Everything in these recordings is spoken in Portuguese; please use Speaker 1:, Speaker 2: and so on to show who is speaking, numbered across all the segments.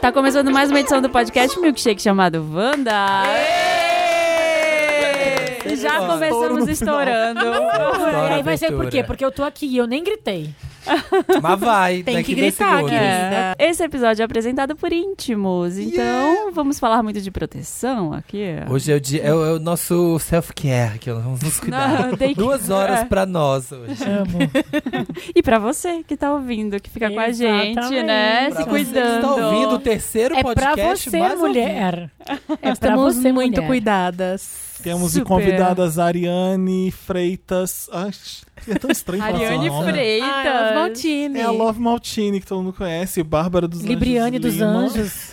Speaker 1: Tá começando mais uma edição do podcast Milkshake chamado Wanda. E Já começamos estourando.
Speaker 2: Estoura a
Speaker 3: é, aí vai ser por quê?
Speaker 2: abertura.
Speaker 3: Porque eu tô aqui e eu nem gritei.
Speaker 2: Mas vai, né,
Speaker 4: Tem
Speaker 2: daqui
Speaker 4: que
Speaker 2: 10
Speaker 4: gritar,
Speaker 2: segundos.
Speaker 4: querida.
Speaker 3: né?
Speaker 1: É, Esse episódio é apresentado por íntimos, então vamos falar muito de proteção aqui.
Speaker 2: Hoje é o, dia, é o, é o nosso self-care, que nós vamos nos cuidar.
Speaker 1: Não, tem que-
Speaker 2: Duas horas
Speaker 1: é.
Speaker 2: pra nós hoje.
Speaker 3: Amo.
Speaker 1: E pra você que tá ouvindo, que fica com a gente, né?
Speaker 3: Exatamente.
Speaker 2: Pra
Speaker 1: Se
Speaker 2: você que está
Speaker 1: cuidando.
Speaker 2: ouvindo o terceiro
Speaker 3: É pra
Speaker 2: podcast
Speaker 3: você,
Speaker 2: mais
Speaker 3: mulher. É pra
Speaker 4: Estamos
Speaker 3: você,
Speaker 4: muito
Speaker 3: mulher.
Speaker 4: cuidadas.
Speaker 5: Temos
Speaker 1: Super.
Speaker 5: de convidadas a Ariane Freitas. Ai, é tão estranho falar
Speaker 1: Ariane
Speaker 5: esse nome.
Speaker 1: Freitas.
Speaker 3: Então,
Speaker 4: Ai, elas vão time.
Speaker 5: É a Love Maltini, que todo mundo conhece. Bárbara dos
Speaker 3: Libriane
Speaker 5: Anjos.
Speaker 3: dos
Speaker 5: Lima.
Speaker 3: Anjos.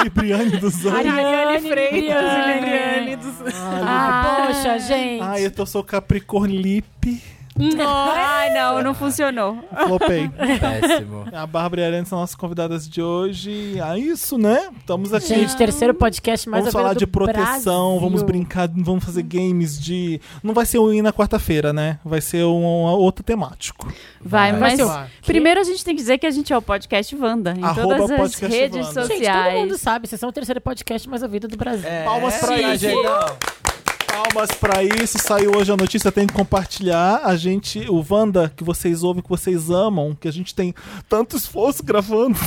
Speaker 5: Libriane dos Anjos.
Speaker 3: Ariane
Speaker 4: Libriane,
Speaker 3: Libriane.
Speaker 4: Libriane dos-
Speaker 3: Ah, poxa, gente.
Speaker 5: Ai, eu tô, sou Capricórnio Lipe.
Speaker 1: Ai, não, não funcionou.
Speaker 5: Flopei.
Speaker 2: Péssimo.
Speaker 5: A Bárbara e a Ariane são nossas convidadas de hoje. É isso, né? Estamos aqui.
Speaker 3: Gente, terceiro podcast mais
Speaker 5: vamos
Speaker 3: ouvido
Speaker 5: falar
Speaker 3: do
Speaker 5: de proteção,
Speaker 3: Brasil.
Speaker 5: vamos brincar, vamos fazer games de. Não vai ser o I na quarta-feira, né? Vai ser um, um outro temático.
Speaker 1: Vai,
Speaker 2: Vai,
Speaker 1: mas
Speaker 3: seu-
Speaker 5: Vai.
Speaker 1: primeiro a gente tem que dizer que a gente é o podcast Wanda em
Speaker 5: Arroba
Speaker 1: todas as
Speaker 5: podcast
Speaker 1: redes
Speaker 5: Wanda.
Speaker 3: Gente, todo
Speaker 1: sociais.
Speaker 3: mundo sabe, vocês são o terceiro podcast mais ouvido do Brasil.
Speaker 5: Palmas pra
Speaker 2: Sim.
Speaker 5: isso. Palmas pra isso, saiu hoje a notícia, tem que compartilhar. A gente, o Wanda, que vocês ouvem, que vocês amam, que a gente tem tanto esforço gravando.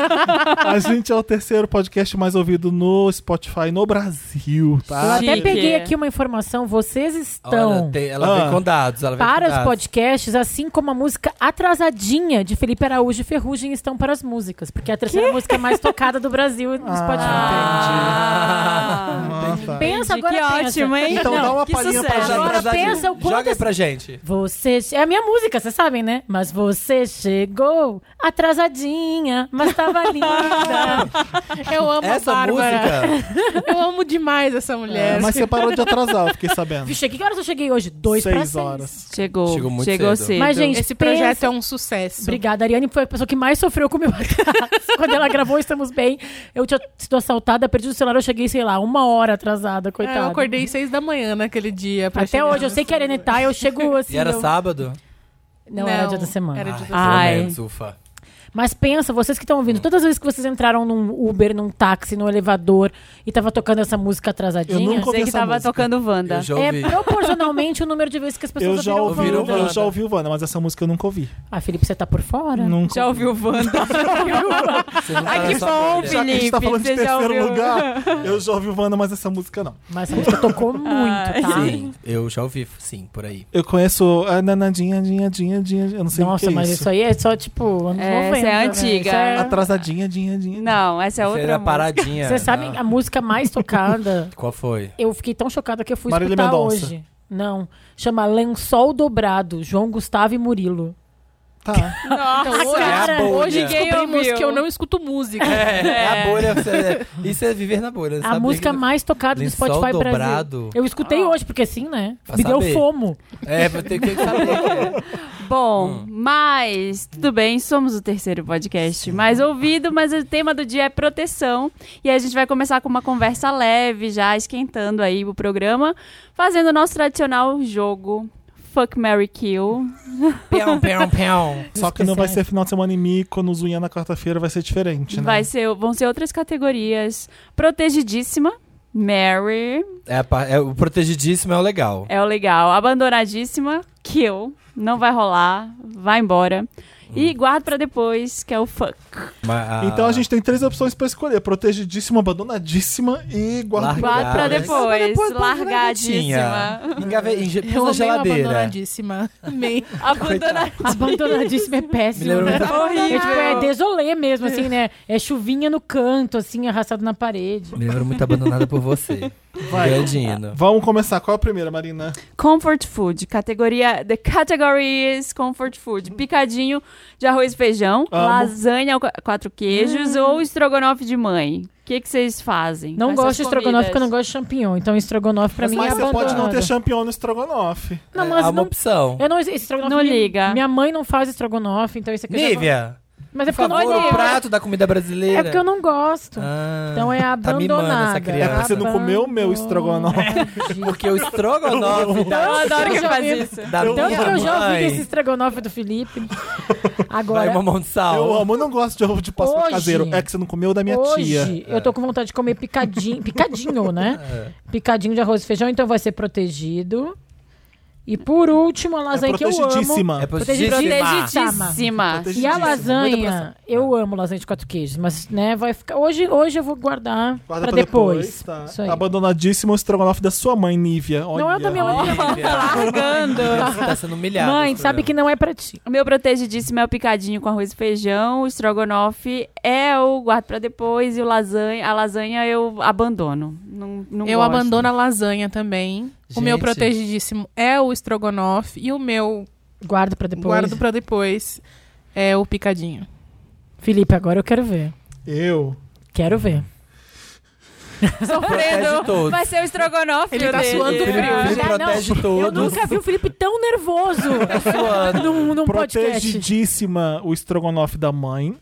Speaker 5: a gente é o terceiro podcast mais ouvido no Spotify no Brasil,
Speaker 3: Eu
Speaker 5: tá?
Speaker 3: até
Speaker 1: Chique.
Speaker 3: peguei aqui uma informação, vocês
Speaker 2: Olha,
Speaker 3: estão
Speaker 2: tem- ela vem
Speaker 5: Ah.
Speaker 2: com dados. Ela vem com
Speaker 3: Então. para os
Speaker 2: dados.
Speaker 3: podcasts, assim como a música Atrasadinha de Felipe Araújo e Ferrugem estão para as músicas, porque é a terceira música mais tocada do Brasil no Spotify.
Speaker 1: Ah,
Speaker 5: Ah, tá.
Speaker 3: Pensa
Speaker 1: Entendi,
Speaker 3: agora,
Speaker 1: que
Speaker 3: pensa.
Speaker 1: ótimo, hein?
Speaker 5: Então dá uma
Speaker 1: que
Speaker 5: palhinha pra
Speaker 1: sucesso.
Speaker 2: Já-
Speaker 3: Agora
Speaker 2: já-
Speaker 3: pensa o
Speaker 2: Joga aí
Speaker 3: quantas-
Speaker 2: pra gente.
Speaker 3: Você. É a minha música, vocês sabem, né? Mas você chegou atrasadinha, mas tava linda.
Speaker 4: Eu amo a
Speaker 2: Essa
Speaker 4: Bárbara.
Speaker 2: música.
Speaker 4: Eu amo demais essa mulher.
Speaker 5: É, mas você parou de atrasar, eu fiquei sabendo.
Speaker 3: Vixe, que horas eu cheguei hoje? Dois pra
Speaker 5: Seis
Speaker 3: seis.
Speaker 5: horas.
Speaker 1: Chegou,
Speaker 2: Chegou muito
Speaker 1: chegou cedo.
Speaker 2: cedo.
Speaker 3: Mas, gente,
Speaker 4: Esse projeto
Speaker 3: pensa-
Speaker 4: é um sucesso.
Speaker 3: Obrigada, a Ariane foi a pessoa que mais sofreu com o meu atraso. Quando ela gravou Estamos Bem, eu tinha sido assaltada, perdi o celular, eu cheguei, sei lá, uma hora atrasada,
Speaker 4: É,
Speaker 3: coitada.
Speaker 4: eu acordei seis da manhã naquele dia. pra
Speaker 3: Até
Speaker 4: chegar
Speaker 3: hoje, eu
Speaker 4: no
Speaker 3: sei que a Ariane tá, eu chego assim.
Speaker 2: E era
Speaker 3: eu-
Speaker 2: sábado?
Speaker 3: Não, era
Speaker 4: Não,
Speaker 3: dia da semana.
Speaker 4: era dia da
Speaker 2: Ai.
Speaker 1: Ai.
Speaker 2: Pelo menos, ufa.
Speaker 3: Mas pensa, vocês que estão
Speaker 5: É.
Speaker 3: ouvindo, todas as vezes que vocês entraram num Uber, num táxi, num elevador e tava tocando essa música atrasadinha,
Speaker 5: Eu nunca ouvi
Speaker 1: Sei que
Speaker 5: essa
Speaker 1: tava
Speaker 5: música.
Speaker 1: tocando Wanda.
Speaker 2: Eu já
Speaker 3: é
Speaker 2: ouvi.
Speaker 3: proporcionalmente o número de vezes que as pessoas
Speaker 5: Eu já
Speaker 3: ouviram
Speaker 5: ouvi,
Speaker 2: ouviram
Speaker 3: Wanda.
Speaker 5: eu
Speaker 2: Wanda.
Speaker 5: já ouvi o Wanda, mas essa música eu nunca ouvi.
Speaker 3: Ah, Felipe, você tá por fora?
Speaker 5: Nunca.
Speaker 1: Já ouviu Wanda?
Speaker 2: Você não tá
Speaker 1: Ai, que
Speaker 2: nessa
Speaker 1: bom,
Speaker 2: bolha.
Speaker 5: Já que a gente tá
Speaker 1: Felipe,
Speaker 5: falando de
Speaker 1: você já
Speaker 5: terceiro
Speaker 1: ouviu?
Speaker 5: lugar, eu já ouvi o Wanda, mas essa música não.
Speaker 3: Mas essa música tocou muito, tá?
Speaker 2: Sim, eu já ouvi, sim, por
Speaker 3: É
Speaker 2: aí.
Speaker 5: Eu conheço a nanadinha, dinha, dinha, dinha, eu não sei o que
Speaker 3: Nossa,
Speaker 5: é
Speaker 3: mas
Speaker 5: isso.
Speaker 3: isso aí é só, tipo, anos
Speaker 1: É,
Speaker 3: 90.
Speaker 1: essa é
Speaker 3: né?
Speaker 1: antiga.
Speaker 3: Isso é-
Speaker 5: Atrasadinha, dinha, dinha.
Speaker 1: Não, essa é
Speaker 2: Você
Speaker 1: outra
Speaker 2: era
Speaker 1: música.
Speaker 2: paradinha.
Speaker 3: Vocês sabem
Speaker 2: Ah,
Speaker 3: a música mais tocada?
Speaker 2: Qual foi?
Speaker 3: Eu fiquei tão chocada que eu fui
Speaker 5: Marília
Speaker 3: escutar
Speaker 5: Mendonça.
Speaker 3: hoje. Não. Chama Lençol Dobrado, João Gustavo e Murilo.
Speaker 5: Tá.
Speaker 4: Então, hoje,
Speaker 2: Cara,
Speaker 4: cara, hoje
Speaker 2: ninguém
Speaker 4: descobri
Speaker 1: ouviu.
Speaker 4: música, eu não escuto música.
Speaker 2: É. A bolha, você, isso é viver na bolha.
Speaker 3: a
Speaker 2: sabe?
Speaker 3: música mais tocada
Speaker 2: Lençol
Speaker 3: do Spotify
Speaker 2: Dobrado.
Speaker 3: Brasil. Eu escutei hoje, porque sim, né?
Speaker 2: Pra
Speaker 3: Me deu
Speaker 2: saber.
Speaker 3: fomo.
Speaker 2: É, vai ter que saber.
Speaker 1: Bom,
Speaker 2: Hum.
Speaker 1: mas tudo bem, somos o terceiro podcast mais ouvido, mas o tema do dia é proteção. E aí a gente vai começar com uma conversa leve, já esquentando aí o programa, fazendo o nosso tradicional jogo Fuck Mary Kill.
Speaker 2: Pão, pão, pão.
Speaker 5: Só que não vai ser final de semana em Mico, no Zuinha na quarta-feira vai ser diferente, né?
Speaker 1: Vai ser, vão ser outras categorias. Protegidíssima, Mary
Speaker 2: É, a pa- é, o protegidíssimo é o legal.
Speaker 1: é o legal. Abandonadíssima, Kill. Não vai rolar, vai embora. E guarda pra depois, que é o fuck.
Speaker 2: Ma-
Speaker 5: Então a gente tem três opções pra esescolher: protegidíssima, abandonadíssima e guarda.
Speaker 2: Larga.
Speaker 1: Guarda pra
Speaker 2: Largada.
Speaker 1: depois,
Speaker 2: Depois, depois,
Speaker 1: largadíssima.
Speaker 2: gavetinha. Engave... Enje...
Speaker 4: Eu
Speaker 3: um
Speaker 2: na
Speaker 4: amei o
Speaker 2: geladeira.
Speaker 4: abandonadíssima. Amei.
Speaker 1: Abandonadíssima.
Speaker 3: Abandonadíssimo é péssimo.
Speaker 2: Me lembra
Speaker 3: né?
Speaker 2: muito-
Speaker 3: É,
Speaker 1: Horrível.
Speaker 3: tipo, é desolê mesmo, assim, né? É chuvinha no canto, assim, arrastado na parede.
Speaker 2: Me lembro muito abandonada por você.
Speaker 5: Vai.
Speaker 2: Grande hino.
Speaker 5: Vamos começar. Qual é a primeira, Marina?
Speaker 1: Comfort food, categoria. The category is comfort food. Picadinho de arroz e feijão,
Speaker 5: Amo.
Speaker 1: lasanha ao qu- quatro queijos ou estrogonofe de mãe. O que que vocês fazem?
Speaker 3: Não
Speaker 1: com essas
Speaker 3: gosto de estrogonofe porque eu não
Speaker 1: comidas?
Speaker 3: gosto de champignon. Então, estrogonofe pra mim é
Speaker 5: mas você pode não
Speaker 3: abandonado.
Speaker 5: ter champion no estrogonofe.
Speaker 3: Não,
Speaker 2: É,
Speaker 3: mas
Speaker 2: é uma
Speaker 3: não-
Speaker 2: opção.
Speaker 3: Eu não, esse estrogonofe
Speaker 1: Não
Speaker 3: minha-
Speaker 1: liga.
Speaker 3: Minha mãe não faz estrogonofe, então esse aqui eu já vou-
Speaker 2: Nívia,
Speaker 3: Mas é
Speaker 2: Por
Speaker 3: porque eu não
Speaker 2: favor, o
Speaker 1: Olha,
Speaker 3: gosto.
Speaker 2: prato da comida brasileira.
Speaker 3: É porque eu não gosto.
Speaker 2: Ah,
Speaker 3: Então é
Speaker 2: tá mimando essa
Speaker 3: abandonada.
Speaker 5: É
Speaker 2: criança.
Speaker 5: porque você não comeu o meu estrogonofe.
Speaker 2: Porque o estrogonofe
Speaker 1: Eu
Speaker 2: da,
Speaker 1: adoro que
Speaker 3: Eu já
Speaker 1: faz
Speaker 3: vi-
Speaker 1: isso.
Speaker 2: da
Speaker 5: Eu-
Speaker 2: minha
Speaker 3: Tanto que eu já ouvi
Speaker 2: mãe
Speaker 3: desse estrogonofe do Felipe.
Speaker 2: vai
Speaker 3: Agora,
Speaker 2: uma mão de sal.
Speaker 5: Eu amo, eu não gosto de ovo de páscoa
Speaker 3: Hoje-
Speaker 5: caseiro. É que você não comeu o da minha tia. É.
Speaker 3: hoje, eu tô com vontade de comer picadinho, picadinho, né?
Speaker 2: É.
Speaker 3: Picadinho de arroz e feijão, então vai ser protegido. E por último, a
Speaker 5: É
Speaker 3: lasanha que eu amo.
Speaker 5: protegidíssima.
Speaker 2: É protegidíssima.
Speaker 1: Protegidíssima.
Speaker 5: Protegidíssima.
Speaker 3: E a
Speaker 5: Muita É.
Speaker 3: lasanha, eu amo lasanha de quatro queijos, mas né, vai ficar. Hoje, hoje eu vou guardar
Speaker 5: Guarda
Speaker 3: pra depois.
Speaker 5: tá.
Speaker 3: Isso aí.
Speaker 5: Abandonadíssimo o estrogonofe da sua mãe, Nívia. Olha.
Speaker 3: Não é o da minha mãe.
Speaker 1: Largando.
Speaker 2: Você tá sendo humilhado.
Speaker 3: Mãe, sabe que não é pra ti.
Speaker 1: O meu protegidíssimo é o picadinho com arroz e feijão, o estrogonofe é o guardo pra depois e o lasanha, a lasanha eu abandono. Não, não
Speaker 4: Eu
Speaker 1: gosto.
Speaker 4: abandono a lasanha também. O meu
Speaker 2: Gente.
Speaker 4: protegidíssimo é o estrogonofe. E o meu
Speaker 3: Guarda pra depois.
Speaker 4: guardo pra depois é o picadinho.
Speaker 3: Felipe, agora eu quero ver.
Speaker 5: Eu.
Speaker 3: Quero ver. é
Speaker 2: Protege todos.
Speaker 1: Vai ser o estrogonofe
Speaker 4: Ele tá
Speaker 1: dele.
Speaker 4: suando
Speaker 2: Ele,
Speaker 4: frio.
Speaker 2: ele
Speaker 3: Ah, não.
Speaker 2: protege
Speaker 3: Eu
Speaker 2: todos. Tá
Speaker 3: nunca vi o Felipe tão nervoso
Speaker 2: suando.
Speaker 3: num, num Um podcast.
Speaker 5: Protegidíssima o estrogonofe da mãe.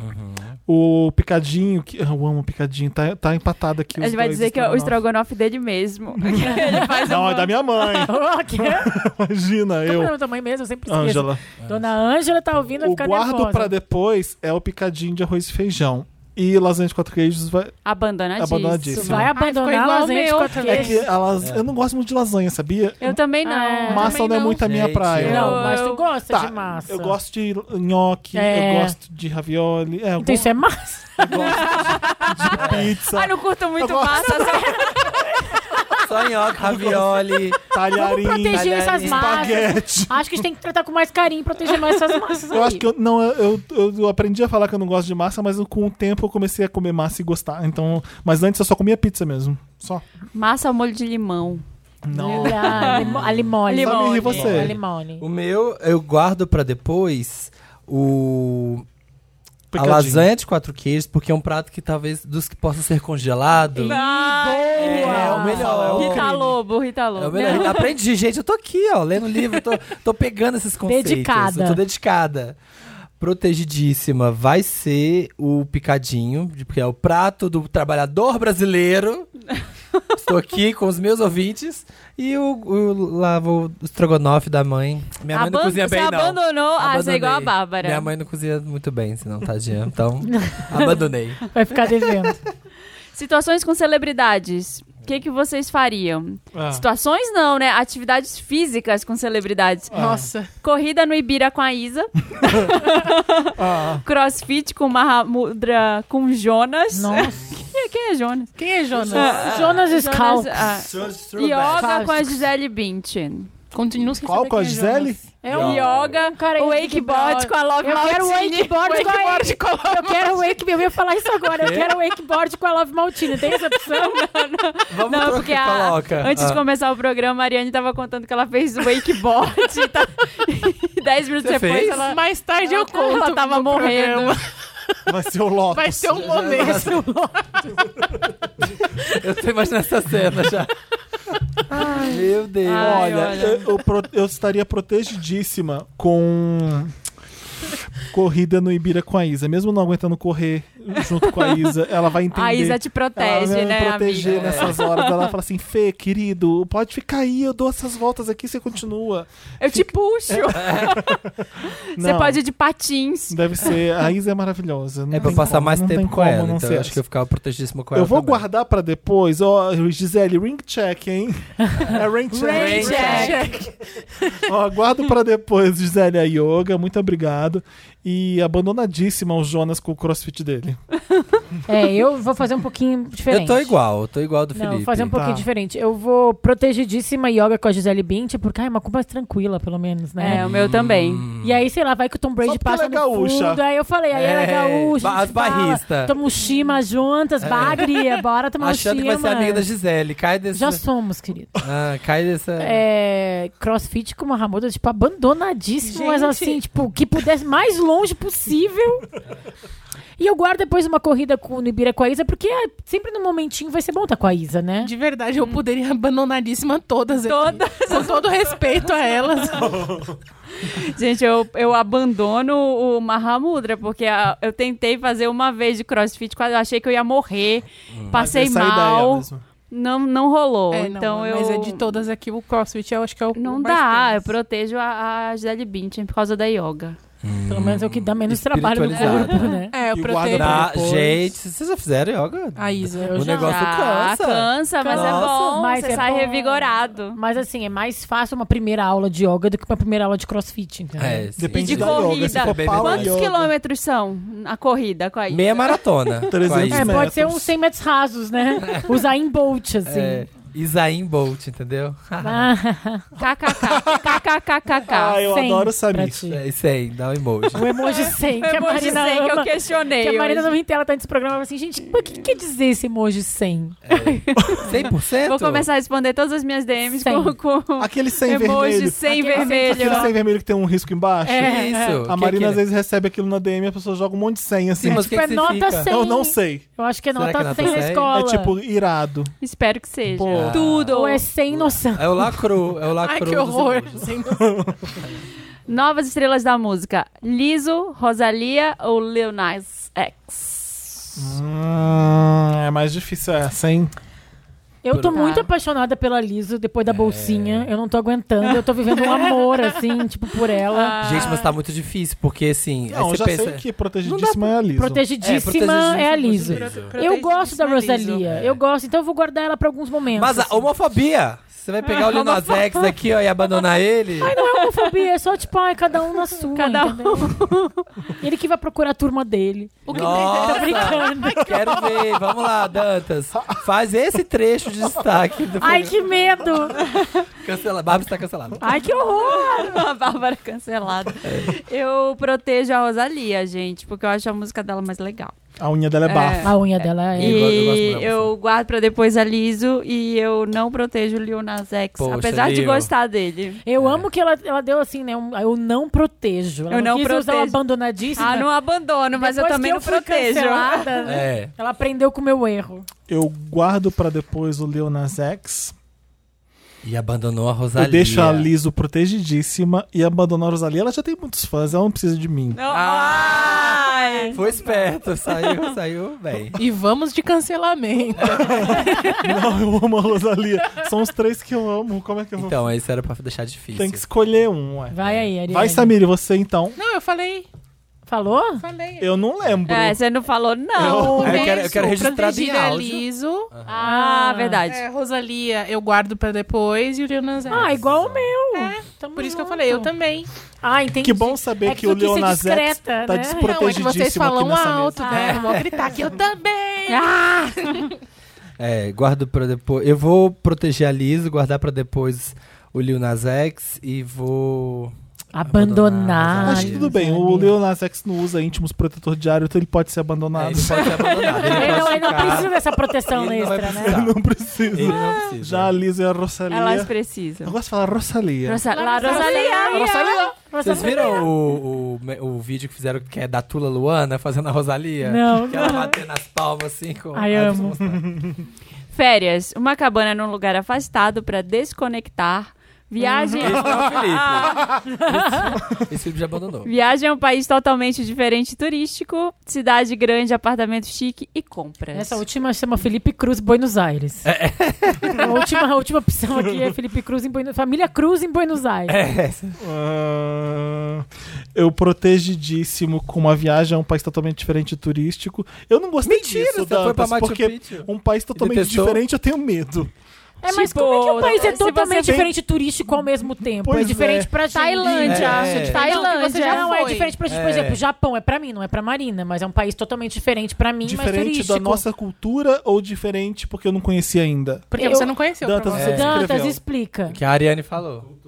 Speaker 3: Uhum.
Speaker 5: O picadinho, que eu amo o picadinho, tá, tá empatado aqui. os
Speaker 1: Ele vai
Speaker 5: dois
Speaker 1: dizer que é o estrogonofe
Speaker 5: estrogonofe.
Speaker 1: dele mesmo. Ele faz
Speaker 5: Não,
Speaker 1: uma-
Speaker 5: é da minha mãe.
Speaker 3: Oh, que é?
Speaker 5: Imagina,
Speaker 3: Como é o
Speaker 5: eu.
Speaker 3: nome da mãe mesmo? Eu sempre esqueço.
Speaker 5: Ângela.
Speaker 3: Dona Ângela tá ouvindo vai
Speaker 5: O
Speaker 3: ficar
Speaker 5: guardo
Speaker 3: nervosa.
Speaker 5: pra depois é o picadinho de arroz e feijão. E lasanha de quatro queijos vai.
Speaker 1: Abandonadíssimo.
Speaker 5: Abandonadíssimo.
Speaker 3: Vai
Speaker 4: ficou
Speaker 3: abandonar a
Speaker 4: igual
Speaker 3: lasanha de
Speaker 4: o meu.
Speaker 3: quatro
Speaker 5: É que
Speaker 3: queijos.
Speaker 5: a las- eu não gosto muito de lasanha, sabia?
Speaker 1: Eu também não.
Speaker 3: Ah,
Speaker 1: Eu
Speaker 5: massa
Speaker 4: também
Speaker 5: não é
Speaker 4: não.
Speaker 5: muito a minha
Speaker 2: Gente,
Speaker 5: praia.
Speaker 2: eu-
Speaker 3: Não, mas tu
Speaker 1: Eu-
Speaker 3: gosta
Speaker 5: Tá,
Speaker 3: de massa.
Speaker 5: Eu gosto de nhoque,
Speaker 3: É.
Speaker 5: eu gosto de ravioli, é, eu
Speaker 3: Então isso é massa.
Speaker 5: gosto de pizza,
Speaker 1: Ai, Ah, não curto muito
Speaker 5: Eu gosto.
Speaker 1: massa. só-
Speaker 2: Só nhoca, ravioli.
Speaker 5: talharim,
Speaker 3: proteger essas
Speaker 2: talharinho,
Speaker 3: massas.
Speaker 5: espaguete.
Speaker 3: Acho que a gente tem que tratar com mais carinho e proteger mais essas massas
Speaker 5: Eu
Speaker 3: aí.
Speaker 5: acho que eu, não, eu, eu- eu aprendi a falar que eu não gosto de massa, mas eu- com o tempo eu comecei a comer massa e gostar. Então, mas antes eu só comia pizza mesmo, só.
Speaker 1: Massa ao molho de limão.
Speaker 5: Não.
Speaker 3: Ah, limo- a limone.
Speaker 1: Limone. Só me ri
Speaker 5: você.
Speaker 3: A limone.
Speaker 2: O meu, eu guardo pra depois o...
Speaker 5: Picadinho.
Speaker 2: A lasanha de quatro queijos, porque é um prato que talvez dos que possa ser congelado.
Speaker 3: Ah,
Speaker 2: É, o melhor. é o
Speaker 3: tá
Speaker 1: Rita
Speaker 2: crime.
Speaker 1: Lobo, Rita
Speaker 2: É o
Speaker 1: Lobo.
Speaker 2: melhor. Aprendi, gente. Eu tô aqui, ó, lendo livro, tô, tô pegando esses conceitos.
Speaker 3: Dedicada.
Speaker 2: Eu tô dedicada. Protegidíssima vai ser o picadinho, de- porque é o prato do trabalhador brasileiro. Estou aqui com os meus ouvintes. E o, o, lá, o estrogonofe da mãe. Minha mãe não
Speaker 1: Aban-
Speaker 2: cozinha
Speaker 1: você
Speaker 2: bem, não.
Speaker 1: abandonou? Ah, você é igual a
Speaker 2: Abandonei.
Speaker 1: Bárbara.
Speaker 2: Minha mãe não cozinha muito bem, senão, tadinha. Então, abandonei.
Speaker 3: Vai ficar devendo.
Speaker 1: Situações com celebridades. O que, que vocês fariam?
Speaker 5: Ah.
Speaker 1: Situações não, né? Atividades físicas com celebridades.
Speaker 4: Nossa.
Speaker 1: Corrida no Ibira com a Isa.
Speaker 2: Ah.
Speaker 1: Crossfit com Mahamudra com Jonas.
Speaker 3: Nossa.
Speaker 1: Quem, quem é Jonas?
Speaker 4: Quem é Jonas?
Speaker 3: Jonas Scalps.
Speaker 1: ah, yoga com a Gisele Bündchen.
Speaker 4: Continuo sem
Speaker 5: Qual
Speaker 4: saber
Speaker 5: com a
Speaker 4: quem é
Speaker 5: Gisele?
Speaker 4: Jonas.
Speaker 3: É
Speaker 2: um-
Speaker 1: Yoga,
Speaker 3: cara aí do Big
Speaker 1: wakeboard
Speaker 3: Brother.
Speaker 1: com a Love
Speaker 3: Eu quero
Speaker 1: Maltini.
Speaker 3: wakeboard com a Wake- Eu quero wakeboard. Eu ia falar isso agora. Eu
Speaker 2: Quê?
Speaker 3: quero wakeboard com a Love Maltini. Tem essa opção?
Speaker 2: Vamos
Speaker 1: Não,
Speaker 2: trocar,
Speaker 1: porque a-
Speaker 2: coloca.
Speaker 1: antes de
Speaker 2: Ah.
Speaker 1: começar o programa, a Ariane tava contando que ela fez wakeboard. e tá... e Dez minutos
Speaker 2: Você
Speaker 1: depois,
Speaker 2: fez?
Speaker 1: ela...
Speaker 4: Mais tarde eu conto.
Speaker 3: tá,
Speaker 1: Ela tava
Speaker 4: no
Speaker 1: morrendo.
Speaker 4: programa.
Speaker 5: Vai ser o Lotus.
Speaker 4: Vai ser um momento.
Speaker 2: Eu tô imaginando essa cena já. Meu Deus.
Speaker 1: Ai,
Speaker 5: Olha,
Speaker 1: olha.
Speaker 5: Eu, eu pro- eu estaria protegidíssima com corrida no Ibira com a Isa. Mesmo não aguentando correr junto com a Isa, ela vai entender.
Speaker 1: A Isa te protege,
Speaker 5: ela vai
Speaker 1: né,
Speaker 5: me proteger
Speaker 1: amiga?
Speaker 5: nessas horas. Ela fala assim, Fê, querido, pode ficar aí, eu dou essas voltas aqui, você continua.
Speaker 1: Eu te puxo. Você
Speaker 5: É, Não,
Speaker 1: pode ir de patins.
Speaker 5: Deve ser, a Isa é maravilhosa. não
Speaker 2: É pra
Speaker 5: tem
Speaker 2: passar
Speaker 5: como,
Speaker 2: mais
Speaker 5: não tem
Speaker 2: tempo com
Speaker 5: como
Speaker 2: ela.
Speaker 5: não
Speaker 2: Então
Speaker 5: ser
Speaker 2: eu acho que eu ficava protegidíssimo com
Speaker 5: Eu
Speaker 2: ela.
Speaker 5: vou
Speaker 2: também.
Speaker 5: guardar pra depois, ó, Gisele, ring check, hein? É ring check.
Speaker 1: Rain
Speaker 2: Rain
Speaker 1: check.
Speaker 5: Ó, guardo pra depois, Gisele, a yoga, muito obrigado. E abandonadíssima o Jonas com o crossfit dele.
Speaker 3: É, eu vou fazer um pouquinho diferente.
Speaker 2: Eu tô igual, eu tô igual do
Speaker 3: Não,
Speaker 2: Felipe.
Speaker 3: vou fazer um pouquinho
Speaker 5: Tá.
Speaker 3: diferente. Eu vou protegidíssima yoga com a Gisele Bündchen, porque ai, é uma coisa mais tranquila, pelo menos, né?
Speaker 1: É, o meu também.
Speaker 2: Hum.
Speaker 3: E aí, sei lá, vai que o Tom
Speaker 5: Só
Speaker 3: Brady
Speaker 5: porque ela
Speaker 3: passa
Speaker 5: é
Speaker 3: no
Speaker 5: gaúcha.
Speaker 3: fundo. Aí eu falei, aí ela é
Speaker 2: É,
Speaker 3: gaúcha.
Speaker 2: ba-
Speaker 3: a gente
Speaker 2: as
Speaker 3: fala,
Speaker 2: barrista. É.
Speaker 3: Toma um chima juntas, bagre, bora tomar um
Speaker 2: Achando que vai ser
Speaker 3: chima.
Speaker 2: amiga da Gisele. Cai desse.
Speaker 3: Já somos, querido.
Speaker 2: Ah, cai dessa.
Speaker 3: É, crossfit com uma Ramuda, tipo, abandonadíssimo, mas
Speaker 4: Gente.
Speaker 3: assim, tipo, que pudesse mais longe possível. E eu guardo depois uma corrida com, no Ibira com a Isa, porque ah, sempre no momentinho vai ser bom estar com a Isa, né?
Speaker 4: De verdade, eu poderia abandonadíssima todas. aqui. Com todo respeito a elas.
Speaker 1: Gente, eu, eu abandono o Mahamudra, porque a- eu tentei fazer uma vez de crossfit, quase eu achei que eu ia morrer, passei
Speaker 5: Essa é a ideia
Speaker 1: mal,
Speaker 5: mesmo.
Speaker 1: não, não rolou.
Speaker 4: É, não,
Speaker 1: então eu.
Speaker 4: Mas é de todas aqui, o CrossFit eu acho que é o
Speaker 1: Não
Speaker 4: mais
Speaker 1: dá, eu
Speaker 4: tenso.
Speaker 1: protejo a, a Gisele Bündchen por causa da yoga.
Speaker 3: Pelo
Speaker 2: Hum.
Speaker 3: menos é o que dá menos trabalho no
Speaker 2: Espiritualizado.
Speaker 3: corpo, né?
Speaker 4: É, eu
Speaker 5: E
Speaker 4: protejo.
Speaker 5: guarda
Speaker 2: Tá,
Speaker 5: depois.
Speaker 2: gente, vocês já fizeram yoga?
Speaker 4: A Isa.
Speaker 3: Eu
Speaker 2: o
Speaker 3: já-
Speaker 2: negócio
Speaker 1: Ah,
Speaker 2: cansa.
Speaker 1: cansa, mas
Speaker 2: Nossa,
Speaker 1: é bom,
Speaker 3: mas
Speaker 1: você
Speaker 3: é
Speaker 1: sai
Speaker 3: bom.
Speaker 1: revigorado.
Speaker 3: Mas assim, é mais fácil uma primeira aula de yoga do que uma primeira aula de crossfit, entendeu?
Speaker 2: É, sim.
Speaker 5: Depende
Speaker 1: E de
Speaker 5: da yoga. Se
Speaker 1: corrida.
Speaker 5: for power
Speaker 1: Quantos
Speaker 5: yoga.
Speaker 1: quilômetros são a corrida com a Isa?
Speaker 2: Meia maratona.
Speaker 5: 300
Speaker 2: com a Isa.
Speaker 3: É, pode
Speaker 5: metros.
Speaker 3: ser uns 100 metros rasos, né? Usar em Bolt, assim.
Speaker 2: É, Isaim Bolt, entendeu?
Speaker 3: Ah,
Speaker 1: KKK, KKKKK.
Speaker 5: Ah, eu
Speaker 3: cem
Speaker 5: adoro o Samir.
Speaker 3: pra ti.
Speaker 2: É isso aí, dá um emoji.
Speaker 3: O emoji 100, que a
Speaker 1: emoji
Speaker 3: Marina
Speaker 1: 100 que eu
Speaker 3: ama.
Speaker 1: questionei.
Speaker 3: Que a Marina
Speaker 1: hoje.
Speaker 3: não entende, tá nesse programa assim, gente, o que, que quer dizer esse emoji 100?
Speaker 2: É. 100%?
Speaker 1: Vou começar a responder todas as minhas DMs com,
Speaker 3: Cem.
Speaker 1: com
Speaker 5: Aquele
Speaker 3: tá
Speaker 5: sem vermelho.
Speaker 1: emoji sem vermelho.
Speaker 5: Aquele sem vermelho que tem um risco embaixo.
Speaker 2: Que
Speaker 3: É.
Speaker 2: isso?
Speaker 5: A
Speaker 2: Que
Speaker 5: Marina
Speaker 2: que-
Speaker 5: às vezes recebe aquilo na DM e a pessoa joga um monte de senha assim.
Speaker 2: Sim, mas o que,
Speaker 3: Tipo, é
Speaker 2: que significa?
Speaker 3: nota 100.
Speaker 5: Eu não sei.
Speaker 3: Eu acho que é
Speaker 2: Será que é
Speaker 3: nota
Speaker 2: nota
Speaker 3: 100 na
Speaker 2: 100?
Speaker 3: escola.
Speaker 5: É tipo irado.
Speaker 3: tá
Speaker 1: Espero que seja.
Speaker 5: Pô.
Speaker 1: Tudo.
Speaker 3: Ou é sem noção.
Speaker 2: É o lacru, é o lacru.
Speaker 4: Ai, que
Speaker 2: dos
Speaker 4: horror.
Speaker 2: emojis.
Speaker 4: Sem
Speaker 1: Novas estrelas da música. Liso, Rosalia ou Lil Nas X?
Speaker 5: Hum, é mais difícil essa, hein?
Speaker 3: Eu tô
Speaker 1: Tá.
Speaker 3: muito apaixonada pela Liso depois da
Speaker 2: É.
Speaker 3: bolsinha. Eu não tô aguentando. Eu tô vivendo um amor, assim, tipo, por ela.
Speaker 2: Gente, mas tá muito difícil, porque assim. aí
Speaker 5: Não, eu
Speaker 2: você
Speaker 5: já
Speaker 2: pensa.
Speaker 5: sei que protegidíssima é a Liso.
Speaker 2: É, proteger
Speaker 3: Protegidíssima é, a
Speaker 2: gente
Speaker 3: Liso.
Speaker 2: é muito liso.
Speaker 3: Eu gosto da Rosalia.
Speaker 2: É.
Speaker 3: Eu gosto. Então eu vou guardar ela pra alguns momentos.
Speaker 2: Mas a
Speaker 3: assim.
Speaker 2: homofobia! Você vai pegar o Linus X aqui ó, e abandonar ele?
Speaker 3: Não é homofobia, é só tipo, ai, cada um na sua.
Speaker 1: Cada
Speaker 3: entendeu? Ele que vai procurar a turma dele. Tô
Speaker 2: Nossa,
Speaker 3: brincando.
Speaker 2: quero ver. Vamos lá, Dantas. Faz esse trecho de destaque. Do
Speaker 3: Ai, Ah, que medo!
Speaker 2: Cancela. tá Barbie está cancelada.
Speaker 3: Ai, que horror!
Speaker 1: a Bárbara cancelada. Eu protejo a Rosalia, gente, porque eu acho a música dela mais legal.
Speaker 5: A unha dela é bafo.
Speaker 3: A unha dela é.
Speaker 2: Eu gosto- eu gosto
Speaker 1: E
Speaker 2: dela,
Speaker 1: eu guardo pra depois a Liso e eu não protejo o Lil Nas X,
Speaker 2: Poxa,
Speaker 1: apesar de
Speaker 2: Lil.
Speaker 1: gostar dele.
Speaker 3: Eu amo que ela, ela deu assim, né? um- eu não protejo. Ela
Speaker 1: É. Eu não
Speaker 3: quis usar o
Speaker 1: protejo.
Speaker 3: abandonadíssimo.
Speaker 1: Ah, não abandono, mas eu também
Speaker 3: que
Speaker 1: não
Speaker 3: eu fui
Speaker 1: protejo.
Speaker 3: cancelada, né?
Speaker 2: É.
Speaker 3: Ela aprendeu com o meu erro.
Speaker 5: Eu guardo pra depois o Lil Nas X.
Speaker 2: E abandonou a Rosalia.
Speaker 5: Eu deixo a Liso protegidíssima e abandono a Rosalia. Ela já tem muitos fãs, ela não precisa de mim.
Speaker 1: Não. Ai.
Speaker 2: Foi esperto. Saiu, saiu bem.
Speaker 4: E vamos de cancelamento.
Speaker 5: Não, eu amo a Rosalia. São os três que eu amo. Como é que eu vou?
Speaker 2: Então, isso era pra deixar difícil.
Speaker 5: Tem que escolher um, ué.
Speaker 3: Vai aí, Ariane.
Speaker 5: Vai, Samir, você então.
Speaker 4: Não, eu falei,
Speaker 3: Falou?
Speaker 4: falei.
Speaker 5: Eu não lembro.
Speaker 1: É, você não falou não.
Speaker 2: Ah, Eu- eu quero- eu quero
Speaker 4: Isso,
Speaker 2: registrar de
Speaker 4: protegida é
Speaker 2: áudio.
Speaker 4: liso.
Speaker 1: Ah, verdade.
Speaker 4: É, Rosalia, eu guardo pra depois e o Lil Nas X.
Speaker 3: Ah, igual o meu.
Speaker 4: É,
Speaker 3: Tamo
Speaker 4: Por isso que eu
Speaker 3: junto.
Speaker 4: falei, eu também.
Speaker 3: Ah, entendi.
Speaker 5: Que bom saber
Speaker 3: É
Speaker 5: que,
Speaker 3: que
Speaker 5: o
Speaker 3: tu quis
Speaker 5: Lil
Speaker 3: ser
Speaker 5: Nas X
Speaker 3: discreta,
Speaker 5: tá
Speaker 3: né?
Speaker 4: Não, é que
Speaker 5: desprotegidíssimo
Speaker 4: vocês
Speaker 5: aqui
Speaker 4: falam
Speaker 5: nessa
Speaker 4: alto,
Speaker 5: mesa.
Speaker 4: né? Eu vou gritar que eu também.
Speaker 1: Ah,
Speaker 2: É, guardo pra depois. Eu vou proteger a Liz, guardar pra depois o Lil Nas X e vou.
Speaker 3: Abandonar.
Speaker 5: Acho que tudo bem. O Lil Nas X não usa íntimos protetor diário, então ele pode ser
Speaker 2: É,
Speaker 5: abandonado.
Speaker 2: ele pode ser abandonado. Ele,
Speaker 3: Ele não,
Speaker 2: pode
Speaker 3: ele não
Speaker 2: ficar.
Speaker 3: precisa dessa proteção
Speaker 2: Ele não vai
Speaker 3: extra, né?
Speaker 2: precisar.
Speaker 5: tá Não precisa.
Speaker 2: Ele não precisa.
Speaker 5: Já a Lisa e a Rosalia.
Speaker 1: elas
Speaker 3: é
Speaker 5: Eu
Speaker 1: precisam.
Speaker 5: gosto de falar Rosalia.
Speaker 1: Rosa-
Speaker 4: Lá,
Speaker 1: Lá, Rosalia.
Speaker 3: Rosalia.
Speaker 2: Vocês viram o, o, o vídeo que fizeram que é da Tula Luana fazendo a Rosalia?
Speaker 3: Não.
Speaker 2: Que ela batendo as palmas assim com.
Speaker 3: Ai,
Speaker 2: Ah, deixa eu
Speaker 3: amo.
Speaker 2: mostrar.
Speaker 1: Férias. Uma cabana num lugar afastado pra desconectar. Viagem.
Speaker 2: Esse não é o Felipe. Esse, esse Felipe já abandonou.
Speaker 1: Viagem a um país totalmente diferente e turístico, cidade grande, apartamento chique e compras.
Speaker 3: Essa última chama Felipe Cruz Buenos Aires.
Speaker 1: É,
Speaker 3: A, última, a última opção aqui é Felipe Cruz em Buenos Família Cruz em Buenos Aires.
Speaker 2: É,
Speaker 5: Ah, eu protegidíssimo com uma viagem a um país totalmente diferente e turístico. Eu não gostei
Speaker 2: Mentira,
Speaker 5: disso,
Speaker 2: você foi
Speaker 5: Dantas,
Speaker 2: pra Machu
Speaker 5: porque
Speaker 2: Picchu?
Speaker 5: um país totalmente
Speaker 2: Detestou?
Speaker 5: diferente eu tenho medo.
Speaker 3: É, mas
Speaker 1: Tipo,
Speaker 3: como é que o país é
Speaker 1: se você
Speaker 3: totalmente
Speaker 1: tem-
Speaker 3: diferente e turístico ao mesmo tempo?
Speaker 5: Pois
Speaker 3: é diferente
Speaker 5: é.
Speaker 3: pra gente.
Speaker 1: Tailândia.
Speaker 2: É.
Speaker 3: Não,
Speaker 1: Tailândia.
Speaker 3: que você já não é
Speaker 4: foi.
Speaker 3: diferente pra gente. Por
Speaker 2: É.
Speaker 3: exemplo, Japão é pra mim, não é pra Marina, mas é um país totalmente diferente pra mim, mas
Speaker 5: diferente
Speaker 3: turístico.
Speaker 5: da nossa cultura ou diferente porque eu não conhecia ainda?
Speaker 4: Porque
Speaker 3: Eu-
Speaker 4: você não conheceu.
Speaker 5: Dantas,
Speaker 4: provavelmente.
Speaker 5: É, você
Speaker 3: É. Dantas,
Speaker 5: escreveu.
Speaker 3: explica.
Speaker 2: que a Ariane falou.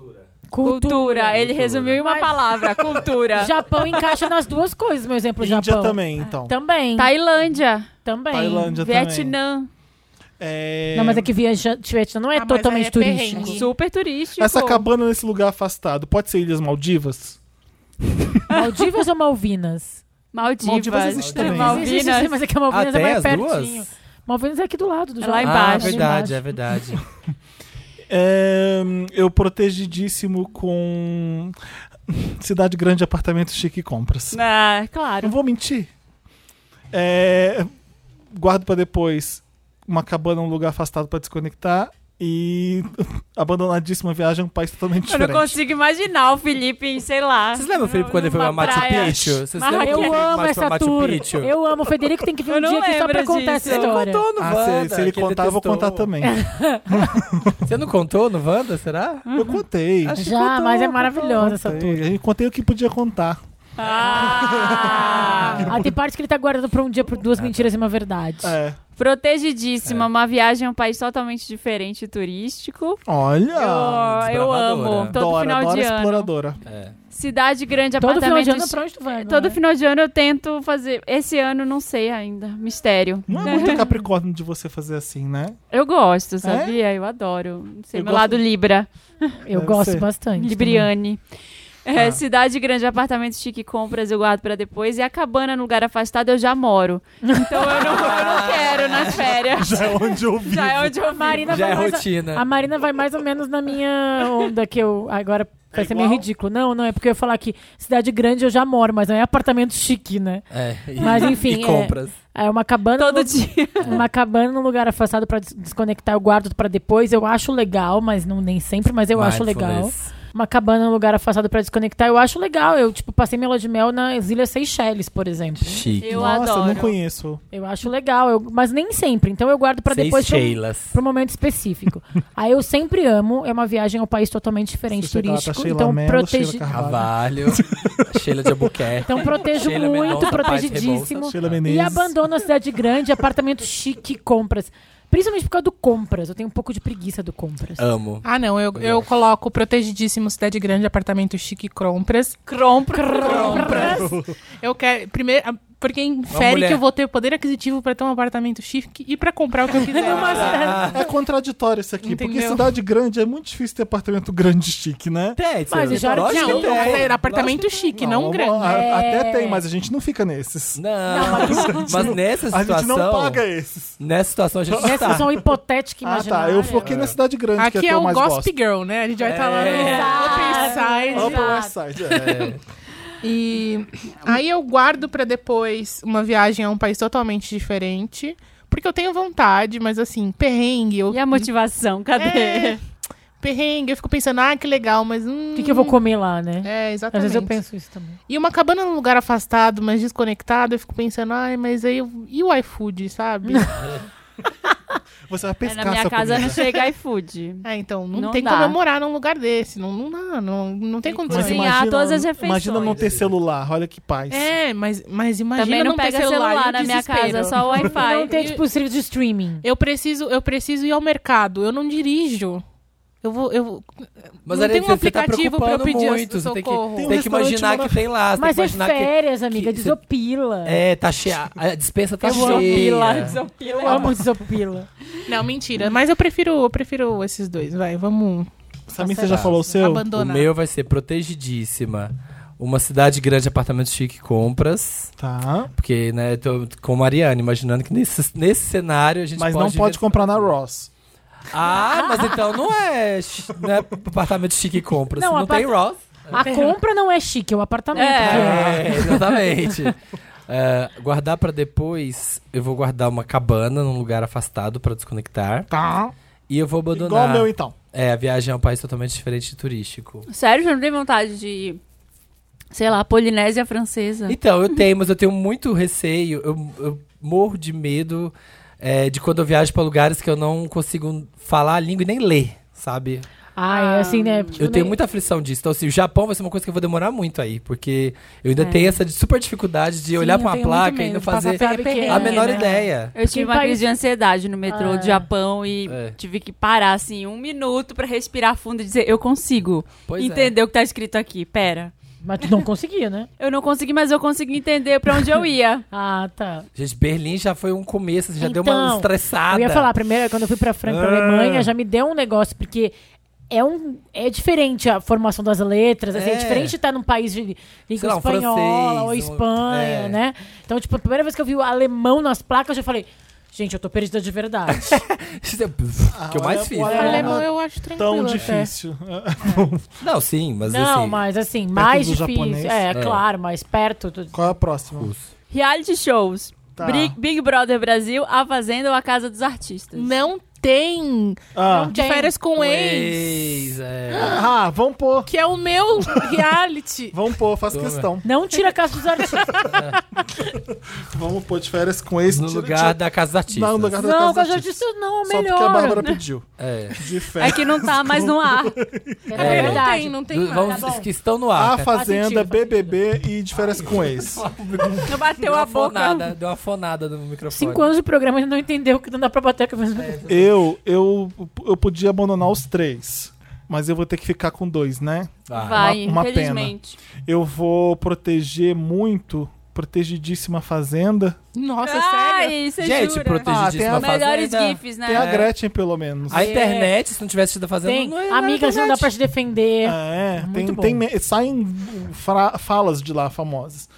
Speaker 1: Cultura. é. Ele resumiu em uma
Speaker 3: Mas-
Speaker 1: palavra. Cultura.
Speaker 3: Japão encaixa nas duas coisas, meu exemplo,
Speaker 5: Índia
Speaker 3: Japão. Ah,
Speaker 5: também, então.
Speaker 3: Também.
Speaker 1: Tailândia.
Speaker 3: Também.
Speaker 5: Tailândia também.
Speaker 1: Vietnã.
Speaker 5: É...
Speaker 3: Não, mas é que viaja- Vietnã não é
Speaker 4: Ah, mas
Speaker 3: totalmente
Speaker 4: aí é
Speaker 3: turístico.
Speaker 4: perrengue.
Speaker 1: Super turístico.
Speaker 5: Essa cabana nesse lugar afastado, pode ser Ilhas Maldivas?
Speaker 3: Maldivas ou Malvinas?
Speaker 1: Maldivas.
Speaker 5: Maldivas
Speaker 2: é
Speaker 5: existe também.
Speaker 1: Malvinas.
Speaker 3: Existe, existe, mas é que a Malvinas
Speaker 2: ah,
Speaker 3: é
Speaker 2: tem
Speaker 3: mais
Speaker 2: as
Speaker 3: pertinho.
Speaker 2: duas?
Speaker 3: Malvinas é aqui do lado do
Speaker 1: É
Speaker 3: Japão.
Speaker 1: lá embaixo.
Speaker 2: Ah, é verdade, é
Speaker 3: embaixo.
Speaker 2: verdade.
Speaker 5: É, eu protegidíssimo Ehm, com Cidade grande, apartamento chique e compras.
Speaker 1: Ah,
Speaker 5: Não
Speaker 1: claro.
Speaker 5: vou mentir. É, guardo pra depois uma cabana, um lugar afastado pra desconectar e abandonadíssima viagem, um país totalmente
Speaker 1: Eu não
Speaker 5: diferente.
Speaker 1: consigo imaginar o Felipe em, sei lá.
Speaker 2: Vocês lembram, Felipe, quando ele foi pra
Speaker 1: numa
Speaker 2: Machu
Speaker 1: praia.
Speaker 2: Picchu? Vocês
Speaker 1: Mas
Speaker 2: lembram
Speaker 1: eu
Speaker 2: quando ele
Speaker 3: amo
Speaker 2: foi pra
Speaker 3: essa
Speaker 2: Machu
Speaker 3: tour.
Speaker 2: Picchu?
Speaker 3: Eu amo. O Federico tem que vir
Speaker 1: Eu
Speaker 3: um
Speaker 1: não
Speaker 3: dia aqui só pra
Speaker 1: lembro
Speaker 3: contar
Speaker 1: disso.
Speaker 3: essa
Speaker 1: Ele
Speaker 3: história.
Speaker 2: Contou no
Speaker 5: Ah,
Speaker 2: Wanda.
Speaker 5: se, se ele
Speaker 2: que ele
Speaker 5: contar, eu vou
Speaker 2: testou.
Speaker 5: contar também.
Speaker 2: Você não contou no Wanda, será?
Speaker 5: Eu contei.
Speaker 2: Acho que
Speaker 3: Já,
Speaker 2: contou,
Speaker 3: mas é
Speaker 2: contou.
Speaker 3: maravilhosa
Speaker 1: tá
Speaker 3: essa tour.
Speaker 5: Contei. Eu contei o que podia contar.
Speaker 1: Ah!
Speaker 3: Ah, tem parte que ele tá guardando pra um dia por
Speaker 2: Ah.
Speaker 3: duas mentiras e uma verdade.
Speaker 5: É.
Speaker 1: Protegidíssima, uma viagem a um país totalmente diferente e turístico. eu, eu
Speaker 5: Olha!
Speaker 2: Ah, desbravadora.
Speaker 1: amo. Todo
Speaker 5: Dora,
Speaker 1: final
Speaker 5: Dora
Speaker 1: de ano.
Speaker 5: exploradora.
Speaker 2: É.
Speaker 1: Cidade grande,
Speaker 3: Todo final de
Speaker 1: apartamento.
Speaker 3: ano pra onde tu vai? não
Speaker 1: Todo
Speaker 3: é?
Speaker 1: final de ano eu tento fazer. Esse ano não sei ainda. Mistério.
Speaker 5: Não é muito capricórnio de você fazer assim, né?
Speaker 1: Eu gosto, sabia? É? Eu adoro. Não sei,
Speaker 5: Eu
Speaker 1: meu
Speaker 5: gosto-
Speaker 1: lado Libra.
Speaker 3: Eu
Speaker 5: Deve
Speaker 3: gosto
Speaker 5: ser.
Speaker 3: bastante.
Speaker 1: Libriane. É,
Speaker 5: Ah.
Speaker 1: Cidade grande, apartamento chique, compras eu guardo pra depois. E a cabana no lugar afastado eu já moro. Então eu não, eu não quero nas férias.
Speaker 5: Já é onde eu vi.
Speaker 1: Ah, Já é onde eu
Speaker 3: Marina
Speaker 2: Já
Speaker 3: vai
Speaker 2: é
Speaker 3: mais a-
Speaker 2: rotina.
Speaker 3: A Marina vai mais ou menos na minha onda que eu agora vai ser meio
Speaker 5: igual?
Speaker 3: ridículo. Não, não é porque eu ia falar que cidade grande eu já moro, mas não é apartamento chique, né?
Speaker 2: É, e-
Speaker 3: Mas, enfim,
Speaker 2: E
Speaker 3: é.
Speaker 2: compras.
Speaker 3: É uma cabana,
Speaker 1: Todo
Speaker 3: no-
Speaker 1: dia.
Speaker 3: uma cabana num lugar afastado pra des- desconectar, eu guardo pra depois. Eu acho legal, mas não nem sempre, mas eu acho legal.
Speaker 2: Mindfulness.
Speaker 3: Uma cabana num lugar afastado pra desconectar, eu acho legal. Eu tipo passei minha lua de mel nas Ilhas Seychelles, por exemplo.
Speaker 2: Chique.
Speaker 1: Eu
Speaker 5: Nossa, eu
Speaker 1: adoro.
Speaker 5: não conheço.
Speaker 3: Eu acho legal, eu- mas nem sempre. Então eu guardo pra
Speaker 2: Seis
Speaker 3: depois pra um-
Speaker 2: Sheilas.
Speaker 3: para um momento específico. Aí eu sempre amo, é uma viagem ao país totalmente diferente
Speaker 5: Se chegar lá, tá
Speaker 3: turístico,
Speaker 5: Sheila
Speaker 3: então
Speaker 5: Mello,
Speaker 3: protege
Speaker 5: Sheila Carvalho.
Speaker 2: Carvalho. Sheila de Albuquerque.
Speaker 3: então protejo
Speaker 2: Sheila
Speaker 3: muito,
Speaker 2: Mendonça,
Speaker 3: protegidíssimo.
Speaker 5: Sheila
Speaker 3: E
Speaker 5: Menezes.
Speaker 3: abandono a cidade grande, apartamento chique, compras. Principalmente por causa do compras. Eu tenho um pouco de preguiça do compras.
Speaker 2: Amo.
Speaker 4: Ah, não. Eu, eu coloco protegidíssimo Cidade Grande, apartamento chique Crompras. Crompras. Eu quero. Primeiro. a- Porque infere
Speaker 2: mulher.
Speaker 4: que eu vou ter poder aquisitivo pra ter um apartamento chique e pra comprar o que eu quiser.
Speaker 5: É contraditório isso aqui, porque
Speaker 4: Entendeu?
Speaker 5: cidade grande é muito difícil ter apartamento grande e chique, né?
Speaker 2: Tem,
Speaker 3: Mas
Speaker 2: seu-
Speaker 3: já era-
Speaker 2: lógico
Speaker 4: Não,
Speaker 2: que
Speaker 4: eu
Speaker 2: tem.
Speaker 4: quero apartamento chique, não,
Speaker 5: a-
Speaker 4: grande.
Speaker 5: a-
Speaker 3: É.
Speaker 5: Até tem, mas a gente não fica nesses.
Speaker 2: Não, mas nessa
Speaker 5: A gente não
Speaker 2: situação.
Speaker 5: paga esses.
Speaker 2: Nessa situação a gente tá.
Speaker 3: Essa é um
Speaker 2: está.
Speaker 3: situação hipotética
Speaker 5: Ah,
Speaker 3: imaginária.
Speaker 5: tá. Eu foquei na cidade grande, que é
Speaker 4: Aqui
Speaker 5: que
Speaker 4: é,
Speaker 5: eu
Speaker 4: o
Speaker 5: mais
Speaker 4: Gossip
Speaker 5: gosto.
Speaker 4: Girl, né? A gente vai estar lá
Speaker 1: É.
Speaker 4: no Upper Side.
Speaker 5: Upper West Side, é.
Speaker 4: E aí eu guardo pra depois uma viagem a um país totalmente diferente. Porque eu tenho vontade, mas assim, perrengue. Eu,
Speaker 1: E a motivação, cadê?
Speaker 4: É. perrengue, eu fico pensando, ah, que legal, mas. hum,
Speaker 3: O que, que eu vou comer lá, né?
Speaker 4: É,
Speaker 3: Às
Speaker 4: exatamente.
Speaker 3: vezes eu penso isso também.
Speaker 4: E uma cabana num lugar afastado, mas desconectado, eu fico pensando, ai, mas aí. eu- E o iFood, sabe?
Speaker 5: Você vai
Speaker 1: É,
Speaker 5: pescar
Speaker 1: na minha
Speaker 5: sua
Speaker 1: casa
Speaker 5: comida.
Speaker 1: não chega iFood.
Speaker 4: ah, então, não,
Speaker 1: Não
Speaker 4: tem
Speaker 1: dá.
Speaker 4: como eu morar num lugar desse. Não, não dá, não, não tem condições.
Speaker 1: Mas cozinhar todas as refeições.
Speaker 5: Imagina não ter celular, olha que paz.
Speaker 4: É, mas, mas imagina
Speaker 1: Também não,
Speaker 4: ter
Speaker 1: pega celular, um
Speaker 4: e o
Speaker 1: na minha
Speaker 4: desespero.
Speaker 1: casa, só o Wi-Fi.
Speaker 3: Não tem, tipo, serviço de streaming.
Speaker 4: Eu preciso, eu preciso ir ao mercado. Eu não dirijo. Eu vou, eu vou-
Speaker 2: Mas
Speaker 4: Não
Speaker 2: Arisa,
Speaker 4: tem um
Speaker 2: você tá
Speaker 4: aplicativo pra eu
Speaker 2: preocupando
Speaker 4: pedir
Speaker 2: muito. Você tem que,
Speaker 4: socorro.
Speaker 2: tem
Speaker 5: Tem um
Speaker 2: que imaginar
Speaker 5: restaurante
Speaker 2: que tem lá. Você
Speaker 3: Mas
Speaker 2: tem
Speaker 3: é
Speaker 2: que imaginar que.
Speaker 3: férias, amiga.
Speaker 2: que-
Speaker 3: Desopila.
Speaker 2: É, tá cheia. A dispensa tá
Speaker 3: Eu amo
Speaker 1: Desopila,
Speaker 2: cheia.
Speaker 1: desopila.
Speaker 3: Eu amo desopila.
Speaker 4: Não, mentira. Mas eu prefiro, eu prefiro esses dois. Vai, vamos
Speaker 5: Samir,
Speaker 3: Tá
Speaker 5: você já
Speaker 2: certo.
Speaker 5: falou Então, o seu?
Speaker 2: O
Speaker 4: abandonar.
Speaker 2: meu vai ser protegidíssima. Uma cidade grande, apartamento chique, compras.
Speaker 5: Tá.
Speaker 2: Porque, né, tô com a Mariana, imaginando que nesse, nesse cenário a gente
Speaker 5: Mas
Speaker 2: pode...
Speaker 5: não pode comprar na Ross.
Speaker 2: Ah, mas então não é, chi- não é apartamento chique compras.
Speaker 3: Não,
Speaker 2: Não,
Speaker 3: apart-
Speaker 2: tem Ross.
Speaker 3: A compra não é chique, é o apartamento. que é.
Speaker 2: É, exatamente. É, guardar pra depois, eu vou guardar uma cabana num lugar afastado pra desconectar.
Speaker 5: Tá.
Speaker 2: E eu vou
Speaker 5: Igual o
Speaker 2: abandonar.
Speaker 5: meu, então.
Speaker 2: É, a viagem é um país totalmente diferente de turístico.
Speaker 1: Sério, você não tem vontade de, sei lá, Polinésia Francesa?
Speaker 2: Então, eu tenho, mas eu tenho muito receio. Eu, eu morro de medo é, de quando eu viajo pra lugares que eu não consigo falar a língua e nem ler, sabe?
Speaker 3: Ah, é assim, né? Tipo,
Speaker 2: Eu tenho
Speaker 3: nem-
Speaker 2: muita aflição disso. Então, assim, o Japão vai ser uma coisa que eu vou demorar muito aí, porque eu ainda tenho essa de- super dificuldade de olhar
Speaker 3: É. Sim,
Speaker 2: pra
Speaker 3: eu
Speaker 2: uma
Speaker 3: tenho muito
Speaker 2: placa e
Speaker 3: medo
Speaker 2: não
Speaker 3: de passar
Speaker 2: fazer
Speaker 3: perrengue,
Speaker 4: a
Speaker 2: a
Speaker 3: né?
Speaker 2: menor ideia.
Speaker 1: Eu tive
Speaker 3: Em
Speaker 1: uma
Speaker 3: país-
Speaker 1: crise de ansiedade no metrô
Speaker 3: Ah.
Speaker 1: do Japão e
Speaker 2: É.
Speaker 1: tive que parar, assim, um minuto pra respirar fundo e dizer, eu consigo
Speaker 2: Pois é.
Speaker 1: entender o que tá escrito aqui, pera.
Speaker 3: Mas tu não conseguia, né?
Speaker 1: Eu não consegui, mas eu consegui entender pra onde eu ia.
Speaker 3: Ah, tá.
Speaker 2: Gente, Berlim já foi um começo, assim, já deu uma
Speaker 3: Então,
Speaker 2: estressada.
Speaker 3: Eu ia falar, primeiro, quando eu fui pra Franca, pra
Speaker 2: Ah.
Speaker 3: Alemanha, já me deu um negócio, porque é, um, é diferente a formação das letras, assim, é,
Speaker 2: É.
Speaker 3: diferente estar num país de língua
Speaker 2: Sei lá, um
Speaker 3: espanhola
Speaker 2: francês,
Speaker 3: ou
Speaker 2: um-
Speaker 3: Espanha,
Speaker 2: é.
Speaker 3: né? Então, tipo, a primeira vez que eu vi o alemão nas placas, eu já falei, Gente, eu tô perdida de verdade.
Speaker 2: Isso é que eu
Speaker 5: Ah, olha-
Speaker 2: mais fiz.
Speaker 5: olha-
Speaker 2: né?
Speaker 4: Alemão eu acho tranquilo
Speaker 5: É. Tão
Speaker 4: até.
Speaker 5: difícil.
Speaker 2: Não, sim, mas
Speaker 3: não,
Speaker 2: assim.
Speaker 3: mas assim, mais
Speaker 5: do
Speaker 3: difícil.
Speaker 5: japonês.
Speaker 3: É,
Speaker 2: É.
Speaker 3: claro, mais perto do.
Speaker 5: Qual é a próxima?
Speaker 2: os-
Speaker 1: Reality shows.
Speaker 5: Tá.
Speaker 1: Bri- Big, Brother Brasil, A Fazenda ou A Casa dos Artistas?
Speaker 4: Não tem.
Speaker 5: Ah,
Speaker 4: De
Speaker 3: Tem.
Speaker 4: férias com, ex.
Speaker 2: Ex, é.
Speaker 5: ah, vamos pôr.
Speaker 4: Que é o meu reality.
Speaker 5: Vamos pôr, faço
Speaker 2: Toma.
Speaker 5: questão.
Speaker 3: Não tira a casa dos artistas.
Speaker 5: Vamos pôr de férias com esse
Speaker 2: No
Speaker 5: tira-
Speaker 2: lugar
Speaker 5: tira-
Speaker 2: da Casa dos Artistas.
Speaker 5: Não, no lugar da
Speaker 3: não,
Speaker 5: casa
Speaker 3: casa
Speaker 5: dos
Speaker 3: dos artistas não, é o
Speaker 5: Só porque a
Speaker 3: melhor.
Speaker 5: Bárbara pediu.
Speaker 2: É.
Speaker 5: De
Speaker 1: É
Speaker 5: férias.
Speaker 1: que não tá mais no ar.
Speaker 3: É
Speaker 2: É.
Speaker 4: Não
Speaker 3: verdade.
Speaker 4: tem, não tem
Speaker 2: Do-
Speaker 4: mais.
Speaker 2: vamos,
Speaker 3: tá bom.
Speaker 2: que estão no ar.
Speaker 5: A
Speaker 2: cara.
Speaker 5: Fazenda,
Speaker 3: sentido, faz
Speaker 5: BBB e de férias com ex.
Speaker 1: Não bateu
Speaker 2: uma
Speaker 1: a boca.
Speaker 2: Fonada, deu uma fonada no microfone.
Speaker 3: Cinco anos de programa e não entendeu que não dá pra bater a
Speaker 2: É,
Speaker 3: cabeça.
Speaker 5: Eu, eu, eu podia abandonar os três. Mas eu vou ter que ficar com dois, né?
Speaker 2: Vai.
Speaker 1: Vai,
Speaker 5: Uma- uma pena.
Speaker 1: infelizmente.
Speaker 5: Eu vou proteger muito, protegidíssima Fazenda.
Speaker 4: Nossa, é sério?
Speaker 1: Ai, você
Speaker 2: Gente,
Speaker 1: jura?
Speaker 5: Ah, tem
Speaker 2: protegidíssima
Speaker 5: a-
Speaker 1: Melhores
Speaker 2: fazenda.
Speaker 1: gifs, né?
Speaker 5: Tem a
Speaker 2: É.
Speaker 5: Gretchen, pelo menos.
Speaker 2: A internet, se não tivesse tido a fazenda,
Speaker 3: Tem
Speaker 2: não é.
Speaker 3: amigas não dá pra te defender.
Speaker 5: É,
Speaker 3: Muito
Speaker 5: tem,
Speaker 3: bom.
Speaker 5: tem me- saem fra- falas de lá famosas.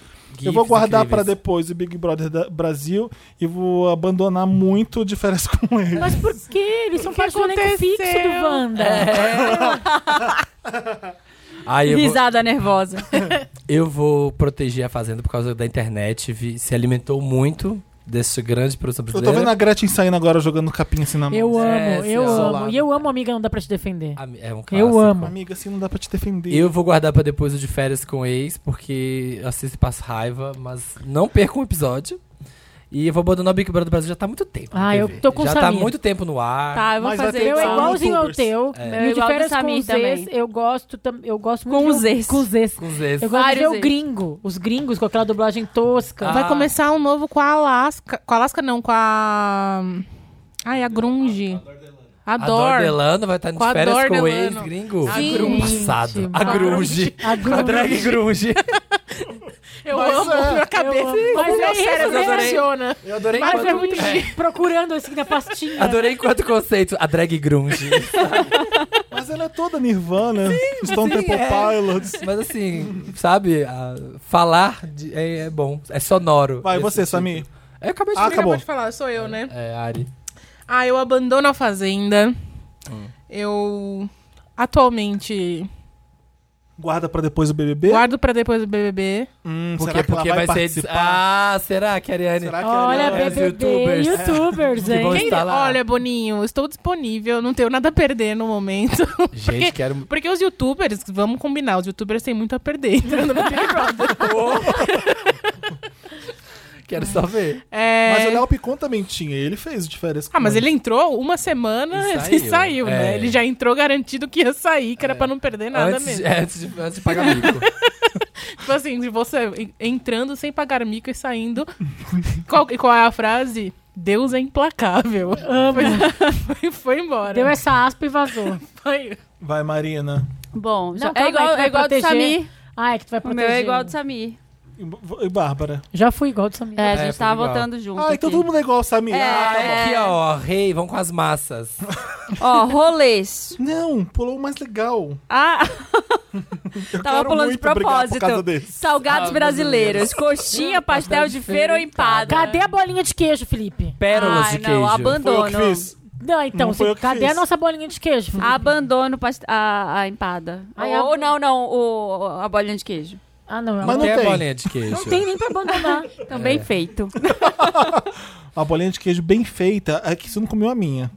Speaker 5: eu vou guardar pra depois o Big Brother da- Brasil e vou abandonar muito de férias com ele.
Speaker 3: Mas por que? Eles são
Speaker 4: que
Speaker 3: parte do elenco
Speaker 4: aconteceu?
Speaker 3: fixo do Wanda.
Speaker 2: É. Aí eu vou,
Speaker 1: Risada nervosa.
Speaker 2: eu vou proteger a fazenda por causa da internet. vi- se alimentou muito desse grande produção
Speaker 5: Eu tô
Speaker 2: brasileira.
Speaker 5: vendo a Gretchen saindo agora jogando capim assim na mão.
Speaker 3: Eu amo,
Speaker 2: É,
Speaker 3: eu
Speaker 2: sim,
Speaker 3: amo.
Speaker 2: isolado.
Speaker 3: E eu amo amiga não dá pra te defender.
Speaker 2: A- É um clássico.
Speaker 3: Eu amo.
Speaker 5: Amiga, assim não dá pra te defender.
Speaker 2: Eu vou guardar pra depois o de férias com ex, porque assim se passa raiva, mas não perca um episódio. E eu vou abandonar o Big Brother Brasil já tá há muito tempo. na
Speaker 3: Ah, eu
Speaker 2: TV.
Speaker 3: tô com o
Speaker 2: Já tá há
Speaker 3: Samir.
Speaker 2: muito tempo no ar.
Speaker 1: Tá, eu vou
Speaker 5: Mas vai
Speaker 1: fazer
Speaker 5: ter que
Speaker 3: Meu é
Speaker 5: São
Speaker 3: igualzinho ao
Speaker 5: youtubers.
Speaker 3: teu.
Speaker 2: É.
Speaker 3: E o de
Speaker 1: Igual do
Speaker 3: férias com
Speaker 1: Samir
Speaker 3: os
Speaker 1: também.
Speaker 3: Zs, eu gosto, tam- eu gosto
Speaker 1: Com
Speaker 3: muito
Speaker 1: os
Speaker 3: de- um
Speaker 1: Zs.
Speaker 3: Com os Zs.
Speaker 2: Com os ex.
Speaker 3: Eu gosto de ver
Speaker 1: Vários
Speaker 3: o
Speaker 1: Zs.
Speaker 3: gringo. Os gringos com aquela dublagem tosca.
Speaker 2: Ah.
Speaker 4: Vai começar um novo com a Alaska. Com a Alaska, não, com a. Ai, a Grunge.
Speaker 2: Ador
Speaker 4: Ador.
Speaker 2: Delano vai estar de
Speaker 4: Com a
Speaker 2: férias
Speaker 4: Dor
Speaker 2: com o ex,
Speaker 4: Delano.
Speaker 2: gringo.
Speaker 4: A Grunge.
Speaker 2: Passado. A
Speaker 4: A
Speaker 2: Grunge.
Speaker 3: A
Speaker 2: A drag grunge.
Speaker 4: Eu
Speaker 5: Mas,
Speaker 4: amo
Speaker 5: é,
Speaker 4: minha cabeça.
Speaker 3: amo. Mas
Speaker 4: meu
Speaker 3: é isso,
Speaker 4: cérebro
Speaker 2: eu adorei.
Speaker 4: funciona.
Speaker 2: Eu adorei
Speaker 3: Mas é
Speaker 2: enquanto-
Speaker 3: muito chique, procurando assim na pastinha.
Speaker 2: Adorei enquanto conceito. A drag grunge.
Speaker 5: Mas ela é toda Nirvana. Estão
Speaker 2: sim,
Speaker 5: Temple
Speaker 2: é.
Speaker 5: Pilots.
Speaker 2: Mas assim, sabe? a- falar de- é, é bom. É sonoro.
Speaker 5: Vai,
Speaker 2: Esse
Speaker 5: você,
Speaker 2: tipo.
Speaker 5: Samir.
Speaker 2: Eu acabei de
Speaker 5: Ah,
Speaker 2: falar.
Speaker 5: acabou.
Speaker 4: Acabou de falar, sou eu, né?
Speaker 2: É, Ari.
Speaker 4: Ah, eu abandono a Fazenda. Eu. Atualmente,
Speaker 5: Guarda pra depois o BBB.
Speaker 4: guardo pra depois do BBB.
Speaker 5: Hum,
Speaker 2: Por
Speaker 5: será
Speaker 2: quê?
Speaker 5: que
Speaker 2: Porque
Speaker 5: ela
Speaker 2: vai,
Speaker 5: vai,
Speaker 2: ser.
Speaker 5: participar?
Speaker 2: Ah, será que a Ariane.
Speaker 5: Será que
Speaker 3: Olha,
Speaker 5: ela é...
Speaker 2: bebê.
Speaker 3: BBB,
Speaker 2: youtubers.
Speaker 3: youtubers,
Speaker 2: É. Que bom
Speaker 3: hein?
Speaker 4: Quem-
Speaker 2: estar lá.
Speaker 4: Olha, Boninho, estou disponível, não tenho nada a perder no momento.
Speaker 2: Gente, quero.
Speaker 4: Porque os youtubers, vamos combinar, os youtubers têm muito a perder né? entrando no Big Brother.
Speaker 2: quero só ver.
Speaker 4: É...
Speaker 5: Mas o Léo Picon também tinha. Ele fez de férias com
Speaker 4: Ah, mas
Speaker 5: ex.
Speaker 4: ele entrou uma semana
Speaker 2: E
Speaker 4: e
Speaker 2: saiu.
Speaker 4: saiu,
Speaker 2: É.
Speaker 4: né? Ele já entrou garantido que ia sair, que era pra não
Speaker 1: É
Speaker 4: perder nada
Speaker 2: antes,
Speaker 4: mesmo.
Speaker 2: de- é, antes de, antes de pagar mico.
Speaker 4: Tipo assim, de você en- entrando sem pagar mico e saindo. qual, qual é a frase? Deus é implacável.
Speaker 3: Amo.
Speaker 4: Foi, foi embora.
Speaker 3: Deu essa aspa e vazou.
Speaker 4: Foi.
Speaker 5: Vai, Marina.
Speaker 1: Bom, já-
Speaker 3: calma
Speaker 1: é
Speaker 3: aí,
Speaker 1: igual,
Speaker 3: que vai
Speaker 1: é igual do
Speaker 3: proteger.
Speaker 1: Samir.
Speaker 3: Ah, é que tu vai
Speaker 1: O
Speaker 3: proteger.
Speaker 1: meu é igual do Samir.
Speaker 5: E B- E Bárbara.
Speaker 3: Já fui igual do Samir.
Speaker 1: É, a
Speaker 2: É,
Speaker 1: gente
Speaker 2: foi
Speaker 1: tava
Speaker 2: igual.
Speaker 1: votando junto.
Speaker 5: Ah, então
Speaker 1: aqui.
Speaker 5: todo mundo é igual o Samir. Ah, tá
Speaker 2: Aqui, ó, rei, vamos com as massas.
Speaker 1: Ó, rolês.
Speaker 5: bom. Não, pulou o mais legal.
Speaker 1: Ah,
Speaker 5: Eu
Speaker 1: Tava
Speaker 5: quero
Speaker 1: pulando de
Speaker 5: muito brigar por causa
Speaker 1: propósito.
Speaker 5: desse.
Speaker 1: salgados
Speaker 2: Ah,
Speaker 1: brasileiros, coxinha, pastel de feira ou empada.
Speaker 3: Cadê a bolinha de queijo, Felipe?
Speaker 2: Pérolas
Speaker 1: Ai,
Speaker 2: de
Speaker 1: não,
Speaker 2: queijo.
Speaker 5: Foi eu que
Speaker 1: abandono.
Speaker 5: fiz.
Speaker 3: Não, então,
Speaker 5: Não foi
Speaker 3: você-
Speaker 5: eu que
Speaker 3: cadê
Speaker 5: fiz.
Speaker 3: a nossa bolinha de queijo, Felipe?
Speaker 1: Abandono past- a, a empada.
Speaker 3: Ai,
Speaker 1: ou,
Speaker 3: ab-
Speaker 1: não, não, o, a bolinha de queijo.
Speaker 3: Ah, não, é
Speaker 5: Mas
Speaker 2: Não
Speaker 5: não
Speaker 2: tem
Speaker 5: tem.
Speaker 2: bolinha de queijo.
Speaker 3: Não tem nem pra abandonar.
Speaker 1: Então,
Speaker 5: É.
Speaker 1: bem feito.
Speaker 5: A bolinha de queijo bem feita. É que você não comeu a minha.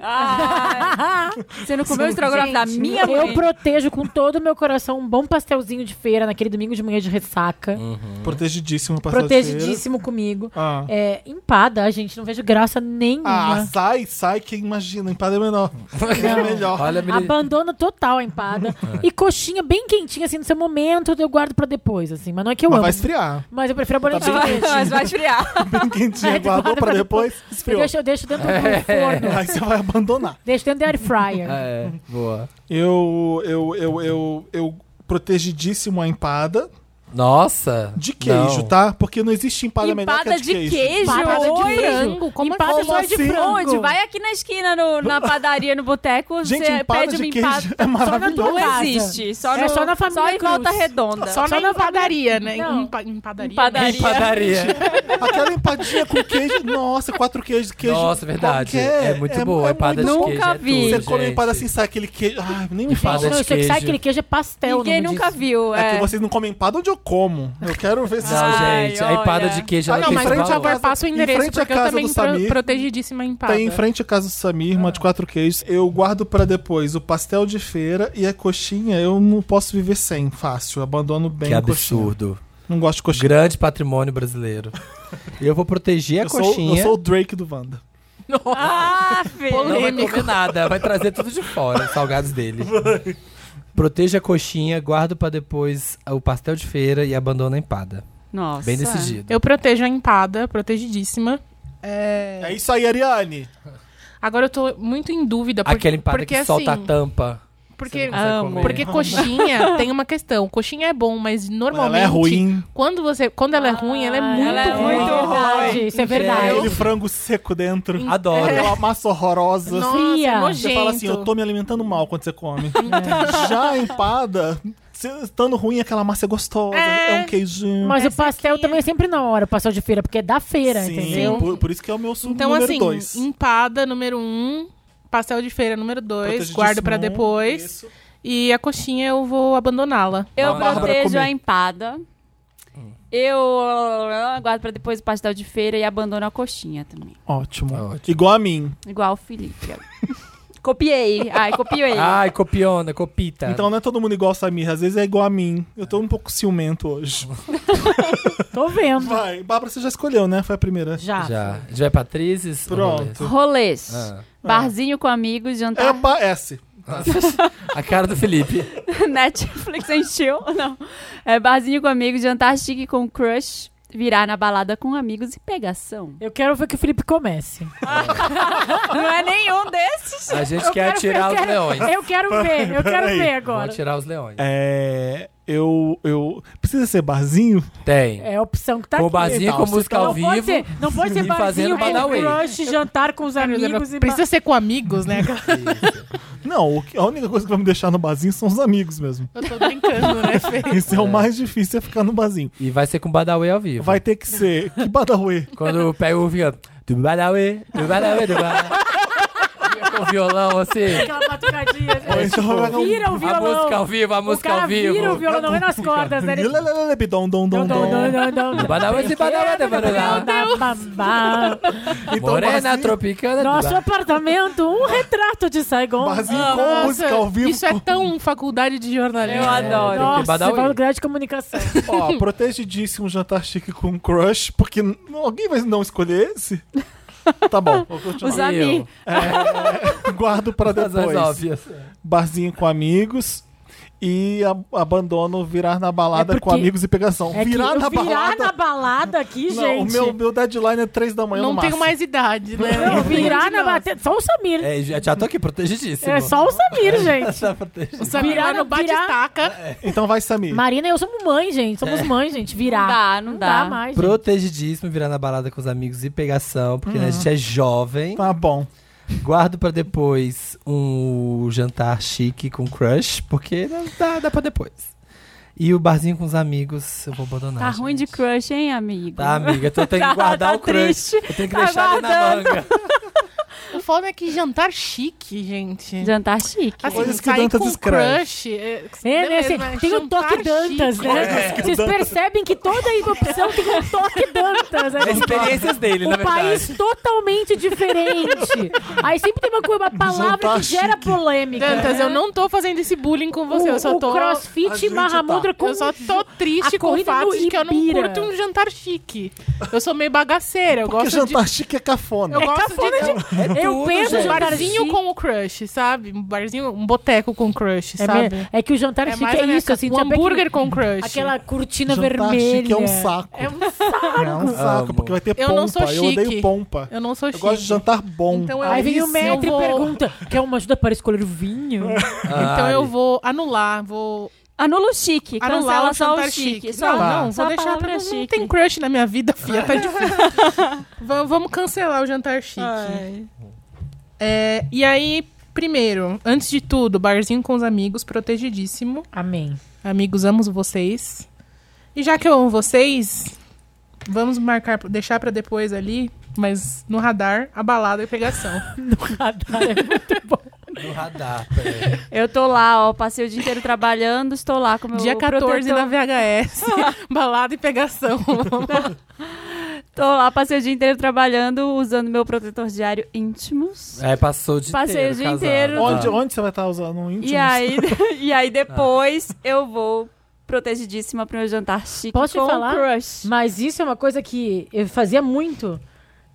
Speaker 1: Você não comeu o estrogonofe da minha mãe?
Speaker 3: Eu protejo com todo o meu coração um bom pastelzinho de feira naquele domingo de manhã de ressaca.
Speaker 5: Hum. Protegidíssimo pra
Speaker 3: protegidíssimo comigo.
Speaker 5: Ah.
Speaker 3: É, empada, gente, não vejo graça nenhuma.
Speaker 5: Ah, sai, sai, que imagina. Empada é menor. É melhor.
Speaker 2: Olha, menina.
Speaker 3: Abandono total a empada.
Speaker 5: É.
Speaker 3: E coxinha bem quentinha, assim, no seu momento, eu guardo pra depois, assim. Mas não é que eu
Speaker 5: Mas
Speaker 3: amo.
Speaker 5: vai esfriar.
Speaker 3: Mas eu prefiro a bolinha
Speaker 5: Tá
Speaker 3: de
Speaker 5: bem
Speaker 3: queijo.
Speaker 1: Mas vai esfriar.
Speaker 5: Bem quentinha, guardou pra depois.
Speaker 3: Eu
Speaker 5: Esfriou. É.
Speaker 3: deixo, eu deixo dentro do
Speaker 1: É.
Speaker 3: forno.
Speaker 5: Aí você vai abandonar.
Speaker 3: Deixo dentro do air fryer.
Speaker 2: É, boa.
Speaker 5: Eu, eu, eu, eu, eu protegidíssimo a empada.
Speaker 2: Nossa.
Speaker 5: De queijo,
Speaker 2: não.
Speaker 5: tá? Porque não existe empada, melhor que a
Speaker 1: Empada
Speaker 5: de
Speaker 1: de
Speaker 5: queijo.
Speaker 1: queijo,
Speaker 3: Empada de
Speaker 1: oi?
Speaker 3: frango, como
Speaker 1: empada
Speaker 3: assim?
Speaker 1: só de
Speaker 5: Como assim?
Speaker 1: frango. Vai aqui na esquina, no- na padaria, no boteco,
Speaker 5: Gente,
Speaker 1: você
Speaker 5: empada
Speaker 1: pede
Speaker 5: de
Speaker 1: uma
Speaker 5: queijo
Speaker 1: empada.
Speaker 5: é
Speaker 1: Não
Speaker 5: maravilhoso.
Speaker 3: Casa.
Speaker 1: existe. Só,
Speaker 3: É
Speaker 1: no-
Speaker 3: só na família
Speaker 1: Só em volta
Speaker 3: Cruz.
Speaker 1: redonda.
Speaker 4: Só,
Speaker 3: Só
Speaker 4: na
Speaker 3: na
Speaker 4: empadaria, né?
Speaker 3: Não.
Speaker 4: Empa- empadaria.
Speaker 1: Empada-
Speaker 2: Em padaria.
Speaker 5: Aquela empadinha com queijo. Nossa, quatro queijos. Queijo
Speaker 2: Nossa, verdade.
Speaker 5: qualquer.
Speaker 2: É muito boa. a empada de
Speaker 1: muito
Speaker 2: queijo.
Speaker 1: Nunca
Speaker 2: é
Speaker 1: vi.
Speaker 5: Você
Speaker 2: tudo,
Speaker 5: come
Speaker 2: gente.
Speaker 5: empada assim, sai aquele queijo. Ai, nem me
Speaker 2: Empada
Speaker 5: fala.
Speaker 3: Gente, não,
Speaker 2: de
Speaker 3: eu sei que sai
Speaker 2: queijo.
Speaker 3: aquele queijo é pastel.
Speaker 1: Ninguém
Speaker 3: não
Speaker 1: nunca viu.
Speaker 5: É
Speaker 1: É.
Speaker 5: que vocês não comem empada onde eu como. Eu quero ver se.
Speaker 2: Não,
Speaker 1: Ai,
Speaker 2: gente. A empada
Speaker 1: olha.
Speaker 2: de queijo,
Speaker 5: Ah,
Speaker 2: ela
Speaker 5: não,
Speaker 2: tem
Speaker 5: mas
Speaker 2: esse
Speaker 5: frente
Speaker 4: Frente
Speaker 5: à
Speaker 2: valor.
Speaker 4: ao
Speaker 5: casa-
Speaker 4: agora passa o
Speaker 5: em
Speaker 4: endereço,
Speaker 5: frente à
Speaker 4: porque eu
Speaker 5: casa
Speaker 4: também
Speaker 5: do
Speaker 4: pro-
Speaker 5: Samir.
Speaker 4: protegidíssima empada.
Speaker 5: Tem em frente à casa do Samir, uma de
Speaker 1: Ah.
Speaker 5: quatro queijos. Eu guardo pra depois o pastel de feira e a coxinha. Eu não posso viver sem, fácil. Abandono bem
Speaker 2: Que
Speaker 5: a coxinha.
Speaker 2: absurdo.
Speaker 5: Não gosto de coxinha.
Speaker 2: Grande patrimônio brasileiro. E eu vou proteger a
Speaker 5: eu, Sou, eu
Speaker 2: coxinha.
Speaker 5: sou o Drake do Wanda.
Speaker 1: Ah,
Speaker 2: Não vai
Speaker 1: filho.
Speaker 2: comer nada, vai trazer tudo de fora, os salgados dele. Proteja a coxinha, guarda pra depois o pastel de feira e abandona a empada.
Speaker 1: Nossa.
Speaker 2: Bem decidido.
Speaker 4: Eu protejo a empada, protegidíssima.
Speaker 5: É isso aí, Ariane.
Speaker 4: Agora eu tô muito em dúvida. Porque,
Speaker 2: Aquela empada
Speaker 4: porque,
Speaker 2: que solta
Speaker 4: assim,
Speaker 2: a tampa.
Speaker 4: Porque,
Speaker 2: Você
Speaker 4: Ah,
Speaker 2: não consegue
Speaker 1: Amo.
Speaker 2: comer.
Speaker 4: porque coxinha tem uma questão. Coxinha é bom, mas
Speaker 5: Mas
Speaker 4: normalmente...
Speaker 5: Ela é ruim.
Speaker 4: Quando, você, quando ela é ruim,
Speaker 3: Ah,
Speaker 4: ela é muito
Speaker 1: ela é
Speaker 4: ruim.
Speaker 1: muito
Speaker 3: verdade,
Speaker 1: ruim.
Speaker 3: isso é
Speaker 4: Tá,
Speaker 5: Aquele
Speaker 3: verdade.
Speaker 5: frango seco dentro.
Speaker 2: Adoro.
Speaker 5: Aquela massa horrorosa.
Speaker 4: Nossa,
Speaker 3: Fria.
Speaker 4: é nojento.
Speaker 5: Você fala assim, eu tô me alimentando mal quando você come.
Speaker 4: É.
Speaker 5: Já a empada, cê- estando ruim, aquela massa é gostosa.
Speaker 4: É.
Speaker 5: É, um queijinho.
Speaker 3: Mas o
Speaker 4: Essa
Speaker 3: pastel
Speaker 4: aqui é-
Speaker 3: também é sempre na hora, o pastel de feira, porque é da feira,
Speaker 5: Sim,
Speaker 3: entendeu?
Speaker 5: Por, por isso que é o meu sub
Speaker 4: Então,
Speaker 5: número
Speaker 4: assim,
Speaker 5: dois.
Speaker 4: empada número um, pastel de feira número dois,
Speaker 5: Protegidíssimo,
Speaker 4: guardo pra depois.
Speaker 5: isso.
Speaker 4: E a coxinha eu vou abandoná-la.
Speaker 1: Eu
Speaker 2: Bárbara
Speaker 1: protejo
Speaker 5: comer.
Speaker 1: a empada. Eu guardo pra depois o pastel de feira e abandono a coxinha também.
Speaker 5: Ótimo.
Speaker 2: Ótimo.
Speaker 5: Igual a mim.
Speaker 1: Igual o Felipe. copiei. Ai, copiei.
Speaker 5: Ah,
Speaker 2: Ai, copiona, copita.
Speaker 5: Então não é todo mundo igual a Samir, às vezes é igual a mim. Eu tô um pouco ciumento hoje.
Speaker 3: Tô vendo.
Speaker 5: Vai, Bárbara, você já escolheu, né? Foi a primeira.
Speaker 3: Já.
Speaker 2: Já. A gente vai pra atrizes? ou rolês?
Speaker 5: Pronto.
Speaker 1: Rolês.
Speaker 2: Ah.
Speaker 1: Barzinho com amigos,
Speaker 5: É
Speaker 1: jantar.
Speaker 5: a S.
Speaker 2: A cara do Felipe.
Speaker 1: Netflix and chill. Não. É barzinho com amigos, jantar chique com crush, virar na balada com amigos e pegação.
Speaker 3: Eu quero ver que o Felipe comece.
Speaker 1: Não é nenhum desses.
Speaker 2: A gente
Speaker 3: Eu
Speaker 2: quer
Speaker 3: quero-
Speaker 2: atirar
Speaker 3: eu
Speaker 2: os
Speaker 3: quero-
Speaker 2: leões.
Speaker 3: Eu quero ver, eu quero
Speaker 5: Peraí.
Speaker 3: ver
Speaker 2: Vamos
Speaker 3: agora.
Speaker 2: atirar os leões.
Speaker 5: É. Eu. eu... Precisa ser barzinho?
Speaker 2: Tem.
Speaker 3: É a opção que tá
Speaker 2: Com
Speaker 3: aqui.
Speaker 2: barzinho
Speaker 5: Então,
Speaker 2: com
Speaker 5: você
Speaker 2: música
Speaker 5: tá-
Speaker 2: ao
Speaker 3: não pode
Speaker 2: vivo.
Speaker 3: ser, não pode ser
Speaker 2: e fazendo
Speaker 3: barzinho com
Speaker 2: Badaway.
Speaker 3: crush, jantar com os amigos e ba-
Speaker 4: Precisa ser com amigos, né?
Speaker 5: Não, o que- a única coisa que vai me deixar no barzinho são os amigos mesmo.
Speaker 4: Eu tô brincando, né, Fê?
Speaker 5: Isso é, o mais difícil, é ficar no barzinho.
Speaker 2: E vai ser com Badawi ao vivo.
Speaker 5: Vai ter que ser. Que badauê.
Speaker 2: Quando pega o violão. Do Badawi, do Badawi, do Badawi. Com violão assim.
Speaker 3: aquela batucadinha.
Speaker 5: Ou então vai pegar um-
Speaker 3: Vira o
Speaker 2: A
Speaker 3: violão.
Speaker 2: música ao vivo, a
Speaker 3: o
Speaker 2: música
Speaker 3: cara
Speaker 2: ao vivo.
Speaker 3: vira o violão é nas cordas, né? Ele-
Speaker 5: Lelelelebidom, dom, dom,
Speaker 3: Não, não, não,
Speaker 5: dom.
Speaker 3: não, não, não.
Speaker 2: um Badaway, esse badaway, badaway.
Speaker 3: Ba- ba- ba-
Speaker 5: Então,
Speaker 2: Morena
Speaker 5: barzinho-
Speaker 2: tropicana.
Speaker 3: Nosso apartamento, um retrato de Saigon. Ah,
Speaker 5: Barzinho com música ao vivo.
Speaker 4: Isso é tão faculdade de jornalismo.
Speaker 2: É,
Speaker 1: Eu adoro.
Speaker 2: Tem que
Speaker 3: Nossa,
Speaker 2: Badaway.
Speaker 3: faculdade é de comunicação.
Speaker 5: Ó, protegidíssimo jantar chique com crush, porque n- alguém vai não escolher esse? Tá bom, vou
Speaker 1: Os
Speaker 5: continuar.
Speaker 1: amigos.
Speaker 5: Guardo pra
Speaker 2: Razões
Speaker 5: depois.
Speaker 2: óbvias.
Speaker 5: Barzinho com amigos e a- abandono virar na balada
Speaker 3: É porque-
Speaker 5: com amigos e pegação.
Speaker 3: É que
Speaker 5: virar
Speaker 3: eu
Speaker 5: na
Speaker 3: virar
Speaker 5: balada.
Speaker 3: na balada aqui,
Speaker 5: Não,
Speaker 3: gente.
Speaker 5: o meu, é meu deadline é três da manhã
Speaker 4: Não
Speaker 5: no
Speaker 4: tenho
Speaker 5: máximo.
Speaker 4: mais idade, né?
Speaker 3: Não,
Speaker 4: Eu tenho
Speaker 3: virar
Speaker 4: de
Speaker 3: na
Speaker 4: nada.
Speaker 3: balada. Só o Samir.
Speaker 2: É, já já tô aqui protegidíssimo.
Speaker 3: É só o Samir, gente.
Speaker 2: Tá protegido.
Speaker 4: O Samir
Speaker 3: Virar
Speaker 4: vai
Speaker 3: no-
Speaker 4: no bate-taca.
Speaker 5: Então vai, Samir.
Speaker 3: Marina e eu somos mãe, gente. Somos
Speaker 5: É.
Speaker 3: mãe, gente.
Speaker 1: Não
Speaker 3: Virar.
Speaker 1: dá, não,
Speaker 3: Não
Speaker 1: dá.
Speaker 3: dá mais. gente.
Speaker 2: Protegidíssimo, virar na balada com os amigos e pegação, porque
Speaker 3: Uhum.
Speaker 2: né, a gente é jovem.
Speaker 5: Tá bom.
Speaker 2: Guardo pra depois um jantar chique com crush, porque né, dá, dá pra depois. E o barzinho com os amigos, eu vou abandonar.
Speaker 1: Tá ruim de
Speaker 2: gente.
Speaker 1: crush, hein, amigo?
Speaker 2: Tá, amiga, então eu tenho
Speaker 1: Tá-
Speaker 2: que guardar
Speaker 1: tá
Speaker 2: o crush.
Speaker 1: triste.
Speaker 2: Eu tenho que
Speaker 1: Tá
Speaker 2: deixar ele na
Speaker 1: guardando.
Speaker 2: manga.
Speaker 4: O foda é que jantar chique, gente.
Speaker 1: Jantar chique.
Speaker 4: Assim,
Speaker 5: Coisas que
Speaker 4: sair
Speaker 5: Dantas
Speaker 4: com
Speaker 5: escreve.
Speaker 4: crush. É,
Speaker 3: É, né,
Speaker 4: beleza,
Speaker 3: assim,
Speaker 4: mas
Speaker 3: tem o
Speaker 4: jantar
Speaker 3: toque Dantas,
Speaker 4: chique.
Speaker 3: né?
Speaker 5: É,
Speaker 3: Vocês percebem que toda a opção tem um toque Dantas.
Speaker 5: É
Speaker 2: As
Speaker 3: Né?
Speaker 2: experiências dele, na
Speaker 3: Um
Speaker 2: verdade.
Speaker 3: país totalmente diferente. Aí sempre tem uma, coisa, uma palavra
Speaker 5: Jantar
Speaker 3: que gera
Speaker 5: chique.
Speaker 3: polêmica.
Speaker 4: Dantas, eu não tô fazendo esse bullying com você.
Speaker 3: o,
Speaker 4: eu só
Speaker 3: o
Speaker 4: tô.
Speaker 5: A
Speaker 3: crossfit
Speaker 5: gente tá.
Speaker 3: Mahamudra com
Speaker 4: Eu só tô triste
Speaker 3: A
Speaker 4: com o
Speaker 3: corrida
Speaker 4: fato
Speaker 3: do
Speaker 4: de que eu não
Speaker 3: Ibira.
Speaker 4: curto um jantar chique. Eu sou meio bagaceira. Eu
Speaker 5: Porque
Speaker 4: gosto de.
Speaker 5: jantar chique é cafona.
Speaker 4: Eu
Speaker 3: tá
Speaker 4: gosto de,
Speaker 3: Eu
Speaker 2: tudo,
Speaker 3: penso
Speaker 2: gente.
Speaker 4: um
Speaker 3: jantar
Speaker 4: barzinho
Speaker 3: chique.
Speaker 4: com o crush, sabe? Um barzinho, um boteco com crush,
Speaker 3: É,
Speaker 4: sabe?
Speaker 3: me- é que o jantar
Speaker 4: É
Speaker 3: chique
Speaker 4: mais a
Speaker 3: é
Speaker 4: minha
Speaker 3: isso,
Speaker 4: ca-
Speaker 3: assim,
Speaker 4: um
Speaker 3: sabe
Speaker 4: hambúrguer
Speaker 3: aquele-
Speaker 4: com crush.
Speaker 3: aquela cortina
Speaker 5: Jantar
Speaker 3: vermelha.
Speaker 5: chique é um saco.
Speaker 4: É um
Speaker 5: É um saco,
Speaker 2: Amo.
Speaker 5: porque vai ter
Speaker 4: Eu
Speaker 5: pompa.
Speaker 4: não sou
Speaker 5: Eu odeio
Speaker 4: chique.
Speaker 5: pompa.
Speaker 4: Eu não sou
Speaker 5: Eu
Speaker 4: chique.
Speaker 5: gosto de jantar bom.
Speaker 4: Então eu,
Speaker 3: Aí vem o
Speaker 4: eu
Speaker 3: mestre e
Speaker 4: vou-
Speaker 2: Ah,
Speaker 3: pergunta: quer uma ajuda para escolher o vinho?
Speaker 4: Então
Speaker 2: Ai,
Speaker 4: eu vou anular, vou
Speaker 1: Anula o chique.
Speaker 4: Anular
Speaker 1: cancela
Speaker 4: o
Speaker 1: Ah, só o
Speaker 4: jantar
Speaker 1: chique.
Speaker 4: chique.
Speaker 1: Só,
Speaker 4: não, não,
Speaker 1: só
Speaker 4: vou deixar pra
Speaker 1: pra
Speaker 4: não,
Speaker 1: chique.
Speaker 4: não tem crush na minha vida, filha, tá difícil. Va- Vamos cancelar o jantar chique.
Speaker 1: Ai.
Speaker 4: É, e aí, primeiro, antes de tudo, barzinho com os amigos, protegidíssimo.
Speaker 3: Amém.
Speaker 4: Amigos, amo vocês. E já que eu amo vocês, vamos marcar, deixar pra depois ali, mas no radar, a balada e pegação.
Speaker 2: No radar, peraí.
Speaker 1: Eu tô lá, ó. Passei o dia inteiro trabalhando, estou lá com o meu
Speaker 4: Dia 14 né?
Speaker 1: protetor.
Speaker 4: na VHS, balada e pegação.
Speaker 1: Tô lá, passei o dia inteiro trabalhando, usando meu protetor diário íntimos.
Speaker 2: É, passou o dia
Speaker 1: Passei
Speaker 2: inteiro
Speaker 1: o dia
Speaker 2: casado.
Speaker 1: inteiro.
Speaker 5: Onde, onde você vai estar usando um íntimo?
Speaker 1: E aí, e aí depois
Speaker 2: Ah.
Speaker 1: eu vou protegidíssima pro meu jantar chique
Speaker 3: Posso te
Speaker 1: com
Speaker 3: falar?
Speaker 1: crush.
Speaker 3: Mas isso é uma coisa que eu fazia muito.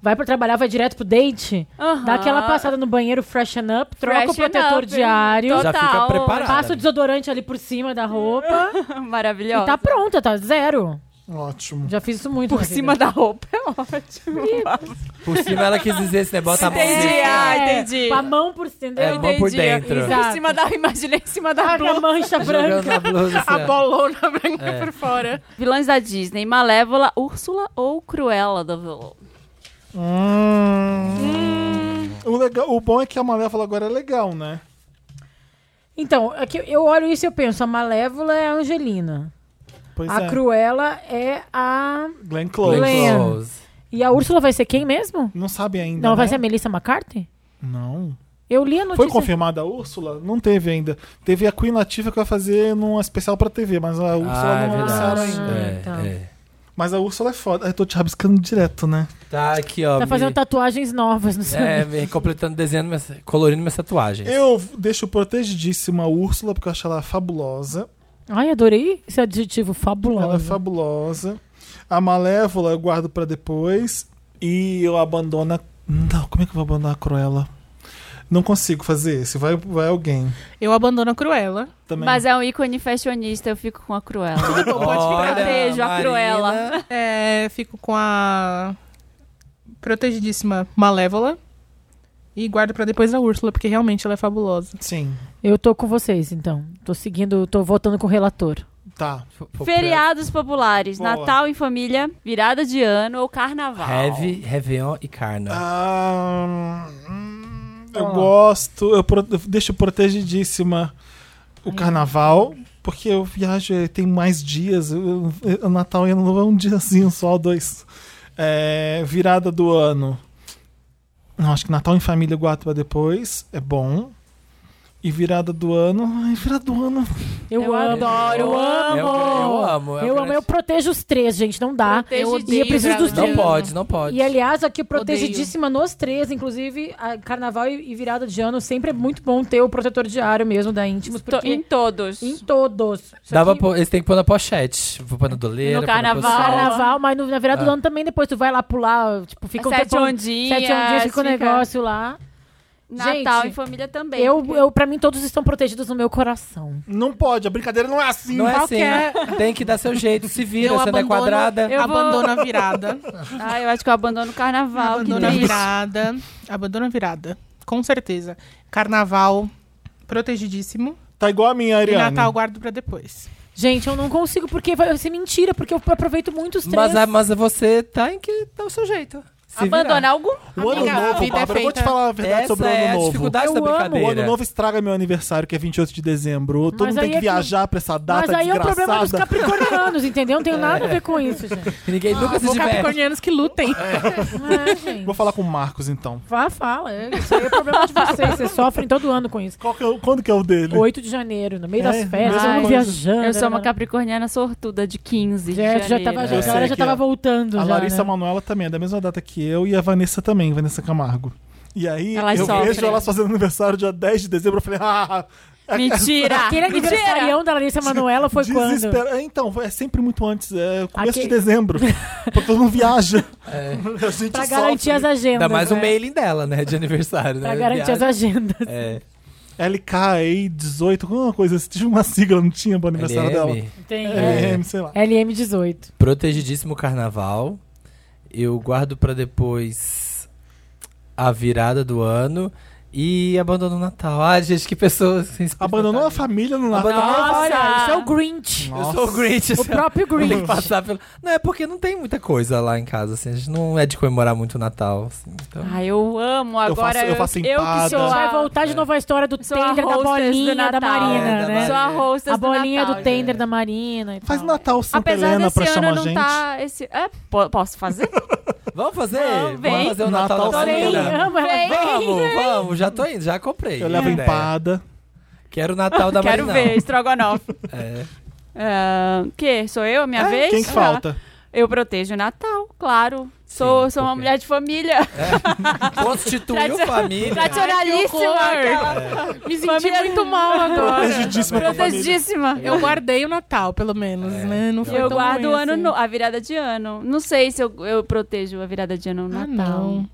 Speaker 3: Vai pra trabalhar, vai direto pro date.
Speaker 1: Aham.
Speaker 3: Dá aquela passada no banheiro, freshen up, troca o
Speaker 1: Freshen up,
Speaker 3: protetor
Speaker 1: hein?
Speaker 3: diário,
Speaker 1: é Total.
Speaker 2: Já fica preparado.
Speaker 3: passa o desodorante ali por cima da roupa
Speaker 4: É.
Speaker 1: Maravilhosa.
Speaker 3: e tá pronta, tá zero.
Speaker 5: Ótimo.
Speaker 3: Já fiz isso muito.
Speaker 1: por
Speaker 3: na vida.
Speaker 1: cima da roupa, é ótimo.
Speaker 2: Por cima ela quis dizer esse negócio, tá bom.
Speaker 1: Entendi, ah, entendi.
Speaker 3: Com a mão por cima,
Speaker 2: É,
Speaker 3: entendeu?
Speaker 2: mão por
Speaker 1: Entendi, é.
Speaker 2: dentro.
Speaker 1: Por cima da, imaginei em cima da
Speaker 3: a mancha branca.
Speaker 2: Tá Jogando na blusa.
Speaker 4: a bolona branca
Speaker 2: É.
Speaker 4: por fora.
Speaker 1: Vilões da Disney, Malévola, Úrsula ou Cruella da Vil-
Speaker 5: Hum. O, legal, o bom é que a Malévola agora é legal, né?
Speaker 3: Então, é que eu olho isso e eu penso, a Malévola é a Angelina.
Speaker 5: Pois
Speaker 3: a
Speaker 5: é.
Speaker 3: Cruella é a...
Speaker 5: Glenn Close.
Speaker 2: Glenn
Speaker 3: Glenn.
Speaker 2: Close.
Speaker 3: E a Úrsula vai ser quem mesmo?
Speaker 5: Não sabe ainda.
Speaker 3: Não,
Speaker 5: né?
Speaker 3: vai ser a Melissa McCarthy?
Speaker 5: Não.
Speaker 3: Eu li a notícia...
Speaker 5: Foi confirmada a Úrsula? Não teve ainda. Teve a Queen Latifah que vai fazer num especial pra TV, mas a Úrsula
Speaker 2: Ah, é
Speaker 5: não lançaram
Speaker 2: verdade.
Speaker 5: ainda.
Speaker 2: É,
Speaker 1: então.
Speaker 3: tá.
Speaker 2: é.
Speaker 5: Mas a Úrsula é foda. Eu tô te rabiscando direto, né?
Speaker 2: Tá aqui, ó.
Speaker 3: Tá
Speaker 2: me-
Speaker 3: fazendo tatuagens novas no seu...
Speaker 2: É, me completando, desenhando, minhas, colorindo minhas tatuagens.
Speaker 5: Eu deixo protegidíssima a Úrsula, porque eu acho ela fabulosa.
Speaker 3: Ai, adorei esse adjetivo
Speaker 5: Ela é
Speaker 3: fabuloso.
Speaker 5: fabulosa. A Malévola eu guardo pra depois. E eu abandono. a- Não, como é que eu vou abandonar a Cruella? Não consigo fazer esse. Vai, vai alguém.
Speaker 4: Eu abandono a Cruella.
Speaker 5: Também.
Speaker 1: Mas é um ícone fashionista, eu fico com a Cruella.
Speaker 2: Olha,
Speaker 1: Beijo, a Cruella.
Speaker 4: É, fico com a protegidíssima Malévola. E guardo pra depois a Úrsula, porque realmente ela é fabulosa.
Speaker 5: Sim,
Speaker 3: Eu tô com vocês, então. Tô seguindo, tô votando com o relator.
Speaker 5: tá.
Speaker 2: F- f-
Speaker 1: Feriados populares,
Speaker 5: Boa.
Speaker 1: Natal em família, virada de ano ou carnaval.
Speaker 2: Heavy, Réveillon e
Speaker 4: É.
Speaker 2: Carna.
Speaker 5: Ah, hum, eu
Speaker 4: Ah.
Speaker 3: Ó.
Speaker 5: gosto, eu, pro- eu deixo protegidíssima o carnaval, porque eu viajo e tem mais dias. eu- eu- O Natal e Ano Novo é um diazinho só, dois. É, virada do ano. Não, acho que Natal em família eu guardo pra depois, é bom. E virada do ano. Ai, virada do ano.
Speaker 3: Eu,
Speaker 1: Eu
Speaker 3: amo.
Speaker 1: adoro, eu
Speaker 2: Eu, eu amo. é o
Speaker 3: Eu
Speaker 2: que
Speaker 3: amo, eu protejo os três, gente, não dá.
Speaker 1: Protegidíssima.
Speaker 3: E tá? eu preciso dos
Speaker 2: Não
Speaker 3: Sim.
Speaker 2: pode, não pode.
Speaker 3: E aliás, aqui protegidíssima nos três, inclusive a carnaval e e virada de ano, sempre é muito bom ter o protetor diário mesmo da íntimos,
Speaker 1: To-
Speaker 3: porque
Speaker 1: em
Speaker 3: em,
Speaker 1: todos.
Speaker 3: todos. Isso
Speaker 2: Dava
Speaker 3: aqui-
Speaker 2: pô- eles têm que pôr na pochete. Vou pôr na doleira.
Speaker 1: No
Speaker 2: pôr na
Speaker 1: carnaval.
Speaker 2: pochete.
Speaker 3: Carnaval, mas no- na virada do ano também depois tu vai lá pular, tipo, fica um
Speaker 1: Sete
Speaker 3: tempão-
Speaker 1: ondinhas.
Speaker 3: sete ondinhas, fica
Speaker 1: fica-
Speaker 3: o negócio lá.
Speaker 1: Natal
Speaker 3: Gente,
Speaker 1: em família também.
Speaker 3: Eu, eu, pra mim, todos estão protegidos no meu coração.
Speaker 5: Não pode, a brincadeira não é assim.
Speaker 2: Não é assim.
Speaker 4: Qualquer-
Speaker 2: Tem que dar seu jeito. Se vira,
Speaker 4: Eu
Speaker 2: você não é
Speaker 4: abandono-
Speaker 2: quadrada.
Speaker 1: Eu vou-
Speaker 4: abandono a virada.
Speaker 1: Ah, eu acho que eu abandono o carnaval. que
Speaker 4: abandono a
Speaker 1: triste.
Speaker 4: virada. Abandono a virada. Com certeza. Carnaval, protegidíssimo.
Speaker 5: Tá igual a minha,
Speaker 4: E
Speaker 5: Ariane.
Speaker 4: Natal guardo pra depois.
Speaker 3: Gente, eu não consigo, porque vai ser mentira, porque eu aproveito muito os três.
Speaker 2: Mas, a- mas você tá em que dá o seu jeito. Se virar.
Speaker 1: Abandonar algum?
Speaker 5: O ano
Speaker 4: Amiga, a
Speaker 5: novo,
Speaker 4: vida é
Speaker 5: Bárbara, eu vou te
Speaker 4: feita-
Speaker 5: falar a verdade
Speaker 2: Essa
Speaker 5: sobre o ano
Speaker 2: é a
Speaker 5: novo.
Speaker 2: dificuldade da
Speaker 3: Eu amo o
Speaker 5: O
Speaker 2: brincadeira.
Speaker 5: ano novo estraga meu aniversário, que é 28 de dezembro. Todo
Speaker 3: Mas
Speaker 5: mundo tem
Speaker 3: aí
Speaker 5: que
Speaker 3: é que-
Speaker 5: viajar pra essa data
Speaker 3: Mas aí é o
Speaker 5: desgraçada.
Speaker 3: problema dos capricornianos, entendeu? Não tem nada a ver com isso, gente.
Speaker 2: E Ninguém nunca se
Speaker 4: Vou
Speaker 2: diverte.
Speaker 4: capricornianos que lutem.
Speaker 2: Ah,
Speaker 3: É, gente.
Speaker 5: Vou falar com o Marcos, então.
Speaker 3: Vá, fala. É, Isso aí é problema de vocês. Vocês sofrem todo ano com isso.
Speaker 5: Qual que é o- quando que é o dele?
Speaker 3: 8 de janeiro, no meio
Speaker 5: É,
Speaker 3: das festas,
Speaker 1: mesma
Speaker 3: todo mundo
Speaker 1: coisa.
Speaker 3: viajando.
Speaker 1: Eu sou uma
Speaker 3: né?
Speaker 1: capricorniana sortuda de 15 de
Speaker 3: Já, É, já tá
Speaker 1: janeiro. né?
Speaker 3: tava, já,
Speaker 5: Eu
Speaker 3: a
Speaker 5: sei
Speaker 3: galera já
Speaker 5: que
Speaker 3: tava
Speaker 5: a-
Speaker 3: voltando.
Speaker 5: A
Speaker 3: já, né?
Speaker 5: Larissa Manoela também é da mesma data que eu e a Vanessa também, Vanessa Camargo. E aí
Speaker 1: Elas
Speaker 5: eu
Speaker 1: sofrem.
Speaker 5: vejo elas fazendo aniversário dia 10 de dezembro. Eu falei, ah,
Speaker 1: Mentira!
Speaker 3: Aquele aniversarião da Larissa Manoela foi quando?
Speaker 5: desespero. É, então, é sempre muito antes, é começo
Speaker 3: Aqui-
Speaker 5: de dezembro. porque todo mundo viaja. A gente
Speaker 3: Pra
Speaker 5: sofre.
Speaker 3: garantir as agendas.
Speaker 2: Ainda mais o
Speaker 3: né?
Speaker 2: mailing dela, né? De aniversário, né?
Speaker 3: Pra garantir as agendas.
Speaker 2: É.
Speaker 5: LKA18, alguma coisa assim. Tinha uma sigla, não tinha pro aniversário dela.
Speaker 2: LM,
Speaker 3: Tem.
Speaker 2: É.
Speaker 5: LM, sei lá.
Speaker 3: LM18.
Speaker 2: protegidíssimo carnaval. Eu guardo pra depois a virada do ano. E abandonou o Natal. Ai, gente, que pessoa sem espírito
Speaker 5: Abandonou a
Speaker 2: natalino.
Speaker 5: família no Natal.
Speaker 2: Abandonou a
Speaker 3: Olha, isso é o Grinch.
Speaker 2: Eu sou o Grinch.
Speaker 3: O
Speaker 2: assim, ó.
Speaker 3: próprio
Speaker 2: Vou ter que
Speaker 3: Grinch.
Speaker 2: passar pelo- Não, é porque não tem muita coisa lá em casa, assim. A gente não é de comemorar muito o Natal, assim. Então...
Speaker 1: Ai, eu amo
Speaker 5: Eu
Speaker 1: agora.
Speaker 5: faço- eu faço empada.
Speaker 1: que sou
Speaker 3: A gente vai
Speaker 1: a,
Speaker 3: voltar
Speaker 5: É.
Speaker 3: de novo à história do
Speaker 1: sou a
Speaker 3: tender da
Speaker 1: hostess do
Speaker 3: bolinha da
Speaker 1: Natal.
Speaker 3: Marina,
Speaker 2: É, da
Speaker 3: né?
Speaker 1: Sou a hostess
Speaker 3: A bolinha
Speaker 1: do,
Speaker 3: do,
Speaker 1: Natal,
Speaker 3: tender
Speaker 1: gente.
Speaker 3: da Marina e
Speaker 5: Faz
Speaker 3: tal.
Speaker 5: Natal Santa
Speaker 1: Apesar
Speaker 5: Helena pra
Speaker 1: desse ano
Speaker 5: chamar
Speaker 1: não
Speaker 5: gente.
Speaker 1: tá esse. É, po- posso fazer?
Speaker 2: Vamos fazer?
Speaker 1: Não, vem.
Speaker 2: Vamos fazer o Natal,
Speaker 5: Natal
Speaker 2: da
Speaker 5: sem
Speaker 3: Adorei,
Speaker 2: família.
Speaker 5: Helena.
Speaker 3: amo ela.
Speaker 1: Vem.
Speaker 2: Vamos, vamos, já tô indo, já comprei.
Speaker 5: Eu levo
Speaker 2: Ideia.
Speaker 5: empada.
Speaker 2: Quero o Natal da
Speaker 1: Quero
Speaker 2: Marina.
Speaker 1: ver, estrogonofe.
Speaker 2: É.
Speaker 1: Ah, que? Sou eu, a minha
Speaker 5: É,
Speaker 1: vez?
Speaker 5: Quem que
Speaker 1: Ah,
Speaker 5: falta?
Speaker 1: Eu protejo o Natal, claro. Sou,
Speaker 2: Sim,
Speaker 1: sou uma
Speaker 2: porque-
Speaker 1: mulher de família.
Speaker 2: Constituiu
Speaker 1: Tradicio-
Speaker 2: família.
Speaker 1: Tradicionalíssima.
Speaker 4: Ai, que
Speaker 1: aquela-
Speaker 4: Me senti
Speaker 1: Família-
Speaker 4: muito mal agora.
Speaker 5: Protegidíssima com a família.
Speaker 1: Protegidíssima.
Speaker 4: Eu guardei o Natal, pelo menos,
Speaker 2: É.
Speaker 4: né? Não foi
Speaker 1: Eu
Speaker 4: tão
Speaker 1: guardo
Speaker 4: ruim
Speaker 1: o ano
Speaker 4: assim.
Speaker 1: no- a virada de ano. Não sei se eu, eu protejo a virada de ano no
Speaker 4: Ah,
Speaker 1: Natal.
Speaker 4: não.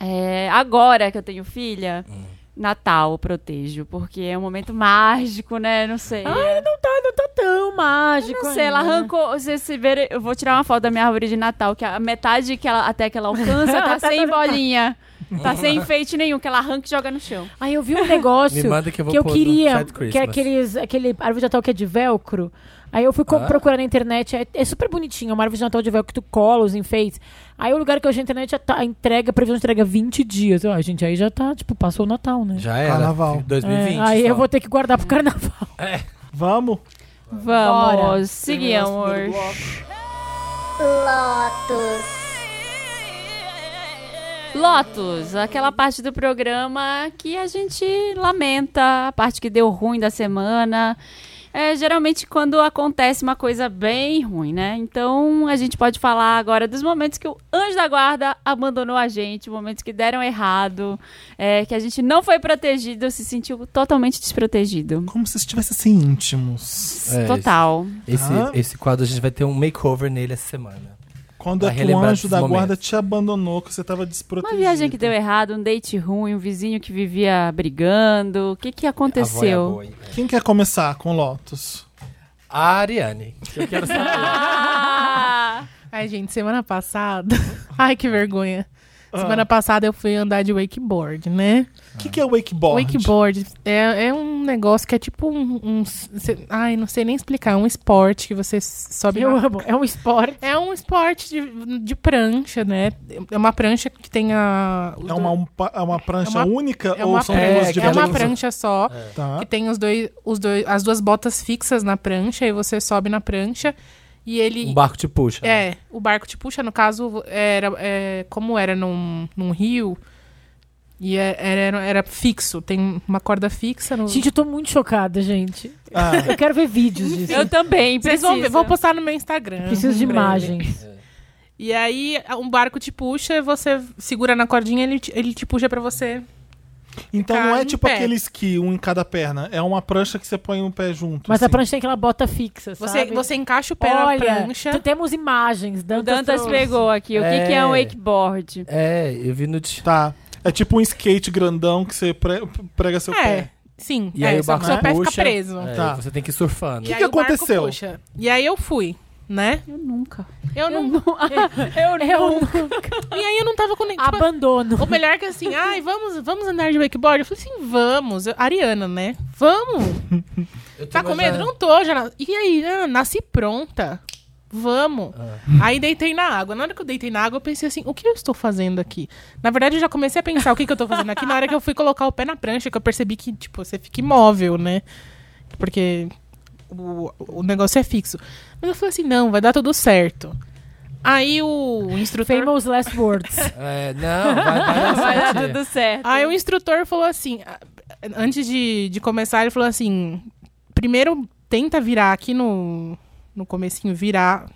Speaker 1: É, agora que eu tenho filha,
Speaker 5: Hum.
Speaker 1: Natal eu protejo, porque é um momento mágico, né? Não sei.
Speaker 4: Ah,
Speaker 3: Ai, não tá, não tá tão mágico.
Speaker 1: não sei, ela
Speaker 3: ainda. né?
Speaker 1: arrancou. Vocês se verem, eu vou tirar uma foto da minha árvore de Natal, que a metade que ela, até que ela alcança tá sem bolinha. Tá sem enfeite nenhum, que ela arranca e joga no chão.
Speaker 3: Aí eu vi um negócio
Speaker 2: Me manda que eu vou
Speaker 3: que eu
Speaker 2: pôr no
Speaker 3: queria,
Speaker 2: Sad
Speaker 3: que é
Speaker 2: Christmas.
Speaker 3: aqueles, aquele árvore de Natal que é de velcro. Aí eu fui co-
Speaker 2: Ah.
Speaker 3: procurar na internet, é, é super bonitinho, é uma árvore de Natal de velcro que tu cola os enfeites. Aí o lugar que eu achei na internet, já tá- a entrega, a previsão de entrega é 20 dias. Eu, ah, gente, aí já tá, tipo, passou o Natal, né?
Speaker 2: Já era.
Speaker 5: Carnaval.
Speaker 2: 2020.
Speaker 3: É, aí
Speaker 2: só.
Speaker 3: eu vou ter que guardar pro carnaval.
Speaker 5: Vamos.
Speaker 1: Vamos,
Speaker 5: Terminar o
Speaker 1: seguimos.
Speaker 5: segundo
Speaker 1: Lotus, aquela parte do programa que a gente lamenta, a parte que deu ruim da semana. É geralmente quando acontece uma coisa bem ruim, né? Então a gente pode falar agora dos momentos que o anjo da guarda abandonou a gente, momentos que deram errado, é, que a gente não foi protegido, se sentiu totalmente desprotegido.
Speaker 5: Como se estivesse assim íntimos.
Speaker 2: É,
Speaker 1: Total.
Speaker 2: Esse,
Speaker 5: Tá.
Speaker 2: esse quadro a gente vai ter um makeover nele essa semana.
Speaker 5: Quando é
Speaker 2: Vai
Speaker 5: que o
Speaker 2: relembrar
Speaker 5: anjo
Speaker 2: desses
Speaker 5: da
Speaker 2: momentos.
Speaker 5: guarda te abandonou, que você tava
Speaker 1: Uma
Speaker 5: desprotegido.
Speaker 1: viagem que deu errado, um date ruim, um vizinho que vivia brigando. O que, que aconteceu?
Speaker 2: A vó é boa, hein?
Speaker 5: Quem quer começar com Lotus?
Speaker 2: A Ariane. Eu quero saber.
Speaker 1: Ah!
Speaker 4: Ai, gente, semana passada. Ai, que vergonha.
Speaker 3: Ah.
Speaker 4: Semana passada eu fui andar de wakeboard, né?
Speaker 2: Ah.
Speaker 5: O que, que é wakeboard?
Speaker 4: Wakeboard é, é um negócio que é tipo um. um- cê- ai, não sei nem explicar. É um esporte que você s- sobe.
Speaker 3: Eu
Speaker 4: na-
Speaker 3: amo, é um esporte.
Speaker 4: É um esporte de, de prancha, né? É uma prancha que tem a.
Speaker 5: É uma, um pa- é uma prancha
Speaker 4: É uma-
Speaker 5: única
Speaker 4: é
Speaker 5: ou
Speaker 4: uma
Speaker 5: são
Speaker 2: prancha.
Speaker 5: duas
Speaker 2: É, que
Speaker 4: É uma
Speaker 5: diferentes?
Speaker 4: prancha só.
Speaker 5: Tá.
Speaker 4: que tem os dois, os dois, as duas botas fixas na prancha e você sobe na prancha e ele
Speaker 2: Um barco te puxa. né?
Speaker 4: é o barco te puxa. No caso era é, como era num, num rio e é- era, era fixo. Tem uma corda fixa. No...
Speaker 3: Gente, eu tô muito chocada, gente.
Speaker 5: Ah,
Speaker 2: É.
Speaker 3: Eu quero ver vídeos disso.
Speaker 1: Eu também,
Speaker 4: Vocês
Speaker 1: preciso.
Speaker 4: vão ver, vou postar no meu Instagram.
Speaker 3: Preciso de
Speaker 4: Em breve.
Speaker 3: imagens.
Speaker 4: E aí um barco te puxa, você segura na cordinha, ele te, ele te puxa pra você.
Speaker 5: então não é
Speaker 4: Ficar em
Speaker 5: tipo
Speaker 4: pé.
Speaker 5: aquele esqui, um em cada perna. É uma prancha que você põe um pé junto.
Speaker 3: Mas a
Speaker 5: assim.
Speaker 3: prancha tem aquela bota fixa,
Speaker 4: Você,
Speaker 3: sabe?
Speaker 4: você encaixa o pé
Speaker 3: Olha,
Speaker 4: na prancha.
Speaker 3: t- temos imagens.
Speaker 1: O
Speaker 3: Dantas,
Speaker 1: Dantas
Speaker 3: trouxe.
Speaker 1: pegou aqui. O que, que é um
Speaker 2: É.
Speaker 1: wakeboard?
Speaker 2: É, eu vi no. t-
Speaker 5: Tá. É tipo um skate grandão que você pre- prega seu
Speaker 4: É,
Speaker 5: pé.
Speaker 4: sim.
Speaker 2: E
Speaker 4: é,
Speaker 2: aí o
Speaker 4: só
Speaker 2: barco
Speaker 4: que seu
Speaker 2: te
Speaker 4: pé
Speaker 2: puxa.
Speaker 4: fica preso.
Speaker 2: É,
Speaker 5: Tá.
Speaker 2: Você tem que ir surfando.
Speaker 5: Que
Speaker 4: E
Speaker 5: que
Speaker 4: aí o barco
Speaker 5: aconteceu?
Speaker 4: puxa. E aí eu fui, né?
Speaker 1: Eu nunca.
Speaker 4: Eu não.
Speaker 1: Eu
Speaker 3: Eu
Speaker 1: nunca.
Speaker 4: E aí eu não tava com nem. Tipo,
Speaker 3: abandono.
Speaker 4: ou melhor que assim, ai, vamos, vamos andar de wakeboard? Eu falei assim, vamos. Eu- Ariana, né? Vamos.
Speaker 2: Eu tô
Speaker 4: Tá com medo?
Speaker 2: imaginando-
Speaker 4: Não tô, já. na- E aí, ah, nasci pronta. Vamos.
Speaker 2: Ah.
Speaker 4: Aí deitei na água. Na hora que eu deitei na água, eu pensei assim, o que eu estou fazendo aqui? Na verdade, eu já comecei a pensar o que, que eu tô fazendo aqui na hora que eu fui colocar o pé na prancha, que eu percebi que, tipo, você fica imóvel, né? Porque o, o negócio é fixo. Mas eu falei assim, não, vai dar tudo certo. Aí o instrutor
Speaker 3: Famous last words.
Speaker 2: É, não, vai, vai dar
Speaker 1: Vai dar
Speaker 3: Tá.
Speaker 2: certinho.
Speaker 1: tudo certo.
Speaker 4: É Aí o instrutor falou assim, a- antes de, de começar, ele falou assim, primeiro tenta virar aqui no, no comecinho, virar.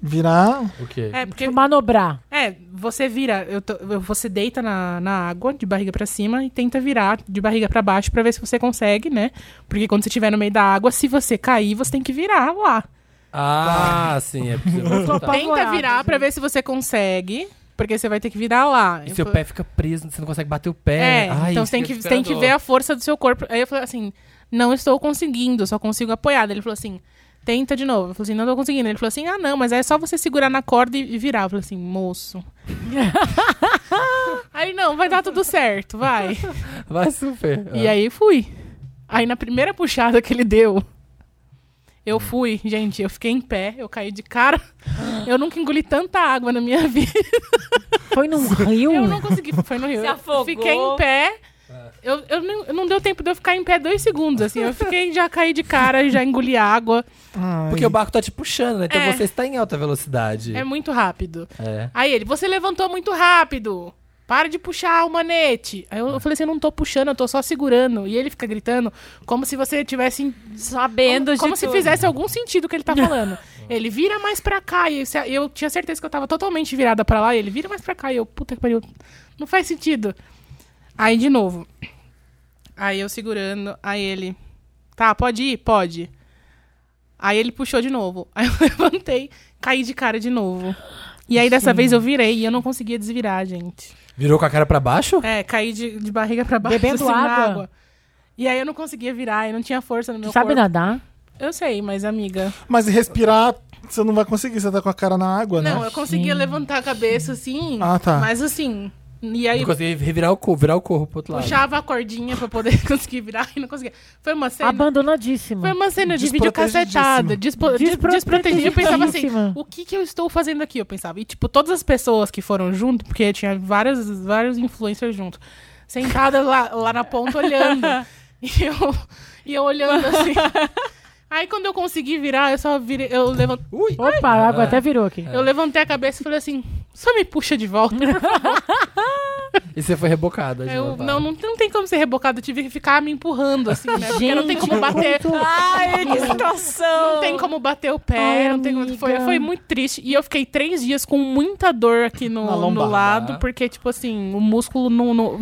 Speaker 5: Virar.
Speaker 2: O quê?
Speaker 4: É, porque,
Speaker 3: Tipo, manobrar.
Speaker 4: é você vira, eu tô- eu- você deita na, na água, de barriga pra cima, e tenta virar de barriga pra baixo pra ver se você consegue, né? Porque quando você estiver no meio da água, se você cair, você tem que virar lá.
Speaker 2: Ah, sim, é preciso voltar.
Speaker 4: Tenta
Speaker 3: Apavorada,
Speaker 4: virar pra
Speaker 3: gente.
Speaker 4: ver se você consegue, porque você vai ter que virar lá.
Speaker 2: E
Speaker 4: Eu
Speaker 2: seu
Speaker 4: fa-
Speaker 2: pé fica preso, você não consegue bater o pé.
Speaker 4: É,
Speaker 2: Ai,
Speaker 4: então
Speaker 2: isso
Speaker 4: você tem
Speaker 2: é
Speaker 4: que, tem que ver a força do seu corpo. Aí eu falei assim, não estou conseguindo, só consigo apoiada. Ele falou assim, Tenta de novo. Eu falei assim, não tô conseguindo. Ele falou assim, ah, não, mas aí é só você segurar na corda e e virar. Eu falei assim, moço. aí, não, vai dar tudo certo, vai.
Speaker 2: Vai super.
Speaker 4: E aí fui. Aí na primeira puxada que ele deu, eu fui, gente, eu fiquei em pé, eu caí de cara. Eu nunca engoli tanta água na minha vida.
Speaker 3: Foi num rio?
Speaker 4: Eu não consegui, foi no Rio.
Speaker 1: Se
Speaker 4: Eu
Speaker 1: afogou.
Speaker 4: Fiquei em pé. Eu, eu não, não deu tempo de eu ficar em pé dois segundos, assim. Eu fiquei, já caí de cara, já engoli água.
Speaker 2: Porque o barco tá te puxando, né? Então
Speaker 4: É.
Speaker 2: você está em alta velocidade.
Speaker 4: É muito rápido.
Speaker 2: É.
Speaker 4: Aí ele, você levantou muito rápido. Para de puxar o manete. Aí eu eu falei assim, eu não tô puxando, eu tô só segurando. E ele fica gritando como se você tivesse...
Speaker 1: Sabendo
Speaker 4: Como,
Speaker 1: de
Speaker 4: como se
Speaker 1: tudo.
Speaker 4: fizesse algum sentido o que ele tá falando. ele vira mais pra cá. E se- eu tinha certeza que eu tava totalmente virada pra lá. E ele vira mais pra cá. E eu, puta que pariu. Não faz sentido. Aí, de novo. Aí eu segurando. Aí ele... Tá, pode ir? Pode. Aí ele puxou de novo. Aí eu levantei, caí de cara de novo. E aí dessa vez eu virei e eu não conseguia desvirar, gente.
Speaker 2: Virou com a cara pra baixo?
Speaker 4: É, caí de, de barriga pra baixo,
Speaker 3: Bebendo
Speaker 4: assim, na
Speaker 3: água.
Speaker 4: água. E aí eu não conseguia virar, eu não tinha força no meu
Speaker 3: Tu sabe
Speaker 4: corpo.
Speaker 3: nadar?
Speaker 4: Eu sei, mas amiga.
Speaker 5: Mas e respirar, você não vai conseguir, você tá com a cara na água, né?
Speaker 4: Não, eu conseguia levantar a cabeça assim.
Speaker 5: Ah, tá.
Speaker 4: Mas assim. E aí
Speaker 2: Não consegui revirar o corpo, virar o corpo pro outro lado.
Speaker 4: puxava a cordinha pra poder conseguir virar e não conseguia. Foi uma cena. Foi
Speaker 3: Abandonadíssima.
Speaker 4: uma cena de vídeo cacetada, despo- des- desprotegida. Eu pensava assim,
Speaker 3: Desprotegidíssima.
Speaker 4: o que que eu estou fazendo aqui? Eu pensava. E, tipo, todas as pessoas que foram junto, porque tinha várias, vários influencers junto, sentadas lá, lá na ponta olhando. e, eu, e eu olhando assim. Aí quando eu consegui virar, eu só virei, eu, levan-
Speaker 2: Ui!
Speaker 3: Opa, a água até virou aqui.
Speaker 4: eu levantei a cabeça e falei assim, só me puxa de volta.
Speaker 2: E você foi rebocada. de
Speaker 4: É, Eu,
Speaker 2: novo.
Speaker 4: não, não, não tem como ser rebocado, eu tive que ficar me empurrando, assim, né? Porque não tem
Speaker 3: Gente,
Speaker 4: como bater. Ah,
Speaker 3: quanto-
Speaker 1: Ai, que situação!
Speaker 4: Não tem como bater o pé,
Speaker 3: Ai,
Speaker 4: não tem como...
Speaker 3: amiga.
Speaker 4: Foi, foi muito triste. E eu fiquei três dias com muita dor aqui no,
Speaker 5: Na
Speaker 4: no
Speaker 5: lombar.
Speaker 4: lado, porque, tipo assim, o músculo não, não,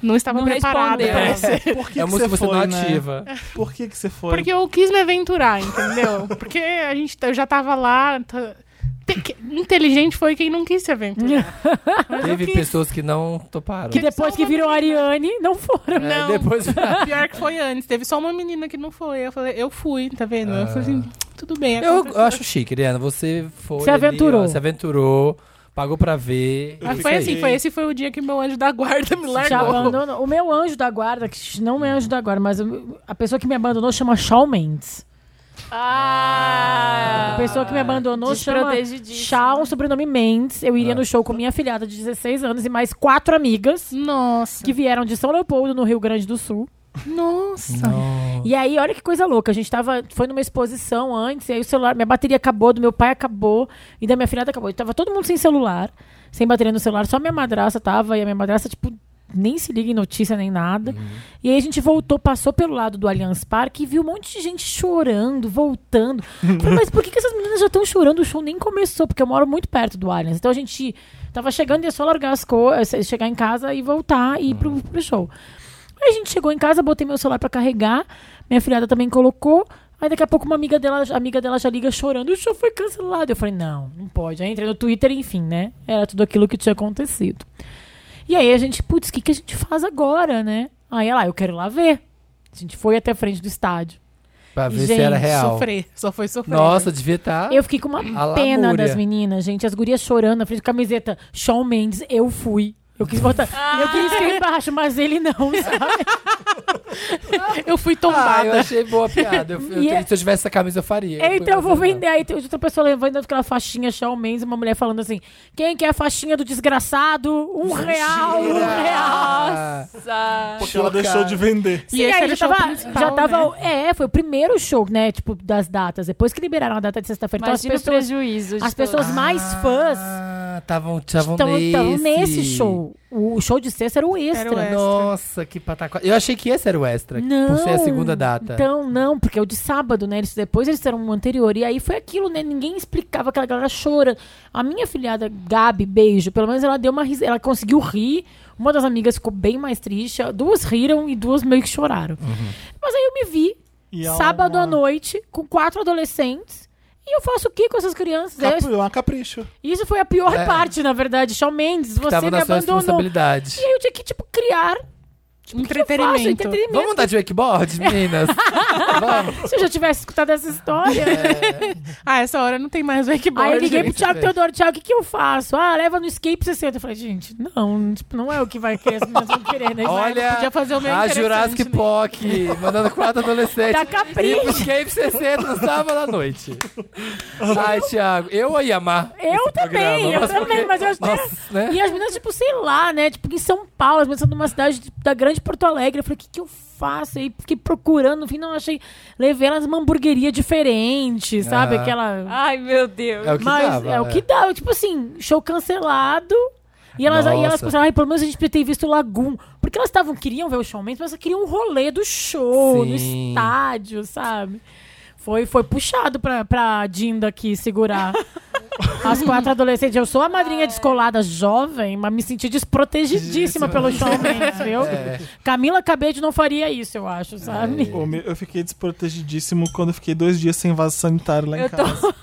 Speaker 4: não estava
Speaker 1: Não
Speaker 4: preparado
Speaker 1: respondeu.
Speaker 4: pra isso.
Speaker 5: Por que,
Speaker 2: É a
Speaker 5: que
Speaker 2: música que você não
Speaker 5: foi, né?
Speaker 2: ativa.
Speaker 5: Por que, que você foi?
Speaker 4: Porque eu quis me aventurar, entendeu? Porque a gente, eu já tava lá... tá- Tem que- Inteligente foi quem não quis se aventurar. Mas eu
Speaker 2: Teve
Speaker 4: quis.
Speaker 2: pessoas que não toparam.
Speaker 3: Que depois que virou Ariane, não foram.
Speaker 2: É,
Speaker 4: Não.
Speaker 2: depois
Speaker 4: Pior é que foi antes. Teve só uma menina que não foi. Eu falei, eu fui, tá vendo? Eu falei assim, tudo bem.
Speaker 2: Eu,
Speaker 4: aconteceu.
Speaker 2: eu acho chique, Liana. Você foi.
Speaker 3: Se
Speaker 2: ali,
Speaker 3: aventurou.
Speaker 2: ó, se aventurou, pagou pra ver.
Speaker 5: Eu
Speaker 4: Mas
Speaker 2: Isso
Speaker 4: foi
Speaker 2: aí.
Speaker 4: assim, foi, esse foi o dia que meu anjo da guarda me
Speaker 3: Já
Speaker 4: largou.
Speaker 3: abandonou. O meu anjo da guarda, que não é anjo da guarda, mas o- a pessoa que me abandonou chama Shawn Mendes.
Speaker 1: Ah,
Speaker 3: A pessoa que me abandonou chama
Speaker 1: desprotegidíssima.
Speaker 3: Shawn, sobrenome Mendes. Eu iria
Speaker 2: Ah.
Speaker 3: no show com minha filhada de 16 anos e mais quatro amigas
Speaker 4: Nossa.
Speaker 3: que vieram de São Leopoldo, no Rio Grande do Sul.
Speaker 4: Nossa.
Speaker 2: Não.
Speaker 3: E aí, olha que coisa louca. A gente tava. Foi numa exposição antes, e aí o celular. Minha bateria acabou, do meu pai acabou, e da minha filhada acabou. E tava todo mundo sem celular, sem bateria no celular, só minha madraça tava, e a minha madraça, tipo, nem se liga em notícia nem nada. E aí a gente voltou, passou pelo lado do Allianz Parque e viu um monte de gente chorando, voltando. Eu Falei, mas por que, que essas meninas já estão chorando? O show nem começou, porque eu moro muito perto do Allianz. Então a gente tava chegando e é só largar as coisas, chegar em casa e voltar e ir pro, pro show. Aí a gente chegou em casa, botei meu celular pra carregar, minha filhada também colocou. Aí daqui a pouco uma amiga dela, a amiga dela já liga chorando, o show foi cancelado. Eu falei, não, não pode. Aí entrei no Twitter, enfim, né? Era tudo aquilo que tinha acontecido. E aí a gente, putz, o que, que a gente faz agora, né? Aí ela, eu quero ir lá ver. A gente foi até a frente do estádio.
Speaker 2: Pra ver se
Speaker 3: Gente,
Speaker 2: era real.
Speaker 4: Sofrer. Só foi sofrer.
Speaker 2: Nossa, devia tá- estar.
Speaker 3: Eu fiquei com uma
Speaker 2: A
Speaker 3: pena
Speaker 2: lamúria.
Speaker 3: das meninas, gente. As gurias chorando na frente de camiseta. Shawn Mendes, eu fui. Eu quis botar. Eu quis escrever embaixo, mas ele não, sabe?
Speaker 4: Eu fui
Speaker 2: Ah, eu
Speaker 4: tombada. Um
Speaker 2: achei boa a piada. Eu- eu-
Speaker 3: E é-
Speaker 2: Se eu tivesse essa camisa, eu faria.
Speaker 3: É, então eu vou
Speaker 2: faria.
Speaker 3: vender. Aí tem outra pessoa levando aquela faixinha Shawn Mendes, uma mulher falando assim: quem quer a faixinha do desgraçado? Um real, um
Speaker 2: Mentira!
Speaker 3: real.
Speaker 1: Nossa.
Speaker 5: Porque ela deixou de vender.
Speaker 4: E
Speaker 3: Sim,
Speaker 4: esse
Speaker 3: aí
Speaker 4: era
Speaker 3: já
Speaker 4: o show
Speaker 3: tava,
Speaker 4: principal,
Speaker 3: já tava.
Speaker 4: né?
Speaker 3: É, foi o primeiro show, né? Tipo, das datas. Depois que liberaram a data de sexta-feira. Então as
Speaker 1: Imagina o
Speaker 3: pessoas,
Speaker 1: prejuízo de
Speaker 3: as pessoas
Speaker 1: todos.
Speaker 3: mais fãs
Speaker 2: Ah, estavam
Speaker 3: estão
Speaker 2: nesse.
Speaker 3: nesse. nesse show. O show de sexta era o extra.
Speaker 4: o extra.
Speaker 2: Nossa, que pataquada. Eu achei que esse era o extra.
Speaker 3: Não.
Speaker 2: Né? Por ser a segunda data.
Speaker 3: Então, não, porque é o de sábado, né? Eles, depois eles fizeram um anterior. E aí foi aquilo, né? Ninguém explicava, aquela galera chorando. A minha filhada, Gabi, beijo, pelo menos ela deu uma risada. Ela conseguiu rir. Uma das amigas ficou bem mais triste. Duas riram e duas meio que choraram.
Speaker 2: Uhum.
Speaker 3: Mas aí eu me vi,
Speaker 5: E ela-
Speaker 3: sábado à noite, com quatro adolescentes. E eu faço o que com essas crianças?
Speaker 5: Capri-
Speaker 3: Eu-
Speaker 5: uma É um capricho.
Speaker 3: Isso foi a pior
Speaker 2: É.
Speaker 3: parte, na verdade. Shawn Mendes,
Speaker 2: Tava
Speaker 3: você me
Speaker 2: na sua
Speaker 3: abandonou.
Speaker 2: responsabilidade.
Speaker 3: E aí eu tinha que, tipo, criar
Speaker 4: entretenimento.
Speaker 3: Faço entretenimento.
Speaker 2: Vamos andar de wakeboard, meninas? Vamos.
Speaker 3: Se eu já tivesse escutado essa história.
Speaker 4: Ah, essa hora não tem mais wakeboard.
Speaker 3: Aí eu liguei pro
Speaker 2: gente,
Speaker 3: Thiago
Speaker 2: velho.
Speaker 3: Teodoro, Thiago, o que, que eu faço? Ah, leva no escape 60. Eu falei, gente, não, tipo, não é o que vai querer, as meninas vão querer, né?
Speaker 2: Olha,
Speaker 4: podia fazer o meio
Speaker 2: a
Speaker 4: interessante,
Speaker 2: Jurassic
Speaker 4: né?
Speaker 2: Park, mandando quatro adolescentes.
Speaker 3: Dá
Speaker 2: E pro
Speaker 3: capricho.
Speaker 2: Escape 60 no sábado à noite. Ai, Thiago, eu ia amar.
Speaker 3: Eu também, eu
Speaker 2: mas
Speaker 3: também, mas eu acho que...
Speaker 2: Nossa, né?
Speaker 3: E as meninas, tipo, sei lá, né? Tipo, em São Paulo, as meninas são de uma cidade tipo, da grande Porto Alegre. Eu falei, o que, que eu faço? Aí fiquei procurando, no fim não achei. Levei elas numa hamburgueria diferente, sabe?
Speaker 2: Ah.
Speaker 3: Aquela.
Speaker 1: Ai, meu Deus.
Speaker 2: É o que
Speaker 3: mas
Speaker 2: dava,
Speaker 3: é o que dá. Tipo assim, show cancelado. E elas, e elas
Speaker 2: Nossa.
Speaker 3: pensaram, ai, pelo menos a gente podia ter visto Lagoon. Porque elas estavam, queriam ver o show mesmo, mas elas queriam um rolê do show, no
Speaker 2: Sim.
Speaker 3: estádio, sabe? Foi, foi puxado pra, pra Dinda aqui segurar. As quatro adolescentes. Eu sou a madrinha descolada jovem, mas me senti desprotegidíssima pelo showman, viu?
Speaker 2: É.
Speaker 3: Camila Cabede não faria isso, eu acho, sabe?
Speaker 5: Ô, meu, Eu fiquei desprotegidíssimo quando eu fiquei dois dias sem vaso sanitário lá em
Speaker 1: Eu tô-
Speaker 5: casa.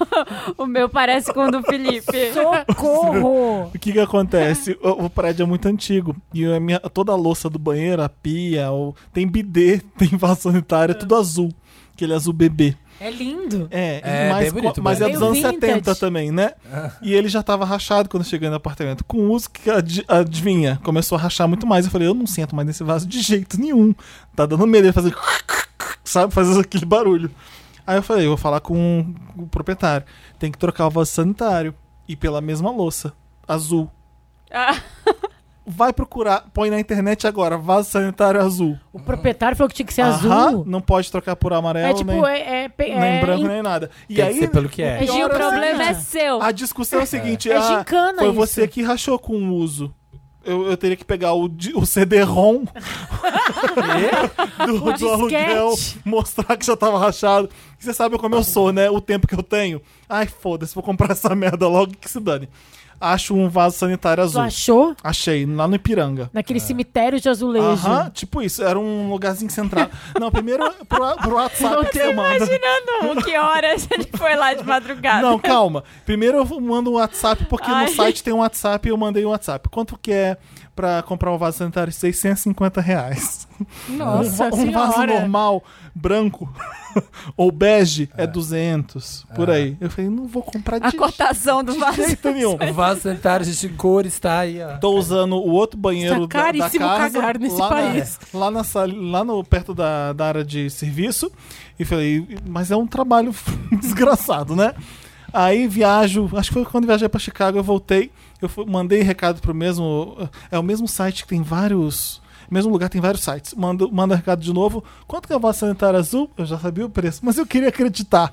Speaker 1: O meu parece com o do Felipe.
Speaker 3: Socorro!
Speaker 5: O que que acontece? O, o prédio é muito antigo. E a minha, toda a louça do banheiro, a pia, o- tem bidê, tem vaso sanitário, é tudo azul. Aquele azul bebê.
Speaker 3: É lindo.
Speaker 5: É,
Speaker 2: É,
Speaker 5: mas,
Speaker 2: bem Ah. bonito,
Speaker 5: co- mas é
Speaker 3: bem
Speaker 5: dos anos
Speaker 3: bonito. Meio
Speaker 5: 70
Speaker 3: vintage.
Speaker 5: também, né? E ele já tava rachado quando eu cheguei no apartamento. Com o uso que ad- adivinha, começou a rachar muito mais. Eu falei, eu não sento mais nesse vaso de jeito nenhum. Tá dando medo ele fazer. Sabe, fazer aquele barulho. Aí eu falei, eu vou falar com o proprietário. Tem que trocar o vaso sanitário. E pela mesma louça, azul.
Speaker 1: Ah.
Speaker 5: Vai procurar, põe na internet agora, vaso sanitário azul.
Speaker 3: O proprietário falou que tinha que ser
Speaker 5: Aham,
Speaker 3: azul.
Speaker 5: Não pode trocar por amarelo,
Speaker 3: É tipo,
Speaker 5: nem,
Speaker 3: é, é, pe-
Speaker 5: nem
Speaker 3: é
Speaker 5: branco,
Speaker 3: in-
Speaker 5: nem nada. E
Speaker 2: Tem que
Speaker 5: aí,
Speaker 2: ser pelo que é.
Speaker 3: É
Speaker 1: E o
Speaker 3: Pior
Speaker 1: problema é
Speaker 3: ainda.
Speaker 1: seu.
Speaker 5: assim, a discussão é o seguinte:
Speaker 3: É
Speaker 5: ah,
Speaker 3: gincana
Speaker 5: foi
Speaker 3: isso.
Speaker 5: você que rachou com o uso. Eu, eu teria que pegar o, di- o CD-ROM do, do
Speaker 3: disquete.
Speaker 5: aluguel, mostrar que já tava rachado. E você sabe como eu sou, né? O tempo que eu tenho. Ai, foda-se, vou comprar essa merda logo que se dane. Acho um vaso sanitário
Speaker 3: Tu
Speaker 5: azul.
Speaker 3: achou?
Speaker 5: Achei, lá no Ipiranga.
Speaker 3: Naquele cemitério de azulejo.
Speaker 5: Aham, tipo isso, era um lugarzinho central. Não, primeiro pro, pro WhatsApp
Speaker 3: Não
Speaker 5: que eu mando.
Speaker 1: Imaginando que horas ele foi lá de madrugada.
Speaker 5: Não, calma. Primeiro eu mando um WhatsApp, porque
Speaker 1: Ai.
Speaker 5: no site tem um WhatsApp e eu mandei um WhatsApp. Quanto que é pra comprar um vaso sanitário? 650 reais.
Speaker 4: Nossa
Speaker 5: um vaso
Speaker 4: senhora.
Speaker 5: normal, branco ou bege, é, 200, por aí. Eu falei, não vou comprar
Speaker 1: A
Speaker 5: de
Speaker 1: cotação do vaso.
Speaker 5: jeito nenhum.
Speaker 2: É. O vaso sanitário de cor está aí, ó.
Speaker 5: Tô usando o outro banheiro da, da
Speaker 4: Está Tá caríssimo
Speaker 5: casa,
Speaker 4: cagar nesse
Speaker 5: lá
Speaker 4: país.
Speaker 5: Na, é, lá na sala, lá no, perto da, da área de serviço. E falei, mas é um trabalho desgraçado, né? Aí viajo, acho que foi quando viajei pra Chicago, eu voltei, eu fui- mandei recado pro mesmo, é o mesmo site que tem vários, mesmo lugar tem vários sites. Mando, manda recado de novo. Quanto que é o vaso sanitário azul? Eu já sabia o preço, mas eu queria acreditar.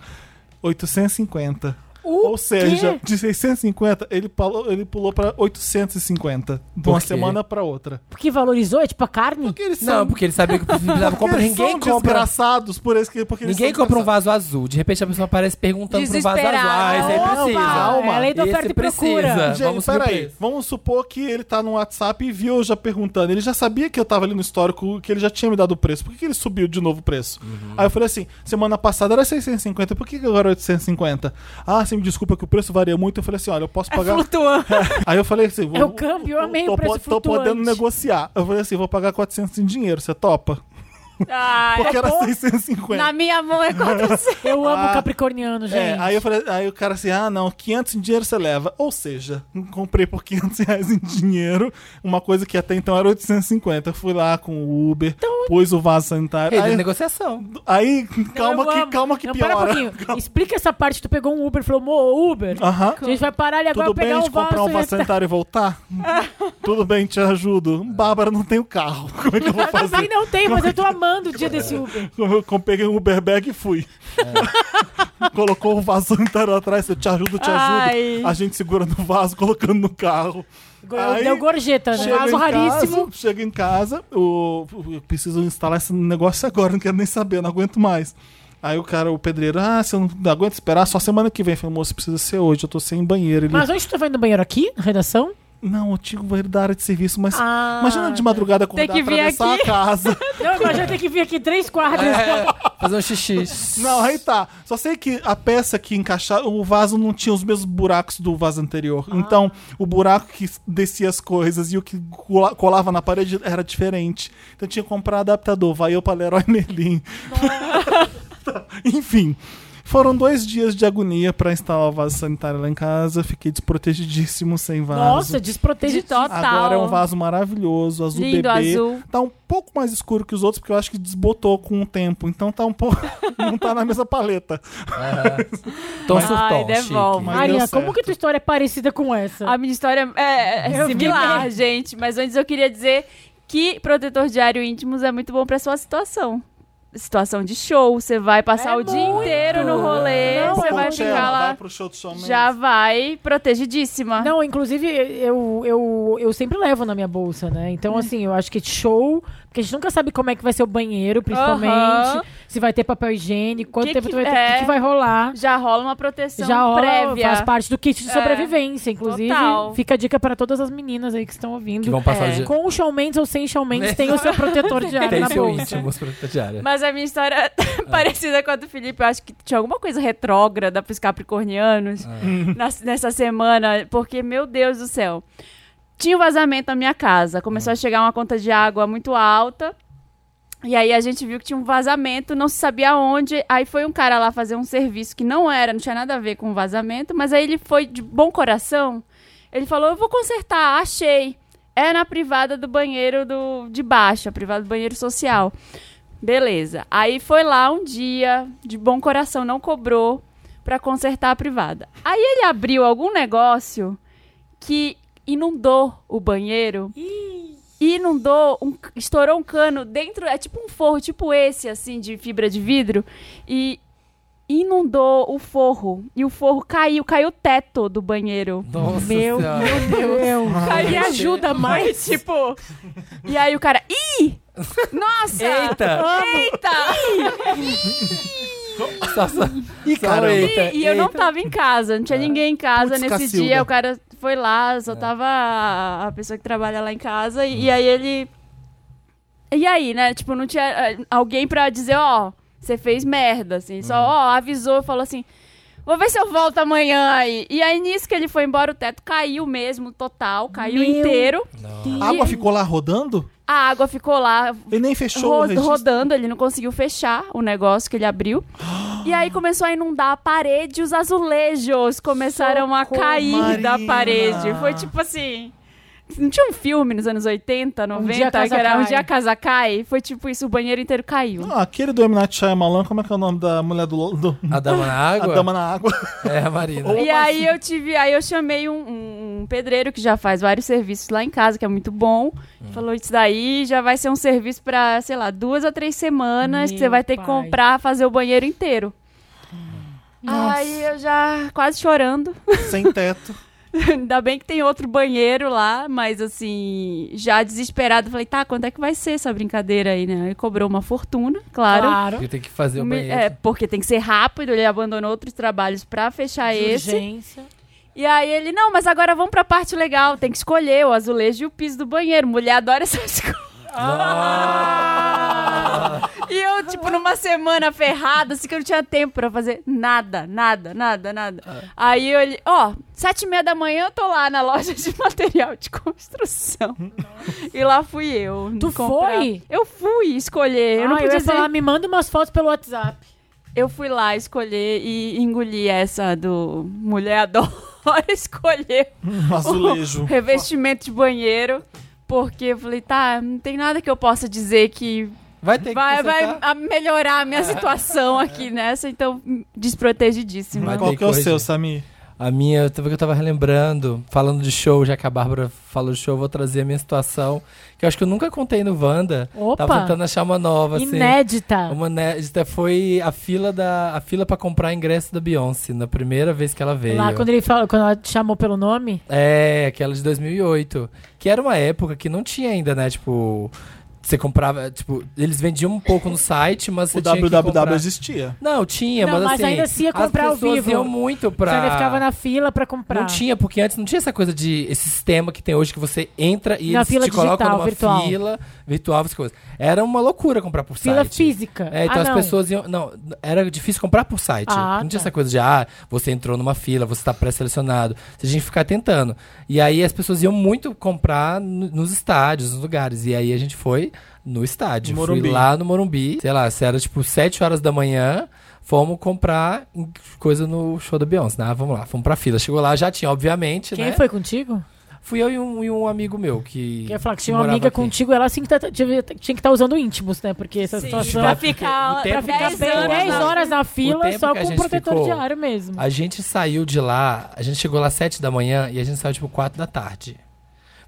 Speaker 5: 850.
Speaker 3: O
Speaker 5: Ou seja,
Speaker 3: quê?
Speaker 5: de 650, ele pulou, ele pulou pra 850. De
Speaker 2: Por
Speaker 5: uma
Speaker 2: quê?
Speaker 5: semana pra outra.
Speaker 3: Porque valorizou, é tipo a carne.
Speaker 5: Porque eles
Speaker 2: Não,
Speaker 5: são,
Speaker 2: porque ele sabia que precisava
Speaker 5: porque
Speaker 2: comprar.
Speaker 5: eles
Speaker 2: Ninguém
Speaker 5: são
Speaker 2: compra.
Speaker 5: desgraçados por isso que porque eles
Speaker 2: Ninguém
Speaker 5: são
Speaker 2: compra um vaso azul. De repente a pessoa aparece perguntando pro vaso azul. Ah, esse aí
Speaker 5: Desesperada.
Speaker 2: precisa.
Speaker 5: Calma.
Speaker 3: É a lei da
Speaker 2: Esse
Speaker 3: oferta e procura.
Speaker 2: precisa.
Speaker 5: Gente,
Speaker 2: Tá, Vamos subir
Speaker 5: peraí.
Speaker 2: preço.
Speaker 5: Vamos supor que ele tá no WhatsApp e viu eu já perguntando. Ele já sabia que eu tava ali no histórico, que ele já tinha me dado o preço. Por que, que ele subiu de novo o preço? Aí eu falei assim: semana passada era 650, por que que agora é 850? Ah, você me desculpa que o preço varia muito. Eu falei assim: olha, eu posso pagar.
Speaker 1: Flutuando.
Speaker 5: Aí eu falei assim:
Speaker 3: É o câmbio, eu amei o
Speaker 5: tô,
Speaker 3: preço
Speaker 5: po- tô
Speaker 3: flutuante.
Speaker 5: podendo negociar. Eu falei assim: vou pagar 400 em dinheiro, você topa?
Speaker 1: Ah,
Speaker 5: Porque
Speaker 3: é
Speaker 5: era
Speaker 1: pô,
Speaker 5: 650.
Speaker 1: Na minha mão é contra
Speaker 3: Eu amo
Speaker 5: Ah,
Speaker 3: capricorniano, gente.
Speaker 5: É, aí, eu falei, aí o cara assim, ah, não, 500 em dinheiro você leva. Ou seja, comprei por 500 reais em dinheiro, uma coisa que até então era 850. Eu fui lá com o Uber,
Speaker 3: Então,
Speaker 5: pus o vaso sanitário.
Speaker 2: Ele é
Speaker 5: Aí,
Speaker 2: negociação.
Speaker 5: aí, calma,
Speaker 3: Eu
Speaker 5: que,
Speaker 3: amo.
Speaker 5: calma que
Speaker 3: Não, Para um
Speaker 5: piora.
Speaker 3: pouquinho. Explica essa parte que tu pegou um Uber e falou, Mô, Uber,
Speaker 5: Aham.
Speaker 3: a gente vai parar ali agora
Speaker 5: Tudo
Speaker 3: pegar
Speaker 5: bem
Speaker 3: um
Speaker 5: de comprar um
Speaker 3: vaso.
Speaker 5: vaso sanitário e voltar? Tudo bem, te ajudo. Bárbara, não tenho carro. Como é que eu vou
Speaker 3: Eu também
Speaker 5: fazer?
Speaker 3: não tenho, mas eu tô amando o dia desse Uber.
Speaker 5: Eu com- peguei um Uber bag e fui. Colocou o vaso sanitário atrás, eu te ajudo, te
Speaker 1: Ai.
Speaker 5: ajudo. A gente segurando o vaso, colocando no carro. Aí-
Speaker 3: Deu gorjeta, né?
Speaker 5: Chego
Speaker 3: Vaso
Speaker 5: em
Speaker 3: raríssimo.
Speaker 5: Casa, chego em casa, o- eu preciso instalar esse negócio agora, não quero nem saber, eu não aguento mais. Aí o cara, o pedreiro, ah, você não não aguenta esperar, só semana que vem. Eu Falei, moço, precisa ser hoje, eu tô sem banheiro. Ele,
Speaker 3: Mas onde tu vai no banheiro tá aqui? Na redação?
Speaker 5: Não, eu tinha que ir da área de serviço, mas
Speaker 3: Ah,
Speaker 5: imagina de madrugada acordar,
Speaker 1: que vir
Speaker 5: atravessar
Speaker 1: aqui.
Speaker 5: a casa.
Speaker 3: Não, imagina ter que vir aqui três quadros.
Speaker 2: Fazer um xixi.
Speaker 5: É. Não, aí tá. Só sei que a peça que encaixava, o vaso não tinha os mesmos buracos do vaso anterior.
Speaker 1: Ah.
Speaker 5: Então, o buraco que descia as coisas e o que cola- colava na parede era diferente. Então, eu tinha que comprar adaptador. Vai eu pra Leroy Merlin. Enfim. Foram dois dias de agonia pra instalar o vaso sanitário lá em casa. Fiquei desprotegidíssimo sem
Speaker 2: Ah,
Speaker 5: vaso.
Speaker 3: Nossa, desprotege
Speaker 1: De total.
Speaker 5: Agora é um vaso maravilhoso, azul
Speaker 1: Lindo,
Speaker 5: bebê.
Speaker 1: azul.
Speaker 5: Tá um pouco mais escuro que os outros, porque eu acho que desbotou com o tempo. Então tá um pouco. não tá na mesma paleta.
Speaker 2: É. Tom
Speaker 1: Ai,
Speaker 2: surtão,
Speaker 1: devolve.
Speaker 2: chique.
Speaker 5: Mas
Speaker 3: Maria,
Speaker 5: deu
Speaker 3: como
Speaker 5: certo.
Speaker 3: que tua história é parecida com essa?
Speaker 1: A minha história é, é
Speaker 3: Eu né?
Speaker 1: similar,
Speaker 3: fiquei-
Speaker 1: gente. Mas antes eu queria dizer que protetor diário íntimos é muito bom pra sua situação. Situação de show, você vai passar
Speaker 3: É
Speaker 1: o dia
Speaker 3: muito.
Speaker 1: inteiro no rolê,
Speaker 3: Não,
Speaker 1: Então você
Speaker 5: Pô,
Speaker 1: vai
Speaker 5: Coachella,
Speaker 1: ficar lá,
Speaker 5: Vai pro show do Shawn Mendes.
Speaker 1: já vai protegidíssima.
Speaker 3: Não, inclusive, eu, eu, eu sempre levo na minha bolsa, né?
Speaker 1: Hum.
Speaker 3: Então, assim, eu acho que show, porque a gente nunca sabe como é que vai ser o banheiro, principalmente.
Speaker 1: Aham.
Speaker 3: Se vai ter papel higiênico, quanto
Speaker 1: Que
Speaker 3: tempo
Speaker 1: que-
Speaker 3: tu vai ter, o
Speaker 1: é.
Speaker 3: que, que vai rolar.
Speaker 1: Já rola uma proteção
Speaker 3: Já rola,
Speaker 1: prévia.
Speaker 3: faz parte do kit de
Speaker 1: É.
Speaker 3: sobrevivência, inclusive.
Speaker 1: Total.
Speaker 3: Fica a dica para todas as meninas aí que estão ouvindo.
Speaker 2: Que vão passar
Speaker 1: É.
Speaker 2: o dia.
Speaker 3: Com o Shawn Mendes ou sem Shawn Mendes, tem o seu protetor de ar
Speaker 2: Tem
Speaker 3: na
Speaker 2: seu
Speaker 3: bolsa.
Speaker 2: íntimo, diária.
Speaker 1: Mas a minha história é parecida com a do Felipe. Eu acho que tinha alguma coisa retrógrada pros capricornianos nas- nessa semana, porque, meu Deus do céu. Tinha um vazamento na minha casa. Começou a chegar uma conta de água muito alta. E aí a gente viu que tinha um vazamento, não se sabia onde. Aí foi um cara lá fazer um serviço que não era, não tinha nada a ver com o vazamento, mas aí ele foi de bom coração. Ele falou: "Eu vou consertar, achei. É na privada do banheiro do de baixo, a privada do banheiro social". Beleza. Aí foi lá um dia, de bom coração, não cobrou pra consertar a privada. Aí ele abriu algum negócio que inundou o banheiro. E inundou, um- estourou um cano dentro, é tipo um forro, tipo esse, assim, de fibra de vidro, e inundou o forro. E o forro caiu, caiu o teto do banheiro.
Speaker 2: Nossa
Speaker 3: Meu,
Speaker 2: Senhora.
Speaker 3: meu Deus.
Speaker 1: Caiu,
Speaker 4: Me ajuda mais.
Speaker 1: tipo. E aí o cara, ih! Nossa!
Speaker 2: Eita!
Speaker 1: Eita!
Speaker 2: Só, só,
Speaker 5: Ih,
Speaker 2: só
Speaker 5: caramba. É.
Speaker 2: eita,
Speaker 1: E eu não
Speaker 2: eita.
Speaker 1: tava em casa, não tinha ninguém em casa
Speaker 5: Putz,
Speaker 1: nesse
Speaker 5: Cacilda. É.
Speaker 1: dia. O cara foi lá, só tava a, a pessoa que trabalha lá em casa.
Speaker 5: Hum.
Speaker 1: E, e aí ele. E aí, né? Tipo, não tinha eh, alguém pra dizer, ó, você fez merda, assim.
Speaker 5: Hum.
Speaker 1: Só, ó, avisou, falou assim. Vou ver se eu volto amanhã aí. E aí, nisso que ele foi embora, o teto caiu mesmo, total, caiu
Speaker 3: Meu
Speaker 1: inteiro.
Speaker 5: A água ficou lá rodando?
Speaker 1: A água ficou lá,
Speaker 5: Ele nem fechou o
Speaker 1: Ro-
Speaker 5: registro.
Speaker 1: rodando, ele não conseguiu fechar o negócio que ele abriu. E aí começou a inundar a parede, os azulejos começaram a
Speaker 3: Socorro,
Speaker 1: cair da
Speaker 5: Marina.
Speaker 1: parede. Foi tipo assim. Não tinha um filme nos anos 80,
Speaker 3: dia
Speaker 1: 90,
Speaker 3: a casa
Speaker 1: que era
Speaker 3: cai.
Speaker 1: Um Dia a Casa Cai? Foi tipo isso, o banheiro inteiro caiu.
Speaker 5: Ah, aquele do M. Night Shyamalan, como é que é o nome da mulher do... do...
Speaker 2: A dama na
Speaker 5: A
Speaker 2: água?
Speaker 5: dama na água.
Speaker 2: É, a Marina.
Speaker 5: Ou-
Speaker 1: E
Speaker 5: Como
Speaker 1: aí eu tive, aí eu chamei um, um- um pedreiro que já faz vários serviços lá em casa, que é muito bom. Falou isso daí, já vai ser um serviço pra, sei lá, duas a três semanas, que
Speaker 3: Meu
Speaker 1: você vai ter que
Speaker 3: pai. Hum.
Speaker 1: comprar, fazer o banheiro inteiro. Aí eu já quase chorando.
Speaker 5: Sem teto.
Speaker 1: Ainda bem que tem outro banheiro lá, mas assim, já desesperado, falei, tá, quanto é que vai ser essa brincadeira aí, né? Ele cobrou uma fortuna, claro.
Speaker 2: Eu tenho que fazer o
Speaker 1: Me-
Speaker 2: banheiro.
Speaker 1: é, porque tem que ser rápido, ele abandonou outros trabalhos pra fechar esse.
Speaker 3: Urgência.
Speaker 1: E aí ele, não, mas agora vamos pra parte legal, tem que escolher o azulejo e o piso do banheiro. Mulher adora essas coisas. E eu, tipo, numa semana ferrada, assim que eu não tinha tempo pra fazer nada, nada, nada, nada. Aí eu, ele, ó, sete e meia da manhã eu tô lá na loja de material de construção. e lá fui eu.
Speaker 3: Tu
Speaker 1: comprar.
Speaker 3: foi?
Speaker 1: Eu fui escolher, eu não
Speaker 3: Ah, eu
Speaker 1: podia
Speaker 3: ia
Speaker 1: dizer.
Speaker 3: falar, me manda umas fotos pelo WhatsApp.
Speaker 1: Eu fui lá escolher e engoli essa do mulher adora escolher
Speaker 5: Um azulejo.
Speaker 1: revestimento de banheiro. Porque eu falei, tá, não tem nada que eu possa dizer que
Speaker 2: Vai ter que
Speaker 1: vai, vai
Speaker 2: consertar?
Speaker 1: a- melhorar a minha situação aqui nessa, então hum, desprotegidíssima.
Speaker 2: Vai ter
Speaker 5: Qual que é o
Speaker 2: corrigir.
Speaker 5: seu, Samir?
Speaker 2: A minha, eu tava, que eu tava relembrando, falando de show, já que a Bárbara falou de show, eu vou trazer a minha situação, que eu acho que eu nunca contei no Wanda.
Speaker 3: Opa!
Speaker 2: Tava tentando achar uma nova, assim.
Speaker 3: Inédita.
Speaker 2: Uma inédita foi a fila da a fila para comprar ingresso da Beyoncé, na primeira vez que ela veio.
Speaker 3: Lá quando ele falou, quando ela te chamou pelo nome.
Speaker 2: É, aquela de 2008. Que era uma época que não tinha ainda, né? Tipo, Você comprava, tipo, eles vendiam um pouco no site, mas
Speaker 5: O
Speaker 2: você tinha que
Speaker 5: WWW
Speaker 2: comprar.
Speaker 5: existia.
Speaker 2: Não, tinha,
Speaker 3: Não,
Speaker 2: mas,
Speaker 3: mas
Speaker 2: assim,
Speaker 3: ainda se ia comprar ao
Speaker 2: as pessoas
Speaker 3: vivo.
Speaker 2: iam muito pra...
Speaker 3: Você ainda ficava na fila pra comprar.
Speaker 2: Não tinha, porque antes não tinha essa coisa de esse sistema que tem hoje que você entra e
Speaker 3: Na
Speaker 2: eles
Speaker 3: fila
Speaker 2: te colocam
Speaker 3: digital,
Speaker 2: numa
Speaker 3: virtual.
Speaker 2: fila virtual, essas coisas. Era uma loucura comprar por
Speaker 3: Fila
Speaker 2: site.
Speaker 3: física.
Speaker 2: É, então
Speaker 3: Ah,
Speaker 2: as
Speaker 3: não.
Speaker 2: pessoas iam. Não, era difícil comprar por site.
Speaker 3: Ah,
Speaker 2: não tinha
Speaker 3: tá.
Speaker 2: essa coisa de, ah, você entrou numa fila, você tá pré-selecionado. Você tinha que ficar tentando. E aí as pessoas iam muito comprar no- nos estádios, nos lugares. E aí a gente foi no estádio.
Speaker 5: No
Speaker 2: Fui
Speaker 5: Morumbi.
Speaker 2: lá no Morumbi. Sei lá, se era tipo 7 horas da manhã. Fomos comprar em- coisa no show da Beyoncé, né? Ah, vamos lá, fomos pra fila. Chegou lá, já tinha, obviamente,
Speaker 3: Quem
Speaker 2: né?
Speaker 3: foi contigo?
Speaker 2: Fui eu e um, e um amigo meu que.
Speaker 3: Quer falar que tinha
Speaker 2: que
Speaker 3: uma
Speaker 2: morava
Speaker 3: amiga
Speaker 2: aqui.
Speaker 3: contigo, ela assim que tá- tinha tinha que estar usando íntimos, né? Porque essa situação.
Speaker 1: pra
Speaker 2: porque
Speaker 1: ficar,
Speaker 2: o tempo
Speaker 1: pra
Speaker 3: Pra né?
Speaker 2: que
Speaker 1: ficar
Speaker 3: ficar
Speaker 2: a
Speaker 1: 10
Speaker 2: gente
Speaker 3: bem
Speaker 1: anos.
Speaker 2: ficou lá-
Speaker 3: 10 horas na
Speaker 2: O tempo
Speaker 3: fila,
Speaker 2: que
Speaker 3: só
Speaker 2: a
Speaker 3: com
Speaker 2: gente
Speaker 3: protetor
Speaker 2: ficou-
Speaker 3: de ar mesmo.
Speaker 2: A gente saiu de lá, a gente chegou lá sete da manhã e a gente saiu tipo quatro da tarde.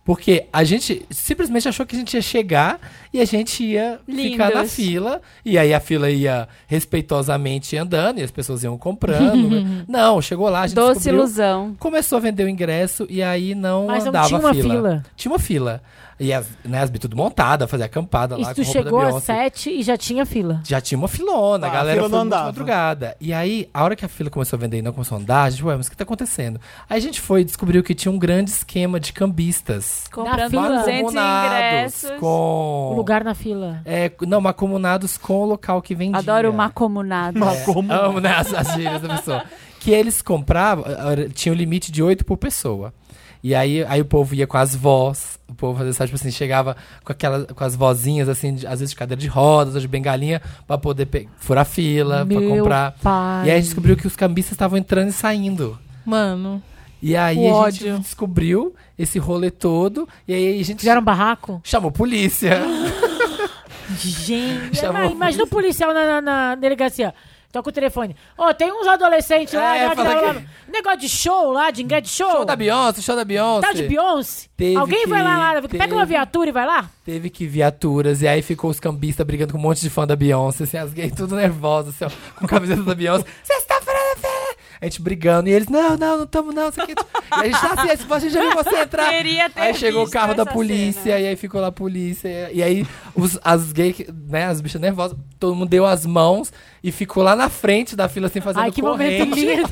Speaker 2: Porque a gente simplesmente achou que a gente ia chegar e a gente ia ficar na
Speaker 1: Lindos.
Speaker 2: fila. E aí a fila ia respeitosamente andando e as pessoas iam comprando. né? Não, chegou lá, a gente
Speaker 1: Doce
Speaker 2: descobriu,
Speaker 1: ilusão.
Speaker 2: começou a vender o ingresso e aí não
Speaker 3: Mas não
Speaker 2: andava
Speaker 3: tinha uma
Speaker 2: a fila.
Speaker 3: fila.
Speaker 2: Tinha uma fila. E as, né, as bi tudo montada, fazia acampada lá
Speaker 3: E tu
Speaker 2: com roupa
Speaker 3: chegou
Speaker 2: da
Speaker 3: às
Speaker 2: Beyoncé.
Speaker 3: 7 e já tinha fila.
Speaker 2: Já tinha uma filona,
Speaker 5: Ah,
Speaker 2: a
Speaker 5: a
Speaker 2: galera
Speaker 5: fila
Speaker 2: foi
Speaker 5: não
Speaker 2: muito de
Speaker 5: andava.
Speaker 2: madrugada. E aí, a hora que a fila começou a vender e não começou a andar, a gente, ué, mas o que tá acontecendo? Aí a gente foi e descobriu que tinha um grande esquema de cambistas.
Speaker 1: Comprando
Speaker 3: fila.
Speaker 1: 200
Speaker 2: Macomunados
Speaker 1: ingressos.
Speaker 2: com...
Speaker 3: O lugar na fila.
Speaker 2: É, não, macomunados com o local que vendia.
Speaker 1: Adoro o macomunado.
Speaker 5: Mas como?
Speaker 2: Amo, né, as, as gírias da pessoa. Que eles compravam, era- tinha um limite de oito por pessoa. E aí, aí o povo ia com as vós, o povo fazia, sabe, tipo assim, chegava com, aquela, com as vozinhas, assim, de- às vezes de cadeira de rodas, ou de bengalinha, pra poder pe- furar fila, pra
Speaker 3: Meu
Speaker 2: comprar.
Speaker 3: pai.
Speaker 2: E aí a gente descobriu que os cambistas estavam entrando e saindo.
Speaker 4: Mano.
Speaker 2: E aí
Speaker 4: O
Speaker 2: a gente
Speaker 4: ódio.
Speaker 2: descobriu esse rolê todo, e aí a gente
Speaker 3: Fizeram um barraco?
Speaker 2: chamou a polícia.
Speaker 3: Gente,
Speaker 2: Chamou
Speaker 3: ima-
Speaker 2: a
Speaker 3: imagina o policial na, na- na delegacia. Toca o telefone. Ó, tem uns adolescentes lá,
Speaker 2: É,
Speaker 3: já que
Speaker 2: fala
Speaker 3: tava
Speaker 2: que-
Speaker 3: lá. Negócio de show lá, de ingresso de show.
Speaker 2: show da Beyoncé, show da Beyoncé.
Speaker 3: Tal Tá de Beyoncé.
Speaker 2: Teve
Speaker 3: Alguém
Speaker 2: que-
Speaker 3: vai lá, lá pega
Speaker 2: teve-
Speaker 3: uma viatura e vai lá.
Speaker 2: Teve que viaturas, e aí ficou os cambistas brigando com um monte de fã da Beyoncé, assim, as gays tudo nervosas, assim, ó, com camiseta da Beyoncé. Vocês estão falando fé? A gente brigando, e eles, não, não, não tamo não, isso aqui. E a gente tá assim, a gente já viu você entrar.
Speaker 1: Queria ter
Speaker 2: Aí chegou o
Speaker 1: visto
Speaker 2: carro da
Speaker 1: essa
Speaker 2: polícia,
Speaker 1: cena.
Speaker 2: e aí ficou lá a polícia. E aí os, as gays, que- né, as bichas nervosas, todo mundo deu as mãos e ficou lá na frente da fila, assim, fazendo
Speaker 3: Ai, que
Speaker 2: corrente.
Speaker 3: momento lindo.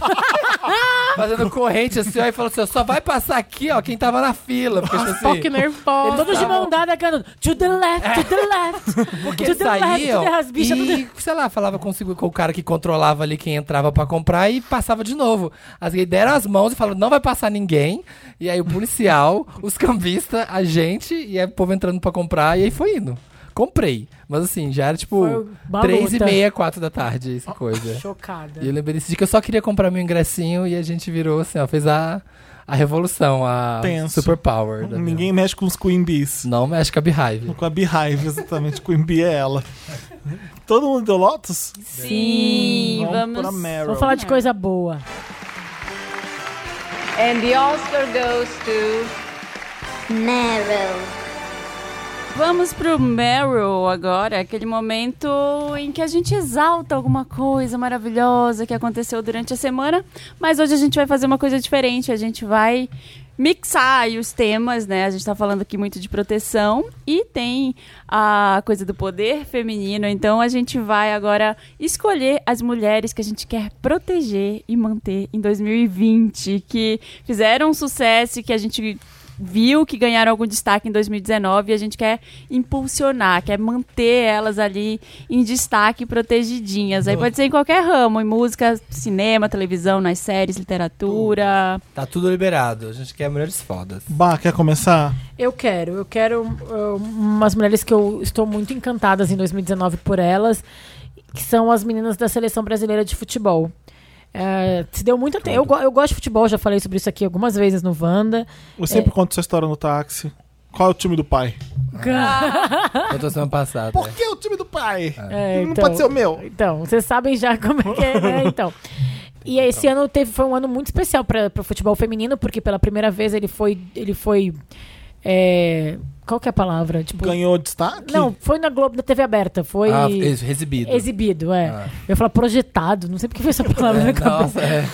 Speaker 2: Fazendo corrente, assim, ó, e falou assim, ó, só vai passar aqui, ó, quem tava na fila. Porque, tipo assim,
Speaker 4: Toque nervosa.
Speaker 3: Todos de mão dada cantando. To the left, to
Speaker 5: É.
Speaker 3: the left.
Speaker 2: Porque
Speaker 3: to the left, to
Speaker 2: saíam
Speaker 3: the as bichas. to the-
Speaker 2: e, sei lá, falava consigo com o cara que controlava ali quem entrava pra comprar e passava de novo. As gays deram as mãos e falaram, não vai passar ninguém. E aí o policial, os cambistas, a gente, e aí o povo entrando pra comprar, e aí foi indo. Comprei. Mas assim, já era
Speaker 3: Foi
Speaker 2: tipo
Speaker 3: uma Ah,
Speaker 2: três e
Speaker 3: luta.
Speaker 2: meia, quatro da tarde, essa coisa.
Speaker 3: Chocada.
Speaker 2: E eu lembrei desse dia que eu só queria comprar meu ingressinho e a gente virou assim, ó, fez a, a revolução, a
Speaker 5: Tenso.
Speaker 2: superpower. da
Speaker 5: Ninguém mexe com os Queen Bees.
Speaker 2: Não mexe com a Beehive.
Speaker 5: Com a Beehive, exatamente. Queen Bee é ela. Todo mundo deu Lotus?
Speaker 1: Sim,
Speaker 5: Vamos
Speaker 1: vamos.
Speaker 5: pra Meryl.
Speaker 3: Vamos falar de coisa boa.
Speaker 6: And the Oscar goes to
Speaker 7: Meryl.
Speaker 1: Vamos pro Meryl agora, aquele momento em que a gente exalta alguma coisa maravilhosa que aconteceu durante a semana, mas hoje a gente vai fazer uma coisa diferente, a gente vai mixar aí os temas, né? A gente tá falando aqui muito de proteção e tem a coisa do poder feminino, então a gente vai agora escolher as mulheres que a gente quer proteger e manter em 2020, que fizeram um sucesso e que a gente viu que ganharam algum destaque em 2019 e a gente quer impulsionar, quer manter elas ali em destaque, protegidinhas. Aí pode ser em qualquer ramo, em música, cinema, televisão, nas séries, literatura.
Speaker 2: Tá tudo liberado. A gente quer mulheres fodas.
Speaker 5: Bah, quer começar?
Speaker 3: Eu quero, eu quero uh, umas mulheres que eu estou muito encantadas em 2019 por elas, que são as meninas da seleção brasileira de futebol. É, se deu muito tempo. Eu, go- eu gosto de futebol, já falei sobre isso aqui algumas vezes no Wanda.
Speaker 5: Eu
Speaker 3: É.
Speaker 5: sempre conto essa história no táxi. Qual é o time do pai?
Speaker 3: Ah.
Speaker 2: Eu tô semana passada.
Speaker 5: Por que o time do pai?
Speaker 3: É,
Speaker 5: Não
Speaker 3: então-
Speaker 5: pode ser o meu.
Speaker 3: Então, vocês sabem já como é que é, né? Então. E esse ano teve, foi um ano muito especial para o futebol feminino, porque pela primeira vez ele foi. Ele foi é, qual que é a palavra? Tipo,
Speaker 5: Ganhou destaque?
Speaker 3: Não, foi na Globo, na TV aberta. Foi.
Speaker 2: Ah, isso, recebido.
Speaker 3: Exibido, é.
Speaker 2: Ah.
Speaker 3: Eu ia falar projetado, não sei porque foi essa palavra na
Speaker 2: É,
Speaker 3: cabeça.
Speaker 2: nossa, é.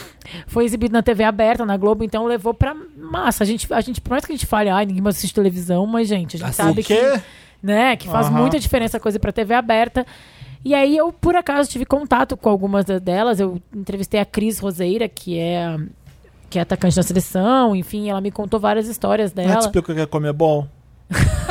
Speaker 3: Foi exibido na TV aberta, na Globo, então levou pra massa. A gente, a gente, por mais que a gente fale, ai, ninguém mais assiste televisão, mas, gente, a gente
Speaker 2: Assiste.
Speaker 3: sabe
Speaker 5: O quê?
Speaker 3: que. né? Que faz
Speaker 5: Aham.
Speaker 3: muita diferença coisa pra TV aberta. E aí eu, por acaso, tive contato com algumas da- delas. Eu entrevistei a Cris Roseira, que é que é atacante da seleção, enfim, ela me contou várias histórias
Speaker 5: Ela te
Speaker 3: dela.
Speaker 5: explica o que é Comebol?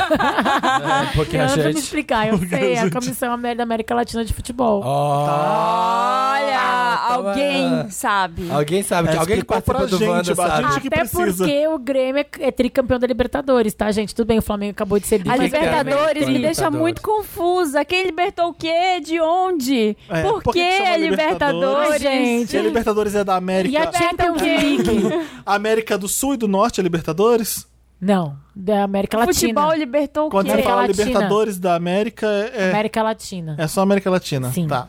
Speaker 2: É, porque a
Speaker 3: ela vai me
Speaker 2: gente.
Speaker 3: explicar, eu
Speaker 5: Porque a
Speaker 3: sei, é a
Speaker 5: gente-
Speaker 3: Comissão Amer- da América Latina de Futebol.
Speaker 1: Olha,
Speaker 2: Ah, então
Speaker 1: alguém
Speaker 2: é.
Speaker 1: sabe.
Speaker 2: Alguém sabe, que
Speaker 5: Ela
Speaker 2: alguém que
Speaker 5: Tá explicou pra
Speaker 2: participou do
Speaker 5: gente,
Speaker 2: Wanda
Speaker 5: Bárbara.
Speaker 2: sabe.
Speaker 5: gente que
Speaker 3: Até
Speaker 5: precisa.
Speaker 3: porque o Grêmio é, é tricampeão da Libertadores, tá, gente? Tudo bem, o Flamengo acabou de ser
Speaker 1: A
Speaker 3: bicampeão.
Speaker 2: Mas
Speaker 1: Libertadores
Speaker 2: é,
Speaker 1: me
Speaker 2: é,
Speaker 1: deixa
Speaker 2: Libertadores.
Speaker 1: muito confusa. Quem libertou o quê? De onde?
Speaker 5: É,
Speaker 1: por
Speaker 5: por
Speaker 1: que
Speaker 5: que que chama
Speaker 1: a Libertadores?
Speaker 5: Libertadores?
Speaker 3: Gente,
Speaker 5: E a Libertadores é da América.
Speaker 3: E a Champions League?
Speaker 5: A América do Sul e do Norte é Libertadores?
Speaker 3: Não, da América Latina.
Speaker 1: Futebol libertou o
Speaker 5: Quando você
Speaker 1: quê?
Speaker 5: fala
Speaker 3: É Latina.
Speaker 5: Libertadores da América, é,
Speaker 3: América Latina.
Speaker 5: é só América Latina.
Speaker 3: Sim.
Speaker 5: Tá.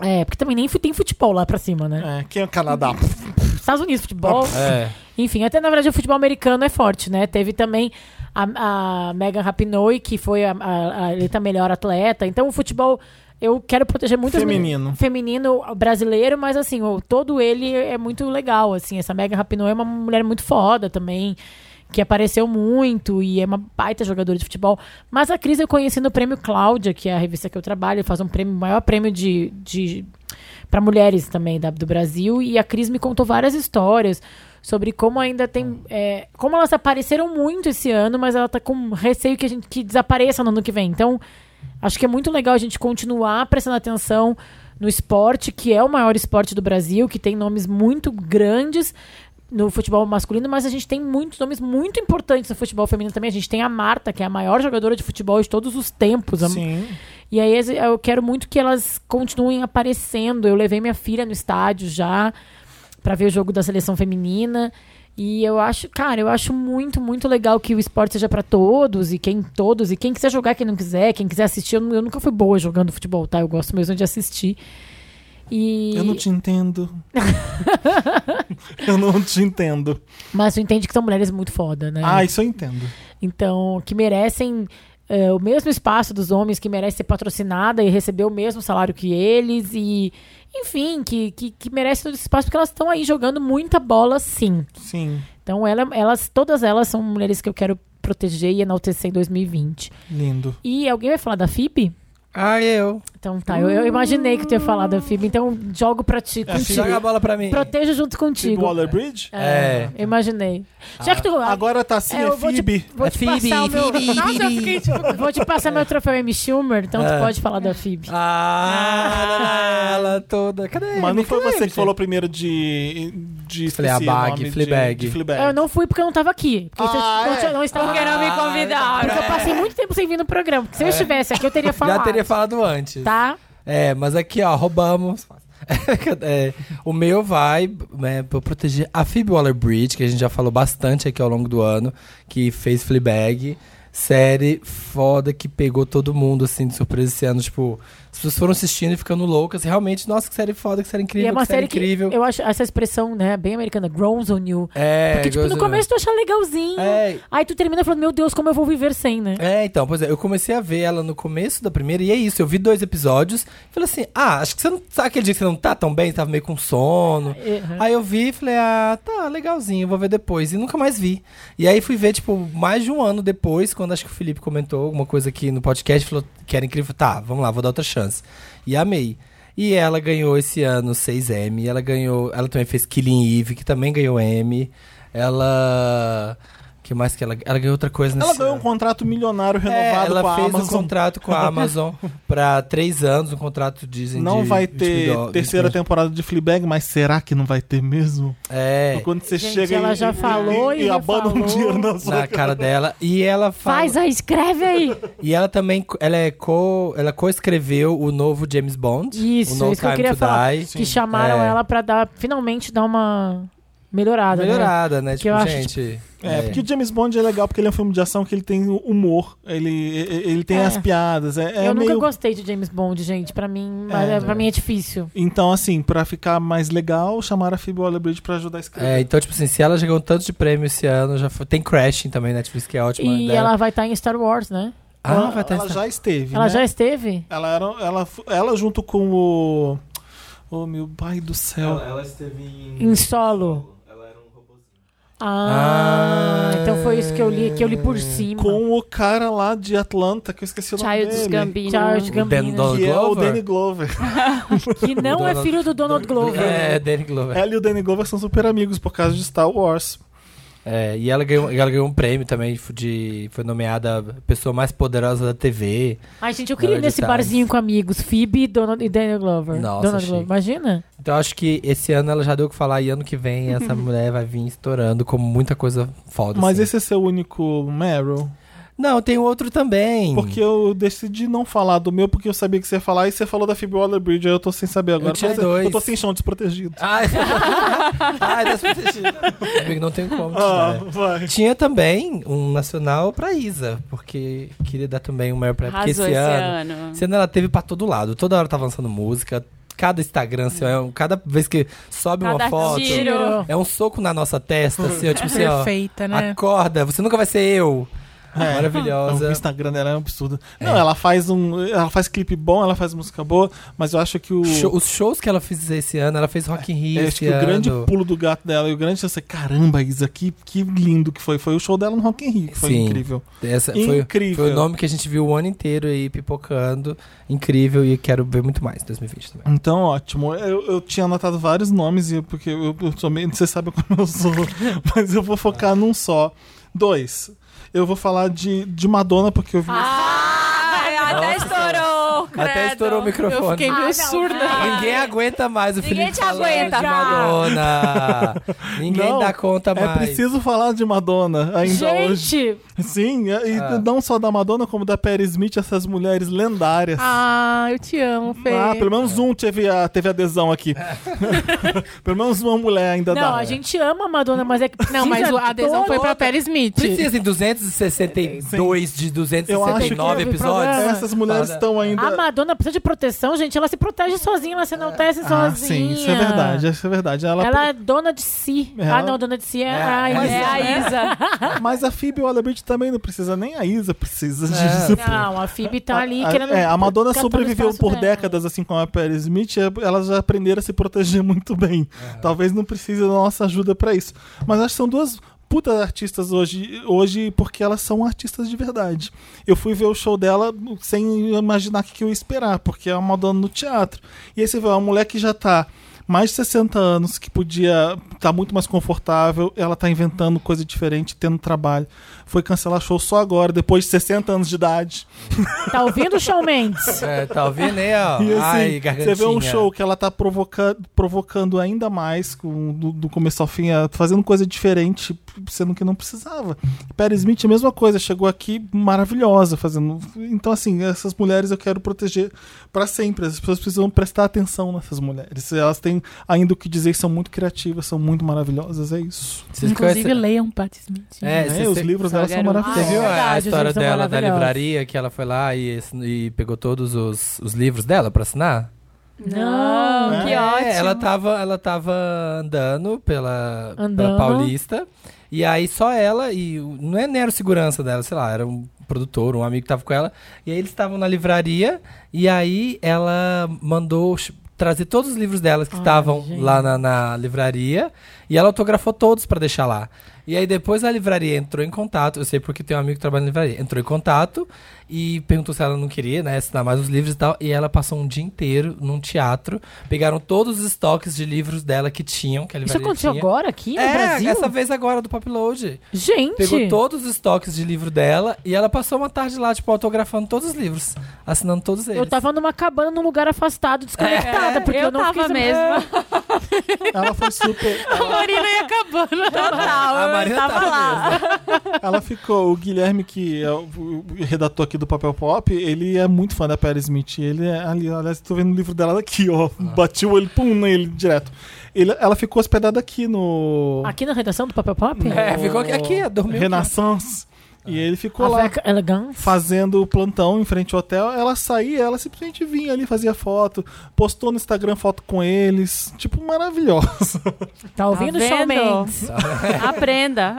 Speaker 3: É, porque também nem fu- tem futebol lá pra cima, né?
Speaker 5: É, quem é o Canadá?
Speaker 3: Estados Unidos, futebol.
Speaker 2: É.
Speaker 3: Enfim, até na verdade o futebol americano é forte, né? Teve também a, a Megan Rapinoe, que foi a, a, a eleita melhor atleta. Então o futebol, eu quero proteger muitas
Speaker 5: Feminino.
Speaker 3: meni- Feminino brasileiro, mas assim, o, todo ele é muito legal, assim. Essa Megan Rapinoe é uma mulher muito foda também, que apareceu muito e é uma baita jogadora de futebol. Mas a Cris eu conheci no Prêmio Cláudia, que é a revista que eu trabalho, faz um prêmio, maior prêmio de... de para mulheres também da- do Brasil. E a Cris me contou várias histórias sobre como ainda tem. é, como elas apareceram muito esse ano, mas ela tá com receio que a gente que desapareça no ano que vem. Então, acho que é muito legal a gente continuar prestando atenção no esporte, que é o maior esporte do Brasil, que tem nomes muito grandes no futebol masculino, mas a gente tem muitos nomes muito importantes no futebol feminino também. A gente tem a Marta, que é a maior jogadora de futebol de todos os tempos, a
Speaker 5: Sim.
Speaker 3: e aí as- eu quero muito que elas continuem aparecendo. Eu levei minha filha no estádio já pra ver o jogo da seleção feminina. E eu acho, cara, eu acho muito, muito legal que o esporte seja pra todos e quem todos e quem quiser jogar, quem não quiser, quem quiser assistir. Eu, nu- eu nunca fui boa jogando futebol, tá? Eu gosto mesmo de assistir. E
Speaker 5: Eu não te entendo. eu não te entendo.
Speaker 3: mas tu entende que são mulheres muito foda, né?
Speaker 5: Ah, isso eu entendo.
Speaker 3: Então, que merecem eh, o mesmo espaço dos homens, que merece ser patrocinada e receber o mesmo salário que eles, e enfim, que, que, que merece todo esse espaço, porque elas estão aí jogando muita bola, sim.
Speaker 5: Sim.
Speaker 3: Então, ela- elas, todas elas são mulheres que eu quero proteger e enaltecer em 2020.
Speaker 5: Lindo.
Speaker 3: E alguém vai falar da FIB?
Speaker 2: Ah, eu.
Speaker 3: Então tá, eu, eu imaginei que tu ia falar da FIB, então jogo pra ti,
Speaker 5: É assim?
Speaker 3: contigo.
Speaker 2: Joga a bola pra mim.
Speaker 3: Protejo junto
Speaker 5: Phoebe
Speaker 3: contigo.
Speaker 5: Tipo Waller Bridge?
Speaker 2: É.
Speaker 3: Eu imaginei. Já que tu.
Speaker 5: Agora tá assim,
Speaker 3: É,
Speaker 5: é
Speaker 3: eu vou te-
Speaker 5: Phoebe.
Speaker 3: vou
Speaker 2: É
Speaker 3: te
Speaker 2: Phoebe,
Speaker 3: passar o meu-
Speaker 2: Phoebe,
Speaker 3: Nossa, eu fiquei, tipo, Vou te passar meu troféu M. Schumer, então tu
Speaker 2: É.
Speaker 3: pode falar da Phoebe.
Speaker 2: Ah, ela toda.
Speaker 3: É,
Speaker 2: Cadê
Speaker 5: Mas não foi
Speaker 2: Cadê
Speaker 5: você
Speaker 2: ele?
Speaker 5: que falou primeiro de. de esqueci
Speaker 2: Fleabag,
Speaker 5: o nome de-
Speaker 2: "Ah, Fleabag.
Speaker 5: de Fleabag.
Speaker 3: Eu não fui porque eu não tava aqui. Porque vocês
Speaker 5: Ah,
Speaker 3: não,
Speaker 5: é?
Speaker 3: tinha- não estavam Ah,
Speaker 1: Porque não me convidaram.
Speaker 3: Porque eu passei muito tempo sem vir no programa. Porque se eu estivesse aqui, eu teria
Speaker 2: É.
Speaker 3: falado.
Speaker 2: Já teria falado antes.
Speaker 3: Tá?
Speaker 2: É, mas aqui, ó, roubamos. É, o meu vai né, pra proteger a Phoebe Waller-Bridge, que a gente já falou bastante aqui ao longo do ano, que fez Fleabag. Série foda que pegou todo mundo, assim, de surpresa esse ano. Tipo, as pessoas foram assistindo e ficando loucas. Realmente, nossa, que série foda, que série incrível,
Speaker 3: e é uma
Speaker 2: que série
Speaker 3: série que
Speaker 2: incrível.
Speaker 3: eu acho essa expressão, né, bem americana, groans on you.
Speaker 2: É,
Speaker 3: Porque, tipo,
Speaker 2: gosto
Speaker 3: no
Speaker 2: de-
Speaker 3: começo tu acha legalzinho.
Speaker 2: É.
Speaker 3: Aí tu termina falando, meu Deus, como eu vou viver sem, né?
Speaker 2: É, então, pois é, eu comecei a ver ela no começo da primeira, e é isso, eu vi dois episódios, falei assim, ah, acho que você não. Sabe aquele dia que você não tá tão bem, tava meio com sono.
Speaker 3: Uhum.
Speaker 2: Aí eu vi e falei, ah, tá, legalzinho, vou ver depois. E nunca mais vi. E aí fui ver, tipo, mais de um ano depois, quando acho que o Felipe comentou alguma coisa aqui no podcast, falou que era incrível. Tá, vamos lá, vou dar outra chance. E amei. E ela ganhou esse ano 6M, ela ganhou. Ela também fez Killing Eve, que também ganhou M. Ela. que mais que ela. Ela ganhou outra coisa nesse
Speaker 5: Ela ganhou um
Speaker 2: ano.
Speaker 5: contrato milionário
Speaker 2: É,
Speaker 5: renovado
Speaker 2: ela
Speaker 5: com a
Speaker 2: fez um
Speaker 5: Amazon.
Speaker 2: contrato com a Amazon pra três anos, um contrato dizem
Speaker 5: Não
Speaker 2: de
Speaker 5: vai
Speaker 2: 20
Speaker 5: ter
Speaker 2: mil dólares,
Speaker 5: terceira
Speaker 2: 20 mil-
Speaker 5: temporada de Fleabag, mas será que não vai ter mesmo?
Speaker 2: É.
Speaker 5: Quando você
Speaker 3: Gente,
Speaker 5: chega
Speaker 3: ela
Speaker 5: e,
Speaker 3: já
Speaker 5: e-
Speaker 3: falou e
Speaker 5: e,
Speaker 3: já
Speaker 5: abana
Speaker 3: falou.
Speaker 5: um dinheiro na sua
Speaker 2: na cara dela. E ela fala-
Speaker 1: Faz
Speaker 3: ah,
Speaker 1: aí, escreve aí.
Speaker 2: E ela também, ela é co, ela co-escreveu o novo James Bond.
Speaker 3: Isso,
Speaker 2: o no
Speaker 3: isso que eu
Speaker 2: Time
Speaker 3: queria
Speaker 2: to
Speaker 3: falar.
Speaker 2: Die.
Speaker 3: Que chamaram
Speaker 2: É.
Speaker 3: ela pra dar, finalmente dar uma melhorada, né?
Speaker 2: Melhorada, né? Tipo,
Speaker 3: Porque eu acho,
Speaker 2: gente.
Speaker 5: É, porque o James Bond é legal porque ele é um filme de ação que ele tem humor, ele, ele ele tem
Speaker 3: É.
Speaker 5: as piadas. É, é
Speaker 3: eu
Speaker 5: meio...
Speaker 3: nunca gostei de James Bond, gente. Pra mim,
Speaker 5: É.
Speaker 3: é,
Speaker 2: né?
Speaker 3: pra mim é difícil.
Speaker 5: Então, assim, pra ficar mais legal, chamaram a Phoebe Waller-Bridge pra ajudar
Speaker 2: É,
Speaker 5: a escrever.
Speaker 2: então, tipo assim, se ela já ganhou tanto de prêmio esse ano, já foi- Tem Crashing também, Netflix, que é ótima.
Speaker 3: E
Speaker 2: dela.
Speaker 3: ela vai estar em Star Wars, né?
Speaker 2: Ah,
Speaker 5: ela,
Speaker 2: vai ter
Speaker 5: ela
Speaker 2: essa-
Speaker 5: já esteve,
Speaker 3: Ela
Speaker 5: né?
Speaker 3: já esteve?
Speaker 5: Ela, era, ela, f- ela junto com o... Oh, meu pai do céu.
Speaker 3: Em solo. Ela era um robôzinho. Ah,
Speaker 2: Ah,
Speaker 3: então foi isso que eu li,
Speaker 2: é
Speaker 3: que eu li por cima.
Speaker 5: Com o cara lá de Atlanta, que eu esqueci o nome
Speaker 1: Childs
Speaker 5: dele.
Speaker 1: Gambino.
Speaker 3: Charles
Speaker 2: O Dan
Speaker 3: Gambino.
Speaker 5: Que é o
Speaker 2: Glover?
Speaker 5: Danny Glover.
Speaker 3: Que não é
Speaker 2: Donald-
Speaker 3: filho do Donald Glover.
Speaker 2: É, Danny Glover.
Speaker 5: Ela e o Danny Glover são super amigos por causa de Star Wars.
Speaker 2: É, e ela ganhou, ela ganhou um prêmio também de. Foi nomeada a pessoa mais poderosa da TV.
Speaker 3: Ai, gente, eu queria ir nesse
Speaker 2: Hereditários.
Speaker 3: barzinho com amigos. Phoebe Donald, e Daniel Glover.
Speaker 2: Nossa,
Speaker 3: Donald
Speaker 2: chique.
Speaker 3: Glover. Imagina.
Speaker 2: Então acho que esse ano ela já deu o que falar e ano que vem essa mulher vai vir estourando como muita coisa foda.
Speaker 5: Mas
Speaker 2: assim.
Speaker 5: esse é seu único Meryl.
Speaker 2: Não, tem outro também.
Speaker 5: Porque eu decidi não falar do meu, porque eu sabia que você ia falar, e você falou da Phoebe Waller-Bridge, aí eu tô sem saber agora.
Speaker 2: Eu tinha
Speaker 5: Mas é,
Speaker 2: dois.
Speaker 5: eu tô sem chão, desprotegido.
Speaker 2: Ai, Ai das Amigo, não tem como.
Speaker 5: Ah,
Speaker 2: tirar.
Speaker 5: vai.
Speaker 2: Tinha também um nacional pra Isa, porque queria dar também um maior pra ela. Porque esse,
Speaker 1: Arrasou esse
Speaker 2: ano,
Speaker 1: ano.
Speaker 2: esse ano ela teve pra todo lado. Toda hora tava lançando música. Cada Instagram, assim, é um- cada vez que sobe uma
Speaker 1: Cada
Speaker 2: foto.
Speaker 1: tiro. Tirou.
Speaker 2: É um soco na nossa testa, assim, ó, tipo assim, ó.
Speaker 4: Perfeita, né?
Speaker 2: Acorda, você nunca vai ser eu.
Speaker 5: O
Speaker 2: É, Maravilhosa.
Speaker 5: Instagram dela é um absurdo. Não, ela faz um. Ela faz clipe bom, ela faz música boa, mas eu acho que o. É,
Speaker 2: Show- os shows que ela fez esse ano, ela fez Rock in Rio
Speaker 5: eu acho
Speaker 2: esse
Speaker 5: que o
Speaker 2: ano.
Speaker 5: grande pulo do gato dela e o grande assim, caramba, Isa, que, que lindo que foi. Foi o show dela no Rock in Rio, que foi
Speaker 2: Sim.
Speaker 5: incrível.
Speaker 2: Essa foi,
Speaker 5: é Incrível.
Speaker 2: foi o nome que a gente viu o ano inteiro aí pipocando. Incrível e quero ver muito mais em 2020 também.
Speaker 5: Então, ótimo. Eu, eu tinha anotado vários nomes, e eu- porque eu, eu sou meio. Você sabe como eu sou, mas eu vou focar num só. Dois. Eu vou falar de, de Madonna, porque eu vi.
Speaker 1: Ah. Ai, Ah, até estourou, credo.
Speaker 2: Até estourou o microfone.
Speaker 4: Eu fiquei meio
Speaker 3: Ah,
Speaker 1: não,
Speaker 4: surda.
Speaker 3: né?
Speaker 2: Ninguém aguenta mais o
Speaker 1: Ninguém
Speaker 2: Felipe
Speaker 1: te
Speaker 2: falando
Speaker 1: aguenta,
Speaker 2: de
Speaker 1: já.
Speaker 2: Madonna. Ninguém
Speaker 5: Não,
Speaker 2: dá conta
Speaker 5: É
Speaker 2: mais.
Speaker 5: preciso falar de Madonna ainda hoje.
Speaker 3: Gente,
Speaker 5: Sim, e
Speaker 2: Ah.
Speaker 5: não só da Madonna, como da Perry Smith, essas mulheres lendárias.
Speaker 4: Ah, eu te amo, Fê.
Speaker 5: Ah, pelo menos um teve, a, teve adesão aqui. pelo menos uma mulher ainda dá.
Speaker 3: não, a gente ama a Madonna, mas é que precisa
Speaker 4: Não, mas o- a adesão
Speaker 3: todo-
Speaker 4: foi pra Perry Smith.
Speaker 2: Precisa em 262 de
Speaker 5: Eu acho que
Speaker 2: 269
Speaker 5: eu
Speaker 3: vi
Speaker 2: episódios?
Speaker 3: programa.
Speaker 5: É, Essas mulheres
Speaker 2: Para-
Speaker 5: estão ainda.
Speaker 3: A Madonna precisa de proteção, gente. Ela se protege sozinha, ela se enaltece
Speaker 5: Ah,
Speaker 3: sozinha.
Speaker 5: sim, isso é verdade, isso é verdade. Ela,
Speaker 3: Ela é dona de si.
Speaker 5: Ela-
Speaker 3: Ah, não, dona de si é,
Speaker 2: É,
Speaker 3: a
Speaker 2: mas-
Speaker 3: Isa.
Speaker 1: É a Isa.
Speaker 5: Mas a Phoebe Waller-Bridge também não precisa, nem a Isa precisa
Speaker 2: É.
Speaker 5: disso.
Speaker 3: Não, a Phoebe tá ali
Speaker 5: a, a-
Speaker 3: querendo.
Speaker 5: é, a Madonna
Speaker 3: catando
Speaker 5: sobreviveu
Speaker 3: espaço
Speaker 5: por
Speaker 3: dela.
Speaker 5: décadas, assim como a Perry Smith, e elas já aprenderam a se proteger muito bem. Talvez não precise da nossa ajuda pra isso. Mas acho que são duas putas artistas hoje, hoje, porque elas são artistas de verdade. Eu fui ver o show dela sem imaginar o que que eu ia esperar, porque é uma Madonna no teatro. E aí você vê é uma mulher que já tá mais de 60 anos, que podia estar muito mais confortável, ela tá inventando coisa diferente, tendo trabalho. Foi cancelar show só agora, depois de 60 anos de idade.
Speaker 3: Tá ouvindo, Shawn Mendes?
Speaker 2: É, tá ouvindo aí, ó?
Speaker 5: E assim,
Speaker 2: Ai,
Speaker 5: você
Speaker 2: gargantinha.
Speaker 5: vê um show que ela tá provoca provocando ainda mais com, do, do começo ao fim, eh, fazendo coisa diferente, sendo que não precisava. Perry Smith, a mesma coisa, chegou aqui maravilhosa, fazendo. Então, assim, essas mulheres eu quero proteger pra sempre. As pessoas precisam prestar atenção nessas mulheres. Elas têm ainda o que dizer, são muito criativas, são muito maravilhosas, é isso.
Speaker 2: Vocês conhecem-
Speaker 4: leiam Patti Smith.
Speaker 2: É,
Speaker 5: Né?
Speaker 2: vocês-
Speaker 5: Os livros
Speaker 1: só
Speaker 5: delas são
Speaker 1: quero-
Speaker 2: Você
Speaker 3: Ah, é
Speaker 5: maravilhosos.
Speaker 2: viu a- a
Speaker 3: verdade, os
Speaker 2: história
Speaker 3: livros são
Speaker 2: dela da
Speaker 3: maravilhosos.
Speaker 2: livraria, que ela foi lá e, e pegou todos os, os livros dela pra assinar?
Speaker 3: Não.
Speaker 1: que
Speaker 2: É,
Speaker 1: ótimo.
Speaker 2: Ela tava, ela tava andando pela, pela
Speaker 3: Andando.
Speaker 2: Paulista. E aí só ela, e o- não é nem era o segurança dela, sei lá, era um produtor, um amigo que tava com ela. E aí eles estavam na livraria, e aí ela mandou ch- trazer todos os livros delas que
Speaker 3: Ai,
Speaker 2: estavam
Speaker 3: gente.
Speaker 2: lá na, na livraria. E ela autografou todos pra deixar lá. E aí depois a livraria entrou em contato, eu sei porque tem um amigo que trabalha na livraria, entrou em contato e perguntou se ela não queria, né, assinar mais os livros e tal, e ela passou um dia inteiro num teatro, pegaram todos os estoques de livros dela que tinham, que a
Speaker 3: Isso
Speaker 2: livraria
Speaker 3: aconteceu
Speaker 2: tinha.
Speaker 3: agora aqui no
Speaker 2: é,
Speaker 3: Brasil?
Speaker 2: essa vez agora do Pop Load.
Speaker 3: Gente!
Speaker 2: Pegou todos os estoques de livro dela e ela passou uma tarde lá, tipo, autografando todos os livros, assinando todos eles.
Speaker 3: Eu tava numa cabana num lugar afastado, desconectada, porque É, eu,
Speaker 1: É, eu
Speaker 3: não
Speaker 1: tava
Speaker 3: fiquei
Speaker 1: mesmo.
Speaker 5: Ela foi super.
Speaker 4: A Marina ia acabando.
Speaker 1: Total,
Speaker 2: A
Speaker 1: eu
Speaker 2: Marina
Speaker 1: tava
Speaker 2: tava
Speaker 1: lá.
Speaker 5: Ela ficou, o Guilherme, que é o, o redator aqui do Papel Pop, ele é muito fã da Perry Smith. Ele é ali, aliás, tô vendo o livro dela aqui, ó. Bati o olho, pum, nele direto. Ele- ela ficou hospedada aqui no.
Speaker 3: Aqui na redação do Papel Pop?
Speaker 2: É, ficou aqui, aqui dormiu. aqui.
Speaker 5: Renaissance. E ele ficou
Speaker 3: A
Speaker 5: lá
Speaker 3: Veca Elegance.
Speaker 5: fazendo o plantão em frente ao hotel. Ela saía, ela simplesmente vinha ali, fazia foto, postou no Instagram foto com eles. Tipo, maravilhosa.
Speaker 3: Tá ouvindo,
Speaker 1: Tá
Speaker 3: Shawn
Speaker 1: vendo?
Speaker 3: Mendes?
Speaker 1: Aprenda.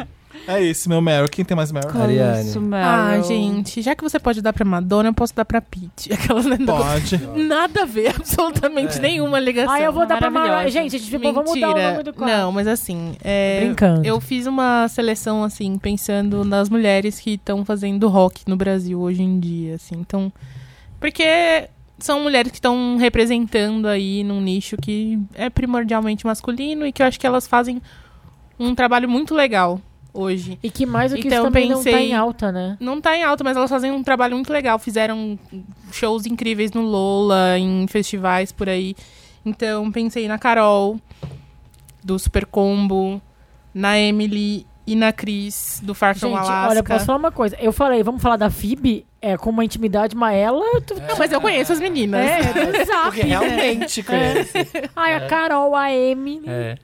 Speaker 2: É.
Speaker 5: É esse, meu Meryl. Quem tem mais Meryl?
Speaker 2: Ariane.
Speaker 1: Isso, Meryl.
Speaker 4: Ah, gente, já que você pode dar pra Madonna, eu posso dar pra Pete. Aquelas né,
Speaker 5: Pode.
Speaker 4: Nada a ver, absolutamente nenhuma ligação.
Speaker 3: Ah, eu vou dar pra
Speaker 1: maravilhosa.
Speaker 3: Mariah. Gente, a gente ficou, vamos mudar o nome do quadro.
Speaker 4: Não, mas assim, é,
Speaker 3: Brincando.
Speaker 4: eu fiz uma seleção assim, pensando nas mulheres que estão fazendo rock no Brasil hoje em dia, assim. Então, porque são mulheres que estão representando aí num nicho que é primordialmente masculino e que eu acho que elas fazem um trabalho muito legal hoje.
Speaker 3: E que mais do que
Speaker 4: Então,
Speaker 3: isso também não tá
Speaker 4: pensei-
Speaker 3: em alta, né?
Speaker 4: Não tá em alta, mas elas fazem um trabalho muito legal. Fizeram shows incríveis no Lola, em festivais por aí. Então, pensei na Carol, do Super Combo, na Emily e na Cris, do Far From
Speaker 3: Gente,
Speaker 4: Alaska.
Speaker 3: olha, posso falar uma coisa. Eu falei, vamos falar da Phoebe? É, com uma intimidade, mas ela... Tu...
Speaker 4: Não, mas eu conheço as meninas.
Speaker 3: É, exato.
Speaker 2: Porque realmente conhece.
Speaker 3: Ai, a Carol, a Amy.
Speaker 2: É.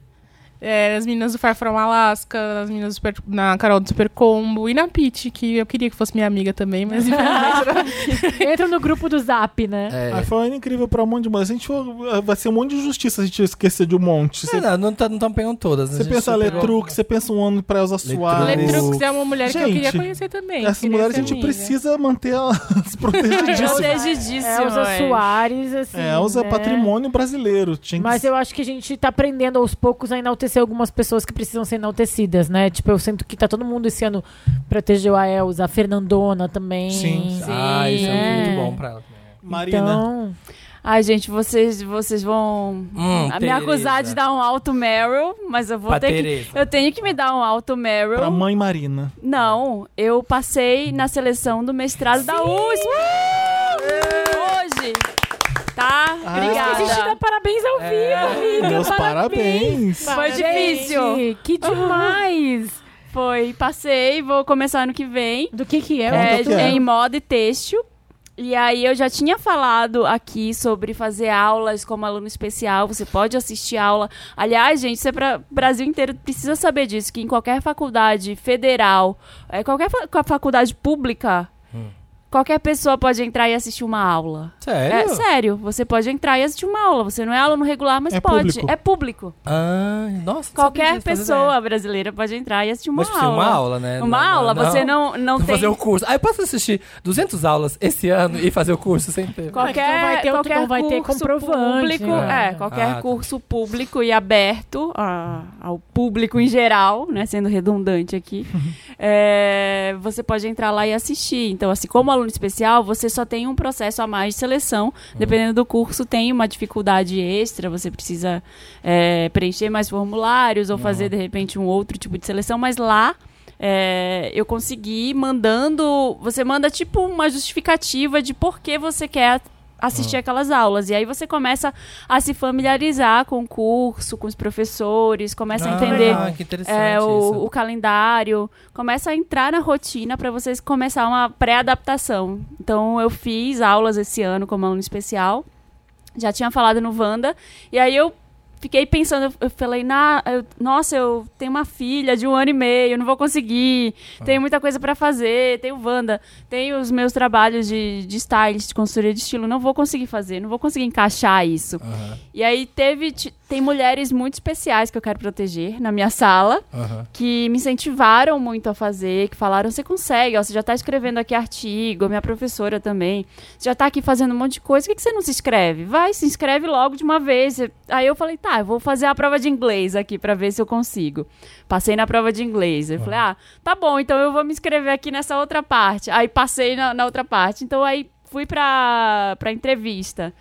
Speaker 4: É, as meninas do Far From Alaska, as meninas do Super- na Carol do Super Combo e na Pete, que eu queria que fosse minha amiga também, mas infelizmente não-
Speaker 3: Entra no grupo do Zap, né?
Speaker 2: É.
Speaker 5: Ah, foi um ano incrível pra um monte de mulher. Se a gente for, vai ser um monte de injustiça se a gente esquecer de um monte. Você,
Speaker 2: Não, não, não, tá- não estão pegando todas. né?
Speaker 5: você
Speaker 2: gente?
Speaker 5: pensa
Speaker 2: Super-
Speaker 5: Letrux, você pensa um ano pra Elsa Soares.
Speaker 4: Letrux é uma mulher que eu queria
Speaker 5: Gente,
Speaker 4: conhecer
Speaker 3: é
Speaker 4: também.
Speaker 5: Essas
Speaker 4: queria
Speaker 5: mulheres a
Speaker 4: ser
Speaker 5: gente
Speaker 4: amiga.
Speaker 5: precisa manter elas protegidas.
Speaker 1: Protegidíssimo.
Speaker 3: Elza
Speaker 1: é.
Speaker 3: Soares, assim.
Speaker 5: É, Elsa é
Speaker 3: É, né?
Speaker 5: patrimônio brasileiro. Tinha que
Speaker 3: Mas eu acho que a gente tá aprendendo aos poucos a enaltecer algumas pessoas que precisam ser enaltecidas, né? Tipo, eu sinto que tá todo mundo esse ano protegeu a Elza, a Fernandona também.
Speaker 5: Sim.
Speaker 2: Ah, isso é
Speaker 3: Sim.
Speaker 2: muito bom pra ela.
Speaker 5: Marina.
Speaker 3: Então,
Speaker 1: Ai, gente, vocês, vocês vão
Speaker 2: Hum,
Speaker 1: me acusar de dar um alto Meryl, mas eu vou
Speaker 2: Pra
Speaker 1: ter
Speaker 2: Tereza.
Speaker 1: que. Eu tenho que me dar um alto Meryl.
Speaker 5: Pra mãe Marina.
Speaker 1: Não, eu passei na seleção do mestrado da USP. Hoje. Tá?
Speaker 5: Ah.
Speaker 3: a gente dá
Speaker 1: Obrigada.
Speaker 3: parabéns ao
Speaker 2: É.
Speaker 3: vivo, amiga.
Speaker 5: Meus parabéns.
Speaker 1: Foi difícil.
Speaker 3: Gente, que demais!
Speaker 1: Foi, passei, vou começar ano que vem.
Speaker 3: Do que que é?
Speaker 2: Então,
Speaker 5: Conta
Speaker 2: tá
Speaker 1: É,
Speaker 5: o que é.
Speaker 1: em moda e têxtil. E aí eu já tinha falado aqui sobre fazer aulas como aluno especial, você pode assistir aula. Aliás, gente, você para Brasil inteiro precisa saber disso, que em qualquer faculdade federal, eh, qualquer fa- ca- faculdade pública,
Speaker 2: Hum.
Speaker 1: qualquer pessoa pode entrar e assistir uma aula. É,
Speaker 2: Sério?
Speaker 1: sério, você pode entrar e assistir uma aula. Você não é aluno regular, mas
Speaker 5: É
Speaker 1: pode.
Speaker 5: público.
Speaker 1: É público.
Speaker 2: Ah, nossa.
Speaker 1: Qualquer
Speaker 2: não sabia disso, fazia
Speaker 1: pessoa
Speaker 2: ideia.
Speaker 1: brasileira pode entrar e assistir uma
Speaker 2: Mas tipo, assim,
Speaker 1: aula.
Speaker 2: uma aula, né?
Speaker 1: Uma
Speaker 2: Não-
Speaker 1: aula, você não, não
Speaker 2: Vou
Speaker 1: tem.
Speaker 2: fazer o curso. Ah, eu posso assistir 200 aulas esse ano e fazer o curso sem ter.
Speaker 1: Qualquer,
Speaker 3: Não É, então vai ter-
Speaker 1: qualquer
Speaker 3: não vai ter
Speaker 1: curso
Speaker 3: comprovante,
Speaker 1: público,
Speaker 3: né?
Speaker 1: é, qualquer
Speaker 2: Ah, tá.
Speaker 1: curso público e aberto a- ao público em geral, né, sendo redundante aqui, é, você pode entrar lá e assistir. Então, assim, como aluno especial, você só tem um processo a mais de
Speaker 2: Hum.
Speaker 1: seleção. Dependendo do curso, tem uma dificuldade extra, você precisa é, preencher mais formulários ou fazer, de repente, um outro tipo de seleção, mas lá é, eu consegui mandando. Você manda tipo uma justificativa de por que você quer assistir aquelas aulas. E aí você começa a se familiarizar com o curso, com os professores, começa a entender.
Speaker 2: Ah, que interessante
Speaker 1: é, o,
Speaker 2: isso.
Speaker 1: o calendário, começa a entrar na rotina para vocês começar uma pré-adaptação. Então, eu fiz aulas esse ano como aluno especial, já tinha falado no Wanda, e aí eu fiquei pensando, eu- eu falei, na, eu- nossa, eu tenho uma filha de um ano e meio, eu não vou conseguir,
Speaker 2: Ah.
Speaker 1: tenho muita coisa para fazer, tenho Wanda, tenho os meus trabalhos de, de stylist, de consultoria de estilo, não vou conseguir fazer, não vou conseguir encaixar isso.
Speaker 2: Ah.
Speaker 1: E aí teve, ti- tem mulheres muito especiais que eu quero proteger na minha sala,
Speaker 2: Aham.
Speaker 1: que me incentivaram muito a fazer, que falaram, você consegue, ó, você já tá escrevendo aqui artigo, a minha professora também, você já tá aqui fazendo um monte de coisa, por que, que você não se inscreve? Vai, se inscreve logo de uma vez. Aí eu falei, tá, eu vou fazer a prova de inglês aqui pra ver se eu consigo. Passei na prova de inglês. Eu falei, ah, tá bom, então eu vou me inscrever aqui nessa outra parte. Aí passei na, na outra parte. Então aí fui pra, pra entrevista.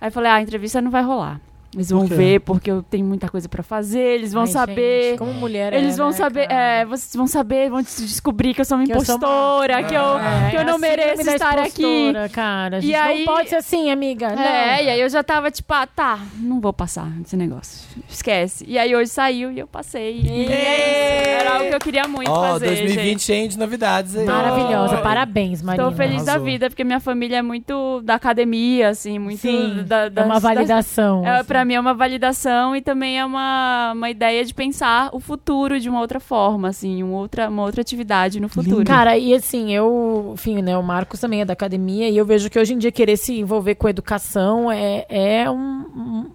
Speaker 1: Aí falei, ah, a entrevista não vai rolar. Eles vão
Speaker 5: quê?
Speaker 1: ver porque eu tenho muita coisa pra fazer, eles vão
Speaker 3: Ai,
Speaker 1: saber.
Speaker 3: gente, como mulher
Speaker 1: Eles
Speaker 3: é,
Speaker 1: vão
Speaker 3: né,
Speaker 1: saber,
Speaker 3: cara?
Speaker 1: é, vocês vão saber, vão des- descobrir que eu sou uma
Speaker 3: Que eu sou uma-
Speaker 1: impostora, que eu, que eu
Speaker 3: É,
Speaker 1: não
Speaker 3: a
Speaker 1: mereço
Speaker 3: síndrome da
Speaker 1: estar aqui.
Speaker 3: impostora, Cara, a
Speaker 1: E
Speaker 3: gente
Speaker 1: aí-
Speaker 3: não pode ser assim, amiga.
Speaker 1: É, e aí eu já tava tipo, ah, tá, não vou passar esse negócio. Esquece. E aí hoje saiu e eu passei. E é isso. Era algo que eu queria muito
Speaker 2: Ó,
Speaker 1: fazer.
Speaker 2: 2020
Speaker 1: gente.
Speaker 2: cheio de novidades aí.
Speaker 3: não. Maravilhosa,
Speaker 2: Ó.
Speaker 3: parabéns, Marina.
Speaker 1: Tô feliz da
Speaker 2: Arrasou.
Speaker 1: vida, porque minha família é muito da academia, assim, muito
Speaker 3: Sim,
Speaker 1: da,
Speaker 3: é
Speaker 1: das-
Speaker 3: uma
Speaker 1: das-
Speaker 3: validação.
Speaker 1: É,
Speaker 3: assim.
Speaker 1: pra mim é uma validação e também é uma, uma ideia de pensar o futuro de uma outra forma, assim, uma outra, uma outra atividade no futuro.
Speaker 3: Cara, e assim, eu, enfim, né, o Marcos também é da academia e eu vejo que hoje em dia querer se envolver com educação é, é um, um-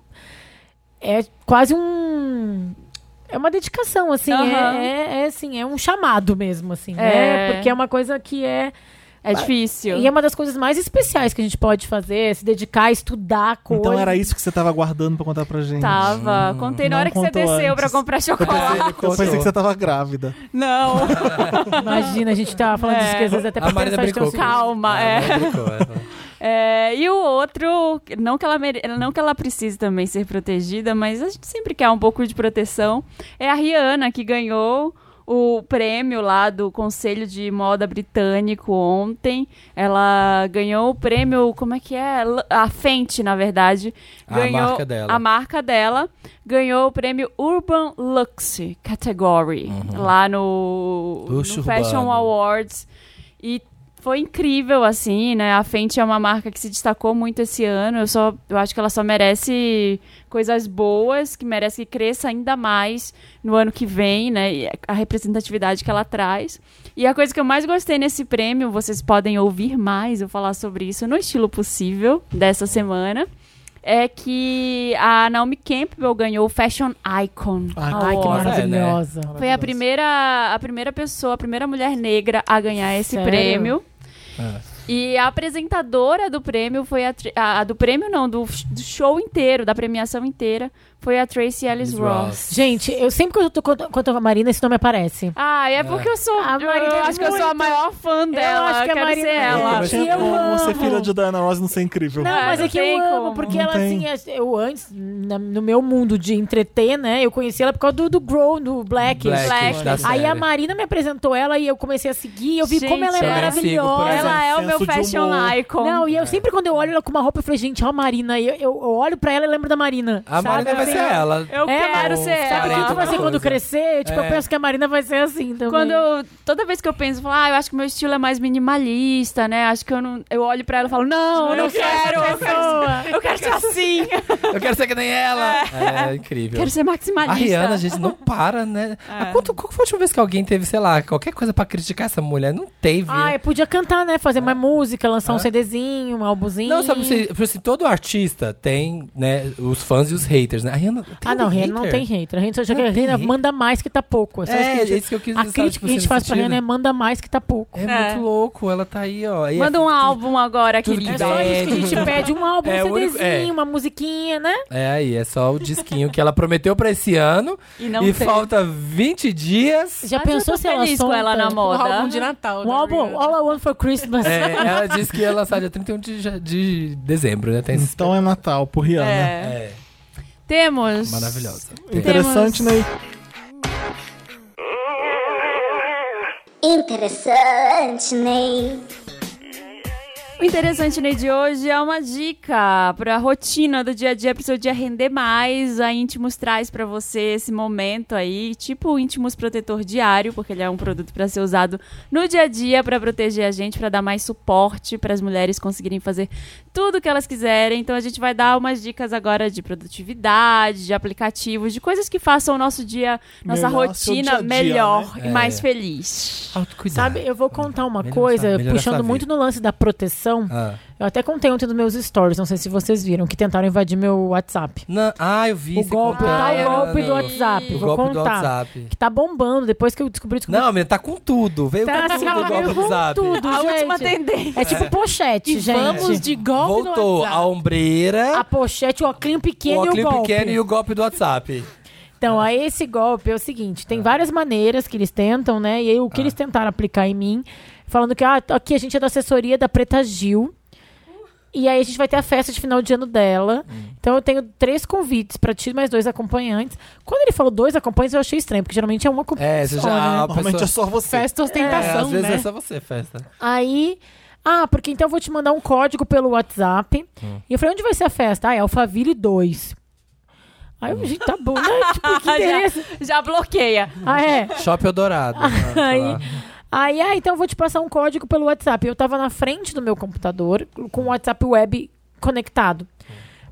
Speaker 3: É quase um. É uma dedicação, assim,
Speaker 1: Aham.
Speaker 3: é, é, é, assim, é um chamado mesmo, assim,
Speaker 1: É.
Speaker 3: né? Porque é uma coisa que é.
Speaker 1: É difícil.
Speaker 3: E é uma das coisas mais especiais que a gente pode fazer, é se dedicar, estudar coisas.
Speaker 5: Então era isso que você tava guardando pra contar pra gente.
Speaker 1: Tava. Contei na
Speaker 5: não
Speaker 1: hora que você
Speaker 5: contou
Speaker 1: desceu
Speaker 5: antes.
Speaker 1: pra comprar chocolate.
Speaker 5: Eu pensei que você tava grávida.
Speaker 1: Não.
Speaker 3: Imagina, a gente tava falando
Speaker 1: É.
Speaker 3: disso que às vezes até
Speaker 2: A Marina
Speaker 3: pensar de ter um
Speaker 2: brincou
Speaker 3: carro.
Speaker 1: Calma, é. É, e o outro, não que, ela mere... não que ela precise também ser protegida, mas a gente sempre quer um pouco de proteção, é a Rihanna, que ganhou o prêmio lá do Conselho de Moda Britânico ontem. Ela ganhou o prêmio, como é que é? L- A Fenty, na verdade.
Speaker 2: A
Speaker 1: Ganhou
Speaker 2: marca dela.
Speaker 1: A marca dela ganhou o prêmio Urban Luxe Category, lá no, no
Speaker 2: Luxo
Speaker 1: Fashion
Speaker 2: urbano.
Speaker 1: Awards. E foi incrível, assim, né? A Fenty é uma marca que se destacou muito esse ano. Eu, só, eu acho que ela só merece coisas boas, que merece que cresça ainda mais no ano que vem, né? E a representatividade que ela traz. E a coisa que eu mais gostei nesse prêmio, vocês podem ouvir mais eu falar sobre isso no estilo possível dessa semana. É que a Naomi Campbell ganhou o Fashion Icon.
Speaker 3: Ai, que
Speaker 1: Award.
Speaker 2: maravilha.
Speaker 3: maravilhosa.
Speaker 1: Foi a primeira, a primeira pessoa, a primeira mulher negra a ganhar esse
Speaker 3: Sério?
Speaker 1: prêmio.
Speaker 2: É.
Speaker 1: E a apresentadora do prêmio foi a, Tra- a, a do prêmio não, do, do show inteiro, da premiação inteira, foi a Tracy Ellis
Speaker 2: Miss
Speaker 1: Ross.
Speaker 2: Ross.
Speaker 3: Gente, eu sempre que eu tô conto- conto a Marina, esse nome aparece.
Speaker 1: Ah, é porque eu sou,
Speaker 3: A
Speaker 1: eu
Speaker 3: Marina é
Speaker 1: acho que eu sou a
Speaker 3: muito-
Speaker 1: maior fã dela,
Speaker 3: acho que a
Speaker 1: quero
Speaker 3: Marina
Speaker 1: ser
Speaker 3: é-
Speaker 1: ela.
Speaker 5: Não tinha
Speaker 3: Eu
Speaker 5: como
Speaker 3: amo.
Speaker 5: ser filha de Diana Ross não ser incrível.
Speaker 3: Não,
Speaker 1: Ah,
Speaker 3: mas
Speaker 1: não
Speaker 3: é que eu
Speaker 1: tem
Speaker 3: amo,
Speaker 1: como.
Speaker 3: porque
Speaker 5: Não
Speaker 3: ela,
Speaker 5: tem.
Speaker 3: assim, é- eu antes, na- no meu mundo de entreter, né, eu conheci ela por causa do, do Grow, do Black.
Speaker 1: Black.
Speaker 2: da
Speaker 3: Aí
Speaker 2: série.
Speaker 3: a Marina me apresentou ela e eu comecei a seguir, eu vi
Speaker 1: Gente,
Speaker 3: como ela é
Speaker 1: eu
Speaker 2: também sigo, por
Speaker 3: maravilhosa.
Speaker 2: exemplo.
Speaker 1: Ela é o
Speaker 5: senso
Speaker 1: meu
Speaker 5: de
Speaker 1: fashion
Speaker 5: humor.
Speaker 1: icon.
Speaker 3: Não, e eu sempre quando eu olho ela com uma roupa, eu falei, gente, ó a Marina. E Eu, eu olho pra ela e lembro da Marina.
Speaker 2: A
Speaker 3: sabe?
Speaker 2: Marina vai
Speaker 3: Assim,
Speaker 2: ser ela.
Speaker 1: eu
Speaker 3: É,
Speaker 1: quero ser
Speaker 3: Sabe o que
Speaker 1: ela.
Speaker 3: que vai ser quando
Speaker 2: Coisa.
Speaker 3: crescer? Tipo,
Speaker 2: É.
Speaker 3: eu penso que a Marina vai ser assim também.
Speaker 1: Quando eu, toda vez que eu penso, eu falo, ah, eu acho que meu estilo é mais minimalista, né? Acho que eu não. Eu olho pra ela e falo, não, eu não quero, eu quero, eu quero ser assim.
Speaker 2: Eu quero ser que nem ela. É, incrível.
Speaker 1: Quero ser
Speaker 2: A
Speaker 1: maximalista.
Speaker 2: Rihanna, gente, não para, né?
Speaker 3: É.
Speaker 2: Há Quanto, qual foi a última vez que alguém teve, sei lá, qualquer coisa pra criticar essa mulher? Não teve.
Speaker 3: Ah, podia cantar, né? Fazer mais música, lançar um CDzinho, um álbumzinho.
Speaker 2: É. Não, sabe, assim, tipo assim, todo artista tem, né, os fãs e os haters, né? A Rihanna tem
Speaker 3: Ah, não, Rihanna não
Speaker 2: hater?
Speaker 3: tem hater. A gente só acha
Speaker 2: Não
Speaker 3: que a
Speaker 2: tem
Speaker 3: Rihanna
Speaker 2: hater.
Speaker 3: manda mais que tá pouco. Essa
Speaker 2: É,
Speaker 3: a gente-
Speaker 2: isso que eu quis
Speaker 3: A
Speaker 2: dizer, sabe,
Speaker 3: crítica que a gente
Speaker 2: tipo,
Speaker 3: faz
Speaker 2: nesse
Speaker 3: pra Rihanna é
Speaker 2: sentido.
Speaker 3: manda mais que tá pouco.
Speaker 2: É, muito louco, ela tá aí, ó. E
Speaker 1: Manda um álbum agora,
Speaker 2: tudo que
Speaker 1: querida.
Speaker 3: É só
Speaker 2: É,
Speaker 3: isso que a gente pede, um álbum,
Speaker 2: É, o
Speaker 3: um
Speaker 2: único-
Speaker 3: CDzinho,
Speaker 2: é.
Speaker 3: uma musiquinha, né?
Speaker 2: É, aí, é só o disquinho que ela prometeu pra esse ano.
Speaker 1: E não
Speaker 2: e
Speaker 1: teve.
Speaker 2: falta 20 dias.
Speaker 3: Já
Speaker 1: Mas eu
Speaker 3: pensou
Speaker 1: tô
Speaker 3: se ela
Speaker 1: feliz com
Speaker 3: solta
Speaker 1: ela na
Speaker 4: O
Speaker 1: moda.
Speaker 4: álbum de Natal. né?
Speaker 3: Um
Speaker 4: da
Speaker 3: álbum
Speaker 4: Rihanna.
Speaker 3: All I Want For Christmas.
Speaker 2: É, ela disse que ia lançar dia 31 de, ja- de dezembro, né? Tem esse-
Speaker 5: Então é Natal, por Rihanna.
Speaker 1: É.
Speaker 2: É,
Speaker 1: Temos.
Speaker 2: maravilhosa.
Speaker 5: Interessante, né?
Speaker 7: Interessante, Ney.
Speaker 1: O interessante Ney, de hoje é uma dica para a rotina do dia a dia, para seu dia render mais. A Íntimos traz para você esse momento aí, tipo o Íntimos Protetor Diário, porque ele é um produto para ser usado no dia a dia para proteger a gente, para dar mais suporte para as mulheres conseguirem fazer tudo que elas quiserem. Então a gente vai dar umas dicas agora de produtividade, de aplicativos, de coisas que façam o nosso dia, nossa
Speaker 5: Melhor, seu dia
Speaker 1: rotina
Speaker 5: a dia,
Speaker 1: melhor
Speaker 2: né?
Speaker 1: e mais
Speaker 2: É.
Speaker 1: feliz.
Speaker 2: Autocuidado.
Speaker 3: Sabe, eu vou contar uma
Speaker 2: Melhorar
Speaker 3: coisa,
Speaker 2: essa- melhorar essa
Speaker 3: puxando muito
Speaker 2: vida.
Speaker 3: no lance da proteção.
Speaker 2: Ah.
Speaker 3: Eu até contei ontem nos meus stories, não sei se vocês viram, que tentaram invadir meu WhatsApp.
Speaker 2: Não, ah, eu vi.
Speaker 3: O
Speaker 2: você
Speaker 3: golpe, tá, é
Speaker 2: contando.
Speaker 3: o tal golpe do
Speaker 2: O
Speaker 3: WhatsApp. vou
Speaker 2: golpe
Speaker 3: contar.
Speaker 2: do WhatsApp.
Speaker 3: Que tá bombando depois que eu descobri. descobri
Speaker 2: Não, menina, tá com tudo. Veio
Speaker 3: tá
Speaker 2: com
Speaker 3: assim,
Speaker 2: tudo o
Speaker 3: ó,
Speaker 2: golpe
Speaker 3: eu
Speaker 2: do
Speaker 3: vou
Speaker 2: WhatsApp.
Speaker 3: tudo,
Speaker 1: A
Speaker 3: gente.
Speaker 1: última tendência.
Speaker 3: É tipo pochete,
Speaker 4: E
Speaker 3: gente.
Speaker 4: vamos de golpe no
Speaker 2: Voltou
Speaker 4: WhatsApp.
Speaker 2: a ombreira,
Speaker 3: A pochete, o óculos
Speaker 2: É? o
Speaker 3: pequeno e o
Speaker 2: óculos
Speaker 3: golpe.
Speaker 2: pequeno e o golpe do WhatsApp.
Speaker 3: Então, aí esse golpe é o seguinte: tem várias maneiras que eles tentam, né? E aí,
Speaker 2: É.
Speaker 3: o que eles tentaram aplicar em mim, falando que ah, aqui a gente é da assessoria da Preta Gil. E aí a gente vai ter a festa de final de ano dela.
Speaker 2: Hum.
Speaker 3: Então eu tenho três convites pra ti, mais dois acompanhantes. Quando ele falou dois acompanhantes, eu achei estranho, porque geralmente é um acompanhante.
Speaker 2: É, você
Speaker 3: só, né?
Speaker 2: já. a
Speaker 5: Normalmente é
Speaker 2: pessoa-
Speaker 5: só você.
Speaker 4: Festa
Speaker 2: É,
Speaker 4: ostentação,
Speaker 2: às vezes
Speaker 4: né?
Speaker 2: é só você, festa.
Speaker 3: Aí. Ah, porque então eu vou te mandar um código pelo WhatsApp. E eu falei, onde vai ser a festa? Ah, é Alphaville 2. Aí eu, gente, tá bom, né? Tipo, que
Speaker 1: Ah,
Speaker 3: interesse.
Speaker 1: já, já bloqueia.
Speaker 3: Ah, é.
Speaker 2: Shopping Dourado.
Speaker 3: Aí, aí, ah, então eu vou te passar um código pelo WhatsApp. Eu tava na frente do meu computador com o WhatsApp web conectado.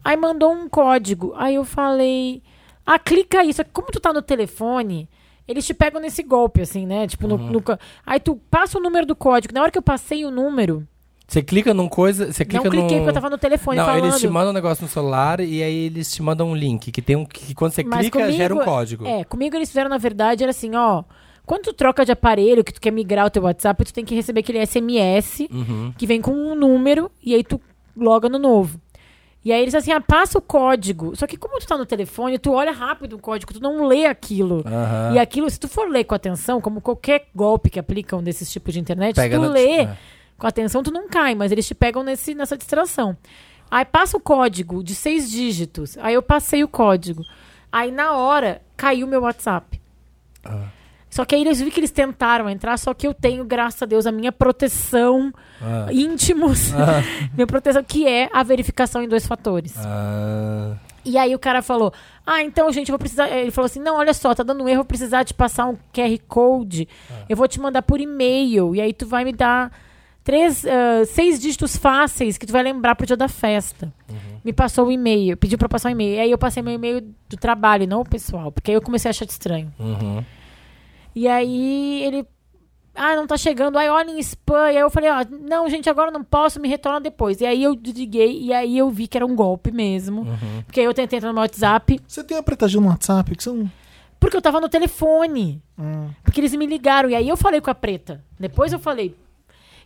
Speaker 3: Aí mandou um código. Aí eu falei: Ah, clica aí. Só que como tu tá no telefone, eles te pegam nesse golpe, assim, né? Tipo, no, no ca- Aí tu passa o número do código. Na hora que eu passei o número,
Speaker 2: Você clica num coisa. Você
Speaker 3: Não
Speaker 2: clica
Speaker 3: cliquei
Speaker 2: É no...
Speaker 3: porque eu tava no telefone
Speaker 2: Não,
Speaker 3: falando.
Speaker 2: eles te mandam um negócio no celular e aí eles te mandam um link que tem um que quando você
Speaker 3: Mas
Speaker 2: clica
Speaker 3: comigo-
Speaker 2: gera um código.
Speaker 3: É, comigo eles fizeram, na verdade, era assim, ó. Quando tu troca de aparelho, que tu quer migrar o teu WhatsApp, tu tem que receber aquele SMS
Speaker 2: Uhum.
Speaker 3: que vem com um número e aí tu loga no novo. E aí eles assim, ah, passa o código. Só que como tu tá no telefone, tu olha rápido o código, tu não lê aquilo.
Speaker 2: Aham.
Speaker 3: E aquilo, se tu for ler com atenção, como qualquer golpe que aplicam desses tipos de internet,
Speaker 2: Pega
Speaker 3: se
Speaker 2: na-
Speaker 3: tu lê
Speaker 2: é.
Speaker 3: com atenção, tu não cai, mas eles te pegam nesse, nessa distração. Aí passa o código de seis dígitos. Aí eu passei o código. Aí na hora caiu meu WhatsApp. Só que aí eles vi que eles tentaram entrar, só que eu tenho, graças a Deus, a minha proteção
Speaker 2: Ah.
Speaker 3: íntimos. minha proteção, que é a verificação em dois fatores.
Speaker 2: Ah.
Speaker 3: E aí o cara falou: Ah, então, gente, eu vou precisar. Ele falou assim: Não, olha só, tá dando um erro, eu vou precisar te passar um QR Code. Eu vou te mandar por e-mail. E aí tu vai me dar três, ah, seis dígitos fáceis que tu vai lembrar pro dia da festa. Me passou o e-mail, pediu pra eu passar o e-mail. E aí eu passei meu e-mail do trabalho, não o pessoal, porque aí eu comecei a achar estranho.
Speaker 2: Uhum.
Speaker 3: E aí ele. Ah, não tá chegando. Aí olha em spam. E aí eu falei, ó, não, gente, agora eu não posso, me retorna depois. E aí eu desliguei e aí eu vi que era um golpe mesmo. Porque aí eu tentei entrar no meu WhatsApp,
Speaker 5: Você tem a preta Gil no WhatsApp? Que você não...
Speaker 3: porque eu tava no telefone. Porque eles me ligaram. E aí eu falei com a preta. Depois eu falei.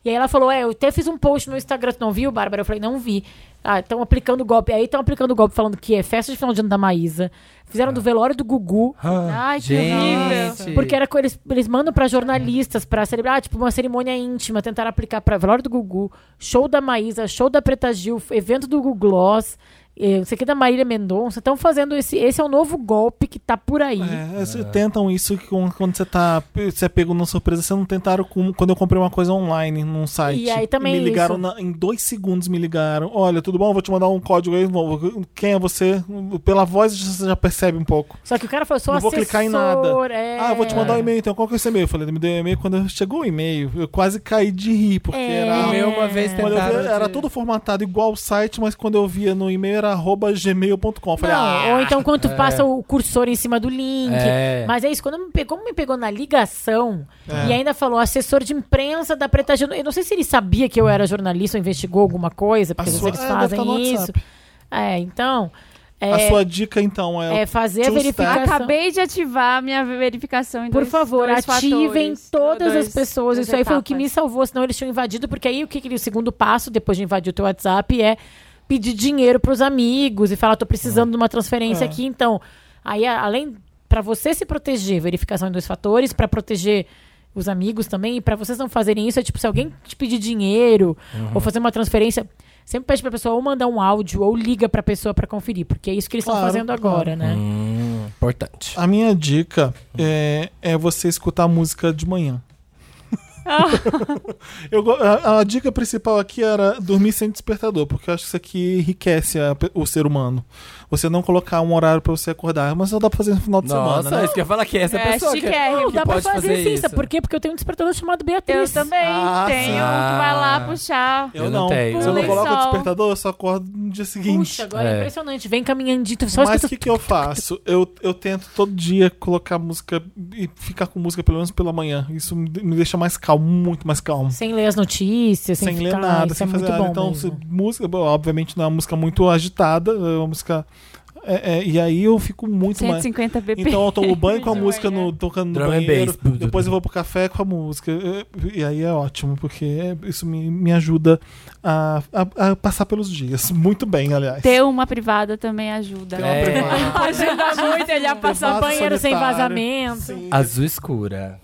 Speaker 3: E aí ela falou: É, eu até fiz um post no Instagram. Tu não viu, Bárbara? Eu falei: Não vi. Ah, estão aplicando golpe. Aí estão aplicando golpe falando que é festa de final de ano da Maísa. Fizeram do velório do Gugu.
Speaker 1: Ai, que
Speaker 2: Ah, Gente.
Speaker 1: horrível.
Speaker 3: Porque era co- eles, eles mandam pra jornalistas pra celebrar, tipo, uma cerimônia íntima, tentaram aplicar pra velório do Gugu, show da Maísa, show da Preta Gil, evento do Gugu Gloss, eh, não sei o que da Marília Mendonça. Estão fazendo esse. Esse é o novo golpe que tá por aí.
Speaker 5: É, eles tentam isso com- quando você tá. Você é pego numa surpresa, você não tentaram com- quando eu comprei uma coisa online num site.
Speaker 3: E aí também é
Speaker 5: Me ligaram
Speaker 3: isso.
Speaker 5: na- em dois segundos, me ligaram. Olha, tudo bom? Vou te mandar um código aí. vou- vou- Quem é você? Pela voz você já percebe um pouco.
Speaker 3: Só que o cara falou, sou
Speaker 5: não vou
Speaker 3: assessor.
Speaker 5: clicar em nada.
Speaker 3: é.
Speaker 5: Ah, eu vou te mandar um e-mail então. Qual que é esse e-mail? Eu falei, me deu um e-mail. Quando chegou o e-mail, eu quase caí de rir, porque
Speaker 3: É.
Speaker 2: O
Speaker 5: era.
Speaker 2: meu uma vez
Speaker 5: Quando eu
Speaker 2: tentaram.
Speaker 5: via, era
Speaker 2: de-
Speaker 5: tudo formatado igual o site, mas quando eu via no e-mail era arroba gmail.com. Eu Falei, ah,
Speaker 3: Não, ou então quando tu passa o cursor em cima do link.
Speaker 2: É.
Speaker 3: Mas é isso, quando me pegou, me pegou na ligação
Speaker 5: É.
Speaker 3: e ainda falou assessor de imprensa da Preta Gil. Eu não sei se ele sabia que eu era jornalista ou investigou alguma coisa, porque
Speaker 5: A
Speaker 3: às vezes
Speaker 5: sua-
Speaker 3: eles
Speaker 5: é, deve tá no
Speaker 3: fazem isso.
Speaker 5: WhatsApp.
Speaker 3: É, então.
Speaker 5: a
Speaker 3: É,
Speaker 5: sua dica então é.
Speaker 3: é fazer a
Speaker 5: Two
Speaker 3: verificação.
Speaker 1: Acabei de ativar minha verificação em
Speaker 3: Por
Speaker 1: dois-
Speaker 3: favor,
Speaker 1: dois
Speaker 3: ativem
Speaker 1: fatores, né,
Speaker 3: todas
Speaker 1: dois-
Speaker 3: as pessoas.
Speaker 1: duas
Speaker 3: Isso aí foi o que me
Speaker 1: etapas.
Speaker 3: salvou, senão eles tinham invadido, porque aí o que, que o segundo passo, depois de invadir o teu WhatsApp, é pedir dinheiro pros amigos e falar, tô precisando de uma transferência
Speaker 5: É.
Speaker 3: aqui, então. Aí, a- além, pra você se proteger, verificação em dois fatores, pra proteger os amigos também, e pra vocês não fazerem isso, é tipo, se alguém te pedir dinheiro
Speaker 5: Uhum.
Speaker 3: ou fazer uma transferência, sempre pede pra pessoa ou mandar um áudio ou liga pra pessoa pra conferir, porque é isso que eles estão
Speaker 5: Claro,
Speaker 3: fazendo agora, né?
Speaker 2: Hum, importante.
Speaker 5: A minha dica é, é você escutar música de manhã.
Speaker 3: Ah.
Speaker 5: Eu go- a, a dica principal aqui era dormir sem despertador, porque eu acho que isso aqui enriquece a pe- o ser humano. Você não colocar um horário pra você acordar, mas só dá pra fazer no final de
Speaker 2: Nossa,
Speaker 5: semana. Né?
Speaker 2: isso que eu ia falar que é essa
Speaker 1: É,
Speaker 2: pessoa que
Speaker 1: chiquérrimo.
Speaker 3: Não,
Speaker 2: que
Speaker 3: dá pra
Speaker 2: pode
Speaker 3: fazer,
Speaker 2: fazer
Speaker 3: sim,
Speaker 2: isso.
Speaker 3: sabe por quê? Porque eu tenho um despertador chamado
Speaker 1: Eu
Speaker 3: Beatriz.
Speaker 1: também
Speaker 5: Ah,
Speaker 1: tenho um que vai lá puxar.
Speaker 5: Eu,
Speaker 2: Eu não
Speaker 5: não.
Speaker 2: tenho.
Speaker 5: Se eu não
Speaker 1: Pulei
Speaker 5: coloco o
Speaker 1: sol.
Speaker 5: despertador, eu só acordo no dia seguinte.
Speaker 3: Puxa, agora é,
Speaker 2: É.
Speaker 3: impressionante. Vem caminhandito, só
Speaker 5: Mas o
Speaker 3: escuta...
Speaker 5: que, que eu faço? Eu, eu tento todo dia colocar música e ficar com música pelo menos pela manhã. Isso me de- me deixa mais calmo, muito mais calmo.
Speaker 3: Sem ler as notícias, sem,
Speaker 5: Sem, ler
Speaker 3: ficar-
Speaker 5: nada,
Speaker 3: isso
Speaker 5: sem
Speaker 3: é
Speaker 5: fazer
Speaker 3: muito
Speaker 5: nada.
Speaker 3: bom
Speaker 5: Então,
Speaker 3: mesmo.
Speaker 5: se- música, bom, obviamente não é uma música muito agitada, é uma música. é, é, e aí eu fico muito mais.
Speaker 1: 150 bp.
Speaker 5: Então eu tomo banho com a
Speaker 1: De
Speaker 5: música
Speaker 1: manhã.
Speaker 5: no, tocando no
Speaker 2: Drum and
Speaker 5: banheiro.
Speaker 2: bass.
Speaker 5: Depois eu vou pro café com a música. é, E aí é ótimo, porque é- isso me, me ajuda a, a- a passar pelos dias. Muito bem, aliás.
Speaker 1: Ter uma privada também ajuda.
Speaker 2: É.
Speaker 1: Ajuda muito ele a
Speaker 5: Privado
Speaker 1: passar banho.
Speaker 3: banheiro sem
Speaker 5: solitário.
Speaker 3: vazamento.
Speaker 5: Sim.
Speaker 2: Azul escura.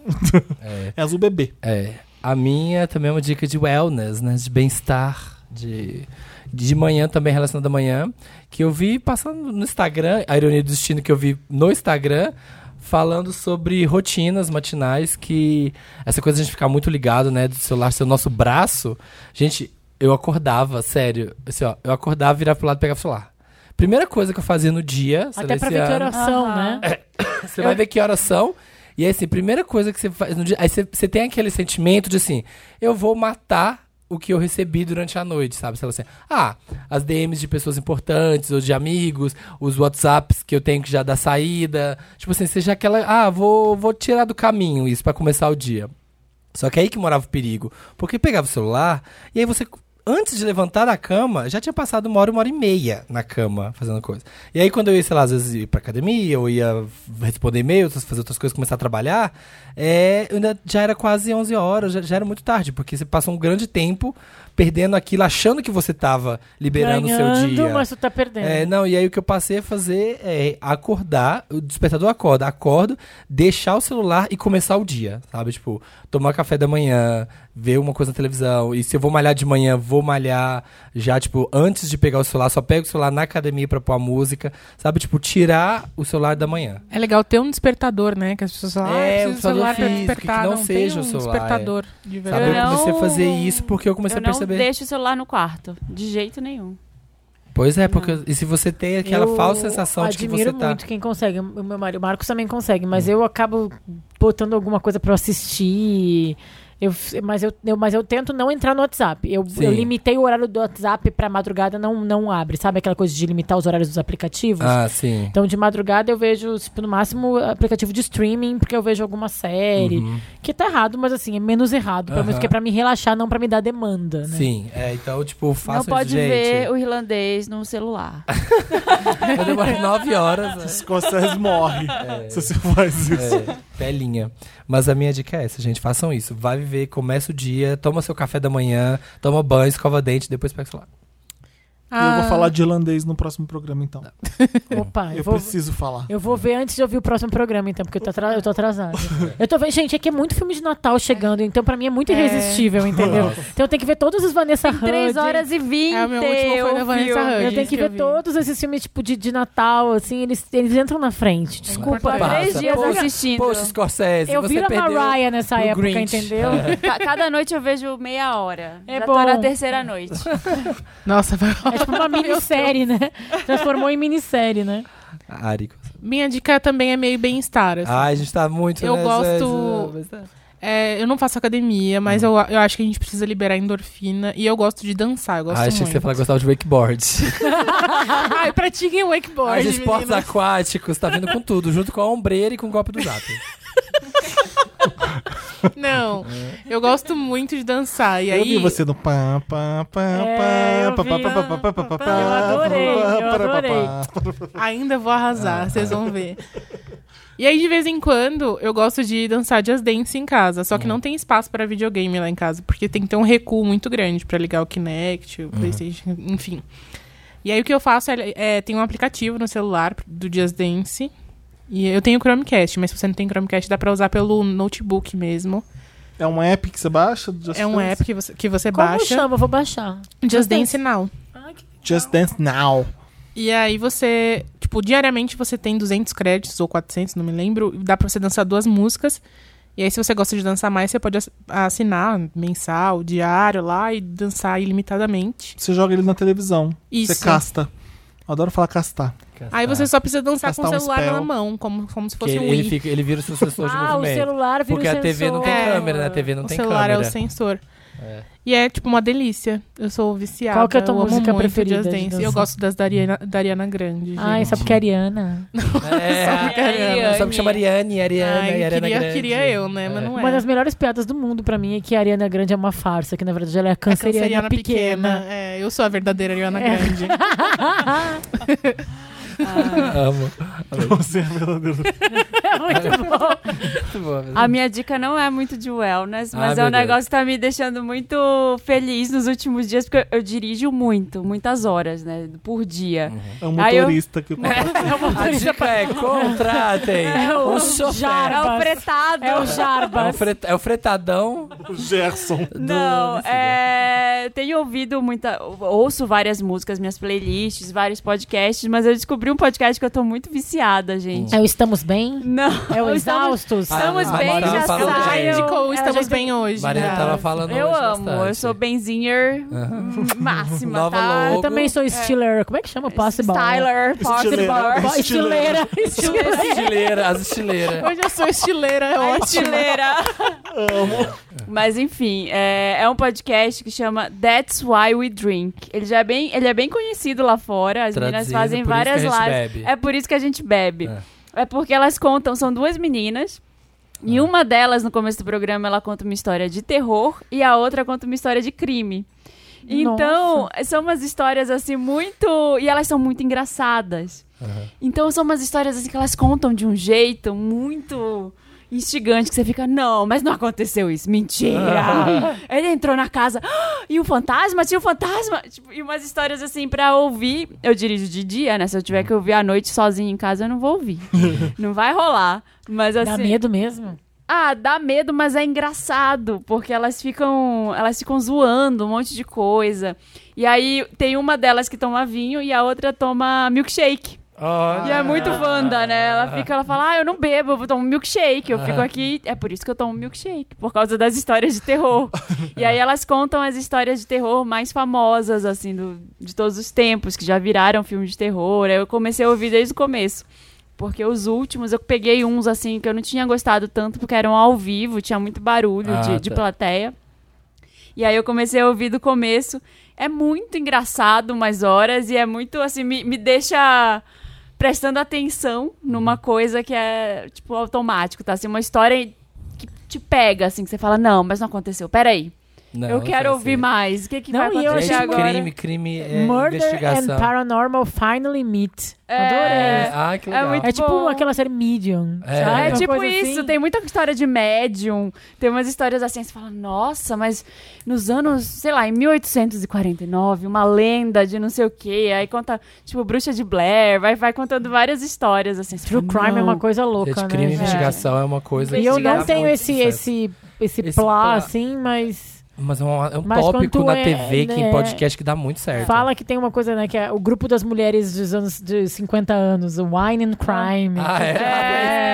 Speaker 5: É azul bebê.
Speaker 2: É. A minha também é uma dica de wellness, né? De bem-estar. De, de manhã também, relacionada à manhã. Que eu vi passando no Instagram, a ironia do destino que eu vi no Instagram, falando sobre rotinas matinais, que essa coisa de a gente ficar muito ligado, né? Do celular ser o nosso braço. Gente, eu acordava, sério. Assim, ó, eu acordava, virava pro lado e pegava o celular. Primeira coisa que eu fazia no dia. sei lá,
Speaker 3: Até pra
Speaker 2: esse
Speaker 3: ver que
Speaker 2: ano-
Speaker 3: oração,
Speaker 1: Aham.
Speaker 3: né?
Speaker 2: você vai ver que horas são. E aí, assim, primeira coisa que você faz no dia. Aí você, você tem aquele sentimento de assim: eu vou matar o que eu recebi durante a noite, sabe? Sei lá, assim, ah, as DMs de pessoas importantes ou de amigos, os WhatsApps que eu tenho que já dar saída. Tipo assim, seja aquela. Ah, vou, vou tirar do caminho isso pra começar o dia. Só que aí que morava o perigo. Porque pegava o celular e aí você, antes de levantar da cama, já tinha passado uma hora, uma hora e meia na cama fazendo coisa. E aí quando eu ia, sei lá, às vezes ir pra academia, ou ia responder e-mails, fazer outras coisas, começar a trabalhar, é, eu ainda, já era quase 11 horas, já, já era muito tarde, porque você passa um grande tempo perdendo aquilo, achando que você tava liberando o seu
Speaker 3: Ganhando,
Speaker 2: dia.
Speaker 3: mas tu tá perdendo.
Speaker 2: É, não, e aí o que eu passei a fazer é acordar, o despertador acorda, acordo, deixar o celular e começar o dia, sabe? Tipo, tomar café da manhã, ver uma coisa na televisão, e se eu vou malhar de manhã, vou malhar já, tipo, antes de pegar o celular, só pego o celular na academia pra pôr a música, sabe? Tipo, tirar o celular da manhã.
Speaker 4: É legal ter um despertador, né? Que as pessoas falam,
Speaker 2: É,
Speaker 4: ah,
Speaker 2: um
Speaker 4: eu preciso do celular pra
Speaker 2: despertador físico,
Speaker 4: despertar.
Speaker 2: que não
Speaker 4: tem
Speaker 2: seja
Speaker 4: um
Speaker 2: o celular, é.
Speaker 4: despertador de
Speaker 2: Sabe?
Speaker 1: Eu
Speaker 2: Eu,
Speaker 4: verdade.
Speaker 1: não-
Speaker 2: comecei a fazer isso porque eu comecei
Speaker 1: Eu
Speaker 2: a
Speaker 1: não
Speaker 2: perceber.
Speaker 1: deixo o celular no quarto, de jeito nenhum.
Speaker 2: Pois é, porque. E se você tem aquela
Speaker 3: Eu
Speaker 2: falsa sensação de que você
Speaker 3: admiro
Speaker 2: tá.
Speaker 3: muito quem consegue. O meu marido, o Marcos também consegue, mas eu acabo botando alguma coisa pra eu assistir. Eu, f- mas, eu, eu- mas eu tento não entrar no WhatsApp. Eu,
Speaker 2: Sim.
Speaker 3: eu limitei o horário do WhatsApp pra madrugada, não, não abre. Sabe aquela coisa de limitar os horários dos aplicativos?
Speaker 2: Ah, sim.
Speaker 3: Então, de madrugada eu vejo, tipo, no máximo aplicativo de streaming, porque eu vejo alguma série. Que tá errado, mas assim, é menos errado. Pelo menos
Speaker 2: Uhum. Aham.
Speaker 3: que é pra me relaxar, não pra me dar demanda, né?
Speaker 2: Sim, é, então, tipo, faço
Speaker 1: não pode
Speaker 2: isso, gente.
Speaker 1: ver o irlandês no celular.
Speaker 2: Eu demorei nove horas. né?
Speaker 5: Scorsese morre se você faz isso.
Speaker 2: É, telinha. Mas a minha dica é essa, gente. Façam isso. Vai viver, começa o dia, toma seu café da manhã, toma banho, escova dente, depois pega o celular.
Speaker 5: Eu
Speaker 4: Ah,
Speaker 5: vou falar de irlandês no próximo programa, então.
Speaker 3: Opa, eu,
Speaker 5: Eu
Speaker 3: vou.
Speaker 5: preciso falar.
Speaker 3: Eu vou ver antes de ouvir o próximo programa, então, porque eu tô, atra- eu tô atrasada. Eu tô vendo, gente, é que é muito filme de Natal chegando, então pra mim é muito irresistível, entendeu? Então eu tenho que ver todos os Vanessa Hudgens.
Speaker 1: 3 horas e 20.
Speaker 4: É, o meu último foi
Speaker 1: eu
Speaker 4: da Vanessa
Speaker 1: vi.
Speaker 4: Hudgens.
Speaker 3: Eu tenho que
Speaker 4: que eu
Speaker 3: ver
Speaker 4: vi.
Speaker 3: todos esses filmes, tipo, de, de Natal, assim, eles, eles entram na frente. Desculpa.
Speaker 2: Passa,
Speaker 1: Três dias
Speaker 2: poxa,
Speaker 1: assistindo.
Speaker 2: Poxa, Scorsese,
Speaker 3: Eu
Speaker 2: você
Speaker 3: viro a
Speaker 2: perdeu.
Speaker 3: Mariah nessa
Speaker 2: pro
Speaker 3: época,
Speaker 2: Grinch. É.
Speaker 3: entendeu?
Speaker 1: Ca- Cada noite eu vejo meia hora.
Speaker 3: É
Speaker 1: Já tô na
Speaker 3: bom.
Speaker 1: terceira noite.
Speaker 4: Nossa, vai
Speaker 3: É tipo uma minissérie, né? Transformou em minissérie, né?
Speaker 2: Ari.
Speaker 4: Minha dica também é meio bem-estar. assim.
Speaker 2: Ah, Ai, a gente tá muito...
Speaker 4: Eu
Speaker 2: né,
Speaker 4: gosto-
Speaker 2: Zé? Zé?
Speaker 4: É, eu não faço academia, mas
Speaker 2: Uhum.
Speaker 4: eu, eu acho que a gente precisa liberar endorfina. E eu gosto de dançar, eu gosto
Speaker 2: Ai, Ah, achei
Speaker 4: muito.
Speaker 2: que você ia falar que gostava de wakeboard.
Speaker 4: Ai, pratiquem wakeboard,
Speaker 2: Os esportes
Speaker 4: meninas.
Speaker 2: aquáticos, tá vindo com tudo, junto com a ombreira e com o copo do zap.
Speaker 4: Não, eu gosto muito de dançar. E
Speaker 5: Eu vi
Speaker 4: aí,
Speaker 5: você no pá, pá, pá,
Speaker 3: É, eu
Speaker 5: pá, pá,
Speaker 3: vi.
Speaker 5: pá, pá, pá, pá, pá, pá, pá,
Speaker 3: Eu adorei, eu
Speaker 5: pá, pá, pá,
Speaker 3: adorei.
Speaker 5: pá.
Speaker 4: ainda vou
Speaker 3: Ah.
Speaker 4: arrasar, vocês vão ver. E aí, de vez em quando, eu gosto de dançar Just Dance em casa.
Speaker 3: Hum.
Speaker 4: Só que não tem espaço pra videogame lá em casa. Porque tem que ter um recuo muito grande pra ligar o
Speaker 3: Uhum.
Speaker 4: Kinect, o Playstation, enfim. E aí, o que eu faço é, é... Tem um aplicativo no celular do Just Dance. E eu tenho Chromecast, mas se você não tem Chromecast, dá pra usar pelo notebook mesmo.
Speaker 5: É um app que você baixa? do Just
Speaker 4: é um
Speaker 5: Dance?
Speaker 4: app que você, que você
Speaker 3: Como
Speaker 4: baixa.
Speaker 3: chama? Eu vou baixar.
Speaker 4: Just Dance Now.
Speaker 5: Just Dance Now.
Speaker 4: E aí você, tipo, diariamente você tem 200 créditos ou 400, não me lembro. Dá pra você dançar duas músicas. E aí se você gosta de dançar mais, você pode ass- assinar mensal, diário lá e dançar ilimitadamente.
Speaker 5: Você joga ele na televisão.
Speaker 4: Isso.
Speaker 5: Você casta. Eu adoro falar castar.
Speaker 4: Aí
Speaker 2: É.
Speaker 4: você só precisa dançar com
Speaker 5: Gastar
Speaker 4: o
Speaker 5: um
Speaker 4: celular
Speaker 5: spell.
Speaker 4: na mão, como, como se
Speaker 2: Porque
Speaker 4: fosse um
Speaker 2: ele,
Speaker 4: Wii.
Speaker 2: fica, ele vira o sucessor de
Speaker 3: Ah, o
Speaker 2: movimento.
Speaker 3: celular vira
Speaker 2: porque
Speaker 3: o
Speaker 2: a TV não tem
Speaker 4: sensor. É.
Speaker 2: câmera, né? A TV não
Speaker 4: o
Speaker 2: tem
Speaker 4: celular
Speaker 2: câmera.
Speaker 4: é o sensor. E é, tipo, uma delícia. Eu sou viciada.
Speaker 3: Qual que é a tua
Speaker 4: eu amo
Speaker 3: música
Speaker 4: muito
Speaker 3: preferida
Speaker 4: Just
Speaker 3: de
Speaker 4: Dance. Eu
Speaker 3: dançar? Ah,
Speaker 4: gosto das da Ariana, da Ariana Grande.
Speaker 3: Ai,
Speaker 4: gente.
Speaker 3: só porque a Ariana.
Speaker 2: É,
Speaker 4: Só porque a Ariana.
Speaker 2: Só me chama Ariane,
Speaker 3: é
Speaker 2: Ariana,
Speaker 4: Ai,
Speaker 2: e Ariana
Speaker 4: queria,
Speaker 2: Grande.
Speaker 4: queria eu, né? Mas não é.
Speaker 3: Uma das melhores piadas do mundo pra mim é que a Ariana Grande é uma farsa, que na verdade ela é a
Speaker 4: A
Speaker 3: canceriana, pequena.
Speaker 4: É, eu sou a verdadeira Ariana Grande.
Speaker 1: né?
Speaker 2: Amo.
Speaker 5: Você é verdadeiro.
Speaker 3: É muito bom.
Speaker 2: Muito bom.
Speaker 1: A minha dica não é muito de wellness, mas
Speaker 2: Ah,
Speaker 1: é um
Speaker 2: meu Deus.
Speaker 1: negócio que tá me deixando muito feliz nos últimos dias, porque eu dirijo muito, muitas horas, né? Por dia.
Speaker 2: Uhum.
Speaker 5: É um
Speaker 1: Aí eu-
Speaker 5: motorista que eu
Speaker 2: A dica é contratem
Speaker 3: É o
Speaker 2: um chofer.
Speaker 3: Jarbas.
Speaker 1: É o fretado.
Speaker 3: É o
Speaker 2: É o,
Speaker 3: Jarbas.
Speaker 2: fret- é o fretadão.
Speaker 5: O Gerson.
Speaker 1: Não, é, tenho ouvido muita. Ouço várias músicas, minhas playlists, vários podcasts, mas eu descobri um podcast que eu tô muito viciada, gente.
Speaker 3: É o Estamos Bem?
Speaker 1: Não.
Speaker 3: É o
Speaker 1: estamos,
Speaker 3: Exaustos?
Speaker 2: Uhum. Ah,
Speaker 1: estamos
Speaker 2: a
Speaker 1: bem,
Speaker 2: Mariana
Speaker 1: já
Speaker 2: falou que já
Speaker 1: saiu.
Speaker 4: Indicou é o
Speaker 1: Ela
Speaker 4: Estamos
Speaker 1: já-
Speaker 4: Bem Hoje.
Speaker 2: Mariana
Speaker 4: né?
Speaker 2: tava falando
Speaker 1: Eu
Speaker 2: hoje mais
Speaker 1: amo,
Speaker 2: tarde.
Speaker 1: eu sou benzinher máxima,
Speaker 2: Uhum. Nova
Speaker 1: tá?
Speaker 2: logo.
Speaker 3: Ah, Eu também sou Stiller. Como é que chama? Possible.
Speaker 1: Styler, possible.
Speaker 5: Estileira.
Speaker 3: Po- Estileira.
Speaker 2: As estileiras, as estileiras.
Speaker 4: Hoje eu sou estileira, é
Speaker 1: A
Speaker 4: ótimo.
Speaker 1: estileira. Mas enfim, é, é um podcast que chama That's Why We Drink. Ele já é bem, ele é bem conhecido lá fora. As meninas
Speaker 2: Traduzindo,
Speaker 1: fazem
Speaker 2: por
Speaker 1: várias
Speaker 2: isso que a gente
Speaker 1: lives.
Speaker 2: bebe.
Speaker 1: É por isso que a gente bebe. É. porque elas contam, são duas meninas. E uma delas, no começo do programa, ela conta uma história de terror e a outra conta uma história de crime. Então, são umas histórias assim muito. E elas são muito engraçadas. Então, são umas histórias assim que elas contam de um jeito muito instigante que você fica, não, mas não aconteceu isso, mentira. Ele entrou na casa "Ah, e o fantasma, tinha o fantasma. Tipo, e umas histórias assim pra ouvir. Eu dirijo de dia, né? Se eu tiver que ouvir à noite sozinha em casa, eu não vou ouvir. não vai rolar. Mas assim.
Speaker 3: Dá medo mesmo?
Speaker 1: Ah, dá medo, mas é engraçado, porque elas ficam, elas ficam zoando um monte de coisa. E aí tem uma delas que toma vinho e a outra toma milkshake. E é muito Wanda, né? Ela fica, ela fala: "Ah, eu não bebo, eu tomo milkshake, eu fico aqui, é por isso que eu tomo milkshake, por causa das histórias de terror". e
Speaker 2: É.
Speaker 1: aí elas contam as histórias de terror mais famosas assim do, de todos os tempos que já viraram filme de terror. Aí Eu comecei a ouvir desde o começo. Porque os últimos eu peguei uns assim que eu não tinha gostado tanto, porque eram ao vivo, tinha muito barulho
Speaker 2: Ah,
Speaker 1: de, de
Speaker 2: tá.
Speaker 1: plateia. E aí eu comecei a ouvir do começo. É muito engraçado umas horas e é muito assim, me, me deixa prestando atenção
Speaker 2: Uhum.
Speaker 1: numa coisa que é tipo automático, tá? Assim, uma história que te pega, assim, que você fala, não, mas não aconteceu, peraí.
Speaker 2: Não,
Speaker 1: eu
Speaker 2: não
Speaker 1: quero
Speaker 2: vai
Speaker 1: ouvir
Speaker 2: ser.
Speaker 1: mais. O que, que
Speaker 3: Não,
Speaker 1: vai
Speaker 3: e eu
Speaker 1: acontecer
Speaker 2: Gente,
Speaker 3: achei
Speaker 1: agora?
Speaker 2: crime, crime é
Speaker 3: Murder and
Speaker 2: investigação.
Speaker 3: Paranormal Finally Meet.
Speaker 1: É.
Speaker 3: Adorei.
Speaker 2: Ah, que legal.
Speaker 1: É muito-
Speaker 3: É tipo
Speaker 1: Bom.
Speaker 3: aquela série Medium.
Speaker 2: É.
Speaker 3: sabe?
Speaker 1: É
Speaker 3: Uma
Speaker 1: tipo
Speaker 3: coisa
Speaker 1: isso,
Speaker 3: assim.
Speaker 1: tem muita história de médium, tem umas histórias assim, você fala, nossa, mas nos anos, sei lá, em 1849, uma lenda de não sei o quê, aí conta, tipo, bruxa de Blair, vai, vai contando várias histórias, assim. você
Speaker 3: True
Speaker 1: fala,
Speaker 3: crime é
Speaker 1: "Não".
Speaker 3: uma coisa louca,
Speaker 2: Gente,
Speaker 3: né?
Speaker 2: crime e
Speaker 3: gente?
Speaker 2: investigação é uma coisa
Speaker 3: E eu não
Speaker 2: dá
Speaker 3: tenho
Speaker 2: muito
Speaker 3: esse,
Speaker 2: sucesso.
Speaker 3: esse, esse,
Speaker 2: Esse plá.
Speaker 3: plá, assim, mas
Speaker 2: Mas é um, é um
Speaker 3: Mas
Speaker 2: tópico
Speaker 3: quando
Speaker 2: na
Speaker 3: é,
Speaker 2: TV, que em
Speaker 3: né,
Speaker 2: podcast, que dá muito certo.
Speaker 3: fala que tem uma coisa, né? Que é o grupo das mulheres dos anos de 50 anos, o Wine and Crime.
Speaker 2: Ah, é?
Speaker 1: É.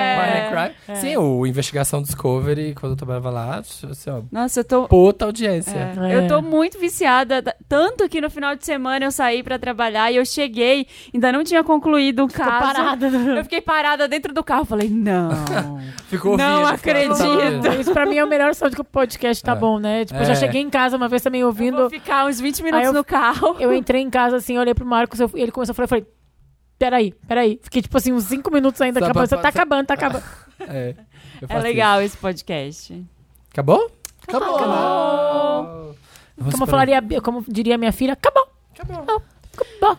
Speaker 2: Minecraft? Sim, o Investigação Discovery, quando eu trabalhava lá, assim, ó,
Speaker 1: Nossa, eu tô,
Speaker 2: puta audiência.
Speaker 1: É. Eu tô muito viciada, t- tanto que no final de semana eu saí pra trabalhar e eu cheguei, ainda não tinha concluído o caso.
Speaker 3: parada.
Speaker 1: Eu fiquei parada dentro do carro, falei, não.
Speaker 2: Ficou
Speaker 1: Não
Speaker 2: ouvindo, sabe?
Speaker 1: Ah, acredito.
Speaker 2: Tá ouvindo.
Speaker 3: Isso pra mim é o melhor som de que o podcast tá
Speaker 2: É.
Speaker 3: bom, né? Tipo, eu já
Speaker 2: É.
Speaker 3: cheguei em casa uma vez também
Speaker 1: Eu
Speaker 3: ouvindo.
Speaker 1: vou ficar uns 20 minutos
Speaker 3: Aí eu-
Speaker 1: no carro.
Speaker 3: Eu entrei em casa assim, olhei pro Marcos, eu- ele começou a falar, eu falei, peraí, peraí. Fiquei tipo assim, uns 5 minutos ainda,
Speaker 2: Só pra-
Speaker 3: acabando, tá
Speaker 2: só-
Speaker 3: acabando, tá acabando.
Speaker 2: É, eu
Speaker 1: É
Speaker 2: faço
Speaker 1: legal esse podcast.
Speaker 2: isso. Acabou?
Speaker 5: Acabou.
Speaker 2: Vamos pra-
Speaker 3: Como, falaria, como diria minha filha, acabou. Acabou. Acabou.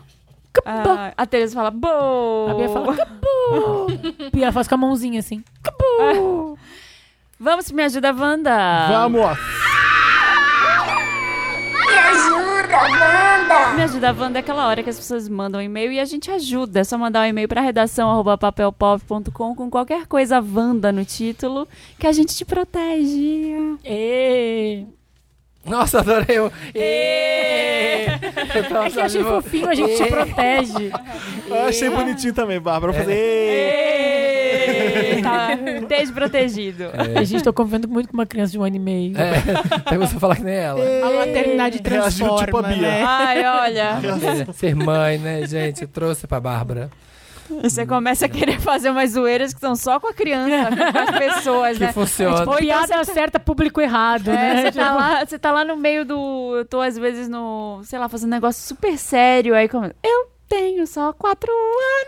Speaker 3: Acabou.
Speaker 1: Ah, a Tereza fala, boa.
Speaker 3: A Bia fala, acabou. e ela faz com a mãozinha assim.
Speaker 1: Vamos pro Me Ajuda, Wanda.
Speaker 5: Vamos, ó.
Speaker 7: Me ajuda, Wanda!
Speaker 1: Me ajuda, Wanda, é aquela hora que as pessoas mandam um e-mail e a gente ajuda. É só mandar um e-mail pra redação arroba papelpop.com com qualquer coisa Wanda no título que a gente te protege.
Speaker 3: Ê.
Speaker 2: Nossa, adorei o...
Speaker 3: É que eu achei fofinho, a gente te protege.
Speaker 5: Eu achei bonitinho também, Bárbara. Eu falei,
Speaker 1: É.
Speaker 5: "Ei".
Speaker 1: tá desprotegido.
Speaker 3: A gente tô convivendo muito com uma criança de um ano e meio.
Speaker 2: É, até você falar que nem ela.
Speaker 4: A maternidade
Speaker 5: Reagiu
Speaker 4: transforma,
Speaker 5: tipo a Bia.
Speaker 4: né?
Speaker 1: Ai, olha.
Speaker 2: É, Ser mãe, né, gente? Eu trouxe pra Bárbara.
Speaker 1: Você começa a querer fazer umas zoeiras que são só com a criança, com as pessoas,
Speaker 2: Que
Speaker 1: né?
Speaker 2: funciona.
Speaker 1: Ou então
Speaker 3: Piada certa, público errado,
Speaker 1: É,
Speaker 3: né?
Speaker 1: você, tá
Speaker 3: Tipo,
Speaker 1: lá, você tá lá no meio do. Eu tô às vezes no. Sei lá, fazendo um negócio super sério. Aí como. Eu tenho só quatro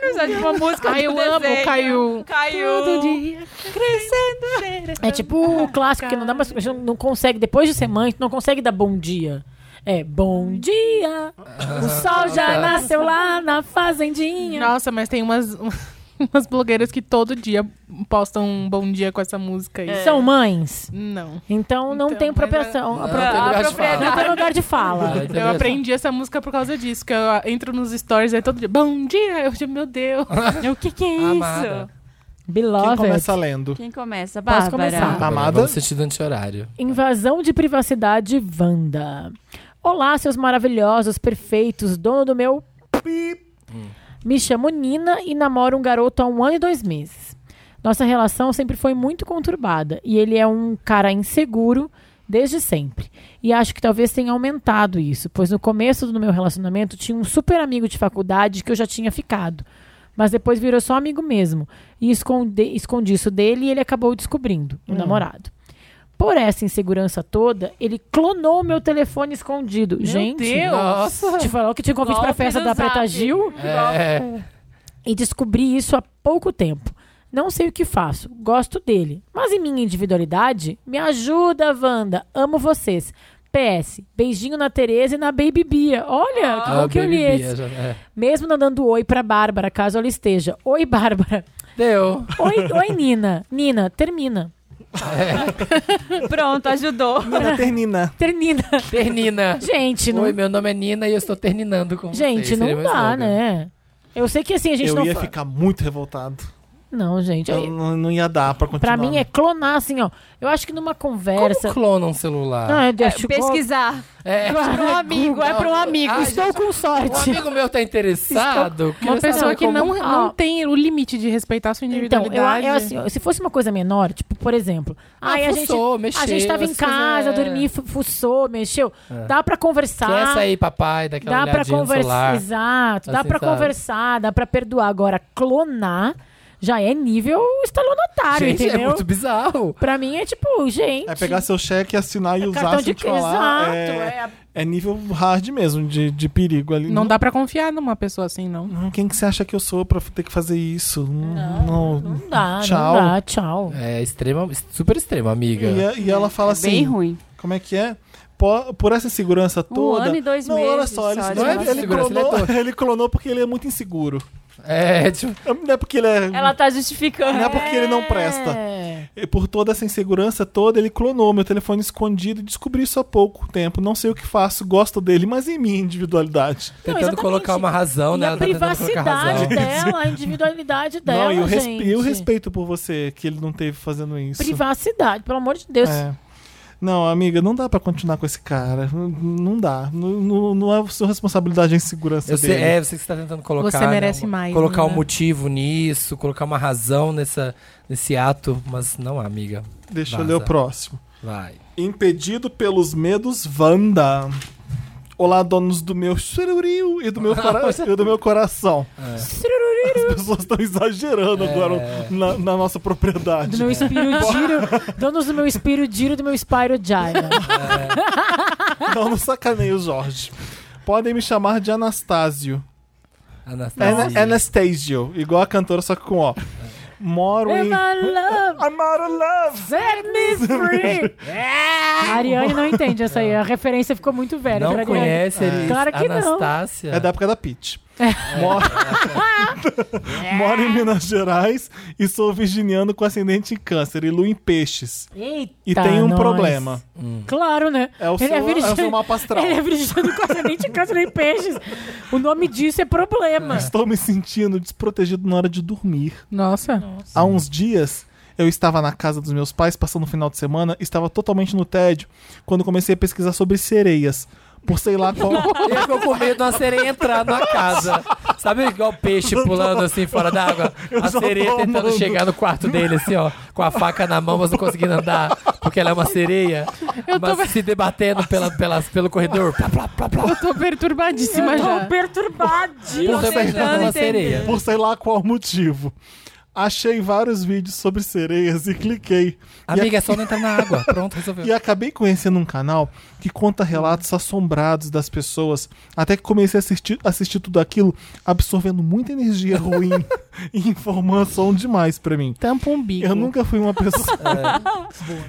Speaker 1: anos. Aí uma música.
Speaker 4: Ai,
Speaker 1: do
Speaker 4: eu amo,
Speaker 1: desenho.
Speaker 4: Caiu.
Speaker 1: Caiu.
Speaker 4: Todo dia.
Speaker 1: Crescendo.
Speaker 3: É tipo o clássico que não dá mais. A gente não- não consegue, depois de ser mãe, tu não consegue dar bom dia. É bom dia,
Speaker 1: Ah,
Speaker 3: o sol
Speaker 1: tá.
Speaker 3: já nasceu lá na fazendinha.
Speaker 4: Nossa, mas tem umas, umas blogueiras que todo dia postam um bom dia com essa música aí.
Speaker 3: São mães,
Speaker 4: Não.
Speaker 3: então não
Speaker 4: Então,
Speaker 3: tem
Speaker 4: mas
Speaker 3: apropriação.
Speaker 2: Não,
Speaker 3: apro-
Speaker 2: tem lugar de
Speaker 1: apropriado.
Speaker 2: falar.
Speaker 3: Não tem lugar de fala.
Speaker 2: Aí tem
Speaker 4: Eu
Speaker 2: lugar de
Speaker 4: aprendi essa música por causa disso, que eu entro nos stories aí todo dia, bom dia, eu digo, meu Deus.
Speaker 1: O que, que é isso?
Speaker 2: Amada.
Speaker 5: Quem começa
Speaker 3: Beloved.
Speaker 5: lendo?
Speaker 1: Quem começa?
Speaker 3: Posso
Speaker 1: Bárbara.
Speaker 3: começar?
Speaker 1: Tá
Speaker 2: falar.
Speaker 5: Amada?
Speaker 2: Vamos sentido anti-horário.
Speaker 3: Invasão de privacidade, Wanda. Olá, seus maravilhosos, perfeitos, dono do meu. pi. Me chamo Nina e namoro um garoto há um ano e dois meses. Nossa relação sempre foi muito conturbada e ele é um cara inseguro desde sempre. E acho que talvez tenha aumentado isso, pois no começo do meu relacionamento tinha um super amigo de faculdade que eu já tinha ficado, mas depois virou só amigo mesmo e esconde, escondi isso dele e ele acabou descobrindo, o namorado. Por essa insegurança toda, ele clonou meu telefone escondido. Gente,
Speaker 4: Deus!
Speaker 2: Nossa.
Speaker 3: te falou que tinha convite pra
Speaker 1: Golpe
Speaker 3: festa
Speaker 1: do
Speaker 3: da Preta
Speaker 1: Zap.
Speaker 3: Gil?
Speaker 2: É.
Speaker 3: e descobri isso há pouco tempo. Não sei o que faço, gosto dele. Mas em minha individualidade, me ajuda, Wanda. Amo vocês. PS, beijinho na Tereza e na Baby Bia. Olha,
Speaker 2: Ah.
Speaker 3: que bom que eu li
Speaker 2: Baby Bia
Speaker 3: esse.
Speaker 2: já- é.
Speaker 3: Mesmo não dando oi pra Bárbara, caso ela esteja. Oi, Bárbara.
Speaker 2: Deu.
Speaker 3: Oi, oi, Nina. Nina, termina. É.
Speaker 1: Pronto, ajudou.
Speaker 5: Nina Ternina.
Speaker 3: Termina.
Speaker 2: Ternina.
Speaker 3: Gente, não,
Speaker 2: Oi, meu nome é Nina e eu estou terminando com
Speaker 3: gente,
Speaker 2: vocês. Seria meu
Speaker 3: não dá,
Speaker 2: slogan.
Speaker 3: né? Eu sei que assim a gente
Speaker 5: Eu
Speaker 3: não.
Speaker 5: ia
Speaker 3: fa-
Speaker 5: ficar muito revoltado.
Speaker 3: Não, gente.
Speaker 5: Eu
Speaker 3: Eu,
Speaker 5: não, não ia dar pra
Speaker 3: pra
Speaker 5: continuar.
Speaker 3: mim é clonar, assim, ó. Eu acho que numa conversa.
Speaker 2: Como clona um celular?
Speaker 3: Ah, eu deixo-
Speaker 1: Pesquisar.
Speaker 2: É.
Speaker 1: Para um amigo, é para um amigo.
Speaker 4: Ah,
Speaker 2: Ai,
Speaker 3: Estou com
Speaker 2: Um
Speaker 3: sorte.
Speaker 2: amigo meu tá interessado.
Speaker 4: Uma
Speaker 2: queria
Speaker 4: pessoa
Speaker 2: saber
Speaker 4: que
Speaker 2: como-
Speaker 4: não, não
Speaker 3: Ah.
Speaker 4: tem o limite de respeitar a sua
Speaker 3: Então, eu,
Speaker 4: individualidade.
Speaker 3: eu assim, se fosse uma coisa menor, tipo, por exemplo,
Speaker 2: Ah,
Speaker 3: ai, a
Speaker 2: fuçou,
Speaker 3: gente
Speaker 2: mexeu,
Speaker 3: a gente tava em
Speaker 2: essas coisas,
Speaker 3: casa,
Speaker 2: é.
Speaker 3: dormi, fu- fuçou, mexeu, dá pra conversar.
Speaker 2: Quer sair, papai, daquela
Speaker 3: dá pra
Speaker 2: olhadinha no
Speaker 3: conversar,
Speaker 2: celular.
Speaker 3: exato, dá
Speaker 2: Assim,
Speaker 3: pra
Speaker 2: sabe?
Speaker 3: conversar, dá pra perdoar agora clonar já é nível estalonatário,
Speaker 2: Gente, é
Speaker 3: entendeu?
Speaker 2: muito bizarro.
Speaker 3: Pra mim é tipo, gente.
Speaker 5: É pegar seu cheque, assinar e usar
Speaker 3: É cartão
Speaker 5: sem
Speaker 3: de
Speaker 5: te falar.
Speaker 3: exato,
Speaker 5: É,
Speaker 3: é.
Speaker 5: é nível hard mesmo, de, de perigo ali.
Speaker 4: Não dá pra confiar numa pessoa assim, não.
Speaker 5: Não, Quem que você acha que eu sou pra ter que fazer isso? Não.
Speaker 3: Não dá,
Speaker 5: Tchau.
Speaker 3: não dá, tchau.
Speaker 2: É extrema, super extremo, amiga.
Speaker 5: E, a- e ela fala assim.
Speaker 1: Bem ruim.
Speaker 5: Como é que é? Por, por essa segurança toda.
Speaker 1: Um ano e dois
Speaker 5: não, olha
Speaker 1: meses
Speaker 5: só, ele,
Speaker 1: só de
Speaker 5: não é- ele
Speaker 2: segurança, ele é
Speaker 5: clonou, ele clonou porque ele é muito inseguro.
Speaker 2: É, tipo,
Speaker 5: Não é porque ele é.
Speaker 1: Ela tá justificando.
Speaker 5: Não é porque ele não presta.
Speaker 3: É.
Speaker 5: E por toda essa insegurança toda, ele clonou meu telefone escondido e descobri isso há pouco tempo. Não sei o que faço, gosto dele, mas em minha individualidade.
Speaker 2: tentando
Speaker 3: exatamente.
Speaker 2: colocar uma razão,
Speaker 3: E
Speaker 2: né?
Speaker 3: a
Speaker 2: Ela tá tentando colocar
Speaker 3: privacidade
Speaker 2: razão.
Speaker 3: dela, a individualidade dela,
Speaker 5: não, e o, res-
Speaker 3: gente.
Speaker 5: e o respeito por você que ele não teve fazendo isso.
Speaker 3: Privacidade, pelo amor de Deus.
Speaker 5: É. Não, amiga, não dá pra continuar com esse cara. Não, não dá. Não, não, não é sua responsabilidade a insegurança
Speaker 2: Eu sei,
Speaker 5: dele.
Speaker 2: é, você que está tentando colocar.
Speaker 4: Você merece
Speaker 2: né, uma-
Speaker 4: mais,
Speaker 2: Colocar um
Speaker 4: né?
Speaker 2: motivo nisso, colocar uma razão nessa, nesse ato, mas não, amiga.
Speaker 5: Deixa eu
Speaker 2: Vaza.
Speaker 5: ler o próximo.
Speaker 2: Vai.
Speaker 5: Impedido pelos medos, Wanda. Olá, donos do meu chururiu e do meu, cora- e do meu coração. As pessoas estão exagerando
Speaker 3: É.
Speaker 5: agora na, na nossa
Speaker 3: Do
Speaker 5: propriedade.
Speaker 3: meu espírito giro, donos do meu espírito giro e do meu Spyro Gyra.
Speaker 5: Então, Não, não sacaneio, Jorge. Podem me chamar de Anastásio.
Speaker 2: Anastasia.
Speaker 5: Ana- Anastasio, igual a cantora, só que com ó. Moro
Speaker 3: Am I
Speaker 5: em.
Speaker 3: love,
Speaker 5: I'm out of love!
Speaker 3: set me free. A Ariane É. não entende essa aí. A referência ficou muito velha. pra
Speaker 2: Não
Speaker 3: Ariane.
Speaker 2: conhece ele?
Speaker 3: Claro que não.
Speaker 2: Anastácia.
Speaker 5: É da época da Peach.
Speaker 3: É.
Speaker 5: Moro... Moro em Minas Gerais e sou virginiano com ascendente em câncer e lua em peixes.
Speaker 3: Eita,
Speaker 5: E tem um
Speaker 3: nós.
Speaker 5: problema.
Speaker 3: Claro, né?
Speaker 5: É o,
Speaker 3: Ele
Speaker 5: seu, é
Speaker 3: virgem-
Speaker 5: o seu mapa astral.
Speaker 3: Ele é virginiano com ascendente em câncer nem peixes. O nome disso é problema.
Speaker 5: Estou me sentindo desprotegido na hora de dormir.
Speaker 4: Nossa.
Speaker 5: Há uns dias, eu estava na casa dos meus pais, passando o final de semana, estava totalmente no tédio, quando comecei a pesquisar sobre sereias. Por sei lá qual...
Speaker 2: Ele ficou com medo de uma sereia entrar na casa. Sabe igual o peixe pulando assim fora d'água? A
Speaker 5: só tô
Speaker 2: sereia tentando
Speaker 5: amando.
Speaker 2: chegar no quarto dele, assim, ó, com a faca na mão, mas não conseguindo andar, porque ela é uma sereia. mas se debatendo pela, pelas- pelo corredor. Plá, plá, plá, plá.
Speaker 4: Eu tô perturbadíssima
Speaker 3: Eu tô
Speaker 4: já.
Speaker 2: Por
Speaker 3: perturbadíssima.
Speaker 2: representar uma sereia.
Speaker 5: por sei lá qual motivo. Achei vários vídeos sobre sereias e cliquei.
Speaker 2: Amiga, é só não entrar na água. Pronto, resolveu.
Speaker 5: E acabei conhecendo um canal que conta relatos assombrados das pessoas, até que comecei a assistir, assistir tudo aquilo, absorvendo muita energia ruim e informação demais pra mim.
Speaker 4: Tampa um bico.
Speaker 5: Eu nunca fui uma pessoa.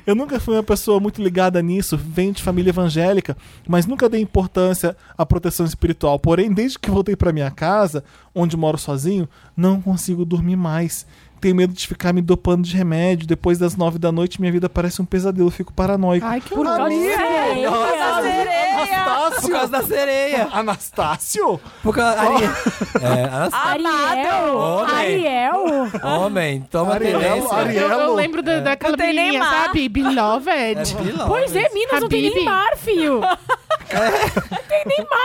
Speaker 5: Eu nunca fui uma pessoa muito ligada nisso, venho de família evangélica, mas nunca dei importância à proteção espiritual. Porém, desde que voltei pra minha casa, onde moro sozinho, não consigo dormir mais. Tenho medo de ficar me dopando de remédio. Depois das nove da noite, minha vida parece um pesadelo. Eu fico paranoico.
Speaker 4: Ai, que
Speaker 5: Por
Speaker 4: horror.
Speaker 5: causa de
Speaker 3: sereia.
Speaker 1: É,
Speaker 2: Por causa da sereia.
Speaker 5: Anastácio?
Speaker 2: Por causa... É, Anastácia.
Speaker 3: Ariel!
Speaker 2: Homem.
Speaker 3: Ariel!
Speaker 2: Homem, toma
Speaker 5: Ariel,
Speaker 2: tendência.
Speaker 5: Ariel. É.
Speaker 4: Eu, eu lembro da, daquela
Speaker 1: tem nem
Speaker 4: menininha,
Speaker 1: mar.
Speaker 4: sabe? Beloved.
Speaker 2: É vilão.
Speaker 3: Pois é, Minas não tem nem
Speaker 4: Habib.
Speaker 3: mar, filho!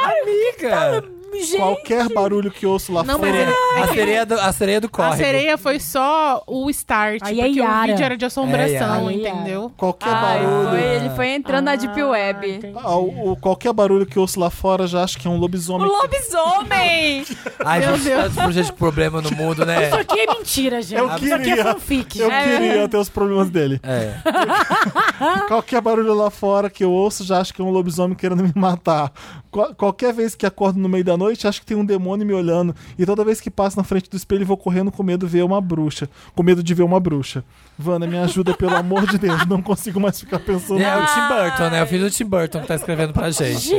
Speaker 2: Amiga.
Speaker 3: Gente!
Speaker 5: Qualquer barulho que ouço lá
Speaker 4: Não, mas
Speaker 5: fora.
Speaker 4: ele-
Speaker 2: A sereia do, a sereia do
Speaker 4: A
Speaker 2: córrego.
Speaker 4: sereia foi só o start,
Speaker 3: Aí é
Speaker 4: porque o
Speaker 3: Yara.
Speaker 4: vídeo era de assombração,
Speaker 3: É, Yara.
Speaker 4: entendeu?
Speaker 5: Qualquer
Speaker 1: Ai,
Speaker 5: barulho.
Speaker 1: Ah, foi, ele foi entrando na Deep Web.
Speaker 5: Ah, o- o- qualquer barulho que ouço lá fora já acho que é um
Speaker 1: O
Speaker 5: lobisomem.
Speaker 1: lobisomem!
Speaker 2: Ai, gente, tanto gente com problema no mundo, né?
Speaker 3: Isso aqui é mentira, gente.
Speaker 5: Eu
Speaker 3: Isso aqui é
Speaker 5: queria.
Speaker 3: fanfic.
Speaker 5: Eu
Speaker 1: É.
Speaker 5: queria ter os problemas dele.
Speaker 2: É.
Speaker 5: Qualquer barulho lá fora que eu ouço, já acho que é um lobisomem querendo me matar. Qual- qualquer vez que acordo no meio da noite acho que tem um demônio me olhando. E toda vez que passo na frente do espelho, eu vou correndo com medo de ver uma bruxa. Com medo de ver uma bruxa. Vanda, me ajuda, pelo amor de Deus. Não consigo mais ficar pensando
Speaker 2: É o
Speaker 5: nisso.
Speaker 2: Tim Burton, né? O filho do Tim Burton que tá escrevendo pra gente.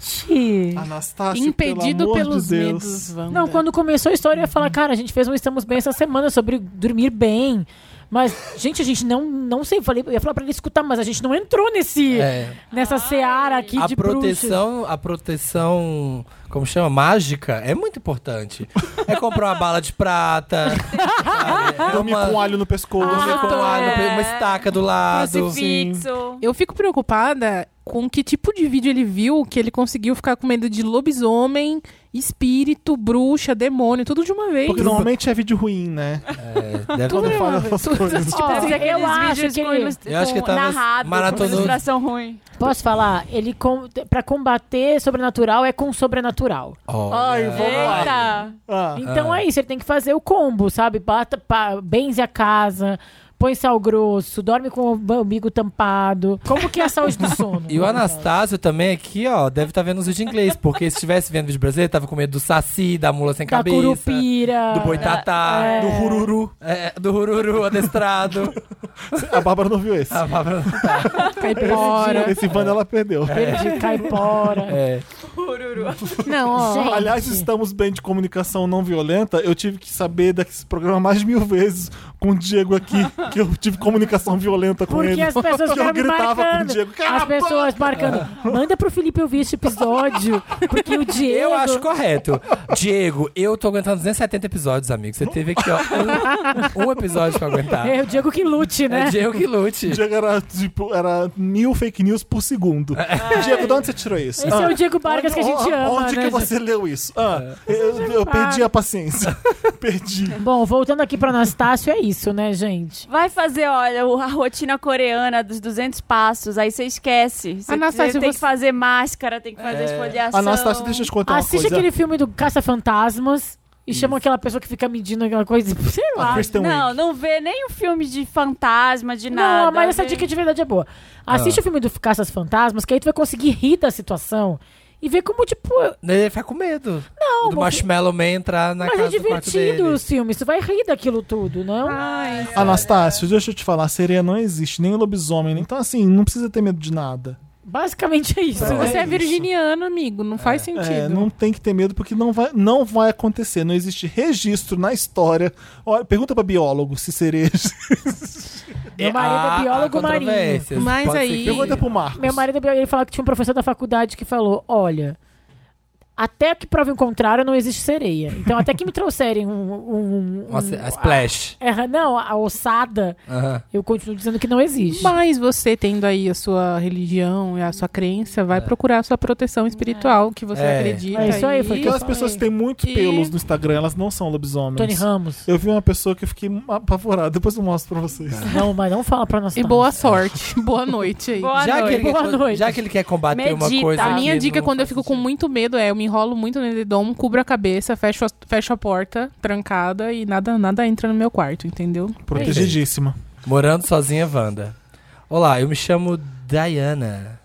Speaker 3: Gente.
Speaker 5: Anastácia,
Speaker 4: Impedido
Speaker 5: pelo amor
Speaker 4: pelos
Speaker 5: de Deus.
Speaker 4: medos, Wanda.
Speaker 3: Não, quando começou a história, eu ia falar, cara, a gente fez um Estamos Bem essa semana sobre dormir bem. Mas, gente, a gente não, não sei, eu falei, eu ia falar pra ele escutar, mas a gente não entrou nesse,
Speaker 2: É.
Speaker 3: nessa seara aqui
Speaker 2: a
Speaker 3: de bruxas.
Speaker 2: proteção, a proteção, como chama, mágica, é muito importante. É comprar uma bala de prata, sabe? É
Speaker 5: Dormir
Speaker 2: uma,
Speaker 5: com alho no pescoço.
Speaker 4: Ah,
Speaker 2: dormir com um alho,
Speaker 1: é.
Speaker 2: uma estaca do lado.
Speaker 1: Crucifixo.
Speaker 4: Eu fico preocupada com que tipo de vídeo ele viu que ele conseguiu ficar com medo de lobisomem, espírito, bruxa, demônio, tudo de uma vez.
Speaker 5: Porque normalmente é vídeo ruim, né?
Speaker 2: É, deve
Speaker 5: Quando
Speaker 2: ter-
Speaker 5: fala essas coisas.
Speaker 1: Tipo,
Speaker 3: Ó,
Speaker 1: assim, aqueles
Speaker 3: eu acho
Speaker 1: vídeos
Speaker 3: que-
Speaker 1: com, ilust...
Speaker 2: Eu acho que
Speaker 1: com-
Speaker 5: tá
Speaker 2: tava
Speaker 1: narrado, com
Speaker 2: maratonando-
Speaker 1: ilustração ruim.
Speaker 3: Posso falar? Ele, com, pra combater sobrenatural, é com sobrenatural.
Speaker 5: Ai,
Speaker 2: Olha.
Speaker 5: vamos lá.
Speaker 1: Eita!
Speaker 5: Ah,
Speaker 3: Então é isso, ele tem que fazer o combo, sabe? Bata, pá, benze a casa, põe sal grosso, dorme com o umbigo tampado. Como que é a saúde do sono?
Speaker 2: E o Anastácio também aqui, ó, deve estar vendo os vídeos em inglês, porque se estivesse vendo vídeo brasileiro, tava com medo do saci, da mula sem
Speaker 3: Da
Speaker 2: cabeça,
Speaker 3: curupira.
Speaker 2: do boitatá,
Speaker 3: É.
Speaker 2: do hururu, é, do hururu adestrado.
Speaker 5: a Bárbara não viu esse.
Speaker 2: A Bárbara-
Speaker 3: Caipora.
Speaker 5: Esse Wanda ela perdeu.
Speaker 3: Perdi caipora.
Speaker 2: é.
Speaker 4: Não, ó.
Speaker 3: Gente.
Speaker 5: Aliás, estamos bem de comunicação não violenta. Eu tive que saber desse programa mais de mil vezes com o Diego aqui, que eu tive comunicação violenta com
Speaker 3: Porque
Speaker 5: ele.
Speaker 3: as pessoas
Speaker 5: que
Speaker 3: ficaram
Speaker 5: eu
Speaker 3: me
Speaker 5: gritava com o
Speaker 3: marcando.
Speaker 5: Diego. "Cala
Speaker 3: As
Speaker 5: a boca!"
Speaker 3: pessoas marcando. Manda pro Felipe ouvir esse episódio. Porque o Diego.
Speaker 2: Eu acho correto. Diego, eu tô aguentando 270 episódios, amigo. Você teve aqui, ó, um, um episódio pra aguentar.
Speaker 3: É o Diego que lute, né?
Speaker 2: É Diego que lute.
Speaker 5: O Diego era, tipo, era mil fake news por segundo. Diego, de onde você tirou isso? Ah.
Speaker 3: Esse é o Diego Vargas que a gente
Speaker 5: Onde-
Speaker 3: ama,
Speaker 5: Onde
Speaker 3: né, gente?
Speaker 5: que você leu isso? Ah, eu, eu perdi a paciência. perdi.
Speaker 3: Bom, voltando aqui pra Anastácio, é isso, né, gente?
Speaker 1: Vai fazer, olha, o- a rotina coreana dos 200 passos, aí você esquece.
Speaker 3: Ah,
Speaker 1: Você
Speaker 4: Anastácia,
Speaker 1: você tem
Speaker 4: você-
Speaker 1: que fazer máscara, tem que fazer esfoliação.
Speaker 5: Anastácia, É. deixa eu te contar
Speaker 3: Assiste
Speaker 5: uma coisa.
Speaker 3: aquele filme do Caça-Fantasmas e chama aquela pessoa que fica medindo aquela coisa, sei lá.
Speaker 5: A Kristen
Speaker 1: Não,
Speaker 5: Wiig.
Speaker 1: não vê nem o filme de fantasma, de nada. né?
Speaker 3: Não, mas essa
Speaker 1: vê-
Speaker 3: dica de verdade é boa. Assiste
Speaker 2: Ah.
Speaker 3: o filme do Caças Fantasmas, que aí tu vai conseguir rir da situação e ver como, tipo.
Speaker 2: Ele fica com medo.
Speaker 3: Não,
Speaker 2: do
Speaker 3: porque-
Speaker 2: Marshmallow Man entrar na
Speaker 3: Mas
Speaker 2: casa
Speaker 3: é
Speaker 2: do quarto dele.
Speaker 3: divertido os filmes, tu vai rir daquilo tudo, não?
Speaker 1: Ah.
Speaker 5: Anastácio, deixa eu te falar, sereia não existe, nem lobisomem, nem- então assim, não precisa ter medo de nada.
Speaker 3: Basicamente é isso.
Speaker 4: Se você é
Speaker 5: isso.
Speaker 4: virginiano, amigo, não faz sentido.
Speaker 5: É, não tem que ter medo porque não vai, não vai acontecer, não existe registro na história. Olha, pergunta pra biólogo se sereia.
Speaker 3: Meu
Speaker 2: Ah,
Speaker 3: marido é
Speaker 2: Há- há
Speaker 3: biólogo
Speaker 2: controvérsias.
Speaker 4: Mas
Speaker 2: Pode ser
Speaker 4: aí-
Speaker 2: que-
Speaker 5: Pergunta pro Marcos.
Speaker 3: Meu marido é biólogo, ele falou que tinha um professor da faculdade que falou: olha, até que prove o contrário, não existe sereia. Então, até que me trouxerem um. um, um-
Speaker 2: Uma se- a splash.
Speaker 3: É, não, a ossada,
Speaker 2: Aham.
Speaker 3: eu continuo dizendo que não existe.
Speaker 4: Mas você tendo aí a sua religião e a sua crença,
Speaker 1: É.
Speaker 4: vai procurar a sua proteção espiritual que você
Speaker 2: É.
Speaker 4: acredita.
Speaker 3: É isso aí, foi que eu
Speaker 5: Aquelas pessoas que têm muitos
Speaker 4: E-
Speaker 5: pelos no Instagram, elas não são lobisomens.
Speaker 3: Tony Ramos.
Speaker 5: Eu vi uma pessoa que eu fiquei apavorada, depois eu mostro pra vocês.
Speaker 3: Não, mas não fala pra nós.
Speaker 4: E boa sorte. Boa noite aí.
Speaker 1: Boa
Speaker 2: já, que
Speaker 1: noite.
Speaker 2: ele quer,
Speaker 3: Boa noite.
Speaker 2: já que ele quer combater uma
Speaker 1: Medita.
Speaker 2: coisa.
Speaker 1: Tá,
Speaker 4: A
Speaker 2: que
Speaker 4: minha dica é
Speaker 2: não
Speaker 4: quando eu
Speaker 2: faz
Speaker 4: fico com
Speaker 2: sentido.
Speaker 4: muito medo é eu me enrolo muito no edredom, cubro a cabeça, fecho a, fecho a porta trancada e nada, nada entra no meu quarto, entendeu?
Speaker 3: É
Speaker 5: Protegidíssima.
Speaker 2: Morando sozinha, é Wanda. Olá, eu me chamo Diana.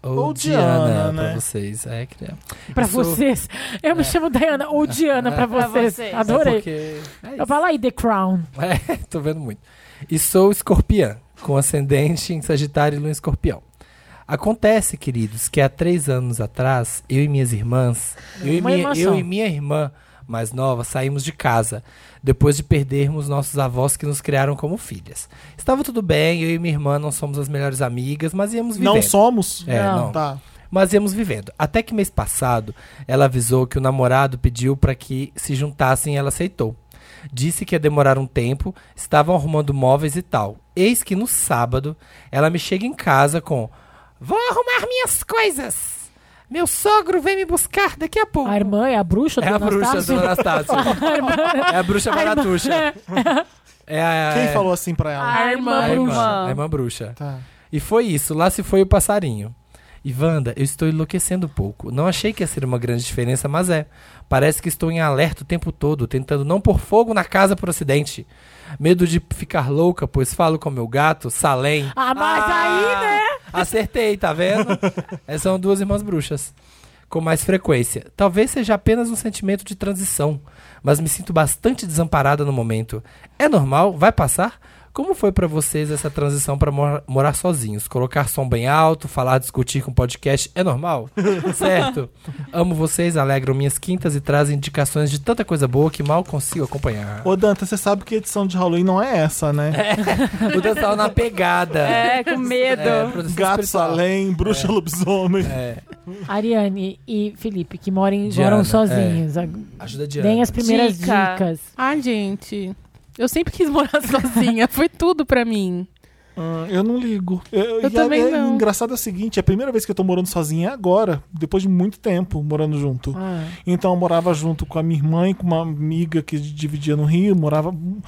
Speaker 2: Ou,
Speaker 5: Ou
Speaker 2: Diana,
Speaker 5: Diana,
Speaker 2: pra
Speaker 5: né?
Speaker 2: vocês. É, queria.
Speaker 3: Pra
Speaker 2: Eu sou-
Speaker 3: vocês. Eu me chamo Diana ou Diana É. pra
Speaker 1: Pra
Speaker 3: vocês.
Speaker 1: vocês.
Speaker 2: É
Speaker 3: Adorei.
Speaker 2: porque- é isso.
Speaker 3: Fala aí, The Crown.
Speaker 2: É, tô vendo muito. E sou escorpião, com ascendente em Sagitário e Lua em Escorpião. Acontece, queridos, que há três anos atrás, eu e minhas irmãs, eu e,
Speaker 3: Uma
Speaker 2: minha,
Speaker 3: emoção.
Speaker 2: eu e minha irmã mais nova saímos de casa, depois de perdermos nossos avós que nos criaram como filhas. Estava tudo bem, eu e minha irmã não somos as melhores amigas, mas íamos vivendo.
Speaker 5: Não somos?
Speaker 2: É,
Speaker 3: Não.
Speaker 2: não.
Speaker 5: Tá.
Speaker 2: Mas íamos vivendo. Até que mês passado, ela avisou que o namorado pediu para que se juntassem e ela aceitou. Disse que ia demorar um tempo, estavam arrumando móveis e tal. Eis que no sábado, ela me chega em casa com: Vou arrumar minhas coisas! Meu sogro vem me buscar daqui a pouco.
Speaker 3: A irmã é a bruxa do
Speaker 2: é a bruxa do
Speaker 3: Anastácio?
Speaker 2: Anastácio. é a bruxa baratuxa. É a,
Speaker 5: Quem falou assim pra
Speaker 3: Ah.
Speaker 5: ela?
Speaker 1: A irmã,
Speaker 2: a irmã,
Speaker 1: bruxa.
Speaker 2: a irmã bruxa.
Speaker 5: Tá.
Speaker 2: E foi isso, lá se foi o passarinho. E Wanda, eu estou enlouquecendo um pouco. Não achei que ia ser uma grande diferença, mas é. Parece que estou em alerta o tempo todo, tentando não pôr fogo na casa por acidente. Medo de ficar louca, pois falo com meu gato, Salem.
Speaker 3: Ah, mas aí, né?
Speaker 2: Acertei, tá vendo? Essas são duas irmãs bruxas. com mais frequência. Talvez seja apenas um sentimento de transição, mas me sinto bastante desamparada no momento. É normal? Vai passar? Como foi pra vocês essa transição pra mor- morar sozinhos? Colocar som bem alto, falar, discutir com podcast é normal? certo? Amo vocês, alegram minhas quintas e trazem indicações de tanta coisa boa que mal consigo acompanhar.
Speaker 5: Ô, Danta, você sabe que a edição de Halloween não é essa, né?
Speaker 2: O Dan tava na pegada.
Speaker 1: É, com medo.
Speaker 2: É, produção
Speaker 5: Gato
Speaker 2: espiritual.
Speaker 5: Salém, Bruxa Lobisomem.
Speaker 2: É,
Speaker 3: Ariane e Felipe, que moram,
Speaker 2: Diana,
Speaker 3: moram sozinhos. a-
Speaker 2: ajuda a Diana.
Speaker 3: Deem as primeiras
Speaker 1: Dica.
Speaker 3: dicas.
Speaker 4: Ai, Ah, gente. Eu sempre quis morar sozinha. Foi tudo pra mim.
Speaker 5: Ah, eu não ligo.
Speaker 4: Eu
Speaker 5: e
Speaker 4: também
Speaker 5: é,
Speaker 4: não.
Speaker 5: engraçado é o seguinte, a primeira vez que eu tô morando sozinha é agora, depois de muito tempo morando junto.
Speaker 3: Ah,
Speaker 5: Então eu morava junto com a minha irmã e com uma amiga que dividia no Rio, morava com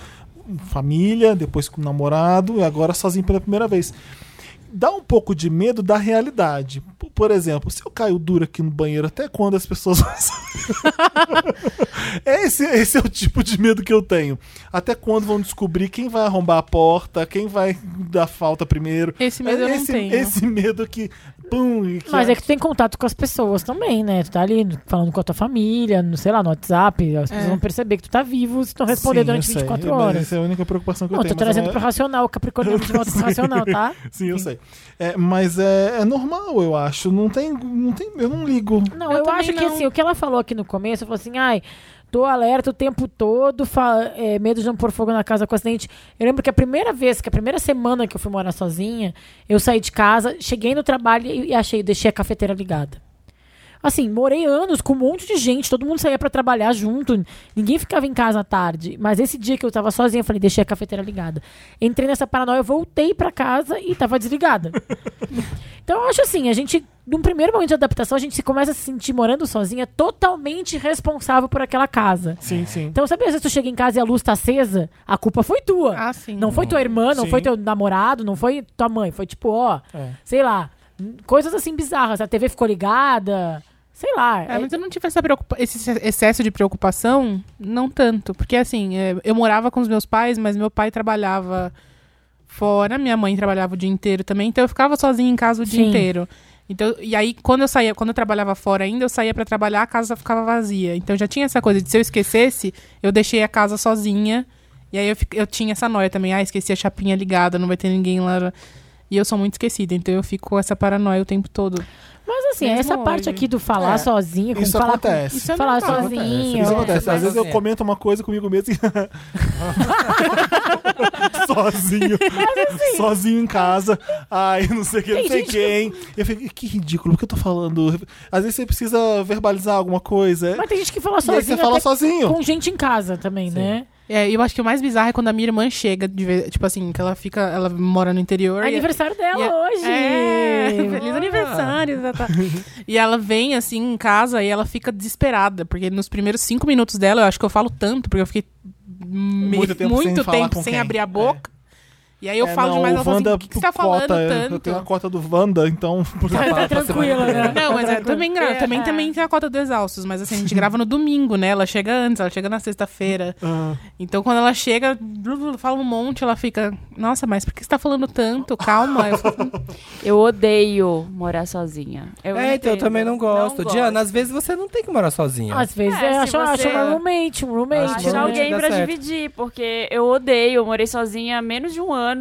Speaker 5: família, depois com o namorado e agora sozinho pela primeira vez. Dá um pouco de medo da realidade. P- Por exemplo, se eu caio duro aqui no banheiro, até quando as pessoas vão saber? esse, esse é o tipo de medo que eu tenho. Até quando vão descobrir quem vai arrombar a porta, quem vai dar falta primeiro.
Speaker 4: Esse medo eu não
Speaker 5: esse,
Speaker 4: tenho.
Speaker 5: Esse medo que. Pum, que
Speaker 3: Mas é que tu tem contato com as pessoas também, né? Tu tá ali falando com a tua família, no, sei lá, no WhatsApp. As pessoas
Speaker 4: É.
Speaker 3: vão perceber que tu tá vivo se tu não responder
Speaker 5: Sim,
Speaker 3: durante
Speaker 5: eu sei,
Speaker 3: 24
Speaker 5: mas
Speaker 3: horas.
Speaker 5: Essa é a única preocupação que
Speaker 3: Não,
Speaker 5: eu
Speaker 3: eu tô
Speaker 5: tenho. mas
Speaker 3: trazendo
Speaker 5: é-
Speaker 3: pro racional, o Capricorniano de volta pro racional, tá?
Speaker 5: Sim, eu sei. É, mas é, é normal, eu acho. Não tem, não tem. Eu não ligo.
Speaker 3: Não,
Speaker 4: Eu
Speaker 3: eu,
Speaker 4: também
Speaker 3: acho que
Speaker 4: não.
Speaker 3: assim, o que ela falou aqui no começo, falou assim, ai, tô alerta o tempo todo, fa- é, medo de não pôr fogo na casa com acidente. Eu lembro que a primeira vez, que a primeira semana que eu fui morar sozinha, eu saí de casa, cheguei no trabalho e e achei, deixei a cafeteira ligada. Assim, morei anos com um monte de gente, todo mundo saía pra trabalhar junto, ninguém ficava em casa à tarde. Mas esse dia que eu tava sozinha, eu falei, deixei a cafeteira ligada. Entrei nessa paranoia, voltei pra casa e tava desligada. Então eu acho assim, a gente, num primeiro momento de adaptação, a gente se começa a se sentir morando sozinha totalmente responsável por aquela casa.
Speaker 5: Sim, sim.
Speaker 3: Então, sabe, às vezes tu chega em casa e a luz tá acesa, a culpa foi tua.
Speaker 4: Ah, sim.
Speaker 3: Não foi tua irmã, não
Speaker 5: Sim.
Speaker 3: foi teu namorado, não foi tua mãe. Foi tipo, ó,
Speaker 5: É.
Speaker 3: sei lá, hum, coisas assim bizarras. A TV ficou ligada, sei lá.
Speaker 4: É,
Speaker 3: é-
Speaker 4: mas eu não tive essa preocupa- esse excesso de preocupação, não tanto. Porque, assim, é, eu morava com os meus pais, mas meu pai trabalhava fora, minha mãe trabalhava o dia inteiro também, então eu ficava sozinha em casa o dia
Speaker 3: Sim.
Speaker 4: inteiro. Então, e aí, quando eu saía, quando eu trabalhava fora ainda, eu saía pra trabalhar, a casa ficava vazia. Então já tinha essa coisa de se eu esquecesse, eu deixei a casa sozinha. E aí eu, fi- eu tinha essa noia também, ah, esqueci a chapinha ligada, não vai ter ninguém lá. E eu sou muito esquecida, então eu fico com essa paranoia o tempo todo.
Speaker 3: mas assim,
Speaker 4: Mesmo
Speaker 3: essa parte
Speaker 4: hoje.
Speaker 3: aqui do falar
Speaker 5: É,
Speaker 3: sozinho, com
Speaker 5: Isso
Speaker 3: falar, com-
Speaker 5: acontece.
Speaker 4: Isso é
Speaker 3: falar
Speaker 4: normal.
Speaker 3: sozinho.
Speaker 5: Isso
Speaker 3: é.
Speaker 5: acontece. Às vezes eu
Speaker 2: Sozinha.
Speaker 5: comento uma coisa comigo mesmo e. Sozinho. Sozinho em casa. Ai, não sei quem, não
Speaker 3: Tem
Speaker 5: sei
Speaker 3: gente que-
Speaker 5: quem. Eu fico, que ridículo, o que eu tô falando? Às vezes você precisa verbalizar alguma coisa.
Speaker 3: Mas tem gente que fala
Speaker 5: e aí você
Speaker 3: sozinho,
Speaker 5: fala
Speaker 3: até
Speaker 5: sozinho.
Speaker 3: com gente em casa também, né?
Speaker 4: É, eu acho que o mais bizarro é quando a minha irmã chega, de vez- tipo assim, que ela fica, ela mora no interior.
Speaker 3: É
Speaker 4: e-
Speaker 3: aniversário dela
Speaker 4: e a-
Speaker 3: hoje.
Speaker 4: É, feliz aniversário. tá, tá. e ela vem assim em casa e ela fica desesperada, porque nos primeiros cinco minutos dela, eu acho que eu falo tanto, porque eu fiquei me-
Speaker 5: Muito tempo sem
Speaker 4: muito
Speaker 5: falar
Speaker 4: tempo
Speaker 5: com
Speaker 4: sem
Speaker 5: quem.
Speaker 4: abrir a boca. E aí eu
Speaker 5: É,
Speaker 4: falo
Speaker 5: não,
Speaker 4: demais,
Speaker 5: o
Speaker 4: ela fala assim,
Speaker 5: Wanda
Speaker 4: o que, que você tá
Speaker 5: cota,
Speaker 4: falando
Speaker 5: Eu
Speaker 4: tanto?
Speaker 5: tenho a cota do Wanda, então.
Speaker 3: Tá tranquila, né?
Speaker 4: Não, mas é,
Speaker 3: Outra
Speaker 4: também, gra-
Speaker 3: coisa.
Speaker 4: também,
Speaker 1: é.
Speaker 4: também tem a cota do Exaustos, mas assim, a gente grava no domingo, né? Ela chega antes, ela chega na sexta-feira.
Speaker 5: Ah.
Speaker 4: Então quando ela chega, blu, blu, fala um monte, ela fica, nossa, mas por que você tá falando tanto? Calma. Eu falo,
Speaker 1: Eu odeio morar sozinha. Eu
Speaker 2: é, então eu
Speaker 1: entendo.
Speaker 2: também não gosto. Diana, às vezes você não tem que morar sozinha.
Speaker 3: Às vezes
Speaker 1: É,
Speaker 3: é,
Speaker 1: se
Speaker 3: acho, acho
Speaker 1: você-
Speaker 3: uma roommate, um roommate.
Speaker 2: Acho que
Speaker 1: achar
Speaker 3: né?
Speaker 2: Realmente
Speaker 1: alguém
Speaker 2: dá
Speaker 1: pra
Speaker 2: certo.
Speaker 1: dividir, porque eu odeio, eu morei sozinha há menos de um ano.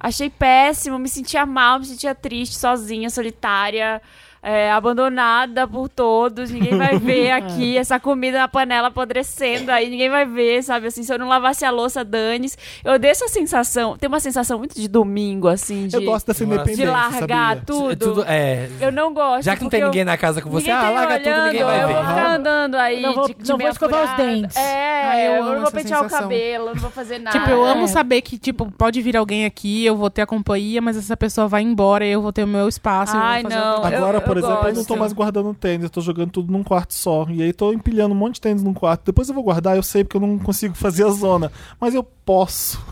Speaker 1: Achei péssimo, me sentia mal, me sentia triste, sozinha, solitária, é, abandonada por todos. Ninguém vai ver aqui essa comida na panela apodrecendo aí, ninguém vai ver, sabe? Assim, se eu não lavasse a louça, dane-se. Eu odeio essa sensação, tem uma sensação muito de domingo, assim, de,
Speaker 5: Eu gosto dessa
Speaker 2: de
Speaker 5: independência.
Speaker 1: de largar
Speaker 5: sabia?
Speaker 1: tudo.
Speaker 2: É tudo- é,
Speaker 1: Eu não gosto.
Speaker 2: já que não tem
Speaker 1: porque eu-
Speaker 2: ninguém na casa com você,
Speaker 1: ninguém
Speaker 2: ah,
Speaker 1: tem
Speaker 2: larga
Speaker 1: olhando,
Speaker 2: tudo, ninguém vai
Speaker 1: eu
Speaker 2: ver.
Speaker 1: vou ficar andando aí.
Speaker 3: Não vou-
Speaker 1: de, de
Speaker 3: não vou
Speaker 1: meia
Speaker 3: escovar os
Speaker 1: furada.
Speaker 3: dentes.
Speaker 1: É,
Speaker 4: Ah, eu
Speaker 1: eu,
Speaker 4: amo
Speaker 1: não
Speaker 4: essa
Speaker 1: vou pentear o
Speaker 4: sensação.
Speaker 1: cabelo, eu não vou fazer nada.
Speaker 4: Tipo, eu amo
Speaker 3: é.
Speaker 4: saber que, tipo, pode vir alguém aqui, eu vou ter a companhia, mas essa pessoa vai embora e eu vou ter o meu espaço. eu vou
Speaker 1: Ai,
Speaker 4: fazer
Speaker 1: não.
Speaker 4: outra-
Speaker 1: Eu-
Speaker 5: Agora, por exemplo, eu não
Speaker 1: gosto.
Speaker 5: tô mais guardando tênis, eu tô jogando tudo num quarto só. E aí tô empilhando um monte de tênis num quarto. Depois eu vou guardar, eu sei porque eu não consigo fazer a zona. Mas eu posso.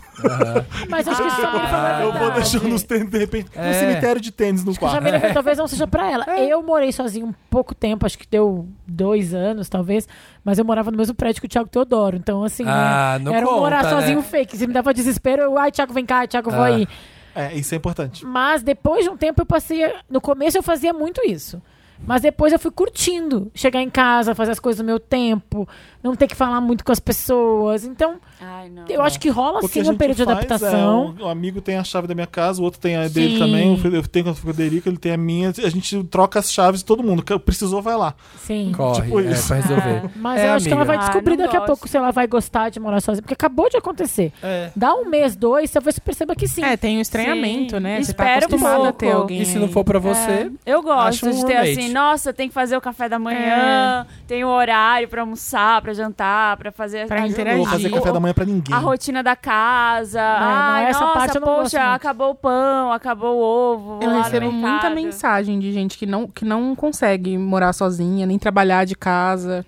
Speaker 3: Mas acho que isso
Speaker 2: Ah,
Speaker 3: também foi uma
Speaker 5: eu vou
Speaker 3: Ah, verdade.
Speaker 5: deixando os tênis, de repente,
Speaker 2: É.
Speaker 5: um cemitério de tênis no
Speaker 3: Já
Speaker 5: quarto.
Speaker 3: me lembro, talvez não seja pra ela. Eu morei sozinha um pouco tempo, acho que deu dois anos, talvez. Mas eu morava no mesmo prédio que o Thiago Teodoro. Então, assim,
Speaker 2: Ah,
Speaker 3: né,
Speaker 2: não
Speaker 3: era um
Speaker 2: conta,
Speaker 3: morar
Speaker 2: né?
Speaker 3: sozinho fake. Se me dava desespero, eu, ai, Thiago, vem cá, Thiago, vou
Speaker 2: Ah.
Speaker 3: aí.
Speaker 5: É, isso é importante.
Speaker 3: Mas depois de um tempo eu passei. No começo eu fazia muito isso. Mas depois eu fui curtindo. Chegar em casa, fazer as coisas no meu tempo, não ter que falar muito com as pessoas. Então,
Speaker 1: Ai, não.
Speaker 3: eu acho que rola
Speaker 5: Porque a
Speaker 3: sim um
Speaker 5: gente
Speaker 3: período de
Speaker 5: faz,
Speaker 3: adaptação.
Speaker 5: É, um, um amigo tem a chave da minha casa, o outro tem a dele
Speaker 3: Sim.
Speaker 5: também. eu- Eu tenho com a Frederica, ele tem a minha. A gente troca as chaves de todo mundo. que Precisou, vai lá.
Speaker 3: Sim.
Speaker 2: Corre,
Speaker 5: Tipo
Speaker 2: é,
Speaker 5: isso.
Speaker 2: pra resolver.
Speaker 3: Mas
Speaker 2: É,
Speaker 3: eu acho que ela
Speaker 2: amiga.
Speaker 3: vai descobrir
Speaker 1: Ah, não
Speaker 3: daqui a
Speaker 1: gosto.
Speaker 3: pouco se ela vai gostar de morar sozinha. Porque acabou de acontecer.
Speaker 5: É.
Speaker 3: Dá um mês, dois, talvez você perceba que sim.
Speaker 4: É, tem um estranhamento,
Speaker 1: assim, Sim.
Speaker 4: né? Você tá
Speaker 1: Espera um
Speaker 4: acostumado a
Speaker 1: pouco.
Speaker 4: ter alguém.
Speaker 2: E se não for pra você,
Speaker 1: Eu
Speaker 2: Acho
Speaker 1: gosto
Speaker 2: um
Speaker 1: de ter
Speaker 2: roommate.
Speaker 1: assim, nossa, tem que fazer o café da manhã, tem o horário pra almoçar, pra jantar, pra fazer
Speaker 4: Pra
Speaker 1: a-
Speaker 5: Eu não
Speaker 4: interagir.
Speaker 5: vou fazer
Speaker 1: Né, o-
Speaker 5: café da manhã pra ninguém.
Speaker 1: A rotina da casa.
Speaker 3: não,
Speaker 1: Ai,
Speaker 3: essa
Speaker 1: nossa,
Speaker 3: parte eu não gosto
Speaker 1: poxa,
Speaker 3: muito.
Speaker 1: acabou o pão, acabou o ovo. vou
Speaker 4: Eu
Speaker 1: lá no
Speaker 4: recebo muita
Speaker 1: mercado.
Speaker 4: mensagem de gente que não, que não consegue morar sozinha, nem trabalhar de casa.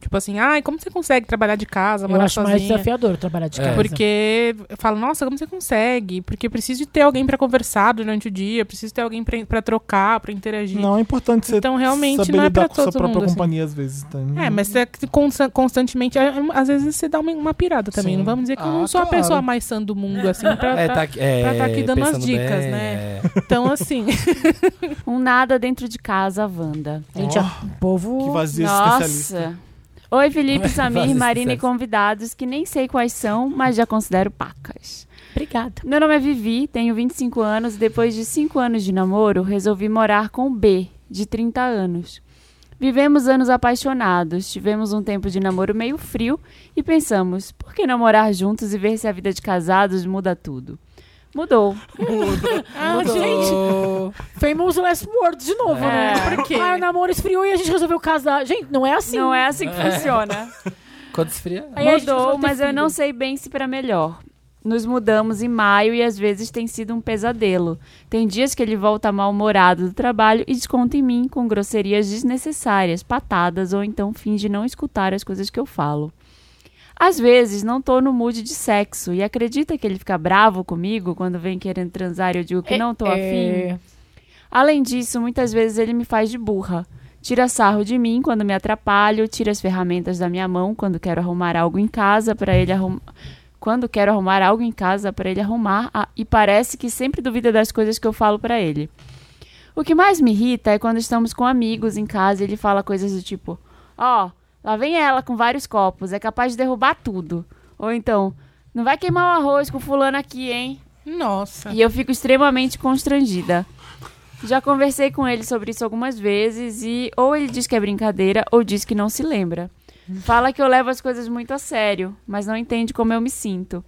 Speaker 4: Tipo assim, ai, como você consegue trabalhar de casa,
Speaker 3: Eu
Speaker 4: morar
Speaker 3: acho mais
Speaker 4: sozinha?
Speaker 3: desafiador trabalhar de
Speaker 2: É.
Speaker 3: casa.
Speaker 4: Porque eu falo, nossa, como você consegue? Porque eu preciso de ter alguém pra conversar durante o dia, eu preciso ter alguém pra pra trocar, pra interagir.
Speaker 5: Não, é importante você
Speaker 4: Então, realmente,
Speaker 5: saber
Speaker 4: não é
Speaker 5: lidar
Speaker 4: pra
Speaker 5: com sua
Speaker 4: todo
Speaker 5: própria
Speaker 4: mundo, assim.
Speaker 5: companhia às vezes. Tá?
Speaker 4: É, mas você consta- constantemente, é, às vezes você dá uma, uma pirada também.
Speaker 5: Sim.
Speaker 4: Não vamos dizer que
Speaker 5: Ah,
Speaker 4: eu não sou
Speaker 5: claro.
Speaker 4: a pessoa mais sã do mundo, assim, pra,
Speaker 2: é,
Speaker 4: pra-
Speaker 2: tá, aqui- é,
Speaker 4: pra tá aqui dando as
Speaker 2: pensando
Speaker 4: dicas,
Speaker 2: bem,
Speaker 4: né?
Speaker 2: é.
Speaker 4: Então, assim,
Speaker 1: Um nada dentro de casa, Wanda.
Speaker 3: Gente,
Speaker 5: Oh,
Speaker 3: o povo.
Speaker 5: que vazio especialista.
Speaker 1: Nossa. Oi, Felipe, Samir,
Speaker 2: Vazio
Speaker 1: Marina e
Speaker 2: especialista.
Speaker 1: convidados, que nem sei quais são, mas já considero pacas.
Speaker 3: Obrigada.
Speaker 1: Meu nome é Vivi, tenho 25 anos e depois de 5 anos de namoro, resolvi morar com o B, de 30 anos. Vivemos anos apaixonados, tivemos um tempo de namoro meio frio e pensamos, por que não morar juntos e ver se a vida de casados muda tudo? Mudou.
Speaker 3: Ah, gente,
Speaker 2: Ô,
Speaker 3: famous last words de novo, né? Por quê? Ah, o namoro esfriou e a gente resolveu casar. Gente, não é assim.
Speaker 1: Não é assim que funciona.
Speaker 2: Quando esfria.
Speaker 3: Aí a gente
Speaker 1: Mudou,
Speaker 3: resolveu ter
Speaker 1: mas eu
Speaker 3: filho.
Speaker 1: não sei bem se para melhor. Nos mudamos em maio e às vezes tem sido um pesadelo. Tem dias que ele volta mal-humorado do trabalho e desconta em mim com grosserias desnecessárias, patadas ou então finge não escutar as coisas que eu falo. Às vezes não tô no mood de sexo e acredita que ele fica bravo comigo quando vem querendo transar e eu digo que não tô afim?
Speaker 3: É,
Speaker 1: Além disso, muitas vezes ele me faz de burra. Tira sarro de mim quando me atrapalho, tira as ferramentas da minha mão quando quero arrumar algo em casa para ele arrumar. Quando quero arrumar algo em casa para ele arrumar, ah, e parece que sempre duvida das coisas que eu falo para ele. O que mais me irrita é quando estamos com amigos em casa e ele fala coisas do tipo: Ó, lá vem ela com vários copos, é capaz de derrubar tudo. Ou então, não vai queimar o arroz com fulano aqui, hein?
Speaker 4: nossa.
Speaker 1: E eu fico extremamente constrangida. Já conversei com ele sobre isso algumas vezes e ou ele diz que é brincadeira ou diz que não se lembra. Fala que eu levo as coisas muito a sério, mas não entende como eu me sinto.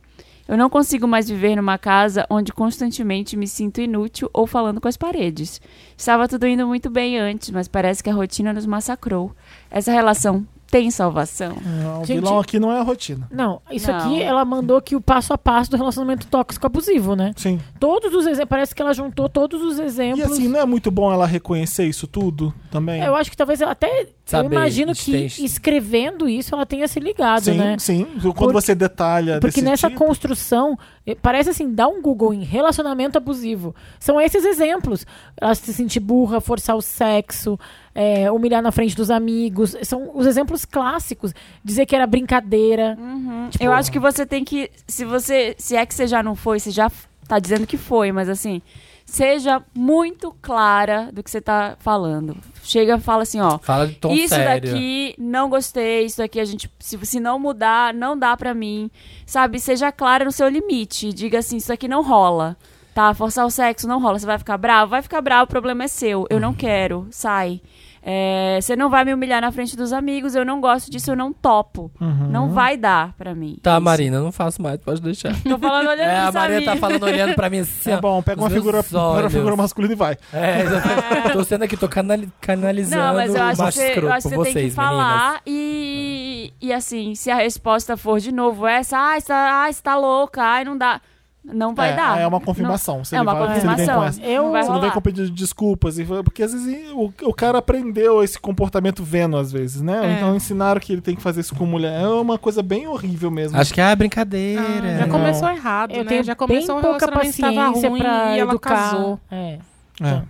Speaker 1: Eu não consigo mais viver numa casa onde constantemente me sinto inútil ou falando com as paredes. Estava tudo indo muito bem antes, mas parece que a rotina nos massacrou. Essa relação tem salvação.
Speaker 5: Não, o
Speaker 3: Gente-
Speaker 5: vilão aqui não é a rotina.
Speaker 3: Não, isso
Speaker 1: Não.
Speaker 3: aqui ela mandou aqui o passo a passo do relacionamento tóxico abusivo, né?
Speaker 5: Sim.
Speaker 3: Todos os exemplos. Parece que ela juntou todos os
Speaker 5: E
Speaker 3: exemplos.
Speaker 5: assim, não é muito bom ela reconhecer isso tudo também?
Speaker 3: um Eu acho que talvez ela até.
Speaker 2: Saber,
Speaker 3: eu imagino que
Speaker 2: extens-
Speaker 3: escrevendo isso ela tenha se ligado,
Speaker 5: sim,
Speaker 3: né?
Speaker 5: sim. Quando
Speaker 3: Porque-
Speaker 5: você detalha
Speaker 3: Porque
Speaker 5: desse
Speaker 3: nessa
Speaker 5: tipo,
Speaker 3: construção, eh, parece assim, dá um Google em relacionamento abusivo. São esses exemplos. Ela se sentir burra, forçar o sexo, eh, humilhar na frente dos amigos. São os exemplos clássicos. Dizer que era brincadeira.
Speaker 4: Uhum,
Speaker 1: eu acho que você tem que. Se você. Se é que você já não foi, você já f- tá dizendo que foi, mas assim. Seja muito clara do que você tá falando. Chega e fala assim, ó.
Speaker 2: Fala de tom
Speaker 1: isso
Speaker 2: sério.
Speaker 1: daqui não gostei, isso daqui a gente. Se, se não mudar, não dá pra mim. Sabe? Seja clara no seu limite. Diga assim, isso daqui não rola. Tá? Forçar o sexo não rola. Você vai ficar bravo? Vai ficar bravo, o problema é seu. Eu não
Speaker 2: Uhum.
Speaker 1: quero. Sai. É, você não vai me humilhar na frente dos amigos, eu não gosto disso, eu não topo. Não vai dar pra mim.
Speaker 2: Uhum. Tá,
Speaker 1: isso.
Speaker 2: Marina, não faço mais, pode deixar.
Speaker 1: Tô falando olhando
Speaker 2: É,
Speaker 1: pro
Speaker 2: a Marina tá
Speaker 1: Samir.
Speaker 2: falando olhando pra mim assim,
Speaker 5: É
Speaker 2: ó.
Speaker 5: bom, pega
Speaker 2: Os
Speaker 5: uma
Speaker 2: meus
Speaker 5: figura, pega uma
Speaker 2: olhos.
Speaker 5: figura masculina e vai.
Speaker 2: É, exatamente. Tô sendo aqui, tô canali- canalizando
Speaker 1: Não, mas eu acho
Speaker 2: o
Speaker 1: que
Speaker 2: macho
Speaker 1: você, eu
Speaker 2: escroto
Speaker 1: acho que
Speaker 2: por
Speaker 1: você
Speaker 2: vocês,
Speaker 1: tem que falar e, e assim, se a resposta for de novo essa, ai, você tá, ai, você tá louca, ai, não dá. Não vai
Speaker 5: é,
Speaker 1: dar.
Speaker 5: é uma confirmação. se
Speaker 1: Não, é
Speaker 5: ele
Speaker 1: uma
Speaker 5: vai- se ele vem
Speaker 1: confirmação.
Speaker 5: com essa-
Speaker 1: Eu, não vai
Speaker 5: Você não vem
Speaker 1: rolar.
Speaker 5: com pedido de desculpas. e fala- Porque às vezes o, o cara aprendeu esse comportamento vendo, às vezes, né?
Speaker 4: É.
Speaker 5: Então ensinaram que ele tem que fazer isso com mulher. É uma coisa bem horrível mesmo.
Speaker 2: Acho que ah, é brincadeira.
Speaker 4: Já
Speaker 5: Não.
Speaker 4: começou errado,
Speaker 3: Eu
Speaker 4: né?
Speaker 3: tenho
Speaker 4: já
Speaker 3: bem
Speaker 4: começou um
Speaker 3: pouca
Speaker 4: relacionamento que tava
Speaker 3: paciência
Speaker 4: ruim
Speaker 3: pra
Speaker 4: e ela
Speaker 3: educar.
Speaker 4: casou.
Speaker 3: É.
Speaker 5: É.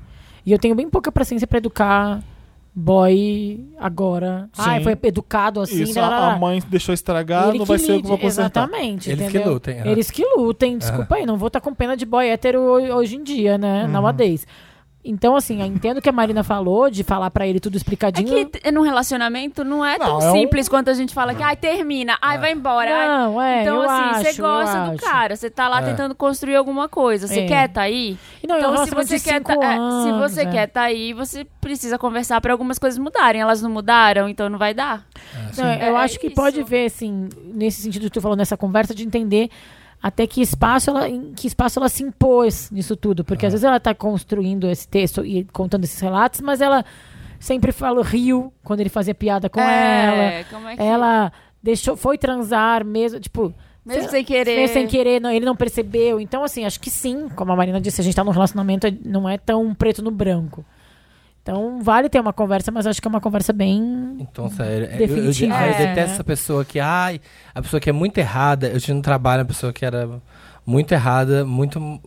Speaker 3: E eu tenho bem pouca paciência pra educar boy agora.
Speaker 5: Sim.
Speaker 3: Ai, foi educado assim.
Speaker 5: Isso,
Speaker 3: lá, lá, lá.
Speaker 5: a, a mãe deixou estragar,
Speaker 3: Ele
Speaker 5: não
Speaker 3: que
Speaker 5: vai ser eu que
Speaker 3: lide.
Speaker 5: vou consertar.
Speaker 3: Exatamente.
Speaker 2: Eles que
Speaker 3: entendeu?
Speaker 2: lutem, é. aham.
Speaker 3: tá
Speaker 5: Uhum.
Speaker 3: Eles que lutem. Desculpa aí, não vou estar com pena de boy hétero ho- hoje em dia, né? Nowadays. Então, assim, eu entendo o que a Marina falou de falar pra ele tudo
Speaker 1: É
Speaker 3: explicadinho.
Speaker 1: que t- num relacionamento não é tão
Speaker 5: Não, é um- É.
Speaker 1: simples quanto a gente fala que, ai, termina, ai, vai embora. ai.
Speaker 3: Não, é,
Speaker 1: então,
Speaker 3: eu
Speaker 1: assim,
Speaker 3: acho,
Speaker 1: você gosta
Speaker 3: eu
Speaker 1: do
Speaker 3: acho.
Speaker 1: cara, você tá lá
Speaker 2: É.
Speaker 1: tentando construir alguma coisa. Você
Speaker 3: É.
Speaker 1: quer tá aí?
Speaker 3: E não, é um
Speaker 1: então, se
Speaker 3: relacionamento
Speaker 1: você,
Speaker 3: de
Speaker 1: quer
Speaker 3: cinco
Speaker 1: tá, é, se
Speaker 3: anos,
Speaker 1: você
Speaker 3: é.
Speaker 1: quer tá aí, você precisa conversar pra algumas coisas mudarem. Elas não mudaram, então não vai dar.
Speaker 3: Não,
Speaker 1: É,
Speaker 3: eu
Speaker 1: é
Speaker 3: acho que
Speaker 1: isso.
Speaker 3: pode ver, assim, nesse sentido que tu falou nessa conversa, de entender até que espaço ela, em que espaço ela se impôs nisso tudo. Porque às vezes ela tá construindo esse texto e contando esses relatos, mas ela sempre falou, riu quando ele fazia piada com ela.
Speaker 1: é, como é que...
Speaker 3: Ela deixou, foi transar mesmo, tipo.
Speaker 1: Mesmo
Speaker 3: sei-
Speaker 1: sem querer.
Speaker 3: fez sem querer, não, ele não percebeu. Então, assim, acho que sim, como a Marina disse, a gente tá num relacionamento, não é tão preto no branco. Então, vale ter uma conversa, mas acho que é uma conversa bem.
Speaker 2: Então, sério, eu- eu, eu,
Speaker 3: Definitivo.
Speaker 2: ai, eu
Speaker 1: É,
Speaker 2: detesto
Speaker 3: né?
Speaker 2: essa pessoa que, ai, a pessoa que é muito errada. Eu tive um trabalho, uma pessoa que era muito errada, muito,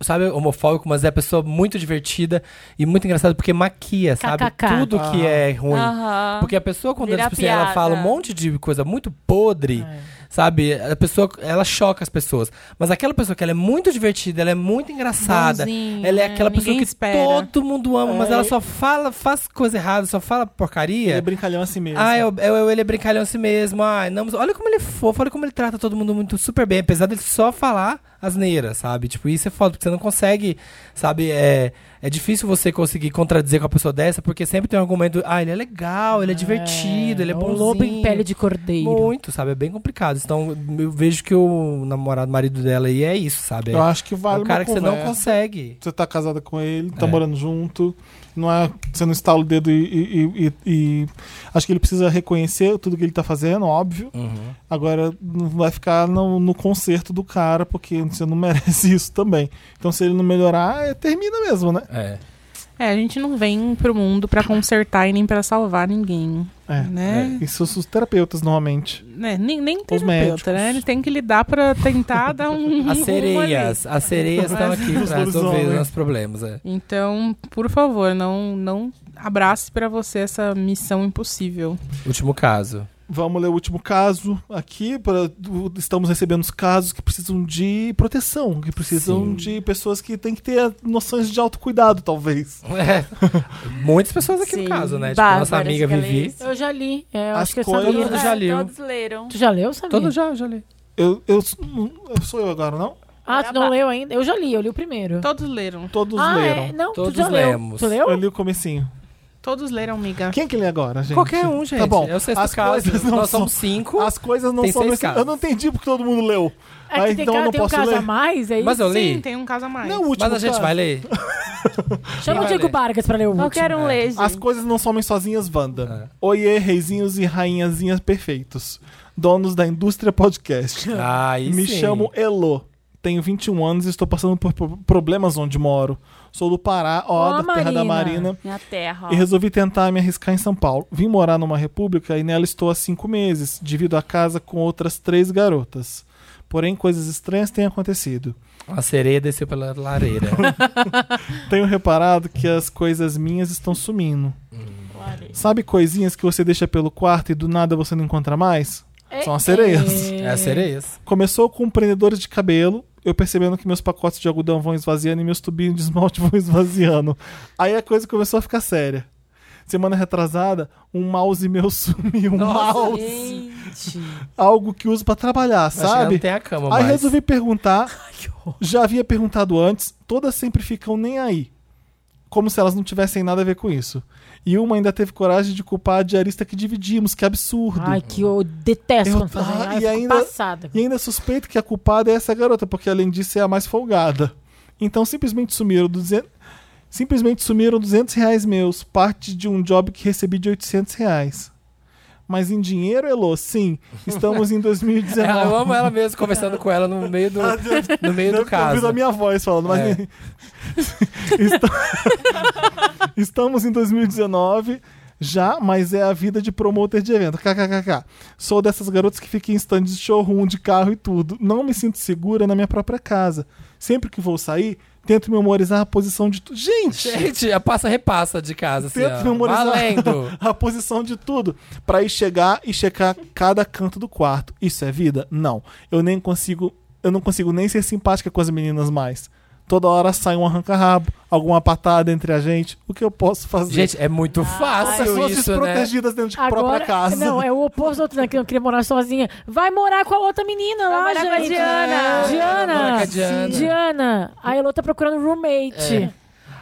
Speaker 2: sabe, homofóbico, mas é a pessoa muito divertida e muito engraçada porque maquia, sabe?
Speaker 3: KKK.
Speaker 2: Tudo que é ruim.
Speaker 1: Aham.
Speaker 2: Porque a pessoa, quando
Speaker 1: Vira
Speaker 2: ela, tipo assim, ela
Speaker 1: piada.
Speaker 2: fala um monte de coisa muito podre, sabe? A pessoa, ela choca as pessoas. Mas aquela pessoa que ela é muito divertida, ela é muito engraçada.
Speaker 4: Bonzinha,
Speaker 2: ela é aquela pessoa
Speaker 4: ninguém
Speaker 2: que
Speaker 4: espera.
Speaker 2: todo mundo ama, mas
Speaker 5: É.
Speaker 2: ela só fala, faz coisa errada, só fala
Speaker 5: Ele
Speaker 2: porcaria.
Speaker 5: é brincalhão assim mesmo.
Speaker 2: Ah, eu, eu, ele é brincalhão a si mesmo. Ai, não, mas olha como ele é fofo, olha como ele trata todo mundo muito super bem, apesar dele só falar asneira, sabe? Tipo, isso é foda, porque você não consegue, sabe? É, é difícil você conseguir contradizer com a pessoa dessa, porque sempre tem um argumento, ah, ele é legal, ele é divertido, ele é
Speaker 3: um
Speaker 2: bonzinho.
Speaker 3: lobo em pele de cordeiro.
Speaker 2: Muito, sabe? É bem complicado. Então, eu vejo que o namorado, marido dela aí é isso, sabe? É,
Speaker 5: Eu acho que
Speaker 2: é
Speaker 5: vale
Speaker 2: um cara
Speaker 5: uma
Speaker 2: que você não
Speaker 5: conversa.
Speaker 2: consegue.
Speaker 5: Você tá casada com ele, tá
Speaker 2: É.
Speaker 5: morando junto, não é, você não estala o dedo e, e- e- e- e- Acho que ele precisa reconhecer tudo que ele tá fazendo, óbvio.
Speaker 2: Uhum.
Speaker 5: Agora, não vai ficar no, no conserto do cara, porque você não merece isso também. Então, se ele não melhorar, é, termina mesmo, né?
Speaker 2: É.
Speaker 4: É, a gente não vem pro mundo pra consertar e nem pra salvar ninguém,
Speaker 5: É.
Speaker 4: né?
Speaker 5: Isso os terapeutas, normalmente.
Speaker 4: Né, nem, nem
Speaker 5: médicos.
Speaker 4: terapeuta, né? Ele tem que lidar pra tentar dar um.
Speaker 2: As
Speaker 4: rumo ali.
Speaker 2: sereias, as sereias estão aqui
Speaker 5: Os
Speaker 2: pra resolver os
Speaker 5: lobisomens.
Speaker 2: nossos problemas, é.
Speaker 4: Então, por favor, não, não abrace pra você essa missão impossível.
Speaker 2: Último caso.
Speaker 5: Vamos ler o último caso aqui. pra- do- estamos recebendo os casos que precisam de proteção, que precisam
Speaker 2: Sim.
Speaker 5: de pessoas que têm que ter noções de autocuidado, talvez.
Speaker 2: É. Muitas pessoas aqui
Speaker 1: Sim,
Speaker 2: no caso, né? Tipo,
Speaker 1: Bárbara,
Speaker 2: nossa amiga
Speaker 1: acho que ela é
Speaker 2: Vivi.
Speaker 1: isso.
Speaker 3: Eu já li. É, eu
Speaker 5: As
Speaker 3: acho que eu
Speaker 5: coisas-
Speaker 3: sabia.
Speaker 2: Todo mundo já
Speaker 1: É,
Speaker 2: leu.
Speaker 1: Todos leram.
Speaker 3: Tu já leu, sabia?
Speaker 2: Todo já, já li.
Speaker 5: Eu, eu, sou- eu sou eu agora, não?
Speaker 3: Ah, tu não leu ainda? Eu já li, eu li o primeiro.
Speaker 4: Todos leram.
Speaker 5: Todos
Speaker 3: ah,
Speaker 5: leram.
Speaker 3: É? Não,
Speaker 2: Todos
Speaker 3: tu já leu.
Speaker 2: lemos.
Speaker 3: Tu leu?
Speaker 5: Eu li o comecinho.
Speaker 4: Todos leram, amiga.
Speaker 5: Quem é que lê agora, gente?
Speaker 2: Qualquer um, gente.
Speaker 5: Tá bom.
Speaker 2: É o sexto
Speaker 5: As
Speaker 2: caso.
Speaker 5: coisas não
Speaker 2: Nós
Speaker 5: são-
Speaker 2: somos cinco.
Speaker 5: As coisas não
Speaker 2: Tem
Speaker 5: são
Speaker 2: seis
Speaker 5: nesse...
Speaker 2: casos.
Speaker 5: Eu não entendi porque todo mundo leu.
Speaker 3: É que
Speaker 5: Ah,
Speaker 3: tem,
Speaker 5: então
Speaker 3: ca-
Speaker 5: eu não
Speaker 3: tem um
Speaker 5: posso
Speaker 3: caso a
Speaker 5: ler.
Speaker 3: mais aí.
Speaker 2: Mas eu
Speaker 4: Sim,
Speaker 2: li.
Speaker 4: tem um caso a mais.
Speaker 5: Não, o último
Speaker 2: Mas a gente
Speaker 5: caso.
Speaker 2: vai ler.
Speaker 3: Chama o
Speaker 2: vai
Speaker 3: Diego
Speaker 2: ler.
Speaker 3: Vargas pra ler o último.
Speaker 1: Qualquer um ler, gente.
Speaker 5: As coisas não somem sozinhas, Wanda.
Speaker 2: É.
Speaker 5: Oiê, reizinhos e rainhazinhas perfeitos. Donos da indústria podcast.
Speaker 2: Ai,
Speaker 5: Me
Speaker 2: sim.
Speaker 5: chamo Elo. Tenho 21 anos e estou passando por pro- problemas onde moro. Sou do Pará, ó,
Speaker 3: Ó,
Speaker 5: da terra da
Speaker 3: Marina.
Speaker 5: Marina.
Speaker 1: Minha terra. ó.
Speaker 5: E resolvi tentar me arriscar em São Paulo. Vim morar numa república e nela estou há cinco meses. Divido a casa com outras três garotas. Porém, coisas estranhas têm acontecido.
Speaker 2: A sereia desceu pela lareira.
Speaker 5: Tenho reparado que as coisas minhas estão sumindo. Sabe coisinhas que você deixa pelo quarto e do nada você não encontra mais? São as sereias.
Speaker 2: é as sereias.
Speaker 5: Começou com prendedores de cabelo, eu percebendo que meus pacotes de algodão vão esvaziando e meus tubinhos de esmalte vão esvaziando. Aí a coisa começou a ficar séria. Semana retrasada, um mouse meu sumiu. Um mouse.
Speaker 3: Gente.
Speaker 5: Algo que uso pra trabalhar,
Speaker 2: Sabe? Não
Speaker 5: sabe?
Speaker 2: tem a cama
Speaker 5: Aí
Speaker 2: mais.
Speaker 5: resolvi perguntar. Já havia perguntado antes. Todas sempre ficam nem aí. Como se elas não tivessem nada a ver com isso. E uma ainda teve coragem de culpar a diarista que dividimos. Que absurdo.
Speaker 3: Ai, que eu detesto
Speaker 5: Eu-
Speaker 3: quando fazem.
Speaker 5: Ah,
Speaker 3: Ai,
Speaker 5: e
Speaker 3: eu fico
Speaker 5: ainda-
Speaker 3: passada.
Speaker 5: E ainda suspeito que a culpada é essa garota, porque além disso é a mais folgada. Então simplesmente sumiram 200... Simplesmente sumiram 200 reais meus, parte de um job que recebi de 800 reais. Mas em dinheiro, Elô, sim, estamos em
Speaker 2: Ela,
Speaker 5: 2019.
Speaker 2: É, eu amo ela mesmo, conversando com ela no meio do, no meio do
Speaker 5: Eu ouvi
Speaker 2: caso.
Speaker 5: a minha voz falando, mas.
Speaker 2: É.
Speaker 5: Esta- Estamos em 2019. Já, mas é a vida de promotor de evento. KKKK. Sou dessas garotas que fica em stand de showroom, de carro e tudo. Não me sinto segura na minha própria casa. Sempre que vou sair, tento memorizar a posição de tudo. Gente!
Speaker 2: Gente, a passa repassa de casa, assim,
Speaker 5: Tento
Speaker 2: ó.
Speaker 5: memorizar
Speaker 2: Valendo.
Speaker 5: a posição de tudo pra ir chegar e checar cada canto do quarto. Isso é vida? Não. Eu nem consigo, eu não consigo nem ser simpática com as meninas mais. Toda hora sai um arranca-rabo, alguma patada entre a gente. O que eu posso fazer?
Speaker 2: Gente, é muito fácil
Speaker 5: pessoas
Speaker 2: isso, né?
Speaker 5: desprotegidas dentro de
Speaker 3: Agora,
Speaker 5: própria casa.
Speaker 3: não, é o oposto da outra, né, que não queria morar sozinha. Vai morar com a outra menina lá,
Speaker 1: morar com a
Speaker 3: gente.
Speaker 2: Vai
Speaker 1: Diana.
Speaker 2: morar com
Speaker 3: Diana.
Speaker 2: a Diana. É.
Speaker 3: Diana. Aí a Elô tá procurando roommate.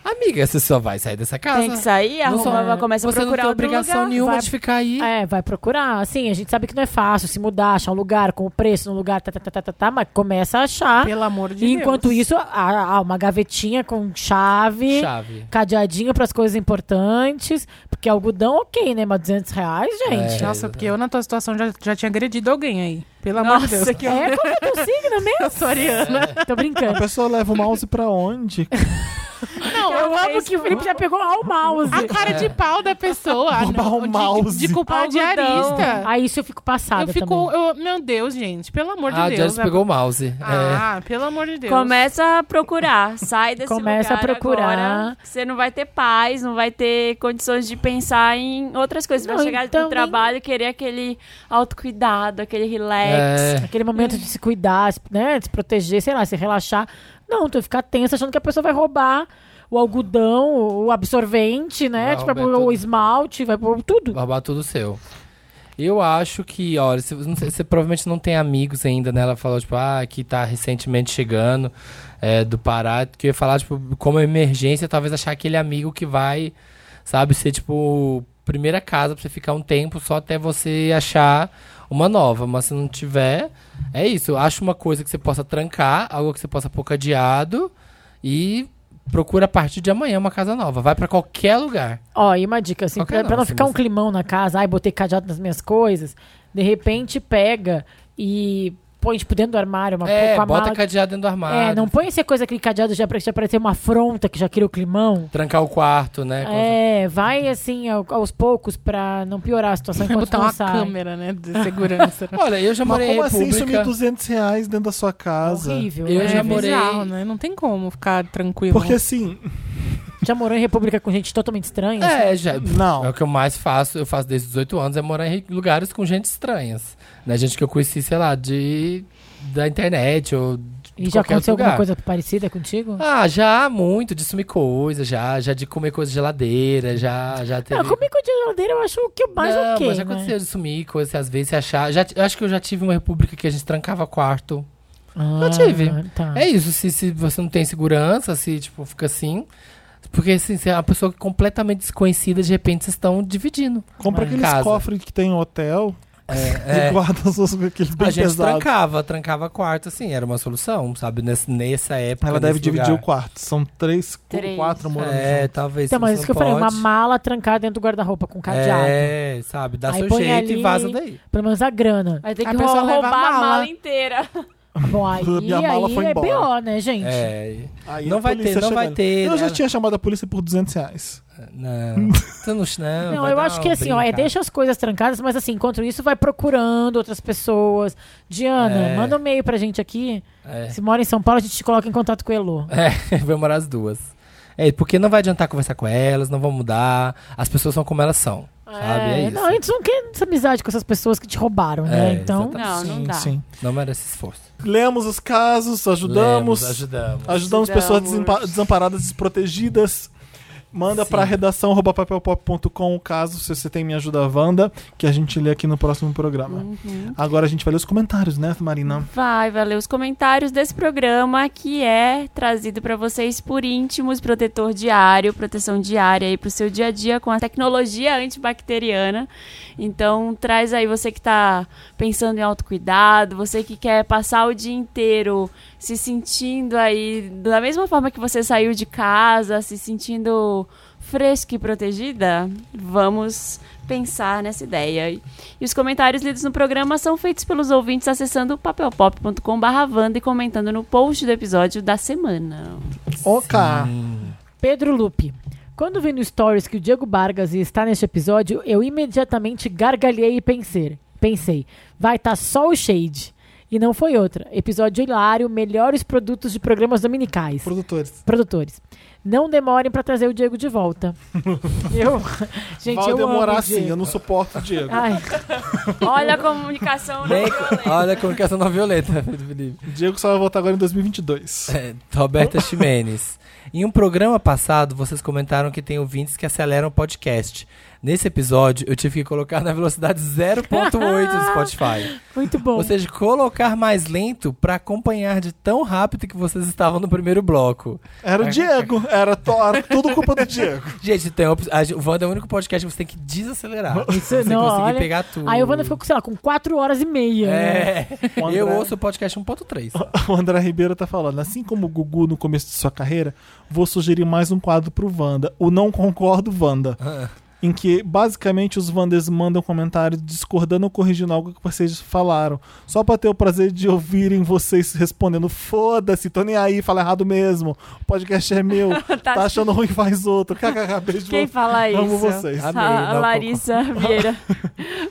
Speaker 2: Amiga, você só vai sair dessa casa.
Speaker 1: Tem que sair, a
Speaker 2: Não
Speaker 1: Roma
Speaker 2: só-
Speaker 1: vai- começa a
Speaker 2: Você não
Speaker 1: procurar
Speaker 2: tem
Speaker 1: outro
Speaker 2: obrigação
Speaker 1: lugar.
Speaker 2: nenhuma
Speaker 3: Vai-
Speaker 2: de ficar aí.
Speaker 3: É. vai procurar. Assim, a gente sabe que não é fácil se mudar, achar um lugar com o preço no lugar, tá, tá, tá, tá, tá, tá, mas começa a achar.
Speaker 4: Pelo amor de
Speaker 3: E enquanto
Speaker 4: Deus.
Speaker 3: isso, há, há uma gavetinha com chave,
Speaker 2: Chave.
Speaker 3: cadeadinho pras coisas importantes, porque algodão, ok, né? Mas 200 reais,
Speaker 4: É.
Speaker 2: É.
Speaker 3: gente.
Speaker 4: Nossa, porque eu na tua situação já, já tinha agredido alguém aí. Pelo amor de
Speaker 1: Nossa,
Speaker 4: Deus.
Speaker 1: que
Speaker 3: É,
Speaker 1: horror.
Speaker 3: como é teu signo mesmo?
Speaker 4: sou ariana.
Speaker 3: Tô
Speaker 5: A
Speaker 3: brincando.
Speaker 5: pessoa leva o mouse pra onde?
Speaker 4: Não,
Speaker 3: Eu amo
Speaker 1: fez
Speaker 3: É que o Felipe já pegou ao mouse.
Speaker 4: A
Speaker 2: é.
Speaker 4: cara de pau da pessoa. ah,
Speaker 5: Roubar
Speaker 4: não,
Speaker 5: um
Speaker 4: de-
Speaker 5: mouse.
Speaker 4: De, culpar o
Speaker 1: Algodão.
Speaker 4: diarista.
Speaker 3: Aí isso eu fico passada
Speaker 4: Ah, Eu fico.
Speaker 3: também.
Speaker 4: eu- meu Deus, gente. Pelo amor de
Speaker 2: Ah,
Speaker 4: Deus. né?
Speaker 2: Janice pegou É. o mouse.
Speaker 4: Ah, pelo amor de Deus.
Speaker 1: Começa a procurar, sai desse
Speaker 3: Começa a
Speaker 1: lugar
Speaker 3: procurar.
Speaker 1: agora. Você não vai ter paz, não vai ter condições de pensar em outras coisas. Você
Speaker 3: Não,
Speaker 1: vai chegar
Speaker 3: então
Speaker 1: do
Speaker 3: nem-
Speaker 1: trabalho e querer aquele autocuidado, aquele
Speaker 2: É.
Speaker 1: relax.
Speaker 2: É.
Speaker 3: Aquele momento de se cuidar, se- né? De se proteger, sei lá, se relaxar. Não, tu vai ficar tensa achando que a pessoa vai roubar o algodão, o absorvente, né?
Speaker 2: Vai
Speaker 3: tipo, vai
Speaker 2: roubar
Speaker 3: pôr o
Speaker 2: tudo.
Speaker 3: esmalte, vai pôr tudo.
Speaker 2: Barbar tudo seu. Eu acho que, olha, você, não sei, você provavelmente não tem amigos ainda, né? Ela falou, tipo, ah, que tá recentemente chegando é, do Pará. Que eu ia falar, tipo, como emergência, talvez achar aquele amigo que vai, sabe, ser, tipo, primeira casa pra você ficar um tempo só até você achar uma nova. Mas se não tiver, é isso. Acha uma coisa que você possa trancar, algo que você possa pôr cadeado e procura a partir de amanhã uma casa nova. Vai pra qualquer lugar.
Speaker 3: Ó, e uma dica, assim,
Speaker 2: Ok,
Speaker 3: pra, pra
Speaker 2: não,
Speaker 3: não
Speaker 2: sim,
Speaker 3: ficar um
Speaker 2: mas- é.
Speaker 3: climão na casa, ai, botei cadeado nas minhas coisas, de repente pega e põe, tipo, dentro do armário, uma
Speaker 2: é,
Speaker 3: com a
Speaker 2: bota
Speaker 3: mala.
Speaker 2: cadeado dentro do armário.
Speaker 3: É, não põe essa coisa, aquele cadeado já pra já parecer uma afronta que já cria o climão.
Speaker 2: Trancar o quarto, né? Com-
Speaker 3: É, vai assim ao- aos poucos pra não piorar a situação
Speaker 4: Vai
Speaker 3: enquanto
Speaker 4: botar
Speaker 3: não
Speaker 4: uma
Speaker 3: sai.
Speaker 4: câmera, né? De segurança.
Speaker 2: Olha, eu já
Speaker 5: Mas
Speaker 2: morei
Speaker 5: como
Speaker 2: em
Speaker 5: assim sumir
Speaker 2: pública.
Speaker 5: 200 reais dentro da sua casa?
Speaker 3: Horrível.
Speaker 2: Eu
Speaker 3: né?
Speaker 2: já
Speaker 4: é
Speaker 2: morei-
Speaker 4: bizarro, né? Não tem como ficar tranquilo.
Speaker 5: Porque assim,
Speaker 3: Já morou em república com gente totalmente estranha? assim?
Speaker 2: É, já. É o
Speaker 5: não.
Speaker 2: que eu mais faço, eu faço desde os 18 anos, é morar em lugares com gente estranhas. Né? Gente que eu conheci, sei lá, de da internet ou de
Speaker 3: E já
Speaker 2: qualquer
Speaker 3: aconteceu
Speaker 2: lugar.
Speaker 3: alguma coisa parecida contigo?
Speaker 2: Ah, já muito, de sumir coisa, já, já de comer coisa de geladeira, já, já teve...
Speaker 3: Ah, comigo de geladeira eu acho que mais
Speaker 2: Não,
Speaker 3: ok,
Speaker 2: mas já
Speaker 3: né?
Speaker 2: aconteceu de sumir coisa, às vezes se achar... Já, t- eu acho que eu já tive uma república que a gente trancava quarto.
Speaker 3: Ah,
Speaker 2: Eu tive.
Speaker 3: Tá.
Speaker 2: É isso, se, se você não tem segurança, se tipo, fica assim. Porque assim, se é uma pessoa completamente desconhecida, de repente vocês estão dividindo.
Speaker 5: Compra
Speaker 2: Em
Speaker 5: aqueles
Speaker 2: casa.
Speaker 5: cofres que tem em hotel
Speaker 2: É,
Speaker 5: e guarda as suas aqueles bem
Speaker 2: A gente
Speaker 5: pesados.
Speaker 2: trancava, trancava quarto, assim, era uma solução, sabe? Nessa, nessa época.
Speaker 5: Ela deve
Speaker 2: nesse
Speaker 5: dividir
Speaker 2: lugar.
Speaker 5: o quarto. São três, cu-
Speaker 1: Três.
Speaker 5: quatro morando
Speaker 2: É,
Speaker 5: junto.
Speaker 2: talvez.
Speaker 3: Então,
Speaker 2: se
Speaker 3: mas
Speaker 2: você
Speaker 3: isso que eu
Speaker 2: não
Speaker 3: falei, uma
Speaker 2: pode.
Speaker 3: mala trancada dentro do guarda-roupa com cadeado.
Speaker 2: É, sabe? Dá
Speaker 3: Aí
Speaker 2: seu
Speaker 3: põe
Speaker 2: jeito
Speaker 3: ali-
Speaker 2: e vaza daí.
Speaker 3: Pelo menos a grana.
Speaker 1: Vai ter
Speaker 4: A
Speaker 1: que
Speaker 4: pessoa
Speaker 1: rou-
Speaker 4: leva a
Speaker 1: roubar a mala,
Speaker 4: mala.
Speaker 1: inteira.
Speaker 3: Bom, aí,
Speaker 5: Minha mala
Speaker 3: aí
Speaker 5: foi
Speaker 3: é
Speaker 5: embora.
Speaker 3: B.O., né, gente?
Speaker 2: É.
Speaker 5: Aí
Speaker 2: Não
Speaker 5: a
Speaker 2: vai
Speaker 5: polícia
Speaker 2: ter, não vai
Speaker 5: chegando.
Speaker 2: ter,
Speaker 5: Eu já
Speaker 2: né?
Speaker 5: tinha chamado a polícia por 200 reais.
Speaker 2: Não. tu não, não,
Speaker 3: Não,
Speaker 2: vai
Speaker 3: eu
Speaker 2: dar
Speaker 3: acho que
Speaker 2: uma
Speaker 3: assim, ó, é
Speaker 2: brinca.
Speaker 3: deixa as coisas trancadas, mas assim, enquanto isso, vai procurando outras pessoas. Diana,
Speaker 2: É.
Speaker 3: manda um e-mail pra gente aqui.
Speaker 2: É.
Speaker 3: Se mora em São Paulo, a gente te coloca em contato com o Elô.
Speaker 2: É, vai morar as duas. É, porque não vai adiantar conversar com elas, não vão mudar. As pessoas são como elas são. Sabe? É isso.
Speaker 3: Não, a gente não quer essa amizade com essas pessoas que te roubaram, né?
Speaker 2: É,
Speaker 3: então,
Speaker 2: exatamente.
Speaker 1: Não, não dá.
Speaker 2: Não merece esforço.
Speaker 5: Lemos os casos, ajudamos.
Speaker 2: Lemos, ajudamos.
Speaker 5: Ajudamos pessoas desempa- desamparadas, desprotegidas. Manda
Speaker 2: Sim.
Speaker 5: pra redação arroba papelpop.com o caso, se você tem Me Ajuda Wanda, que a gente lê aqui no próximo programa. Agora a gente vai ler os comentários, né, Marina?
Speaker 1: Vai, valeu os comentários desse programa que é trazido para vocês por íntimos, protetor diário, proteção diária aí pro seu dia a dia com a tecnologia antibacteriana. Então, traz aí você que tá pensando em autocuidado, você que quer passar o dia inteiro se sentindo aí da mesma forma que você saiu de casa, se sentindo fresca e protegida, vamos pensar nessa ideia. E os comentários lidos no programa são feitos pelos ouvintes acessando papelpop.com/vanda e comentando no post do episódio da semana.
Speaker 5: Ok.
Speaker 3: Pedro Lupe. Quando vi no Stories que o Diego Vargas ia estar neste episódio, eu imediatamente gargalhei e pensei. Pensei, vai estar só o Shade. E não foi outra. Episódio hilário, melhores produtos de programas dominicais.
Speaker 5: Produtores.
Speaker 3: Produtores. Não demorem pra trazer o Diego de volta. eu, gente,
Speaker 5: Vai
Speaker 3: eu amo
Speaker 5: demorar
Speaker 3: o
Speaker 5: sim, eu
Speaker 3: Diego. Ah.
Speaker 5: não suporto o Diego.
Speaker 3: Ai,
Speaker 1: Olha a comunicação não
Speaker 2: Nem-
Speaker 1: violenta.
Speaker 2: Olha a
Speaker 3: é
Speaker 2: comunicação não violenta, Felipe.
Speaker 5: O Diego só vai voltar agora em 2022.
Speaker 2: É, Roberta Ximenes. Em um programa passado, vocês comentaram que tem ouvintes que aceleram o podcast. Nesse episódio, eu tive que colocar na velocidade 0.8 do Spotify.
Speaker 3: muito bom.
Speaker 2: Ou seja, colocar mais lento pra acompanhar de tão rápido que vocês estavam no primeiro bloco.
Speaker 5: Era o Diego, era, to- era tudo culpa do Diego.
Speaker 2: Gente, tem op- a, o Wanda é o único podcast que você tem que desacelerar.
Speaker 3: Isso
Speaker 2: Você
Speaker 3: não,
Speaker 2: conseguir
Speaker 3: olha.
Speaker 2: pegar tudo.
Speaker 3: Aí o Wanda ficou, sei lá, com 4 horas e meia. né?
Speaker 2: É,
Speaker 5: O André-
Speaker 2: eu ouço o podcast 1.3.
Speaker 5: O André Ribeiro tá falando, assim como o Gugu no começo de sua carreira, vou sugerir mais um quadro pro Wanda, o Não Concordo Wanda. Em que basicamente os Wanders mandam comentários discordando ou corrigindo algo que vocês falaram. Só pra ter o prazer de ouvirem vocês respondendo: foda-se, tô nem aí, fala errado mesmo. O podcast é meu, tá achando ruim, faz outro. KKK, beijo.
Speaker 1: Quem fala isso?
Speaker 5: Amo Ah, vocês.
Speaker 2: Amei,
Speaker 1: a, a
Speaker 2: não,
Speaker 1: Larissa Vieira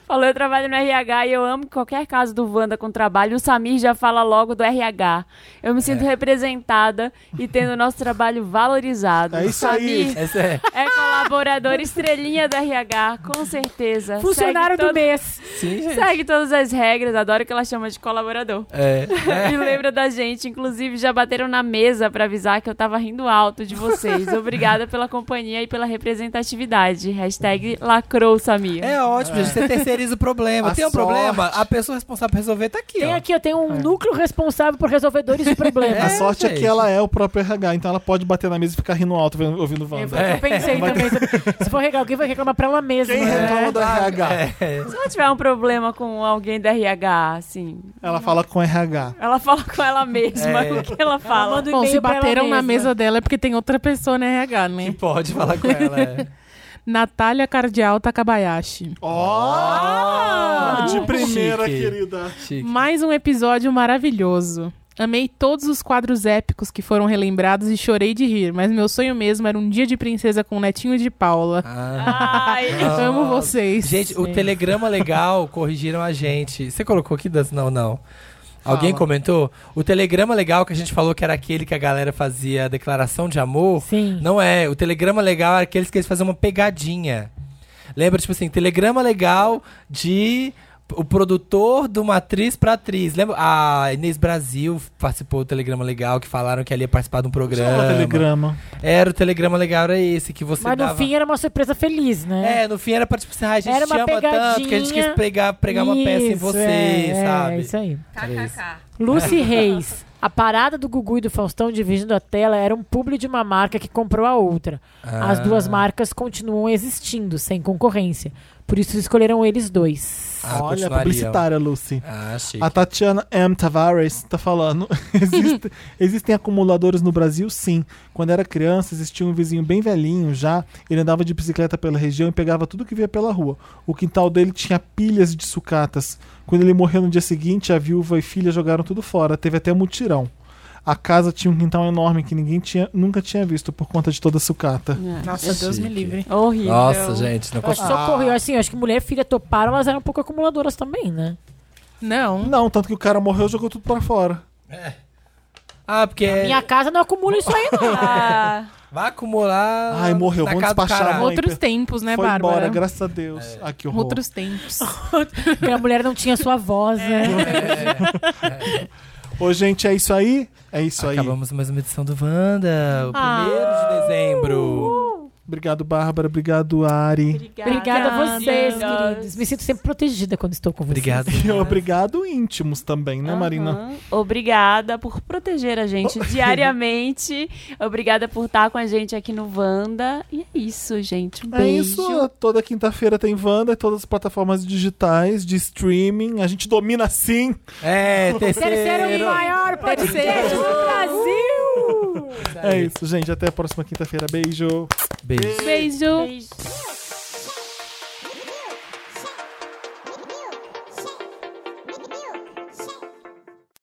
Speaker 1: falou: Eu trabalho no RH e eu amo qualquer caso do Wanda com trabalho. O Samir já fala logo do RH. Eu me sinto representada e tendo o nosso trabalho valorizado.
Speaker 5: É isso aí.
Speaker 1: Samir
Speaker 2: Essa é.
Speaker 1: é colaborador estrelinha do RH, com certeza.
Speaker 3: Funcionário
Speaker 1: Segue
Speaker 3: do mês.
Speaker 2: Sim, gente.
Speaker 1: Segue todas as regras, adoro que ela chama de colaborador.
Speaker 2: É.
Speaker 1: E lembra da gente, inclusive já bateram na mesa pra avisar que eu tava rindo alto de vocês. Obrigada pela companhia e pela representatividade. Hashtag lacrou, Samir.
Speaker 2: É ótimo, gente. Você terceiriza o problema.
Speaker 5: A
Speaker 2: Tem um
Speaker 5: sorte.
Speaker 2: problema? A pessoa responsável pra resolver tá aqui,
Speaker 3: Tem
Speaker 2: ó.
Speaker 3: aqui, eu tenho um núcleo responsável por resolvedores de
Speaker 5: A
Speaker 3: problemas.
Speaker 2: É,
Speaker 5: sorte é
Speaker 2: gente.
Speaker 5: que ela é o próprio RH, então ela pode bater na mesa e ficar rindo alto vendo- ouvindo o
Speaker 3: Eu,
Speaker 5: Wanda.
Speaker 2: É.
Speaker 3: eu pensei também. Se for regar alguém, vai reclamar pra ela mesma.
Speaker 5: Quem
Speaker 3: né?
Speaker 5: reclama
Speaker 2: É,
Speaker 5: do RH?
Speaker 1: Se ela tiver um problema com alguém da RH, assim,
Speaker 5: Ela fala com RH.
Speaker 1: ela fala com ela mesma,
Speaker 2: É.
Speaker 1: o que ela fala.
Speaker 3: manda um
Speaker 4: Bom,
Speaker 3: e-mail
Speaker 4: se
Speaker 3: pra ela
Speaker 4: bateram na
Speaker 3: mesma.
Speaker 4: mesa dela é porque tem outra pessoa na RH,
Speaker 2: E
Speaker 4: né?
Speaker 2: pode falar com ela. é.
Speaker 4: Natália Cardial Takabayashi.
Speaker 5: Ó! de
Speaker 2: Ah,
Speaker 5: primeira,
Speaker 2: chique.
Speaker 5: querida.
Speaker 2: Chique.
Speaker 4: Mais um episódio maravilhoso. Amei todos os quadros épicos que foram relembrados e chorei de rir, mas meu sonho mesmo era um dia de princesa com o netinho de Paula.
Speaker 2: Ah.
Speaker 1: Ai,
Speaker 4: Amo vocês.
Speaker 2: Gente, o telegrama legal corrigiram a gente. Você colocou aqui, Dan? Não, não. Alguém
Speaker 5: Fala.
Speaker 2: comentou? O telegrama legal que a gente falou que era aquele que a galera fazia a declaração de amor.
Speaker 3: Sim.
Speaker 2: Não é. O telegrama legal era aqueles que eles faziam uma pegadinha. Lembra, tipo assim, telegrama legal de o produtor de uma atriz pra atriz. Lembra? A Inês Brasil participou do telegrama legal, que falaram que ela ia participar de um programa.
Speaker 5: Chama telegrama.
Speaker 2: Era o telegrama legal, era esse que você
Speaker 3: Mas no
Speaker 2: dava.
Speaker 3: fim era uma surpresa feliz, né?
Speaker 2: É, no fim era pra, tipo assim, ah, a gente
Speaker 3: Era
Speaker 2: te
Speaker 3: uma
Speaker 2: ama tanto que a gente quis
Speaker 3: pegadinha.
Speaker 2: pregar, pregar uma peça em você, sabe?
Speaker 3: É, isso aí.
Speaker 2: Era isso.
Speaker 3: Lucy Reis. A parada do Gugu e do Faustão dividindo a tela era um publi de uma marca que comprou a outra. As
Speaker 2: Ah.
Speaker 3: duas marcas continuam existindo, sem concorrência. Por isso escolheram eles dois.
Speaker 2: Ah,
Speaker 5: Olha,
Speaker 2: continuaria.
Speaker 5: publicitária, Lucy.
Speaker 2: Ah, chique.
Speaker 5: A Tatiana M. Tavares tá falando. Existe- existem acumuladores no Brasil? Sim. Quando era criança, existia um vizinho bem velhinho já. Ele andava de bicicleta pela região e pegava tudo que via pela rua. O quintal dele tinha pilhas de sucatas. Quando ele morreu no dia seguinte, a viúva e filha jogaram tudo fora. Teve até mutirão. A casa tinha um quintal enorme que ninguém tinha, nunca tinha visto por conta de toda a sucata.
Speaker 4: Nossa, Deus
Speaker 2: chique.
Speaker 4: me livre.
Speaker 1: horrível.
Speaker 2: Nossa, gente, não
Speaker 3: Eu acho
Speaker 2: consigo.
Speaker 3: que só correu assim, eu acho que mulher e filha toparam, elas eram um pouco acumuladoras também, né?
Speaker 4: Não.
Speaker 5: Não, tanto que o cara morreu e jogou tudo pra fora.
Speaker 2: Ah, porque é-
Speaker 3: Minha casa não acumula isso aí, não.
Speaker 1: Ah,
Speaker 2: vai acumular.
Speaker 5: Ai, morreu,
Speaker 2: na
Speaker 5: vamos
Speaker 2: casa do
Speaker 5: despachar
Speaker 2: caralho.
Speaker 5: a mãe.
Speaker 4: Outros tempos,
Speaker 1: é
Speaker 4: né,
Speaker 5: Ah, então, Foi
Speaker 4: Bárbara?
Speaker 5: embora, graças a Deus. Ai, que horror.
Speaker 4: Outros tempos.
Speaker 3: Porque a mulher não tinha sua voz,
Speaker 2: É.
Speaker 3: né?
Speaker 5: Ô, gente, é isso aí? É isso aí.
Speaker 2: Acabamos mais uma edição do Wanda, o
Speaker 3: Ah.
Speaker 2: primeiro de
Speaker 3: Uh.
Speaker 2: dezembro.
Speaker 5: Obrigado, Bárbara. Obrigado, Ari.
Speaker 3: Obrigada a vocês,
Speaker 1: Maravilhosos.
Speaker 3: queridos. Me sinto sempre protegida quando estou com vocês.
Speaker 2: Obrigado.
Speaker 5: E obrigado, íntimos também, né, Marina? Oh.
Speaker 1: Aham. Obrigada por proteger a gente diariamente. Obrigada por estar com a gente aqui no Wanda. E é isso, gente. Um
Speaker 5: É
Speaker 1: beijo.
Speaker 5: isso. Toda quinta-feira tem Wanda, todas as plataformas digitais de streaming. A gente domina sim.
Speaker 2: É, terceiro.
Speaker 3: Terceiro maior podcast do Brasil!
Speaker 5: É isso, gente. Até a próxima quinta-feira. Beijo.
Speaker 2: Beijo.
Speaker 1: Beijo.